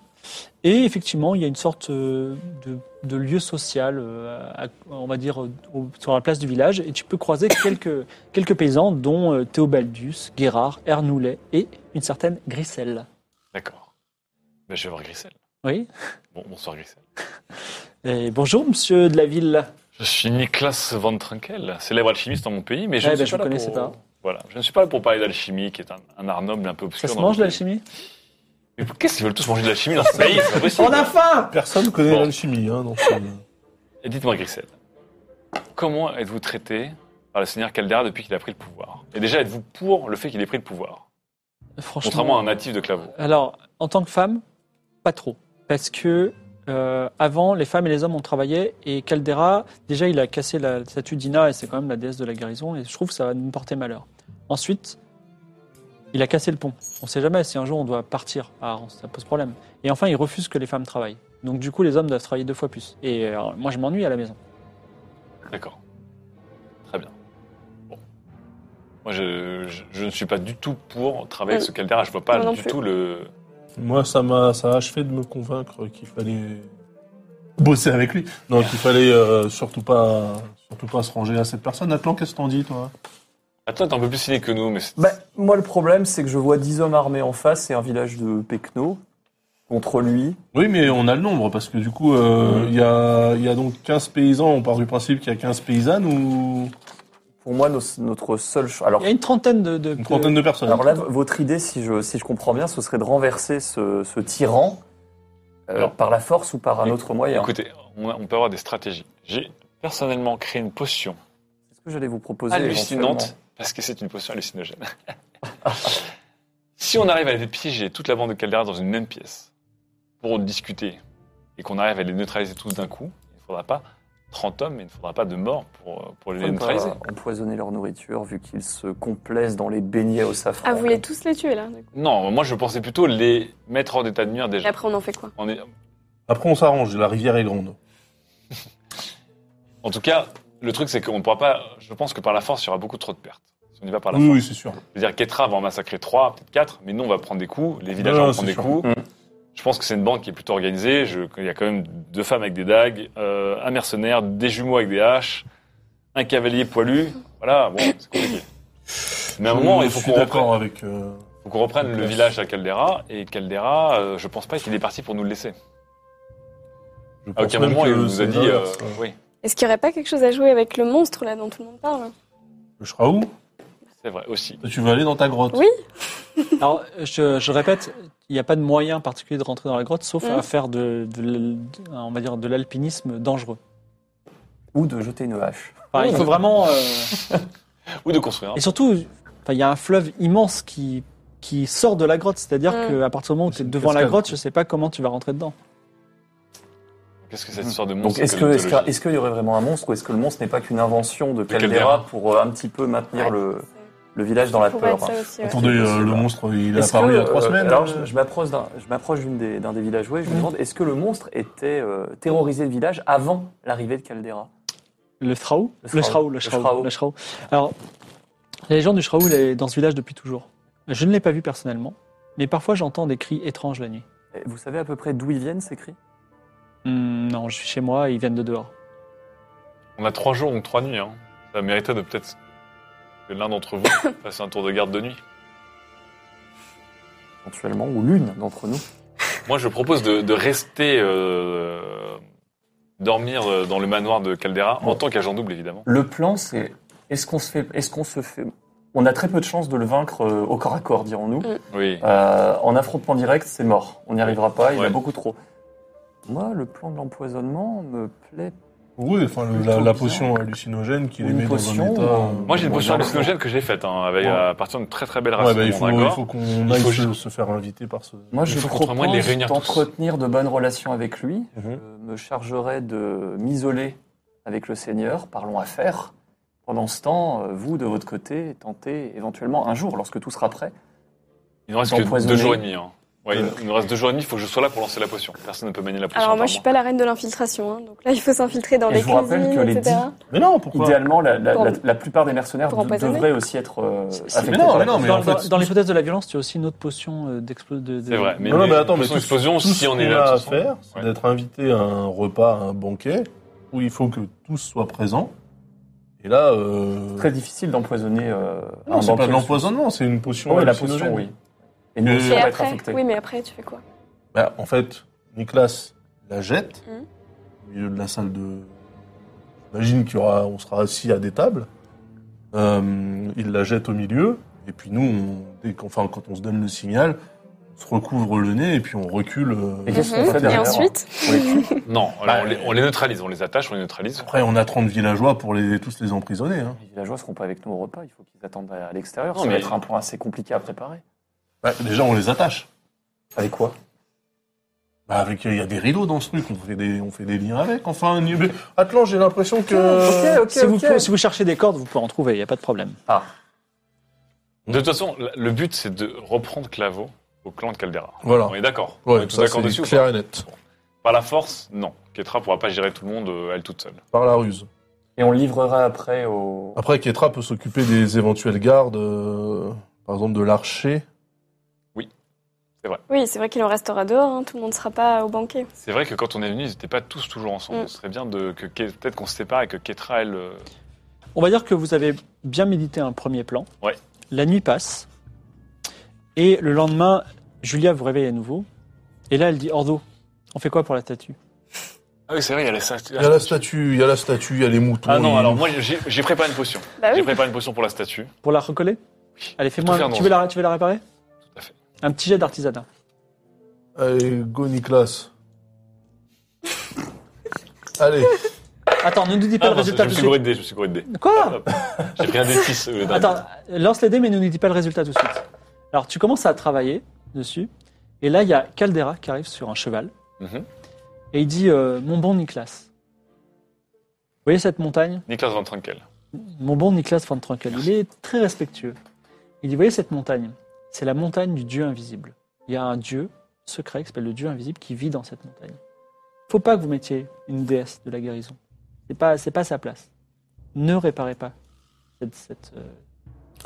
A: Et effectivement, il y a une sorte euh, de, de lieu social, euh, à- on va dire, euh, au- sur la place du village. Et tu peux croiser quelques, quelques paysans, dont euh, Théobaldus, Guérard, Ernoulet et une certaine Griselle.
B: D'accord. Ben, je vais voir Grissel.
A: Oui.
B: Bon, bonsoir Grissel.
A: Et bonjour, monsieur de la ville.
B: Je suis Nicolas Van Trinkel, célèbre alchimiste dans mon pays, mais je
A: Ouais,
B: ne
A: ben,
B: suis
A: je
B: pas là
A: connaissais
B: pour...
A: pas.
B: Voilà, je ne suis pas là pour parler d'alchimie, qui est un, un art noble un peu
A: Ça
B: obscur.
A: se
B: dans
A: mange,
B: notre pays.
A: l'alchimie
B: Mais qu'est-ce qu'ils veulent tous manger de l'alchimie dans ce pays C'est pas possible.
A: faim
E: Personne connaît
B: Bon.
E: l'alchimie, hein, donc c'est-
B: Et Dites-moi, Grissel, comment êtes-vous traité par le seigneur Caldera depuis qu'il a pris le pouvoir Et déjà, êtes-vous pour le fait qu'il ait pris le pouvoir
A: Franchement.
B: Contrairement à un natif de Claveau.
A: Alors, en tant que femme, pas trop. Parce que euh, avant, les femmes et les hommes ont travaillé et Caldera, déjà, il a cassé la statue d'Ina et c'est quand même la déesse de la guérison et je trouve que ça va nous porter malheur. Ensuite, il a cassé le pont. On sait jamais si un jour on doit partir. Ah, ça pose problème. Et enfin, il refuse que les femmes travaillent. Donc, du coup, les hommes doivent travailler deux fois plus. Et euh, moi, je m'ennuie à la maison.
B: D'accord. Très bien. Bon. Moi, je, je- je ne suis pas du tout pour travailler avec
F: Oui.
B: ce Caldera. Je ne vois pas
F: Mm. Moi non
B: du
F: plus.
B: tout le...
E: Moi, ça m'a, ça a achevé de me convaincre qu'il fallait bosser avec lui. Non, qu'il fallait euh, surtout pas, surtout pas se ranger à cette personne. Atlan, qu'est-ce que t'en dis, toi
B: Attends, Ah, t'es un peu plus ciné que nous, mais c'est-
D: Bah, moi, le problème, c'est que je vois 10 hommes armés en face et un village de Pecno contre lui.
E: Oui, mais on a le nombre, parce que du coup, euh, il y, a, il y a donc 15 paysans, on part du principe qu'il y a 15 paysannes ou
D: Pour moi, nos- notre seul... ch- Alors,
A: Il y a une trentaine de. de-
E: une trentaine de personnes.
D: alors là, v- votre idée, si je, si je comprends bien, ce serait de renverser ce, ce tyran euh,
B: Alors.
D: par la force ou par un
B: Éc-
D: autre moyen.
B: Écoutez, on, a- on peut avoir des stratégies. J'ai personnellement créé une potion
D: C'est ce que j'allais vous proposer.
B: hallucinante, parce que c'est une potion hallucinogène. si on arrive à les piéger toute la bande de Caldera dans une même pièce pour discuter et qu'on arrive à les neutraliser tous d'un coup, il ne faudra pas 30 hommes, mais il ne faudra pas de morts pour, euh, pour les
D: éventuellement. Pourquoi ne
B: neutraliser.
D: pas empoisonner leur nourriture vu qu'ils se complaisent dans les beignets au safran.
F: Ah, vous voulez tous les tuer là du coup.
B: Non, moi je pensais plutôt les mettre en état de nuire
F: Et
B: déjà.
F: après, on en fait quoi
B: On est-
E: Après, on s'arrange, la rivière est grande.
B: En tout cas, le truc c'est qu'on ne pourra pas. Je pense que par la force, il y aura beaucoup trop de pertes. Si on y va par la
E: Oui,
B: force.
E: oui, c'est sûr.
B: C'est-à-dire qu'Etra va en massacrer 3, peut-être 4, mais nous on va prendre des coups, les villageois
E: Non,
B: vont
E: c'est
B: prendre des
E: sûr.
B: coups.
D: Mm.
B: Je pense que c'est une bande qui est plutôt organisée. Je- il y a quand même deux femmes avec des dagues, euh, un mercenaire, des jumeaux avec des haches, un cavalier poilu. Voilà, bon, c'est compliqué. Mais à un moment,
E: Je
B: il faut
E: suis
B: qu'on reprenne,
E: d'accord avec. euh,
B: faut qu'on reprenne le village à Caldera, et Caldera, euh, je pense pas qu'il est parti pour nous le laisser.
E: je
B: Ah, À
E: pense
B: aucun
E: même
B: moment,
E: que
B: il nous a
E: c'est
B: dit...
E: l'inverse.
B: euh, oui,
F: Est-ce qu'il n'y aurait pas quelque chose à jouer avec le monstre là dont tout le monde parle
E: Le Shraou,
B: c'est vrai, aussi.
E: tu veux aller dans ta grotte.
F: Oui.
A: Alors, je, je répète, il n'y a pas de moyen particulier de rentrer dans la grotte, sauf
F: Mhm.
A: à faire de, de l'al- de- on va dire, de l'alpinisme dangereux.
D: Ou de jeter une hache.
A: Enfin, il faut vraiment. euh,
B: Ou de construire. hein, un-
A: Et surtout, enfin, il y a un fleuve immense qui qui sort de la grotte, c'est-à-dire
F: Mm.
A: qu'à partir du moment où tu
E: C'est
A: es
E: une
A: devant la
E: cascade,
A: grotte,
E: quoi.
A: je sais pas comment tu vas rentrer dedans.
B: Qu'est-ce que cette histoire de
D: Donc
B: monstre
D: est-ce que est-ce que-
B: mythologie
D: est-ce qu'il y aurait vraiment un monstre ou est-ce que le monstre n'est pas qu'une invention de Caldera,
B: Caldera.
D: pour euh, un petit peu maintenir le, le village dans la
F: Pour être
D: peur
F: ça aussi, ouais.
E: Attendez,
D: C'est
E: euh,
D: possible.
E: le
B: bah,
E: monstre, il a
D: Est-ce
E: apparu
D: que,
E: il y a trois
D: euh,
E: semaines. hein.
D: Alors je, je m'approche d'un je m'approche d'une des d'un des villageois et je me demande est-ce que le monstre était euh, terrorisé le village avant l'arrivée de Caldera
A: Le Shraou
D: Le
A: Le
D: Shraou.
A: Shraou, le
D: Le
A: Shraou,
D: Shraou.
A: le Shraou. Alors, la légende du Shraou, elle est dans ce village depuis toujours. Je ne l'ai pas vu personnellement, mais parfois j'entends des cris étranges la nuit.
D: Et Vous savez à peu près d'où ils viennent ces cris
A: Hmm, non, je suis chez moi, ils viennent de dehors.
B: On a trois jours ou trois nuits. Hein. Ça mériterait de peut-être que l'un d'entre vous fasse un tour de garde de nuit.
D: éventuellement ou l'une d'entre nous
B: Moi, je propose de, de rester euh, dormir euh, dans le manoir de Caldera en tant qu'agent double, évidemment.
D: Le plan c'est est-ce qu'on se fait est-ce qu'on se fait on a très peu de chances de le vaincre euh, au corps à corps dirons-nous.
B: Oui.
D: Euh, en affrontement direct, c'est mort. On n'y arrivera pas, il y
B: Ouais.
D: a beaucoup trop. Moi, le plan de l'empoisonnement me plaît.
E: Oui, enfin, le- la,
D: Plutôt
E: la
D: bizarre.
E: potion hallucinogène qui les
D: Une
E: met
D: potion,
E: dans
D: ou-
E: un état. euh,
B: Moi, j'ai une
D: Bon,
B: potion
D: bien.
B: hallucinogène que j'ai faite hein, avec,
D: Ouais.
B: à partir d'une très très belle race.
E: Ouais, bah, il faut, il faut qu'on
B: Il
E: aille
B: faut
E: se,
B: juste-
E: se faire inviter par ce.
D: Moi,
B: Il
D: je
B: faut qu'on trouve un
D: propose
B: moyen de les réunir tous.
D: d'entretenir de bonnes relations avec lui.
E: Mhm.
D: Je me chargerai de m'isoler avec le Seigneur. Parlons affaires. Pendant ce temps, euh, vous, de votre côté, tentez éventuellement un jour, lorsque tout sera prêt.
B: Il ne reste que deux
D: empoisonné.
B: jours et demi. Hein. Ouais, il- il nous reste deux jours et demi, il faut que je sois là pour lancer la potion. Personne ne peut manier la potion.
F: Alors moi,
B: par
F: je suis pas la reine de l'infiltration, hein, donc là, il faut s'infiltrer dans
D: Et
F: les
D: je vous rappelle
F: cuisines,
D: que les
F: etc.
E: Mais non, pourquoi
D: Idéalement, la, la-
F: Pour-
D: la- la plupart des mercenaires
F: pour
D: de-
F: empoisonner.
D: devraient aussi être euh,
A: C'est-
D: affectés.
I: mais non,
D: par la-
I: mais non, mais
A: dans
I: en fait-
A: dans l'hypothèse de la violence, tu as aussi une autre potion euh, d'explo- de, de-
B: C'est vrai, mais,
E: Non, non, mais attends, mais
B: potion
E: tout,
B: explosion,
E: tout
B: si
E: ce
B: on est
E: qu'on
B: là.
E: a
B: de
E: à
B: toute façon.
E: faire, c'est
B: Ouais.
E: d'être invité à un repas, à un banquet, où il faut que tous soient présents. Et là, euh,
D: C'est Très difficile d'empoisonner euh, un
I: Non, c'est pas
D: banquier.
I: de l'empoisonnement, c'est une
D: Oui,
I: potion.
D: la
I: hallucinogène.
D: potion, oui. Et nous aussi,
F: Et
D: on va être
F: après,
D: affectés.
F: oui, mais après, tu fais quoi
E: bah, en fait, Nicolas la jette
F: Mhm.
E: au milieu de la salle de. J'imagine qu'il y aura, on sera assis à des tables. Euh, il la jette au milieu, et puis nous, on, dès qu'on- enfin, quand on se donne le signal, on se recouvre le nez et puis on recule. euh,
D: Et qu'est-ce qu'on
F: Mhm.
D: fait
F: Et
D: derrière
F: ensuite,
B: Non, alors on, les, on les neutralise, on les attache, on les neutralise.
E: Après, on a 30 villageois pour les, tous les emprisonner. Hein.
D: Les villageois seront pas avec nous au repas, il faut qu'ils attendent à à l'extérieur.
B: Non,
D: Ça va
B: mais-
D: être un point assez compliqué à préparer.
E: Bah, déjà, on les attache.
D: Avec quoi
E: Bah, avec, il y a des rideaux dans ce truc, on fait des, on fait des liens avec. Enfin, ni- mais Atlan, j'ai l'impression que.
D: Ok, ok,
A: Si, vous, si vous cherchez des cordes, vous pouvez en trouver, il n'y a pas de problème.
D: Ah.
B: De toute façon, la- le but, c'est de reprendre Clavo au clan de Caldera.
E: Voilà.
B: On est d'accord
E: Ah. Ouais,
B: On est tous
E: ça,
B: d'accord
E: c'est
B: dessus ou
E: clair
B: pas
E: et net.
B: Par la force, non. Ketra pourra pas gérer tout le monde, euh, elle toute seule.
E: Par la ruse.
D: Et on le livrera après au.
E: Après, Ketra peut s'occuper des éventuels gardes, euh, par exemple de l'archer.
F: oui, c'est vrai qu'il en restera dehors. hein, tout le monde sera pas au banquet.
B: C'est vrai que quand on est venus, ils n'étaient pas tous toujours ensemble.
F: Mm.
B: Ce serait bien de, que, Ke- peut-être qu'on se sépare et que Ketra, elle... euh,
A: On va dire que vous avez bien médité un premier plan.
B: Ouais.
A: La nuit passe. Et le lendemain, Julia vous réveille à nouveau. Et là, elle dit Ordo, on fait quoi pour la statue
B: Ah oui, c'est vrai, il y a la sa-
E: Il y a la statue, il y a la statue, il y a les moutons.
B: Ah non,
E: il-
B: alors moi, j'ai j'ai préparé une potion.
F: Bah
B: J'ai
F: oui.
B: préparé une potion pour la statue.
A: Pour la recoller Allez,
B: Tout
A: fais-moi.
B: faire
A: un-
B: dans
A: Tu, veux la- tu veux la réparer
B: Tout à fait.
A: Un petit jet d'artisanat.
E: Allez, go Nicolas. Allez,
A: Attends, ne nous dis pas
B: Ah,
A: le
B: non,
A: résultat
B: je
A: tout de Ah.
B: me suis Bah, gouré
A: suite.
B: de dés, je me suis gouré de dés.
A: Quoi
B: Hop. J'ai pris un des 6 au lieu d'un
A: Attends,
B: dé.
A: lance les dés, mais ne nous dis pas le résultat tout de suite. Alors, tu commences à travailler dessus. Et là, il y a Caldera qui arrive sur un cheval.
B: Mhm.
A: Et il dit euh, Mon bon Nicolas. Vous voyez cette montagne
B: Nicolas Van Trankel.
A: Mon bon Nicolas Van Trunkel, il est très respectueux. Il dit, voyez cette montagne C'est la montagne du Dieu invisible. Il y a un Dieu secret qui s'appelle le Dieu invisible qui vit dans cette montagne. faut pas que vous mettiez une déesse de la guérison. C'est pas, c'est pas sa place. Ne réparez pas cette, cette, euh,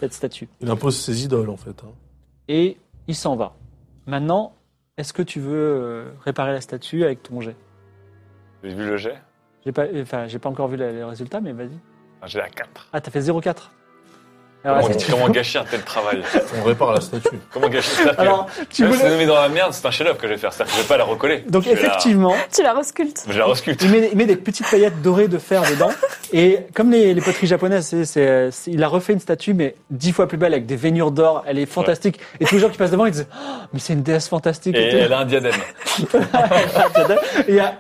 A: cette statue.
E: il impose ses idoles en fait. hein.
A: Et il s'en va. Maintenant, est-ce que tu veux euh, réparer la statue avec ton jet
B: J'ai vu le jet
A: J'ai pas, enfin, j'ai pas encore vu la- le résultat, mais vas-y.
B: Ah, J'ai la 4.
A: Ah, t'as fait Ah 0,4. Alors,
B: Comment,
A: est-ce que tu-
B: comment gâcher un tel travail
E: On répare la statue.
B: Comment gâcher ça
A: Alors, tu
B: Même si
A: voulais...
B: je me mets dans la merde, c'est un chef-d'œuvre que je vais faire. C'est-à-dire que je vais pas la recoller.
A: Donc
B: Je vais la-
A: effectivement,
F: Tu la resculptes.
B: Je vais la resculpte.
A: il met, il met des petites paillettes dorées de fer dedans. Et comme les, les poteries japonaises, c'est- c'est- c'est- il a refait une statue, mais dix fois plus belle, avec des veignures d'or. Elle est fantastique. Et tous les gens qui passent devant, ils disent Oh, Mais c'est une déesse fantastique.
B: Et
A: Et tout.
B: elle a un diadème.
A: Et Il y a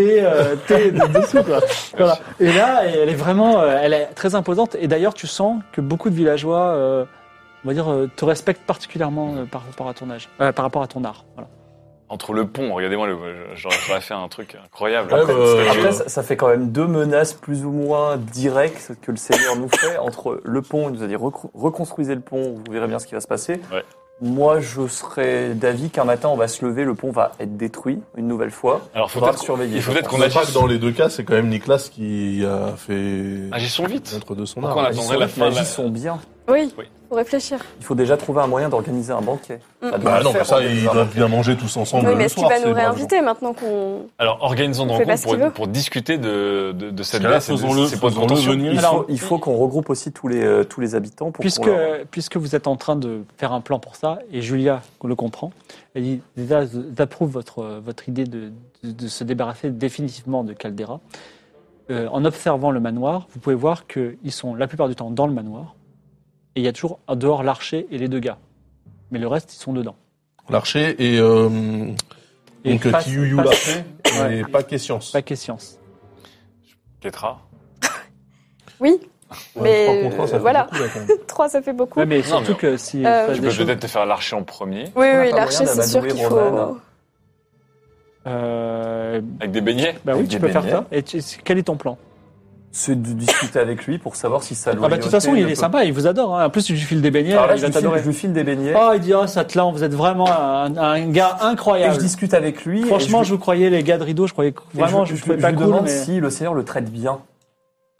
A: NVT dessous, quoi. Voilà. Et là, elle est vraiment euh, elle est très imposante. Et d'ailleurs, tu sens que beaucoup de villageois, euh, on va dire, euh, te respectent particulièrement euh, par rapport à ton âge, euh, par rapport à ton art. Voilà.
B: Entre le pont, regardez-moi, le- j'aurais j'aurais fait un truc incroyable.
A: Ah
E: Ouais,
B: Après,
E: bah,
B: parce que
D: Après,
E: Euh,
D: ça, ça fait quand même deux menaces plus ou moins directes que le Seigneur nous fait entre le pont, il nous a dit recru- reconstruisez le pont, vous verrez bien ce qui va se passer.
B: Ouais.
D: Moi, je serais d'avis qu'un matin, on va se lever, le pont va être détruit une nouvelle fois.
B: je- Alors, faut
D: Faudra
B: peut-être
D: le surveiller,
B: Il faut
D: je
B: peut-être
D: pense.
B: qu'on
E: On pas
B: agisse.
E: que dans les deux cas, c'est quand même Nicolas qui a fait
B: Agissons Ah, vite.
E: contre de son
B: Pourquoi on
E: art.
B: attendrait la fin de la-
D: sont bien.
F: Oui.
B: Oui.
F: Faut réfléchir.
D: Il faut déjà trouver un moyen d'organiser un banquet.
F: Mm.
D: Ça doit
E: Bah
D: le
E: non, mais
D: faire,
E: ça,
D: organiser
E: ils
D: un
E: doivent bien manger tous ensemble.
F: oui,
E: le
F: mais est-ce qu'il
E: soir,
F: va
E: ces
F: nous
E: braves gens.
F: réinviter maintenant qu'on
B: Alors, organisons une
F: On fait pas
B: rencontre
F: ce
B: pour,
F: qu'il veut.
B: pour discuter de, de, de cette
E: Parce que là,
B: baisse et de
E: faisons-le-
B: ces points de
E: faisons-le
B: contention.
E: venir.
D: Il
A: Alors,
D: faut, il faut qu'on regroupe aussi tous les, euh, tous les habitants pour
A: Puisque,
D: qu'on leur-
A: puisque vous êtes en train de faire un plan pour ça, et Julia le comprend, elle dit déjà, j'approuve votre, votre idée de, de- de se débarrasser définitivement de Caldera. Euh, en observant le manoir, vous pouvez voir qu'ils sont la plupart du temps dans le manoir, et il y a toujours en dehors l'archer et les deux gars. Mais le reste, ils sont dedans.
E: L'archer et, euh,
A: Et
E: donc
A: passe-
E: Tiyu
A: passe-
E: l'archer
A: Ouais.
E: et Paquet Science.
A: Paquet science.
B: Ketra.
F: Oui.
E: Ouais,
F: mais
E: trois contre un, ça fait
F: voilà.
E: beaucoup, là, quand même.
F: Trois, ça fait beaucoup.
A: Ouais, mais
B: Non, mais
A: surtout
B: on-
A: que si.
F: Euh,
A: il se passe
B: Tu
A: des
B: peux
A: choses-
B: peut-être te faire l'archer en premier,
F: Oui,
D: On a
F: oui,
D: pas
F: l'archer,
D: moyen
F: c'est sûr
D: d'amadouer
F: qu'il faut.
D: Ronan.
A: Euh,
B: avec des beignets.
A: bah oui,
D: Avec
A: Bah tu
D: des
A: peux faire
D: beignets.
A: ça. Et tu- quel est ton plan
D: c'est de discuter avec lui pour savoir si sa
A: Ah bah de toute façon, il est sympa, il vous adore. hein. En plus, tu lui files des beignets,
D: Alors là,
A: il
D: je
A: va
D: lui, file,
A: t'adorer.
D: je lui file des beignets
A: Oh, il dit, oh, Satlan, vous êtes vraiment un, un gars
D: et
A: incroyable.
D: je discute avec lui. et
A: euh, Franchement, je
D: je,
A: vous croyais les gars de rideau, je croyais que-
D: et
A: vraiment, je, ne
D: je,
A: trouvais
D: je
A: pas
D: lui
A: cool.
D: demande
A: mais-
D: si le Seigneur le traite bien.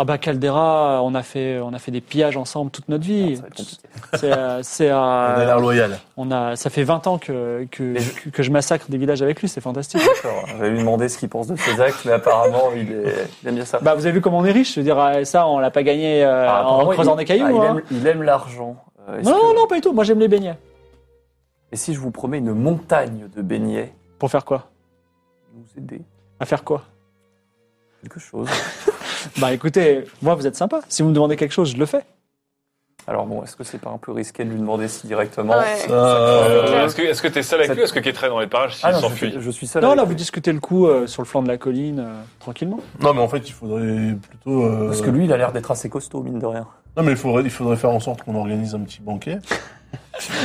A: Ah bah Caldera, on a fait, on a fait des pillages ensemble toute notre
D: Ah,
A: vie.
D: ça va être compliqué.
A: C'est, euh, c'est,
E: On a
A: euh,
E: l'air loyal.
A: on a, ça fait 20 ans que que,
D: Mais je-
A: que que je massacre des villages avec lui, c'est fantastique.
D: D'accord. Je vais lui demander ce qu'il pense de ses actes, mais apparemment, il, est, il aime bien ça.
A: bah vous avez vu comment on est riche, je veux dire euh, ça, on l'a pas gagné euh,
D: Ah,
A: en
D: apparemment,
A: creusant
D: il-
A: des cailloux.
D: ah, il
A: hein.
D: aime- il aime l'argent. Euh, est-ce
A: Non, non,
D: que-
A: non, pas du tout. Moi, j'aime les beignets.
D: Et si je vous promets une montagne de beignets,
A: Pour faire quoi
D: vous aider
A: À faire quoi
D: quelque chose
A: Bah écoutez, moi vous êtes sympa. Si vous me demandez quelque chose, je le fais.
D: Alors bon, est-ce que c'est pas un peu risqué de lui demander si directement
F: Ouais.
B: Euh, Est-ce que est-ce que t'es seul avec
D: Ça-
B: lui ou est-ce que Ketra est dans les parages
D: Ah
B: s'il
D: non,
B: s'enfuit
D: je, je suis seul.
A: Non,
D: avec
A: là
D: lui.
A: vous discutez le coup euh, sur le flanc de la colline euh, tranquillement.
E: Non, mais en fait, il faudrait plutôt. euh,
D: Parce que lui, il a l'air d'être assez costaud, mine de rien.
E: Non, mais il faudrait, il faudrait faire en sorte qu'on organise un petit banquet.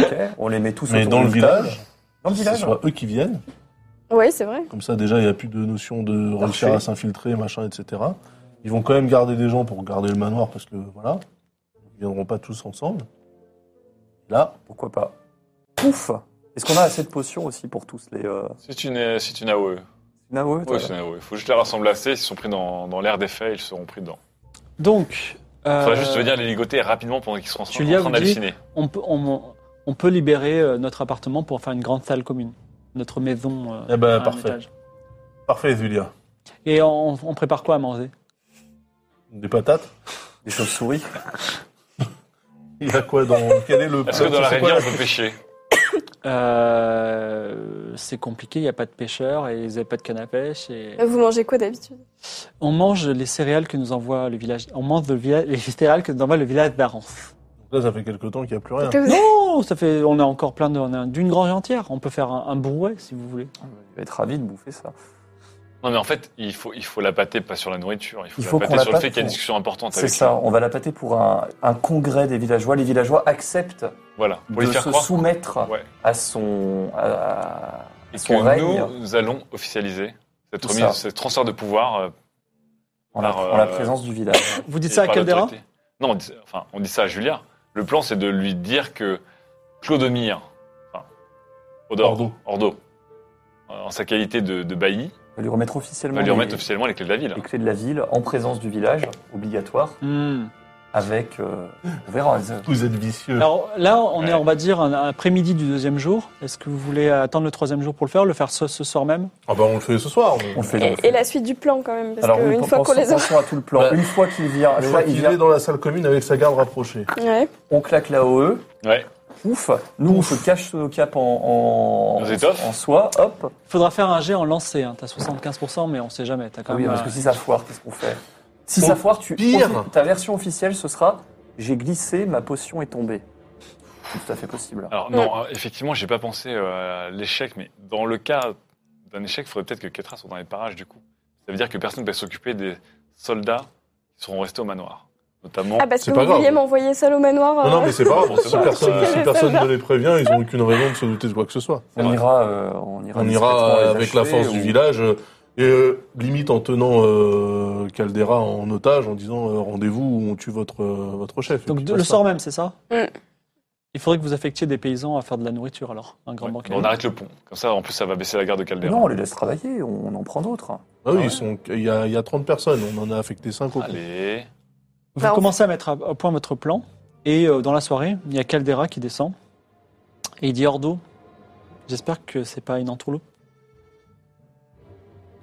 D: Ok, On les met tous
E: Mais
D: autour
E: dans le
D: d'une
E: village,
D: table. Dans le
E: ce
D: village hein.
E: soit eux qui viennent.
F: Oui, c'est vrai.
E: Comme ça, déjà, il n'y a plus de notion de
D: Parfait.
E: réussir à s'infiltrer, machin, etc. Ils vont quand même garder des gens pour garder le manoir parce que voilà, ils viendront pas tous ensemble. Là,
D: Pourquoi pas Pouf Est-ce qu'on a assez de potions aussi pour tous les... Euh...
B: C'est une euh, c'est une AOE.
D: Ah ouais,
B: Ouais,
D: t'as-
B: c'est une AOE. Faut juste les rassembler assez. Ils sont pris dans dans l'air des faits, ils seront pris dedans.
A: Donc, euh,
B: Faudrait juste venir les ligoter rapidement pendant qu'ils seront en train
A: Julia
B: en train
A: vous dit-
B: d'halluciner.
A: on peut on, on peut libérer euh, notre appartement pour faire une grande salle commune, notre maison. euh,
E: Eh ben,
A: à un
E: parfait.
A: étage.
E: parfait, Julia.
A: Et on, on prépare quoi à manger
E: Des patates.
D: Des chauves-souris
E: Il y a quoi dans Quel est le
B: Est-ce
D: Euh,
B: que dans la
E: c'est quoi
B: rivière on peut pêcher
A: euh, C'est compliqué, il n'y a pas de pêcheurs et ils n'avaient pas de canne à pêche. Et...
F: Vous mangez quoi d'habitude
A: On mange les céréales que nous envoie le village. On mange le villa- les céréales que nous envoie le village d'Arance.
E: Là, ça fait quelque temps qu'il n'y a plus rien.
F: Est-ce que vous-
A: Non, ça fait, on a encore plein de, on a d'une grange entière. On peut faire un, un brouet si vous voulez.
D: Il va être ravi de bouffer ça.
B: Non mais en fait, il faut il faut la pâter pas sur la nourriture, il faut,
D: Il faut
B: la
D: qu'on
B: pâter
D: la
B: sur le fait
D: pâte
B: qu'il y a une
D: pour-
B: discussion importante
D: C'est
B: avec
D: ça,
B: lui.
D: on va la pâter pour un, un congrès des villageois. Les villageois acceptent
B: Voilà, pour
D: de
B: les faire
D: se
B: croire.
D: soumettre
B: Ouais.
D: à son... à- à-
B: Et
D: son
B: que
D: règne.
B: nous, nous allons officialiser cette
D: C'est
B: remise,
D: ça.
B: ce transfert de pouvoir euh,
D: en, la,
B: Par,
D: en
B: euh,
D: la présence du village.
A: Vous dites
B: Et
A: ça à
B: par
A: Caldera
B: l'autorité. Non, on dit, enfin, on dit ça à Julien. Le plan, c'est de lui dire que Clodomir, enfin, Odor, Ordo,
E: Ordo.
B: euh, en sa qualité de, de bailli,
D: On va lui remettre officiellement
B: va lui
D: les-
B: remettre officiellement les clés de la ville.
D: les clés de la ville en présence du village, obligatoire,
A: Hmm.
D: avec... euh, on verra.
E: Vous êtes vicieux.
A: Alors là, on est,
B: Ouais.
A: on va dire, un après-midi du deuxième jour. Est-ce que vous voulez attendre le troisième jour pour le faire, le faire ce, ce soir même
E: Ah bah on le fait ce soir. mais-
D: On le fait dans le
F: et, et la suite du plan quand même, parce
D: Alors,
F: qu'une
D: oui,
F: fois qu'on
D: pensons-
F: les a...
D: pensons à tout le plan.
E: Bah,
D: une fois qu'il vient,
E: Je
D: là,
E: vois
D: il
E: qu'il
D: vient,
E: est dans la salle commune avec sa garde rapprochée.
F: Ouais.
D: on claque la OE,
B: Ouais.
D: ouf, nous on se cache sous nos capes en, en,
B: Nos étoffes.
D: en soie, hop.
A: Il faudra faire un jet en lancer. Hein. T'as 75%, mais on sait jamais. T'as quand
D: Ah oui,
A: même.
D: parce
A: euh,
D: que si ça foire, qu'est-ce qu'on fait Si
E: Au
D: ça foire, tu,
E: pire.
D: ta version officielle ce sera j'ai glissé, ma potion est tombée. C'est tout à fait possible.
E: Ah,
B: Alors, non, euh, effectivement, j'ai pas pensé euh, à l'échec, mais dans le cas d'un échec, il faudrait peut-être que Ketra soit dans les parages, du coup. Ça veut dire que personne ne peut s'occuper des soldats qui seront restés au manoir. Notamment,
F: Ah, parce
E: C'est
F: que
E: pas
F: vous vouliez
E: grave.
F: m'envoyer seul au manoir.
E: Non,
F: euh,
E: non, mais c'est pas grave.
B: C'est
E: Si
B: pas grave.
E: personne,
F: C'est
E: si
F: pas
E: personne
F: grave.
E: ne les prévient, ils ont aucune raison de se douter de quoi que ce soit.
D: On ira, euh, on ira,
E: On
D: discrètement
E: ira
D: les
E: euh, avec la
D: achever
E: force
D: ou-
E: du village, euh, et euh, limite en tenant euh, Caldera en otage, en disant euh, rendez-vous ou on tue votre, euh, votre chef. Et
A: Donc
E: puis
A: de- le
E: basta.
A: soir même, c'est ça
F: Mm.
A: Il faudrait que vous affectiez des paysans à faire de la nourriture alors, un grand
B: Ouais,
A: banquet.
B: on arrête le pont. Comme ça, en plus, ça va baisser la garde de Caldera.
D: Non, on les laisse travailler, on en prend d'autres.
E: Ah oui,
D: Ah ouais.
E: ils sont- il y, a, il y a 30 personnes, on en a affecté 5 au coup.
B: Allez.
A: Vous
F: Bah, on-
A: commencez à mettre à à point votre plan et euh, dans la soirée, il y a Caldera qui descend et il dit Ordo, j'espère que c'est pas une entourloupe.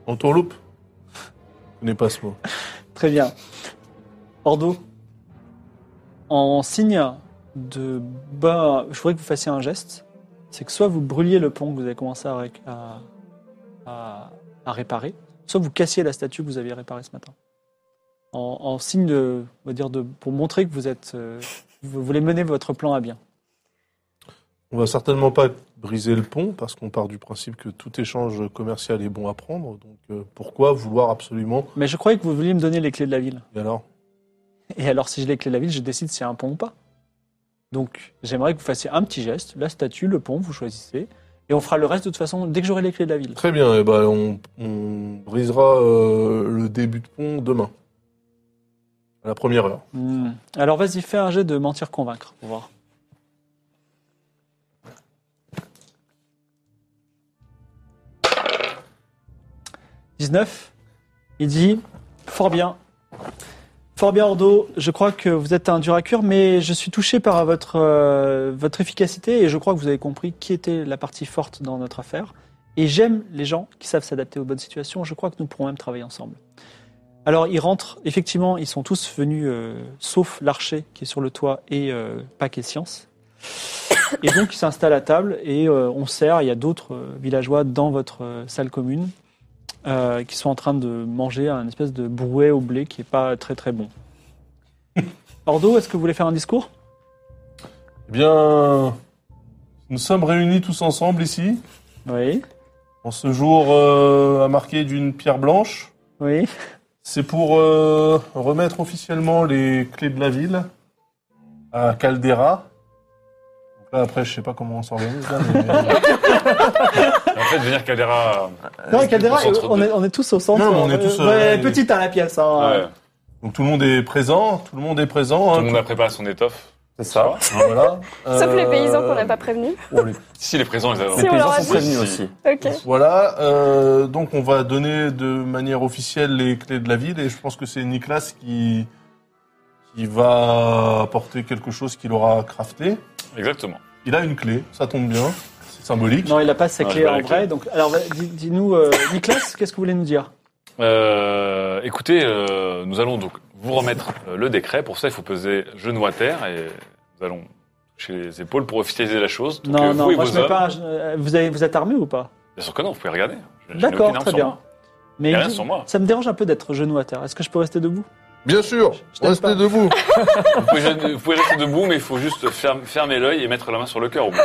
E: En tourloupe Je connais pas ce mot.
A: Très bien. Ordo, en signe de bas, je voudrais que vous fassiez un geste. C'est que soit vous brûliez le pont que vous avez commencé à, ré- à- à- à réparer, soit vous cassiez la statue que vous aviez réparée ce matin. En, en signe de, on va dire de, pour montrer que vous êtes, euh, vous voulez mener votre plan à bien.
E: On va certainement pas briser le pont parce qu'on part du principe que tout échange commercial est bon à prendre. Donc euh, pourquoi vouloir absolument
A: Mais je croyais que vous vouliez me donner les clés de la ville.
E: Et alors
A: Et alors, si j'ai les clés de la ville, je décide s'il y a un pont ou pas. Donc, j'aimerais que vous fassiez un petit geste, la statue, le pont, vous choisissez. Et on fera le reste de toute façon dès que j'aurai les clés de la ville.
E: Très bien, eh ben, on, on brisera euh, le début de pont demain. à la première heure.
A: Hmm. Alors vas-y, fais un jet de mentir convaincre, pour voir. « 19. Il dit Fort bien. Fort bien, Ordo. Je crois que vous êtes un dur à cuire, mais je suis touché par votre, euh, votre efficacité et je crois que vous avez compris qui était la partie forte dans notre affaire. Et j'aime les gens qui savent s'adapter aux bonnes situations. Je crois que nous pourrons même travailler ensemble. Alors ils rentrent, effectivement, ils sont tous venus, euh, sauf l'archer qui est sur le toit et euh, Paquet Science. Et donc ils s'installent à table et euh, on sert, il y a d'autres euh, villageois dans votre euh, salle commune euh, qui sont en train de manger un espèce de brouet au blé qui est pas très très bon. Ordo, est-ce que vous voulez faire un discours
E: Eh bien, nous sommes réunis tous ensemble ici,
A: Oui.
E: en ce jour euh, à marquer d'une pierre blanche.
A: Oui.
E: C'est pour euh, remettre officiellement les clés de la ville à Caldera. Donc là, après, je sais pas comment on s'organise. là, mais-
B: En fait, venir Caldera.
A: Non, Caldera,
B: on concentre
A: euh, on est, on est tous au centre.
E: Non, mais on est
A: Euh,
E: tous, euh,
A: ouais, petite à la pièce. hein.
B: euh, Ouais.
E: Donc tout le monde est présent, tout le monde est présent.
B: Tout
E: hein,
B: le monde a préparé son étoffe.
D: C'est ça.
E: Ah, Voilà.
F: Sauf les
E: Euh,
F: paysans qu'on n'a pas prévenus.
D: Euh,
E: bon, les-
B: Si les présents, ils
F: Si,
B: avaient.
F: on leur a
D: Ils
F: dit.
D: oh, sont prévenus aussi.
F: Ok.
E: Voilà. euh, donc on va donner de manière officielle les clés de la ville et je pense que c'est Nicolas qui qui va apporter quelque chose qu'il aura crafté.
B: Exactement.
E: Il a une clé, ça tombe bien, c'est symbolique.
A: Non, il n'a pas ses
B: Non,
A: clés
B: j'ai
E: Ah,
B: pas
A: en
B: la
A: vrai.
B: clé.
A: Donc, alors, vas- dis- dis-nous, euh, Nicolas, qu'est-ce que vous voulez nous dire
B: Euh, écoutez, euh, nous allons donc vous remettre euh, le décret. Pour ça, il faut peser genoux à terre et nous allons toucher les épaules pour officialiser la chose. Donc,
A: Non,
B: euh,
A: non,
B: vous et
A: moi
B: vos
A: je mets
B: hommes-
A: pas. un gen- euh, Vous, avez, vous êtes armé ou pas
B: Bien sûr que non, vous pouvez regarder. Je- je n'ai
A: D'accord,
B: aucune arme
A: très
B: sur
A: bien.
B: moi.
A: Mais
B: Il y a rien
A: dis-
B: sur moi.
A: ça me dérange un peu d'être genou à terre. Est-ce que je peux rester debout
I: Bien sûr,
A: Je t'aime pas.
I: restez debout.
B: Vous pouvez, je- vous pouvez rester debout, mais il faut juste ferme- fermer l'œil et mettre la main sur le cœur. au moins.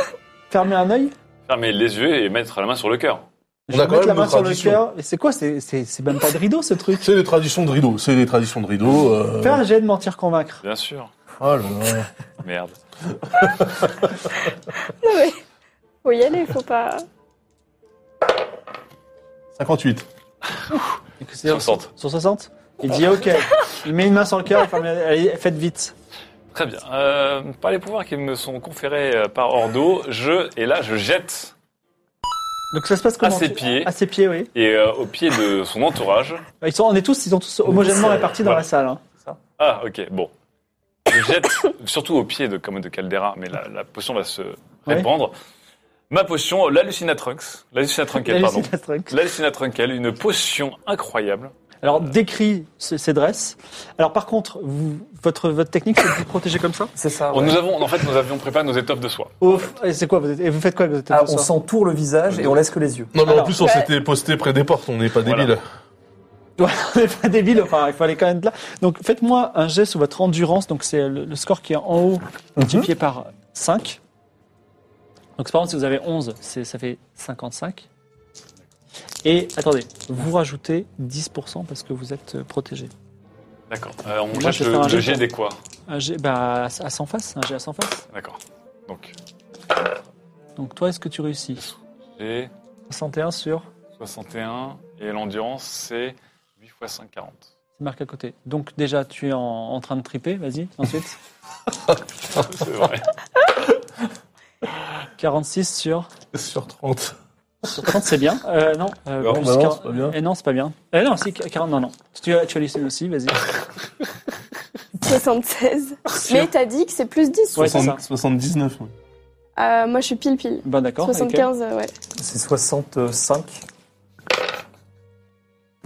A: Fermer un œil
B: Fermer les yeux et mettre la main sur le cœur.
A: Je
E: On
A: vais
E: a quand
A: mettre la
E: même
A: main
E: nos
A: sur le
E: traditions.
A: cœur. Et c'est quoi C'est- C'est c'est même pas de rideau ce truc
E: C'est les traditions de rideau, c'est les traditions de rideau. euh,
A: Faire un jet de mentir convaincre.
B: Bien sûr.
E: oh là là.
B: Merde.
F: Non, mais faut y aller, faut pas.
E: 58.
A: C'est-
B: 60.
A: Sur 60 Il dit ok. Il met une main sur le cœur. il ferme- Allez, faites vite.
B: Très bien. Euh, par les pouvoirs qui me sont conférés euh, par Ordo, je, et là, je jette
A: Donc ça se passe comment
B: à ses
A: tu-
B: pieds
A: À ses pieds, oui.
B: et euh, au pied de son entourage.
A: Ils sont, on est tous, ils sont tous homogènement
D: euh,
A: répartis dans
B: voilà.
A: la salle. hein.
B: Ah, ok, bon. Je jette, surtout au pied de, comme de Caldera, mais la, la potion va se répandre. Ma potion, l'hallucinatrunks. L'hallucinatrunkel, pardon.
A: Lucille Astrux.
B: L'hallucinatrunkel, une potion incroyable.
A: Alors décrit ces ces dresses. Alors par contre, vous, votre, votre technique, c'est de vous protéger comme ça
D: C'est ça.
B: On-
D: ouais.
B: Nous avons, en fait, nous avions préparé nos étoffes de soie.
A: Oh, f- et c'est quoi vous êtes- Et vous faites quoi que vous êtes
D: Ah,
A: ce
D: on
A: soir
D: s'entoure le visage et on laisse que les yeux.
E: Non, mais
A: Alors,
E: en plus, on s'était posté près des portes, on n'est pas
B: Voilà.
E: débiles.
A: Ouais, on n'est pas débile, enfin, il fallait quand même être là. Donc faites-moi un jet sur votre endurance. Donc c'est le, le score qui est en haut, multiplié par 5. Donc par exemple, si vous avez 11, c'est- ça fait 55. Et attendez, vous rajoutez 10% parce que vous êtes euh, protégé.
B: D'accord. Euh, on
A: Moi,
B: jette
A: je vais faire
B: le,
A: un
B: le
A: jet
B: jet
A: pour-
B: des quoi
A: Un jet bah, à, à 100 faces, un jet à 100 faces.
B: D'accord. Donc,
A: Donc toi, est-ce que tu réussis
B: j'ai
A: 61 sur,
B: 61 et l'endurance, c'est 8 x 5, 40.
A: c'est marqué à côté. Donc déjà, tu es en, en train de triper, vas-y, ensuite.
B: C'est vrai.
A: 46 sur
E: Sur 30.
A: Sur 30, c'est bien. Euh, non, euh,
E: Non,
A: plus
E: bah non,
A: 40
E: c'est pas bien.
A: Eh non, c'est pas bien. Eh non, si, 40, non, non. Tu as, tu as lycée aussi, vas-y.
F: 76.
B: Ah,
F: Mais t'as dit que c'est plus 10.
A: Ouais, c'est ça.
E: 79. oui.
F: Euh, moi, je suis pile pile.
A: Ben d'accord. ok.
F: 75, euh, ouais.
D: C'est 65.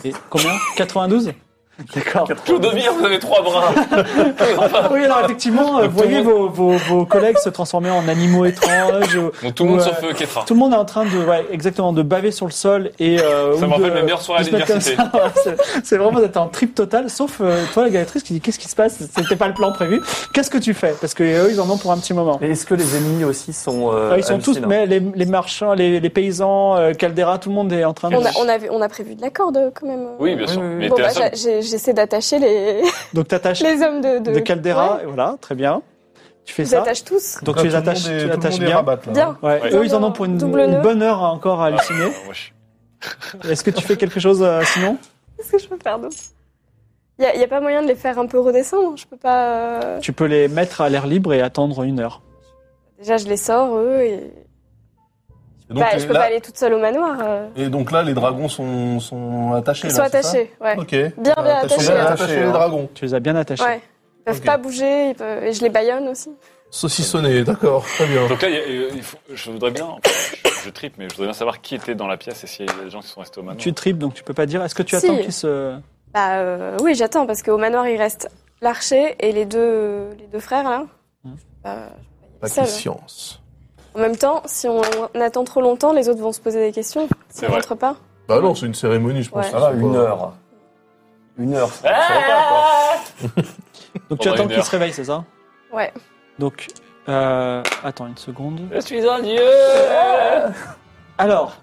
A: Et combien 92 D'accord. Ah
B: Clodomir, vous avez trois bras.
A: oui, alors effectivement, euh, vous voyez vos, vos, vos collègues se transformer en animaux étranges. euh,
B: Donc tout le monde
A: Ouais.
B: sauf euh, Ketra.
A: Tout le monde est en train de, ouais, exactement, de baver sur le sol et. euh,
B: Ça
A: ou
B: me
A: de-
B: rappelle mes meilleures soirées
A: de
B: à
A: se mettre comme
B: l'université.
A: ça. C'est- C'est vraiment d'être en trip total, sauf euh, toi, la galatrice, qui dit Qu'est-ce qui se passe C'était pas le plan prévu. Qu'est-ce que tu fais Parce que euh, eux, ils en ont pour un petit moment.
D: Et est-ce que les ennemis aussi sont. euh,
A: Ah, ils sont tous,
D: hallucinants
A: mais les, les marchands, les, les paysans, euh, Caldera, tout le monde est en train de.
F: On a, on, avait- on a prévu de la corde quand même. euh.
B: Oui, bien sûr.
D: Oui, oui, oui.
B: Mais
F: Bon,
B: t'es
F: bah,
B: la seule.
F: j'a- j'ai- j'essaie d'attacher les,
A: Donc t'attaches
F: les hommes de, de,
A: de Caldera,
F: Ouais,
A: et voilà, très bien. Tu fais
F: Ils
A: ça.
F: attachent tous.
A: Donc
E: Là,
A: tu les
E: tout le
A: attaches,
E: monde est-
A: tu
E: tout le
A: attaches
E: monde est hein.
A: bien.
E: rabat, là.
F: Bien.
A: Ouais.
B: Ouais.
A: Eux, ils en ont pour une,
F: Double
A: une
F: nœud.
A: bonne heure encore à halluciner.
B: Ah, moi, je suis-
A: Est-ce que tu fais quelque chose euh, sinon
F: Qu'est-ce que je peux faire d'autre Il n'y a, pas moyen de les faire un peu redescendre. hein. Je peux pas. euh,
A: Tu peux les mettre à l'air libre et attendre une heure.
F: Déjà, je les sors, eux, et.
E: Et donc,
F: bah,
E: les-
F: je peux
E: là,
F: pas aller toute seule au manoir. euh.
E: et donc là, les dragons sont, sont attachés.
F: Ils
E: là,
F: sont
E: c'est ça
F: attachés, ouais.
E: Ok. Bien,
F: bien attachés,
E: Bien
F: hein.
E: attachés, les dragons.
A: Tu les as bien attachés.
F: Ouais. Ils peuvent
E: Ok.
F: pas bouger, ils peuvent- et je les baillonne aussi.
E: Saucissonnés, d'accord, très bien.
B: Donc là, il y a- euh, il faut- je voudrais bien, je, je tripe, mais je voudrais bien savoir qui était dans la pièce et s'il y a des gens qui sont restés au manoir.
A: Tu tripes, donc tu peux pas dire. Est-ce que tu
F: Si.
A: attends qu'ils se.
F: Bah euh, oui, j'attends, parce qu'au manoir, il reste l'archer et les deux, les deux frères, là.
E: Hein
A: Hmm.
F: Bah,
E: La
F: Ça va.
E: science.
F: hein. en même temps, si on attend trop longtemps, les autres vont se poser des questions.
B: C'est
F: Ça
B: vrai.
F: rentre pas.
E: Bah non, c'est euh, une cérémonie, je pense.
F: Ouais.
E: que ça va,
D: Ah, une
E: quoi.
D: heure. Une heure, ça,
E: Ah,
D: ça va pas,
A: Donc
D: quoi.
A: tu
B: Pendant
A: attends
B: une
A: qu'ils
B: heure.
A: se réveillent, c'est ça
F: Ouais.
A: Donc. euh, attends une seconde.
B: Je suis un dieu
A: Alors.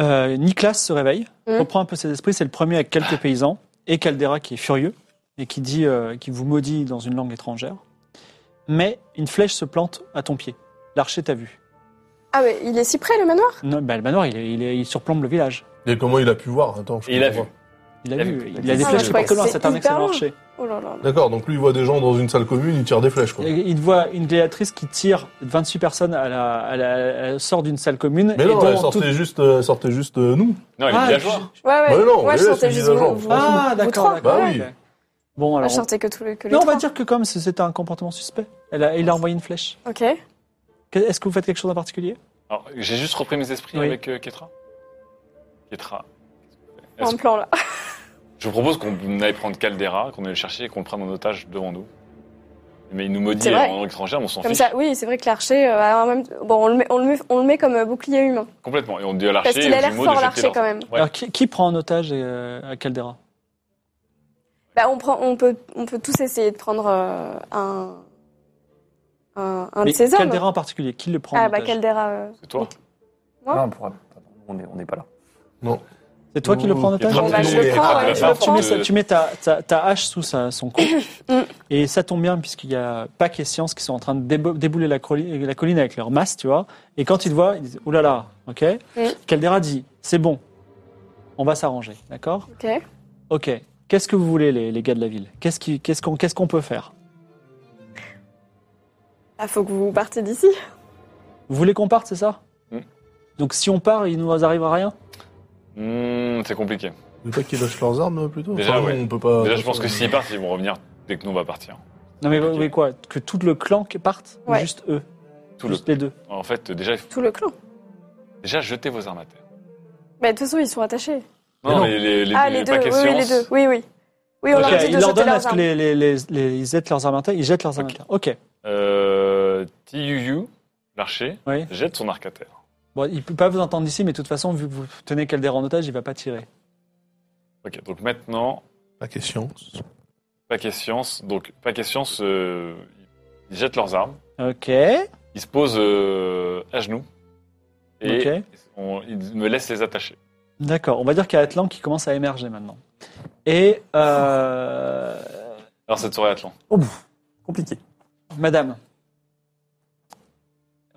A: euh, Nicolas se réveille,
F: Mhm.
A: reprend un peu ses esprits. C'est le premier avec quelques paysans. Et Caldera qui est furieux et qui dit. euh, qui vous maudit dans une langue étrangère. Mais une flèche se plante à ton pied. L'archer t'a vu.
F: Ah, mais il est si près, le manoir
A: Non, bah, le manoir, il, est- il, est- il surplombe le village.
E: Et comment il a pu voir Attends, je
B: Il a vu.
E: comprends
A: Il a,
B: Il a
A: vu.
B: vu.
A: Il a des
F: Ah,
A: flèches
F: je
A: c'est
F: crois
A: pas
F: que
A: collant,
F: c'est
A: c'est un
F: hyper
A: excellent
F: loin.
A: archer.
F: Oh là là.
E: pas. D'accord, donc lui, il voit des gens dans une salle commune, il tire des flèches, quoi.
A: Il voit une gladiatrice qui tire 26 personnes à la, à la- elle sort d'une salle commune.
E: Mais non,
A: dont
E: elle sortait, juste, euh, elle sortait juste euh, nous.
B: Non, il
A: Ah,
B: est villageois.
F: Ouais, ouais.
E: Bah non,
F: Moi, je
E: mais là,
F: sortais
E: c'est
F: juste
E: des agents,
F: vous-
E: je
A: tout-
F: vous-
E: pense.
F: vous
A: Ah, d'accord,
F: trois. Ah,
A: d'accord.
E: Bah oui.
A: ok. Bon,
F: Moi,
A: alors.
F: je sortais que tous les, que les
A: Non, bah, on
F: trois.
A: va dire que comme c'était un comportement suspect, elle a, il a envoyé une flèche.
F: Ok.
A: Que- Est-ce que vous faites quelque chose en particulier
B: Alors, j'ai juste repris mes esprits
A: Oui.
B: avec euh, Ketra. Ketra. Est-ce
F: En plan, là.
B: Je vous propose qu'on aille prendre Caldera, qu'on aille le chercher et qu'on le prenne en otage devant nous. Mais il nous maudit
F: C'est vrai.
B: en langue étrangère, mais on s'en
F: Comme
B: fiche
F: ça, oui, c'est vrai que l'archer, euh, a un même... bon, on le, met, on, le met, on le met comme euh, bouclier humain.
B: complètement. Et on dit à
F: Parce
B: l'archer,
F: qu'il a
B: et au
F: l'air
B: jumeau de
F: fort,
B: jeter
F: l'archer,
B: leur-
F: quand même.
B: Ouais.
A: Alors, qui, qui prend en otage euh, Caldera
F: Bah, on, prend, on, peut, on peut tous essayer de prendre euh, un, un, un
A: Mais
F: de ses hommes.
A: Caldera en particulier, qui le prend en
F: ah, bah,
A: otage
F: Caldera. euh,
B: C'est toi.
F: Hein
D: Non, on pourra pas. On est- on n'est pas là.
A: C'est toi qui le prends en otage
F: Bon, bah, je le
E: Et
F: prends,
B: Caldera,
F: ouais,
B: tu
F: je
B: vas
F: le
A: Tu
F: prends.
A: mets, ça- tu mets ta, ta- ta hache sous sa- son cou.
F: Mm.
A: et ça tombe bien, puisqu'il y a Pac et Science qui sont en train de débo- débouler la, colli- la colline avec leur masse, tu vois. Et quand ils te voient, ils disent Oulala, là là, ok
F: Mm.
A: Caldera dit C'est bon, on va s'arranger, d'accord
F: Ok.
A: Ok. Qu'est-ce que vous voulez, les, les gars de la ville Qu'est-ce qui- qu'est-ce qu'on qu'est-ce qu'on peut faire
F: Ah, faut que vous partiez d'ici.
A: Vous voulez qu'on parte, c'est ça
B: Mm.
A: Donc si on part, il nous arrive à rien
B: Hmm, c'est compliqué.
E: Il veut pas qu'ils lâchent leurs armes, euh, plutôt
B: Déjà,
E: Enfin,
B: ouais.
E: on peut pas...
B: Déjà, je pense que s'ils partent, ils vont revenir dès que nous on va partir.
A: Non, mais vous
B: Compliqué.
A: voulez quoi Que tout le clan qui parte ou
F: Ouais.
A: juste eux
B: Tout le...
A: Juste les deux
B: En fait, euh, déjà, il faut-
F: Tout le clan.
B: déjà jetez vos armes à terre.
F: Bah, de toute façon, ils sont attachés.
B: Non, mais les, les,
F: ah, les deux. Oui, oui, les deux. Oui, oui. Oui, on
B: Ok,
F: leur dit
A: il
F: de
A: leur
F: jeter
A: donne à
F: leurs
A: ce que
F: armes.
A: les, les- les- les- ils jettent leurs armes à terre, ils jettent leurs armes
B: Ok.
A: à terre. Ok.
B: Euh, TUU, l'archer,
A: Oui.
B: jette son arc à terre.
A: Bon, il peut pas vous entendre d'ici, mais de toute façon, vu que vous tenez Caldera en otage, il va pas tirer.
B: Ok, donc maintenant,
E: La question.
B: Paquet Science, donc Paquet Science, euh, ils jettent leurs armes,
A: Ok.
B: ils se posent euh, à genoux et
A: Ok.
B: on- ils me laissent les attacher.
A: D'accord. On va dire qu'il y a Atlan qui commence à émerger maintenant. Et euh,
B: Alors cette soirée Atlan.
D: Compliqué.
A: Madame,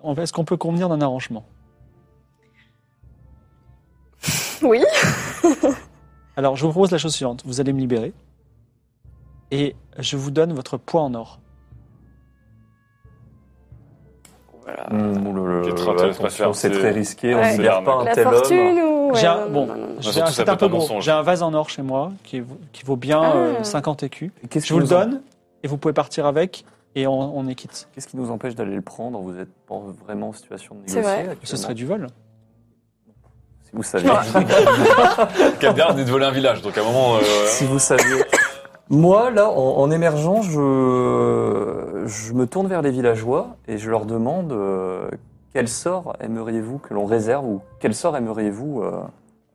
A: on va- est-ce qu'on peut convenir d'un arrangement
F: Oui.
A: Alors, je vous propose la chose suivante. Vous allez me libérer et je vous donne votre poids en or.
D: Mmh, oulala,
B: Quatre intérêts
D: attention,
B: pas faire,
D: c'est
B: c'est-
D: très risqué, on
F: Ouais.
D: ne
B: C'est
D: libère pas
B: l'arnaque.
D: un
F: La
D: tel homme.
F: fortune ou. ouais,
A: J'ai un-
F: non,
A: bon,
F: non, non, non.
A: j'ai
B: surtout,
A: un-
B: ça
A: c'est
B: peut
A: un
B: être
A: peu
B: un
A: gros.
B: mensonge.
A: J'ai un vase en or chez moi qui, vaut- qui vaut bien
F: Ah.
A: euh, 50 écus.
D: Qu'est-ce qui
A: Je vous le
D: nous en-
A: donne et vous pouvez partir avec et on, on est quitte.
D: Qu'est-ce qui nous empêche d'aller le prendre Vous êtes pas vraiment en situation de
F: C'est
D: négocier
F: vrai.
D: actuellement
A: Ce serait du vol.
D: Si vous saviez.
B: Caldera venait de voler un village, donc à un moment, euh,
D: si vous saviez. Moi, là, en, en émergeant, je, je me tourne vers les villageois et je leur demande euh, quel sort aimeriez-vous que l'on réserve ou quel sort aimeriez-vous euh,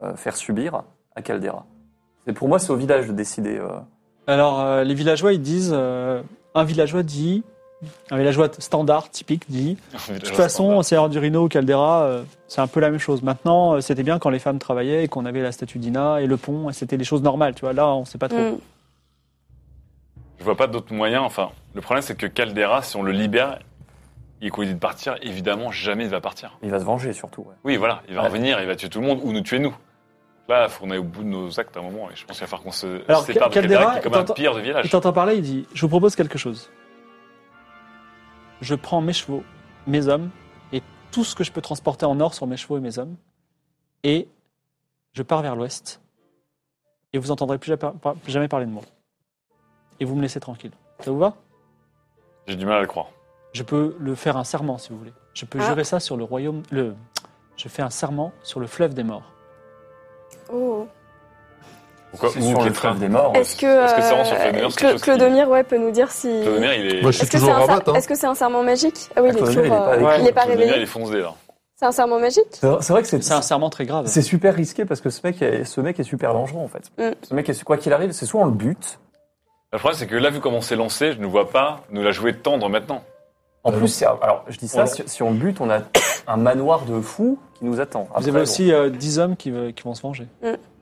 D: euh, faire subir à Caldera C'est pour moi, c'est au village de décider. euh.
A: Alors, euh, les villageois, ils disent... euh, un villageois dit... Un villageois standard, typique, dit...
B: on est
A: De toute
B: déjà
A: façon, au Seigneur du Rhino ou Caldera, euh, c'est un peu la même chose. Maintenant, euh, c'était bien quand les femmes travaillaient et qu'on avait la statue d'Ina et le pont, et c'était des choses normales, tu vois. Là, on sait pas trop.
F: Mm.
B: Je vois pas d'autres moyens. Enfin, le problème, c'est que Caldera, si on le libère et qu'on lui dit de partir, évidemment, jamais il va partir.
D: Il va se venger surtout. ouais.
B: Oui, voilà, il va
D: Ouais.
B: revenir, il va tuer tout le monde ou nous tuer nous. Là, faut qu'on aille au bout de nos actes à un moment, et je pense qu'il va falloir qu'on se
A: Alors,
B: sépare de
A: Caldera,
B: Caldera, qui est comme un
A: t'entends-
B: pire de village.
A: Il t'entend parler, il dit Je vous propose quelque chose. Je prends mes chevaux, mes hommes, et tout ce que je peux transporter en or sur mes chevaux et mes hommes, et je pars vers l'ouest, et vous entendrez plus jamais, plus jamais parler de moi. Et vous me laissez tranquille. Ça vous va
B: J'ai du mal à le croire.
A: Je peux le faire un serment si vous voulez. Je peux
F: Ah.
A: jurer ça sur le royaume. Le, je fais un serment sur le fleuve des morts.
F: Oh.
B: Pourquoi
D: C'est sur le fleuve des morts.
F: Est-ce que,
B: Est-ce que ça rend sur
F: euh,
B: Clodomir, c'est
F: Clo-
B: quelque chose qui-
F: Clodomir, ouais, peut nous dire si.
B: Clodomir, il est.
I: Moi, je suis
F: Est-ce que c'est
I: toujours
F: un, ser-
I: rabat. Hein.
F: est-ce que c'est un serment magique Ah oui, il est
D: Clodomir,
F: toujours.
D: il est pas
F: euh,
D: avec
F: il n'est pas
B: Clodomir, il
F: réveillé.
B: est foncé, là.
F: C'est un serment magique
D: C'est c'est vrai que c'est
A: C'est un serment très grave.
D: c'est super risqué parce que ce mec, est, ce mec est super dangereux en fait.
F: Mm.
D: Ce mec est quoi qu'il arrive, c'est soit on le bute.
B: Le problème, c'est que là, vu comment on s'est lancé, je ne vois pas nous la jouer tendre maintenant.
D: En
E: Euh,
D: plus, c'est- alors je dis ça,
E: Ouais.
D: si, si on le bute, on a un manoir de fous qui nous attend. Après,
A: vous avez
D: bon,
A: aussi euh, 10 hommes qui, ve- qui vont se venger.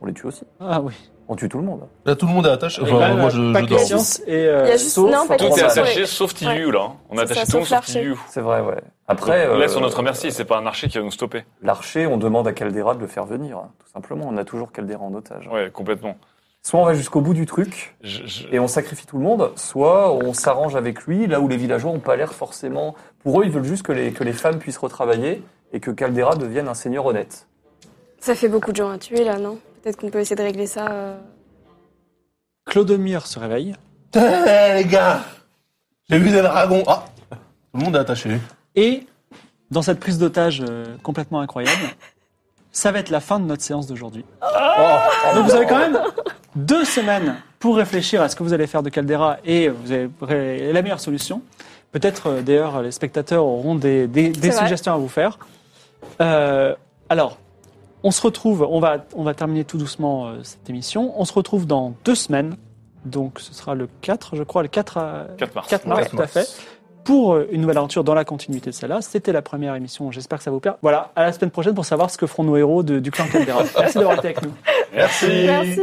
D: on les tue aussi.
A: Ah oui.
D: On tue tout le monde.
E: Là, tout le monde est
B: Bah,
E: attaché. Enfin,
A: Pas-
E: moi, je,
A: pas
E: je dors.
A: question, et, euh,
F: Il y a juste.
D: sauf-
F: Non, pas
D: Tout
B: Tout
F: du
B: est
F: tout,
B: attaché
F: ouais.
B: sauf Tidiu,
F: Ouais.
B: là. On a
F: C'est
B: attaché
F: ça,
B: tout le monde
F: sauf
B: sauf
F: l'archer.
B: Tidiu.
D: C'est vrai, ouais. Après,
B: Donc,
D: euh,
B: là, sur notre merci, c'est pas un archer qui va nous stopper.
D: l'archer, on demande à Caldera de le faire venir, hein, tout simplement. On a toujours Caldera en otage. hein.
B: Ouais, complètement.
D: Soit on va jusqu'au bout du truc
B: Je- je-
D: et on sacrifie tout le monde, soit on s'arrange avec lui, là où les villageois n'ont pas l'air forcément... Pour eux, ils veulent juste que les, que les femmes puissent retravailler et que Caldera devienne un seigneur honnête.
F: Ça fait beaucoup de gens à tuer là, non Peut-être qu'on peut essayer de régler ça. euh.
A: Clodomir se réveille
E: Eh, les gars J'ai vu des dragons. Ah Tout le monde est attaché.
A: et dans cette prise d'otage euh, complètement incroyable, ça va être la fin de notre séance d'aujourd'hui. Donc vous avez quand même deux semaines pour réfléchir à ce que vous allez faire de Caldera et vous avez pré- la meilleure solution. Peut-être euh, d'ailleurs les spectateurs auront des, des- des
F: C'est vrai.
A: suggestions à vous faire. Euh, alors, on se retrouve, on va, on va terminer tout doucement euh, cette émission. On se retrouve dans deux semaines. Donc ce sera le 4, je crois, le 4, à-
B: 4 mars.
A: 4 mars,
D: Ouais.
A: tout à fait. Pour euh, une nouvelle aventure dans la continuité de celle-là, c'était la première émission. J'espère que ça vous plaît. Voilà, à la semaine prochaine pour savoir ce que feront nos héros de- du clan Caldera. Merci d'avoir été avec nous.
F: Merci.